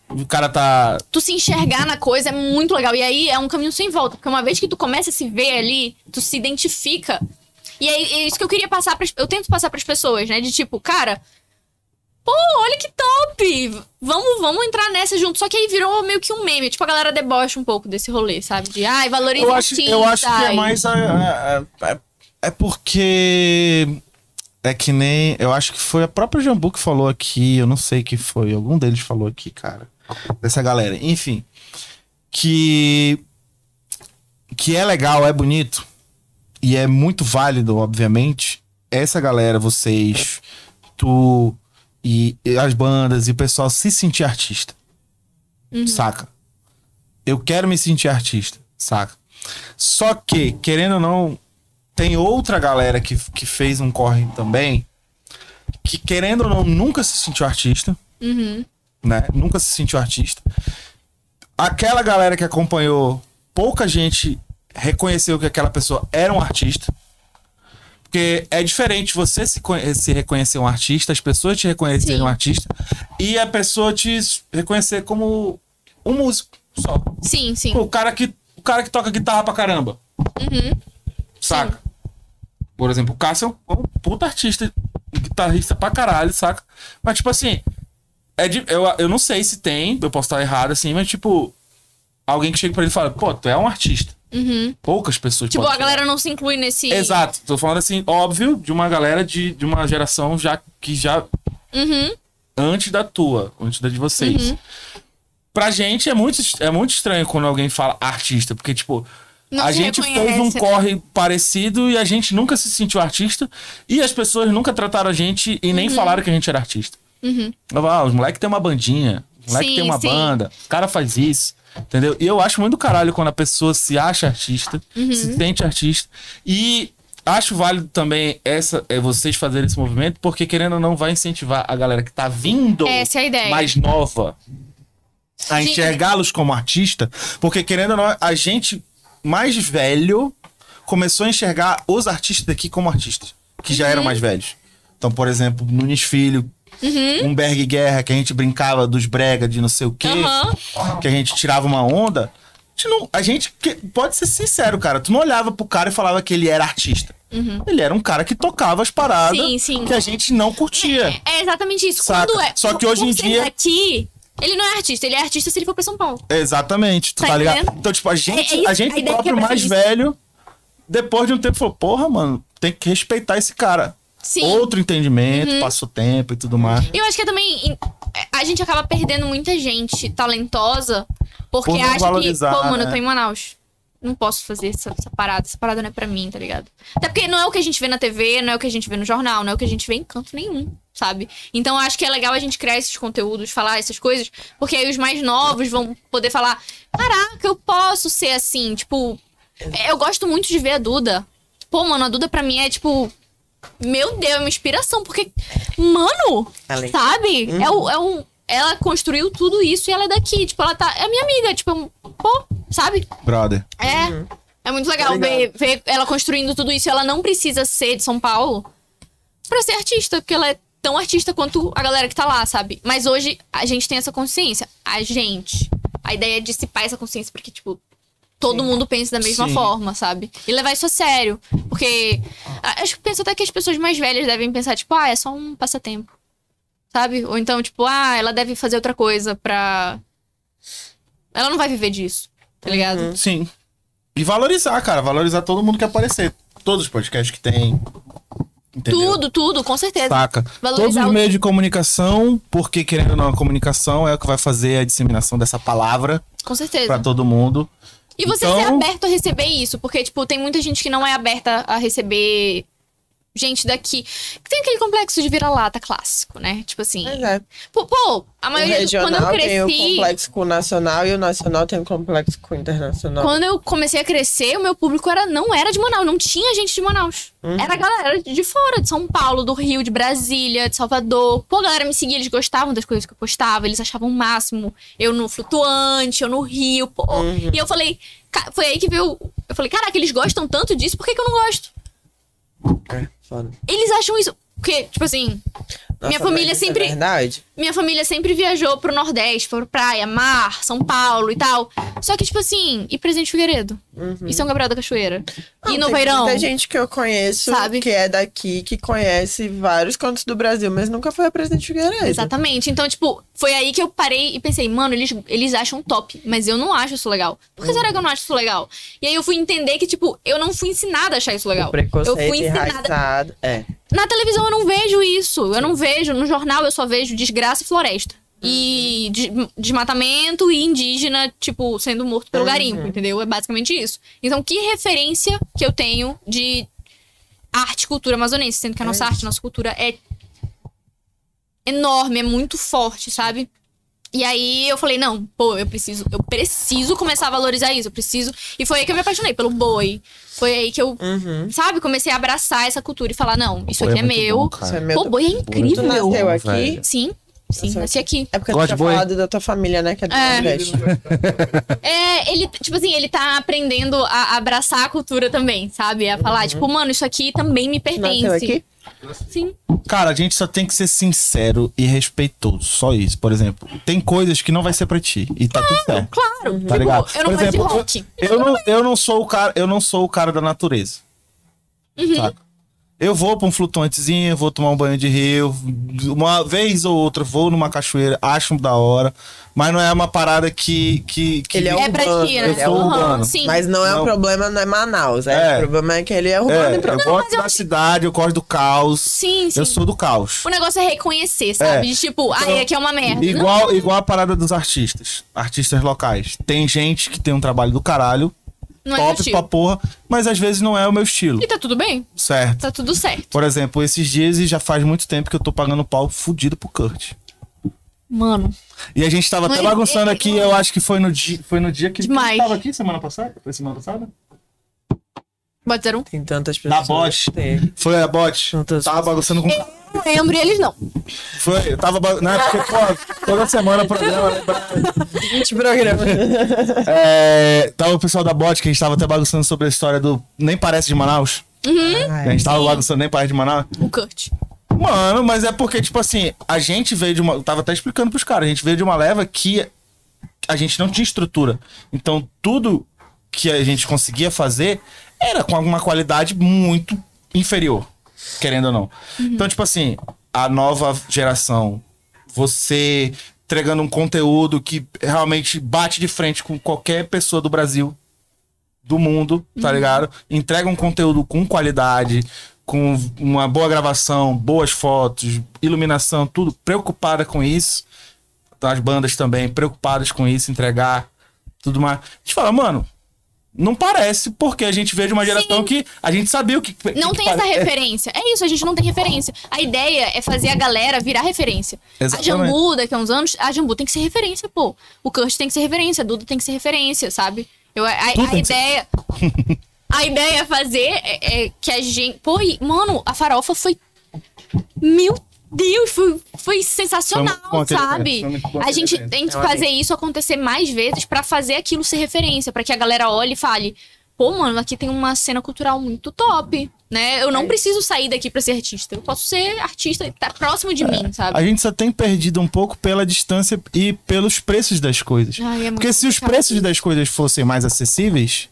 B: o cara tá.
A: Tu se enxergar na coisa é muito legal. E aí é um caminho sem volta. Porque uma vez que tu começa a se ver ali, tu se identifica. E aí, é isso que eu queria passar para Eu tento passar pras pessoas, né? De tipo, cara. Pô, olha que top! Vamos, vamos entrar nessa junto. Só que aí virou meio que um meme. Tipo, a galera debocha um pouco desse rolê, sabe? De, ai, valoriza
B: Eu
A: a
B: acho, eu
A: artista
B: acho que é
A: e-
B: mais. a- a- a- é- é porque. É que nem. Eu acho que foi a própria Jambu que falou aqui. Eu não sei que foi. Algum deles falou aqui, cara. Dessa galera. Enfim. Que. Que é legal, é bonito. E é muito válido, obviamente. Essa galera, vocês. Tu. E, e as bandas e o pessoal se sentir artista. Saca? Eu quero me sentir artista, saca? Só que, querendo ou não, tem outra galera que, que fez um corre também, que querendo ou não, nunca se sentiu artista. Né? Nunca se sentiu artista. Aquela galera que acompanhou, pouca gente reconheceu que aquela pessoa era um artista. Porque é diferente você se, conhe- se reconhecer um artista, as pessoas te reconhecerem
A: Sim.
B: um artista, e a pessoa te s- reconhecer como um músico só.
A: Sim, sim. Uhum.
B: Pô, o cara que, o cara que toca guitarra pra caramba. Saca? Por exemplo, o Cássio é um, um puta artista, guitarrista pra caralho, saca? Mas, tipo assim, é de- eu, eu não sei se tem, eu posso estar errado assim, mas, tipo, alguém que chega pra ele e fala, pô, tu é um artista. Poucas pessoas
A: Tipo,
B: podem
A: a galera não se inclui nesse.
B: Exato, tô falando assim, óbvio, de uma galera de, de uma geração já que já.
A: Uhum.
B: Antes da tua, antes da de vocês. Pra gente é muito, é muito estranho quando alguém fala artista, porque, tipo,
A: Não
B: a
A: se
B: gente
A: reconhece,
B: fez um
A: né?
B: corre parecido e a gente nunca se sentiu artista. E as pessoas nunca trataram a gente e
A: Uhum.
B: nem falaram que a gente era artista. Eu falava, ah, os moleques têm uma bandinha, os moleques
A: Sim,
B: têm uma
A: sim.
B: banda, o cara faz isso. Entendeu? E eu acho muito do caralho quando a pessoa se acha artista,
A: Uhum.
B: se sente artista. E acho válido também essa, é, vocês fazerem esse movimento, porque querendo ou não, vai incentivar a galera que tá vindo
A: Essa é a ideia.
B: mais nova a
A: Gente- é
B: enxergá-los como artista, porque querendo ou não, a gente mais velho começou a enxergar os artistas daqui como artistas, que já
A: Uhum.
B: eram mais velhos. Então, por exemplo, Nunes Filho,
A: Uhum.
B: Humberg Guerra, que a gente brincava dos brega de não sei o quê, que a gente tirava uma onda. A gente, não- a gente que- pode ser sincero, cara, tu não olhava pro cara e falava que ele era artista. Ele era um cara que tocava as paradas
A: Uhum. Sim, sim.
B: que a gente não curtia.
A: É exatamente isso.
B: Saca?
A: Quando é,
B: Só que
A: por-
B: hoje em
A: por ser
B: dia-
A: daqui, ele não é artista. Ele é artista se ele for pra São Paulo.
B: Exatamente, tu tá,
A: Tá
B: ligado?
A: entendendo?
B: Então, tipo, a gente,
A: É- é isso,
B: a
A: a
B: gente
A: ideia
B: próprio
A: quebra
B: mais
A: isso.
B: velho, depois de um tempo, falou, porra, mano, tem que respeitar esse cara.
A: Sim. Uhum.
B: Outro entendimento, passa o tempo e tudo mais.
A: E eu acho que é também. A gente acaba perdendo muita gente talentosa porque
B: Por não
A: acha que,
B: valorizar,
A: pô, mano,
B: né?
A: eu tô em Manaus. Não posso fazer essa, essa parada. Essa parada não é pra mim, tá ligado? Até porque não é o que a gente vê na TV, não é o que a gente vê no jornal, não é o que a gente vê em canto nenhum, sabe? Então eu acho que é legal a gente criar esses conteúdos, falar essas coisas, porque aí os mais novos vão poder falar: caraca, eu posso ser assim. Tipo, eu gosto muito de ver a Duda. Pô, mano, a Duda pra mim é tipo. Meu Deus, é uma inspiração, porque. Mano,
E: Além.
A: sabe? É, o, é um. Ela construiu tudo isso e ela é daqui. Tipo, ela tá. É minha amiga, tipo, eu- pô, sabe?
B: Brother.
A: É. É muito legal ver, ver ela construindo tudo isso. Ela não precisa ser de São Paulo pra ser artista, porque ela é tão artista quanto a galera que tá lá, sabe? Mas hoje a gente tem essa consciência. A gente. A ideia é dissipar essa consciência, porque, tipo, todo mundo pensa da mesma
B: Sim.
A: forma, sabe? E levar isso a sério. Porque. a- Acho que penso até que as pessoas mais velhas devem pensar, tipo, ah, é só um passatempo. Sabe? Ou então, tipo, ah, ela deve fazer outra coisa pra. Ela não vai viver disso, tá ligado?
B: Sim. E valorizar, cara, valorizar todo mundo que aparecer. Todos os podcasts que tem. Entendeu?
A: Tudo, tudo, com certeza.
B: Saca?
A: Valorizar
B: Todos os
A: o-
B: meios de comunicação, porque querendo ou não, a comunicação é o que vai fazer a disseminação dessa palavra
A: Com
B: pra
A: certeza.
B: todo mundo.
A: E você ser
B: Então-
A: aberto a receber isso, porque, tipo, tem muita gente que não é aberta a receber gente daqui. Tem aquele complexo de vira-lata clássico, né? Tipo assim.
E: Mas é.
A: Pô, pô, a
E: O
A: maioria. do- Quando eu
E: regional tem o
A: cresci.
E: complexo com o nacional e o nacional tem o complexo com o internacional.
A: Quando eu comecei a crescer, o meu público era, não era de Manaus, não tinha gente de Manaus. Era a galera de fora, de São Paulo, do Rio, de Brasília, de Salvador. Pô, a galera me seguia, eles gostavam das coisas que eu postava, eles achavam o máximo. Eu no flutuante, eu no Rio, pô. E eu falei, ca- foi aí que veio. Eu falei, caraca, eles gostam tanto disso, por que, que eu não gosto?
E: É, foda.
A: Eles acham isso. Porque, tipo assim,
E: Nossa,
A: Minha família
E: mas isso
A: sempre-
E: É verdade.
A: minha família sempre viajou pro Nordeste, pra praia, mar, São Paulo e tal. Só que, tipo assim, e Presidente Figueiredo?
E: Hum.
C: Hum.
A: E São Gabriel da Cachoeira?
E: Não,
A: e Noveirão?
E: tem muita gente que eu conheço,
A: Sabe?
E: que é daqui, que conhece vários cantos do Brasil, mas nunca foi a Presidente
C: É,
E: Figueiredo.
A: Exatamente. Então, tipo, foi aí que eu parei e pensei, mano, eles, eles acham top, mas eu não acho isso legal. Por que será que eu não acho isso legal? E aí eu fui entender que, tipo, eu não fui ensinada a achar isso legal.
E: O preconceito
A: eu fui ensinada.
E: enraizado. É.
A: Na televisão eu não vejo isso. Eu não vejo. No jornal eu só vejo desgraça e floresta. E de- desmatamento e indígena, tipo, sendo morto pelo garimpo, entendeu? É basicamente isso. Então, que referência que eu tenho de arte e cultura amazonense? Sendo que a nossa arte, nossa cultura é enorme, é muito forte, sabe? E aí eu falei, não, pô, eu preciso, eu preciso começar a valorizar isso, eu preciso. E foi aí que eu me apaixonei pelo boi. Foi aí que eu,
E: Uhum.
A: sabe, comecei a abraçar essa cultura e falar, não, isso
B: Pô,
A: aqui é,
B: muito
A: meu.
B: bom,
E: Isso é
B: cara.
E: meu.
A: Pô, boi é
E: Tu
A: incrível.
E: nasceu aqui?
B: velho.
A: Sim,
B: Tá
A: sim,
E: Nossa,
A: nasci aqui.
E: É porque
B: Gosto
E: tu tinha
B: de boi.
E: falado da tua família, né? Que é do
A: É.
E: Nordeste.
A: É, ele, tipo assim, ele tá aprendendo a abraçar a cultura também, sabe? A
B: Uhum.
A: falar, tipo, mano, isso aqui também me pertence.
E: Nasceu aqui?
A: Sim.
B: Cara, a gente só tem que ser sincero e respeitoso. Só isso. Por exemplo, tem coisas que não vai ser pra ti. E tá tudo certo.
A: Claro.
B: Tá
A: tipo,
B: ligado? Por
A: eu não gosto de
B: exemplo,
A: rock.
B: Eu não, eu não sou o cara, eu não sou o cara da natureza. Saca? Eu vou pra um flutuantezinho, vou tomar um banho de rio, uma vez ou outra vou numa cachoeira, acho da hora, mas não é uma parada que que, que
E: Ele é um
A: É pra ti, né?
B: Eu sou
A: Aham,
B: urbano.
A: Sim.
E: Mas não é
B: Não.
E: o problema, não é Manaus. É.
B: É.
E: O problema é que ele é urbano
C: né?
B: é,
E: e
B: eu
E: pronto.
B: gosto da cidade, eu gosto do caos.
A: Sim, sim.
B: Eu sou do caos.
A: O negócio é reconhecer, sabe?
B: É.
A: De tipo, ah,
B: Então,
A: aqui é uma merda.
B: Igual, igual a parada dos artistas, artistas locais. Tem gente que tem um trabalho do caralho,
A: Não é meu
B: top
A: estilo.
B: pra porra, mas às vezes não é o meu estilo,
A: E tá tudo bem?
B: certo?
A: Tá tudo certo.
B: Por exemplo, esses dias e já faz muito tempo que eu tô pagando pau fudido pro Kurt.
A: Mano.
B: E a gente tava até
A: Mas
B: bagunçando
A: ele- é
B: aqui, eu acho que foi no dia, foi no dia que
A: Demais.
B: ele tava aqui semana passada, foi semana passada?
A: Pode ser um.
E: Tem tantas
B: Na
E: pessoas.
B: bot.
E: Tem.
B: Foi a bot.
E: Não tô-
B: Tava bagunçando com
A: Não lembro e eles não.
B: Foi, eu tava. ba- Não, é porque, pô, toda semana o programa. né?
E: 20
A: (laughs)
E: programas.
B: É, tava o pessoal da Bot que a gente tava até bagunçando sobre a história do Nem Parece de Manaus.
C: É.
B: A gente tava bagunçando Nem Parece de Manaus.
A: O Kurt.
B: Mano, mas é porque, tipo assim, a gente veio de uma. Eu tava até explicando pros caras, a gente veio de uma leva que a gente não tinha estrutura. Então, tudo que a gente conseguia fazer era com alguma qualidade muito inferior, querendo ou não. Então, tipo assim, a nova geração, você entregando um conteúdo que realmente bate de frente com qualquer pessoa do Brasil do mundo,
A: Uhum.
B: tá ligado? Entrega um conteúdo com qualidade, com uma boa gravação, boas fotos, iluminação, tudo preocupada com isso. Então, As bandas também preocupadas com isso, entregar tudo mais. A gente fala, mano, não parece, porque a gente veio de uma geração que a gente sabia o que.
A: Não
B: que
A: tem
B: pare-
A: essa
B: é,
A: referência. É isso, a gente não tem referência. A ideia é fazer a galera virar referência.
B: Exatamente.
A: A Jambu, daqui a uns anos, a Jambu tem que ser referência, pô. O Kurt tem que ser referência, a Duda tem que ser referência, sabe? Eu, a, a-
B: Tudo
A: a
B: tem que ser. (laughs)
A: ideia. A ideia é fazer é, é que a gente. Pô, e, mano, a farofa foi. Meu Deus, foi, foi sensacional,
B: Foi muito bom aquele
A: sabe?
B: evento, foi muito bom
A: A
B: aquele
A: gente
B: evento.
A: tem que fazer isso acontecer mais vezes pra fazer aquilo ser referência, pra que a galera olhe e fale: pô, mano, aqui tem uma cena cultural muito top, né? Eu não preciso sair daqui pra ser artista. Eu posso ser artista e tá próximo de mim, sabe?
B: A gente só tem perdido um pouco pela distância e pelos preços das coisas.
A: Ai, é
B: Porque
A: muito
B: se os
A: complicado.
B: preços das coisas fossem mais acessíveis,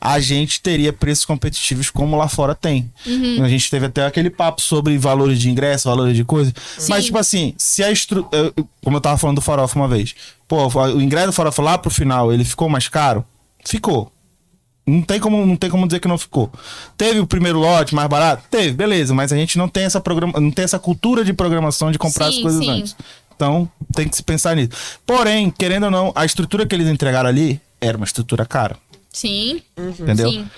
B: a gente teria preços competitivos como lá fora tem.
A: Uhum.
B: A gente teve até aquele papo sobre valores de ingresso, valores de coisa. Mas, tipo assim, se a estrutura. Como eu tava falando do farofa uma vez. Pô, o ingresso do farofa lá pro final, ele ficou mais caro? Ficou. Não tem, como, não tem como dizer que não ficou. Teve o primeiro lote mais barato? Teve, beleza, mas a gente não tem essa, programa, não tem essa cultura de programação de comprar as
A: Sim,
B: coisas
A: sim.
B: antes. Então, tem que se pensar nisso. Porém, querendo ou não, a estrutura que eles entregaram ali era uma estrutura cara.
A: Sim,
B: Entendeu?
A: sim.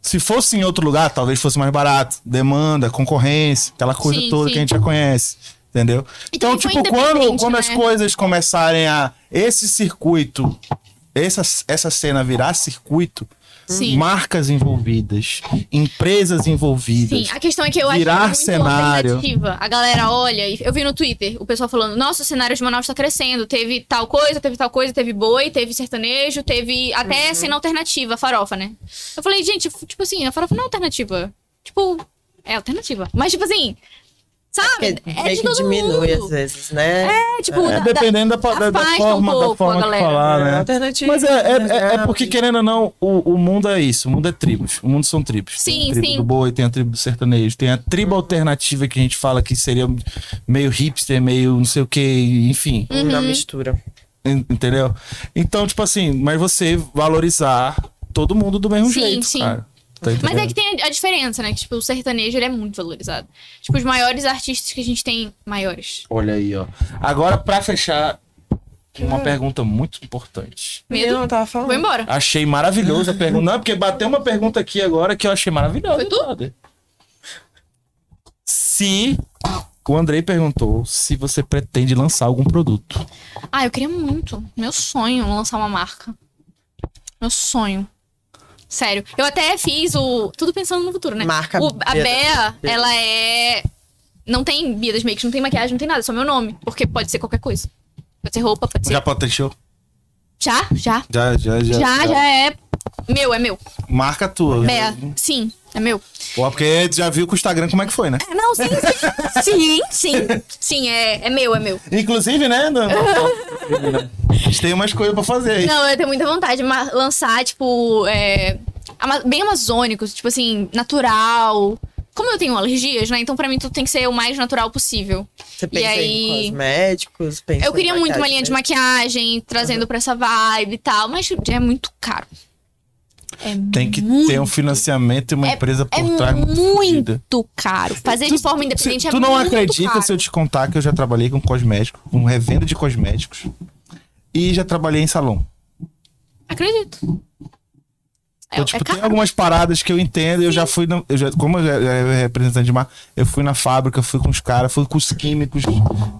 B: Se fosse em outro lugar, talvez fosse mais barato. Demanda, concorrência, aquela coisa
A: Sim,
B: toda
A: sim.
B: que a gente já conhece. Entendeu? Então,
A: também foi
B: tipo, quando,
A: independente,
B: quando as
A: né?
B: coisas começarem a. Esse circuito, essa, essa cena virar circuito,
A: Sim.
B: marcas envolvidas, empresas envolvidas.
A: Sim, a questão é que eu
B: Virar
A: acho muito
B: cenário.
A: alternativa. A galera olha, e eu vi no Twitter o pessoal falando: nossa, o cenário de Manaus tá crescendo. Teve tal coisa, teve tal coisa, teve boi, teve sertanejo, teve até
E: Uhum.
A: cena alternativa, a farofa, né? Eu falei, gente, f- tipo assim, a farofa não é alternativa. Tipo, é alternativa. Mas, tipo assim, sabe?
E: Porque
A: É,
E: meio
A: de
E: que
A: todo
E: diminui às
A: mundo.
E: vezes, né?
A: É, tipo,
B: É,
A: da- da-
B: dependendo da, pa- da- da
A: afasta um
B: forma, da
A: pouco
B: forma
A: a
B: de
A: galera.
B: falar, né?
E: Alternativa.
B: Mas é, é, é- é porque, querendo ou não, o, o mundo é isso. O mundo é tribos. O mundo são tribos. tem
A: Sim,
B: a tribo
A: sim.
B: do boi, tem a tribo do sertanejo, tem a tribo alternativa que a gente fala que seria meio hipster, meio não sei o que, enfim.
A: Uhum.
E: Uma mistura.
B: En- Entendeu? Então, tipo assim, mas você valorizar todo mundo do mesmo
A: Sim,
B: jeito,
A: sim.
B: cara. Tá
A: Mas
B: entendendo?
A: é que tem a a diferença, né? Que, tipo, o sertanejo ele é muito valorizado. Tipo, os maiores artistas que a gente tem. Maiores.
B: Olha aí, ó. Agora, pra fechar,
A: Hum.
B: uma pergunta muito importante.
A: Medo.
E: Eu não tava
A: Vou
E: falando.
A: embora.
B: Achei maravilhosa a pergunta. Não, porque bateu uma pergunta aqui agora que eu achei maravilhosa.
A: Foi tu?
B: brother. Se. O Andrei perguntou se você pretende lançar algum produto.
A: Ah, eu queria muito. Meu sonho lançar uma marca. Meu sonho. Sério. Eu até fiz o. Tudo pensando no futuro, né?
E: Marca
A: O- a
E: Bia-
A: Bea,
E: Bia-
A: ela é. Não tem Bia das Makes, não tem maquiagem, não tem nada, é só meu nome. Porque pode ser qualquer coisa. Pode ser roupa, pode ser.
B: Já patenteou?
A: Já, já.
B: Já, já, já.
A: Já, já é. Meu, é meu.
B: Marca tua.
A: Bea, sim, é meu.
B: Pô, porque tu já viu com o Instagram como é que foi, né?
A: É, Não, sim, (laughs) sim. Sim, sim. Sim, é, é meu, é meu.
B: Inclusive, né? no-
A: (laughs)
B: A gente tem umas coisas pra fazer aí.
A: Não, eu tenho muita vontade de ma- lançar, tipo, é, ama- bem amazônico, tipo assim, natural. Como eu tenho alergias, né? Então pra mim tudo tem que ser o mais natural possível.
E: Você pensa
A: aí-
E: em cosméticos, pensa
A: Eu
B: é
E: em
A: queria muito uma
E: maquiagem,
A: linha de
E: né?
A: maquiagem, trazendo pra essa vibe e tal, mas é muito caro. É
B: Tem que
A: muito,
B: ter um financiamento e uma
A: É-
B: empresa por
A: é
B: trás. fodida.
A: muito caro. Fazer de forma independente
B: Se-
A: é
B: tu
A: muito
B: não acredita
A: caro.
B: se eu te contar que eu já trabalhei com cosmético, com revenda de cosméticos. E já trabalhei em salão.
A: Acredito. É,
B: Então,
A: é
B: tipo, tem
A: caro.
B: algumas paradas que eu entendo. Eu já fui. na- eu já, como eu já, já era representante de mar, eu fui na fábrica, fui com os caras, fui com os químicos.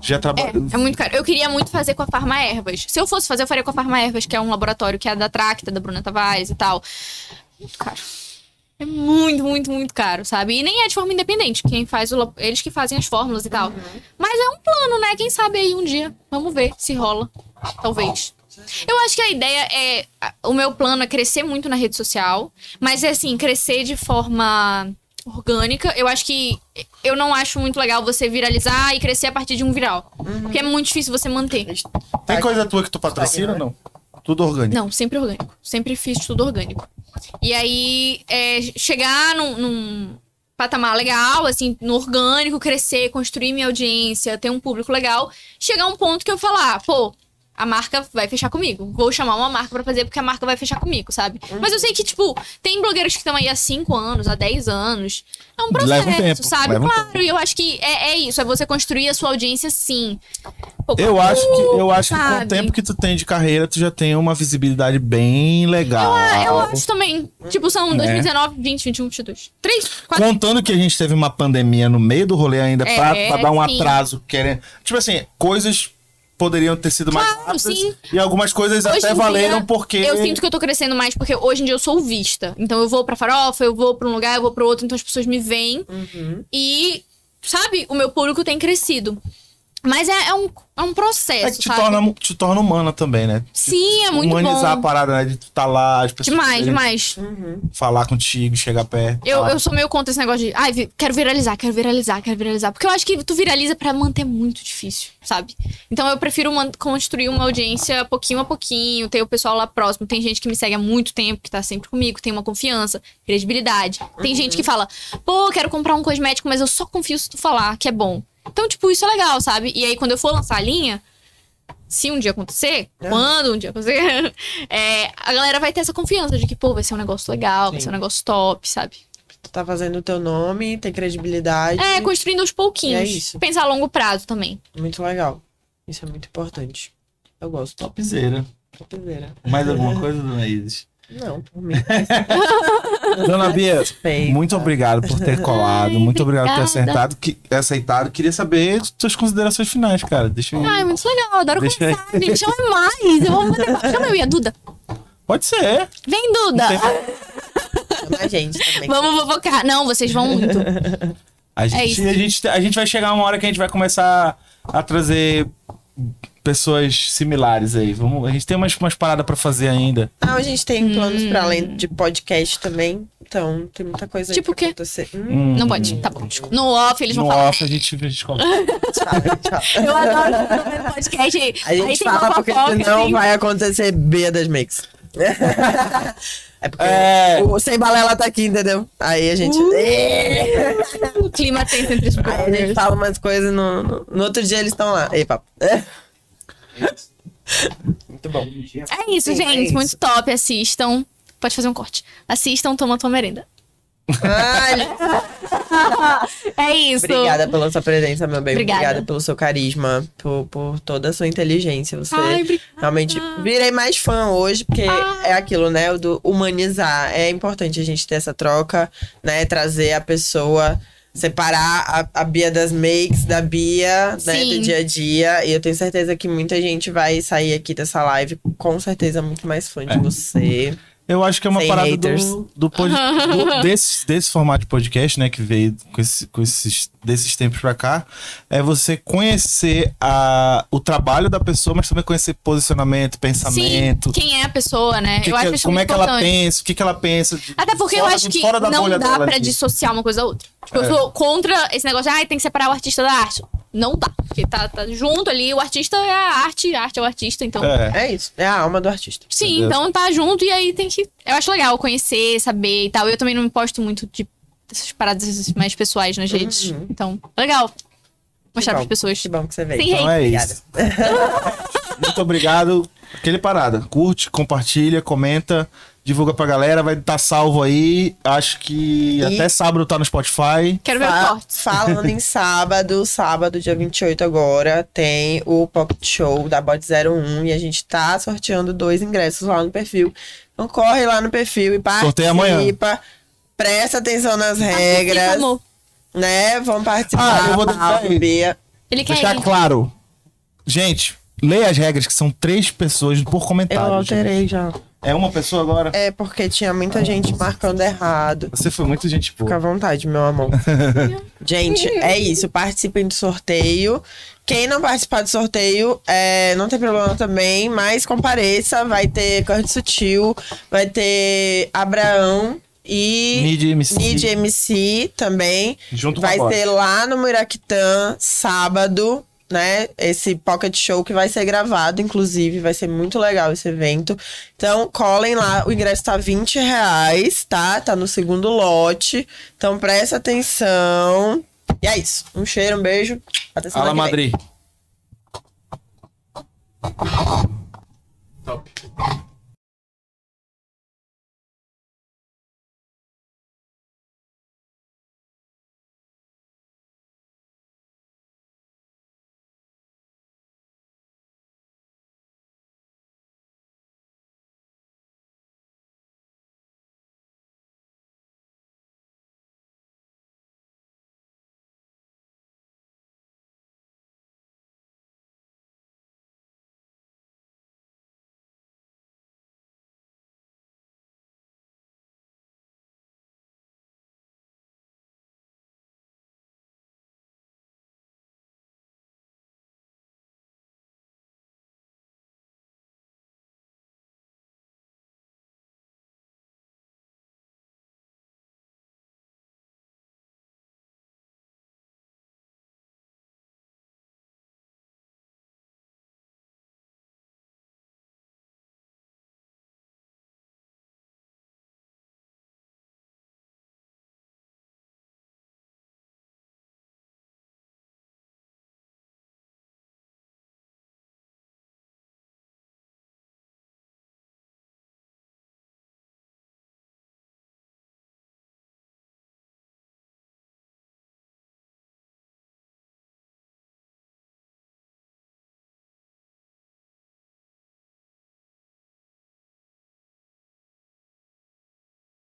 B: Já trabalhei.
A: É, é muito caro. Eu queria muito fazer com a Farma Ervas. Se eu fosse fazer, eu faria com a Farma Ervas, que é um laboratório que é da Tracta, da Bruna Tavares e tal. Muito caro. É muito, muito, muito caro, sabe? E nem é de forma independente. Quem faz o, lab- eles que fazem as fórmulas e tal. Mas é um plano, né? Quem sabe aí um dia. Vamos ver se rola. Talvez. Eu acho que a ideia é. a- O meu plano é crescer muito na rede social. Mas é assim, crescer de forma orgânica. Eu acho que. Eu não acho muito legal você viralizar e crescer a partir de um viral. Porque é muito difícil você manter.
B: Tem coisa tua que tu patrocina ou não? Tudo orgânico.
A: Não, sempre orgânico. Sempre fiz tudo orgânico. E aí, é, chegar num, num patamar legal, assim, no orgânico, crescer, construir minha audiência, ter um público legal, chegar a um ponto que eu falar, pô, a marca vai fechar comigo. Vou chamar uma marca pra fazer porque a marca vai fechar comigo, sabe? Mas eu sei que, tipo, tem blogueiros que estão aí há 5 anos, há 10 anos. É um processo,
B: Leva um tempo,
A: sabe?
B: leva um
A: claro, e eu acho que é, é isso, é você construir a sua audiência sim. Pouco
B: Eu
A: a
B: acho que, eu acho que com o
A: sabe?
B: tempo que tu tem de carreira, tu já tem uma visibilidade bem legal.
A: Ah, eu acho também. Tipo, são
B: É.
A: 2019, 20, 21, 22. 3, 4.
B: Contando que a gente teve uma pandemia no meio do rolê ainda
A: É,
B: pra, pra dar um
A: sim.
B: atraso. Querendo... Tipo assim, coisas poderiam ter sido mais
A: Claro,
B: rápidas.
A: sim.
B: E algumas coisas
A: Hoje em
B: até
A: dia,
B: valeram porque.
A: Eu sinto que eu tô crescendo mais porque hoje em dia eu sou vista. Então eu vou pra farofa, eu vou pra um lugar, eu vou pro outro, então as pessoas me veem.
B: Uhum.
A: E, sabe, o meu público tem crescido. Mas é, é um, é um processo,
B: É que te
A: sabe?
B: torna, te torna humana também, né?
A: Sim, é muito
B: Humanizar a
A: bom.
B: parada, né? De tu tá lá, as pessoas. poderem
A: Demais, demais.
B: Falar contigo, chegar perto.
A: Eu,
B: falar.
A: eu sou meio contra esse negócio de, ai, vi- quero viralizar, quero viralizar, quero viralizar. Porque eu acho que tu viraliza pra manter muito difícil, sabe? Então eu prefiro man- construir uma audiência pouquinho a pouquinho, ter o pessoal lá próximo. Tem gente que me segue há muito tempo, que tá sempre comigo, tem uma confiança, credibilidade. Tem gente que fala, pô, quero comprar um cosmético, mas eu só confio se tu falar que é bom. Então, tipo, isso é legal, sabe? E aí, quando eu for lançar a linha, se um dia acontecer, quando um dia acontecer, (laughs) é, a galera vai ter essa confiança de que, pô, vai ser um negócio legal, vai ser um negócio top, sabe?
C: Tu tá fazendo o teu nome, tem credibilidade.
A: É, construindo aos pouquinhos.
C: É isso.
A: Pensar a longo prazo também.
C: Muito legal. Isso é muito importante. Eu gosto.
B: Topzera.
C: Topzera.
B: Mais alguma coisa, dona Isis?
C: Não, por mim. tá
B: Dona Bia,
C: Feita. (laughs)
B: muito obrigado por ter colado. muito obrigado por ter
A: obrigada.
B: acertado, que, aceitado. Queria saber suas considerações finais, cara. Deixa
C: Hum.
B: eu...
A: Ai, muito legal, adoro
B: Deixa aí.
C: (laughs)
A: conversar. Me chama mais. Eu amo bater papo. Chama eu e a Duda.
B: Pode ser.
A: Vem, Duda.
B: Tem-
C: Chama a gente também.
A: Vamos fofocar. Não, vocês vão muito.
B: A gente,
A: É isso.
B: a, gente, a gente vai chegar uma hora que a gente vai começar a trazer pessoas similares aí. Vamos, a gente tem umas, umas paradas pra fazer ainda.
C: Ah, a gente tem planos pra além de podcast também. Então, tem muita coisa aí
A: Hum. Tipo
C: pra
A: o quê?
C: acontecer. Hum,
B: Hum,
A: Não pode. Tá bom. desculpa. No off, eles vão
B: no
A: falar.
B: off a gente, a gente conversa.
C: tchau, tchau.
A: Eu adoro no podcast. aí-
C: A gente
A: aí tem
C: fala
A: uma
C: porque
A: fofoca, assim.
C: senão
A: tem-
C: vai acontecer Bia das Mix. (laughs) é porque
B: É.
C: o Sem Balela tá aqui, entendeu? Aí a gente.
A: Uh. O um clima tenso entre os
C: Aí a gente
A: brothers.
C: fala umas coisas no, no, no outro dia eles estão lá. Ei, papo.
D: Muito bom.
A: É isso,
C: Sim, é
A: gente.
C: isso.
A: Muito top. Assistam. Pode fazer um corte. Assistam, toma tua merenda.
C: (laughs) Ai,
A: É isso.
C: obrigada pela sua presença, meu bem.
A: Obrigada.
C: Obrigada, pelo seu carisma, por, por toda a sua inteligência. Você
A: Ai, obrigada.
C: realmente virei mais fã hoje, porque é aquilo, né? O do humanizar. É importante a gente ter essa troca, né? Trazer a pessoa. Separar a, a Bia das makes da Bia, né,
A: Sim.
C: do dia a dia. E eu tenho certeza que muita gente vai sair aqui dessa live com certeza muito mais fã de você.
B: Eu acho que é uma
C: Sem
B: parada
C: haters.
B: do, do,
A: (laughs)
B: pod- do- desse, desse formato de podcast, né? Que veio com, esse- com esses, desses tempos pra cá. É você conhecer a, o trabalho da pessoa, mas também conhecer posicionamento,
A: Sim,
B: pensamento.
A: quem é a pessoa, né?
B: que
A: eu
B: que-
A: acho isso
B: como
A: muito
B: é que ela
A: importante.
B: pensa, o que, que ela pensa. de-
A: Até porque eu
B: fora-
A: acho que
B: fora da
A: não
B: bolha
A: dá
B: dela assim.
A: pra
B: de-
A: dissociar uma coisa da outra. Tipo,
B: É.
A: eu sou contra esse negócio de, ai, tem que separar o artista da arte. Não dá, porque tá, tá junto ali, o artista é a arte, a arte é o artista, então...
B: É.
C: É isso. É a alma do artista.
A: Sim,
B: Entendeu?
A: então tá junto e aí tem que... Eu acho legal conhecer, saber e tal. Eu também não me posto muito de essas paradas mais pessoais nas redes.
B: Uhum.
A: Então, legal mostrar
C: bom,
A: pras pessoas.
C: Que bom que você veio.
A: Sim,
B: Então é isso. Então é Muito obrigado. aquele parada. Curte, compartilha, comenta, divulga pra galera, vai estar salvo aí. Acho que até sábado tá no Spotify.
A: Quero ver
C: Fa-
A: cortes.
C: Falando em sábado, sábado, dia 28 agora, tem o Pocket Show da Bot 01 e a gente tá sorteando dois ingressos lá no perfil. Então corre lá no perfil e participa.
B: Sorteio amanhã.
C: Presta atenção nas
A: Ah, Participa,
C: regras,
A: amor.
C: né? Vamos participar.
B: Ah, eu vou deixar
C: Paulo,
B: aí.
C: Bia.
A: Ele quer
B: Deixar
A: ir.
B: claro. Gente, leia as regras que são três pessoas por
C: Eu
B: comentário. gente.
C: alterei já.
B: É uma pessoa agora?
C: É porque tinha muita gente marcando errado.
B: Você foi muito gente
C: Fica à
B: boa.
C: vontade, meu amor. Gente, é isso. Participem do sorteio. Quem não participar do sorteio, é, não tem problema também, mas compareça. Vai ter Corte Sutil, vai ter Abraão e
B: Mid MC.
C: Nid MC também.
B: Junto
C: vai
B: com a Bot.
C: ser lá no Miraquitã, sábado, né? Esse pocket show que vai ser gravado, inclusive. Vai ser muito legal esse evento. Então, colhem lá. O ingresso tá 20 reais, tá? Tá no segundo lote. Então, presta atenção. E é isso. Um cheiro, um beijo. Até semana
B: Ala
C: que vem.
B: Madrid.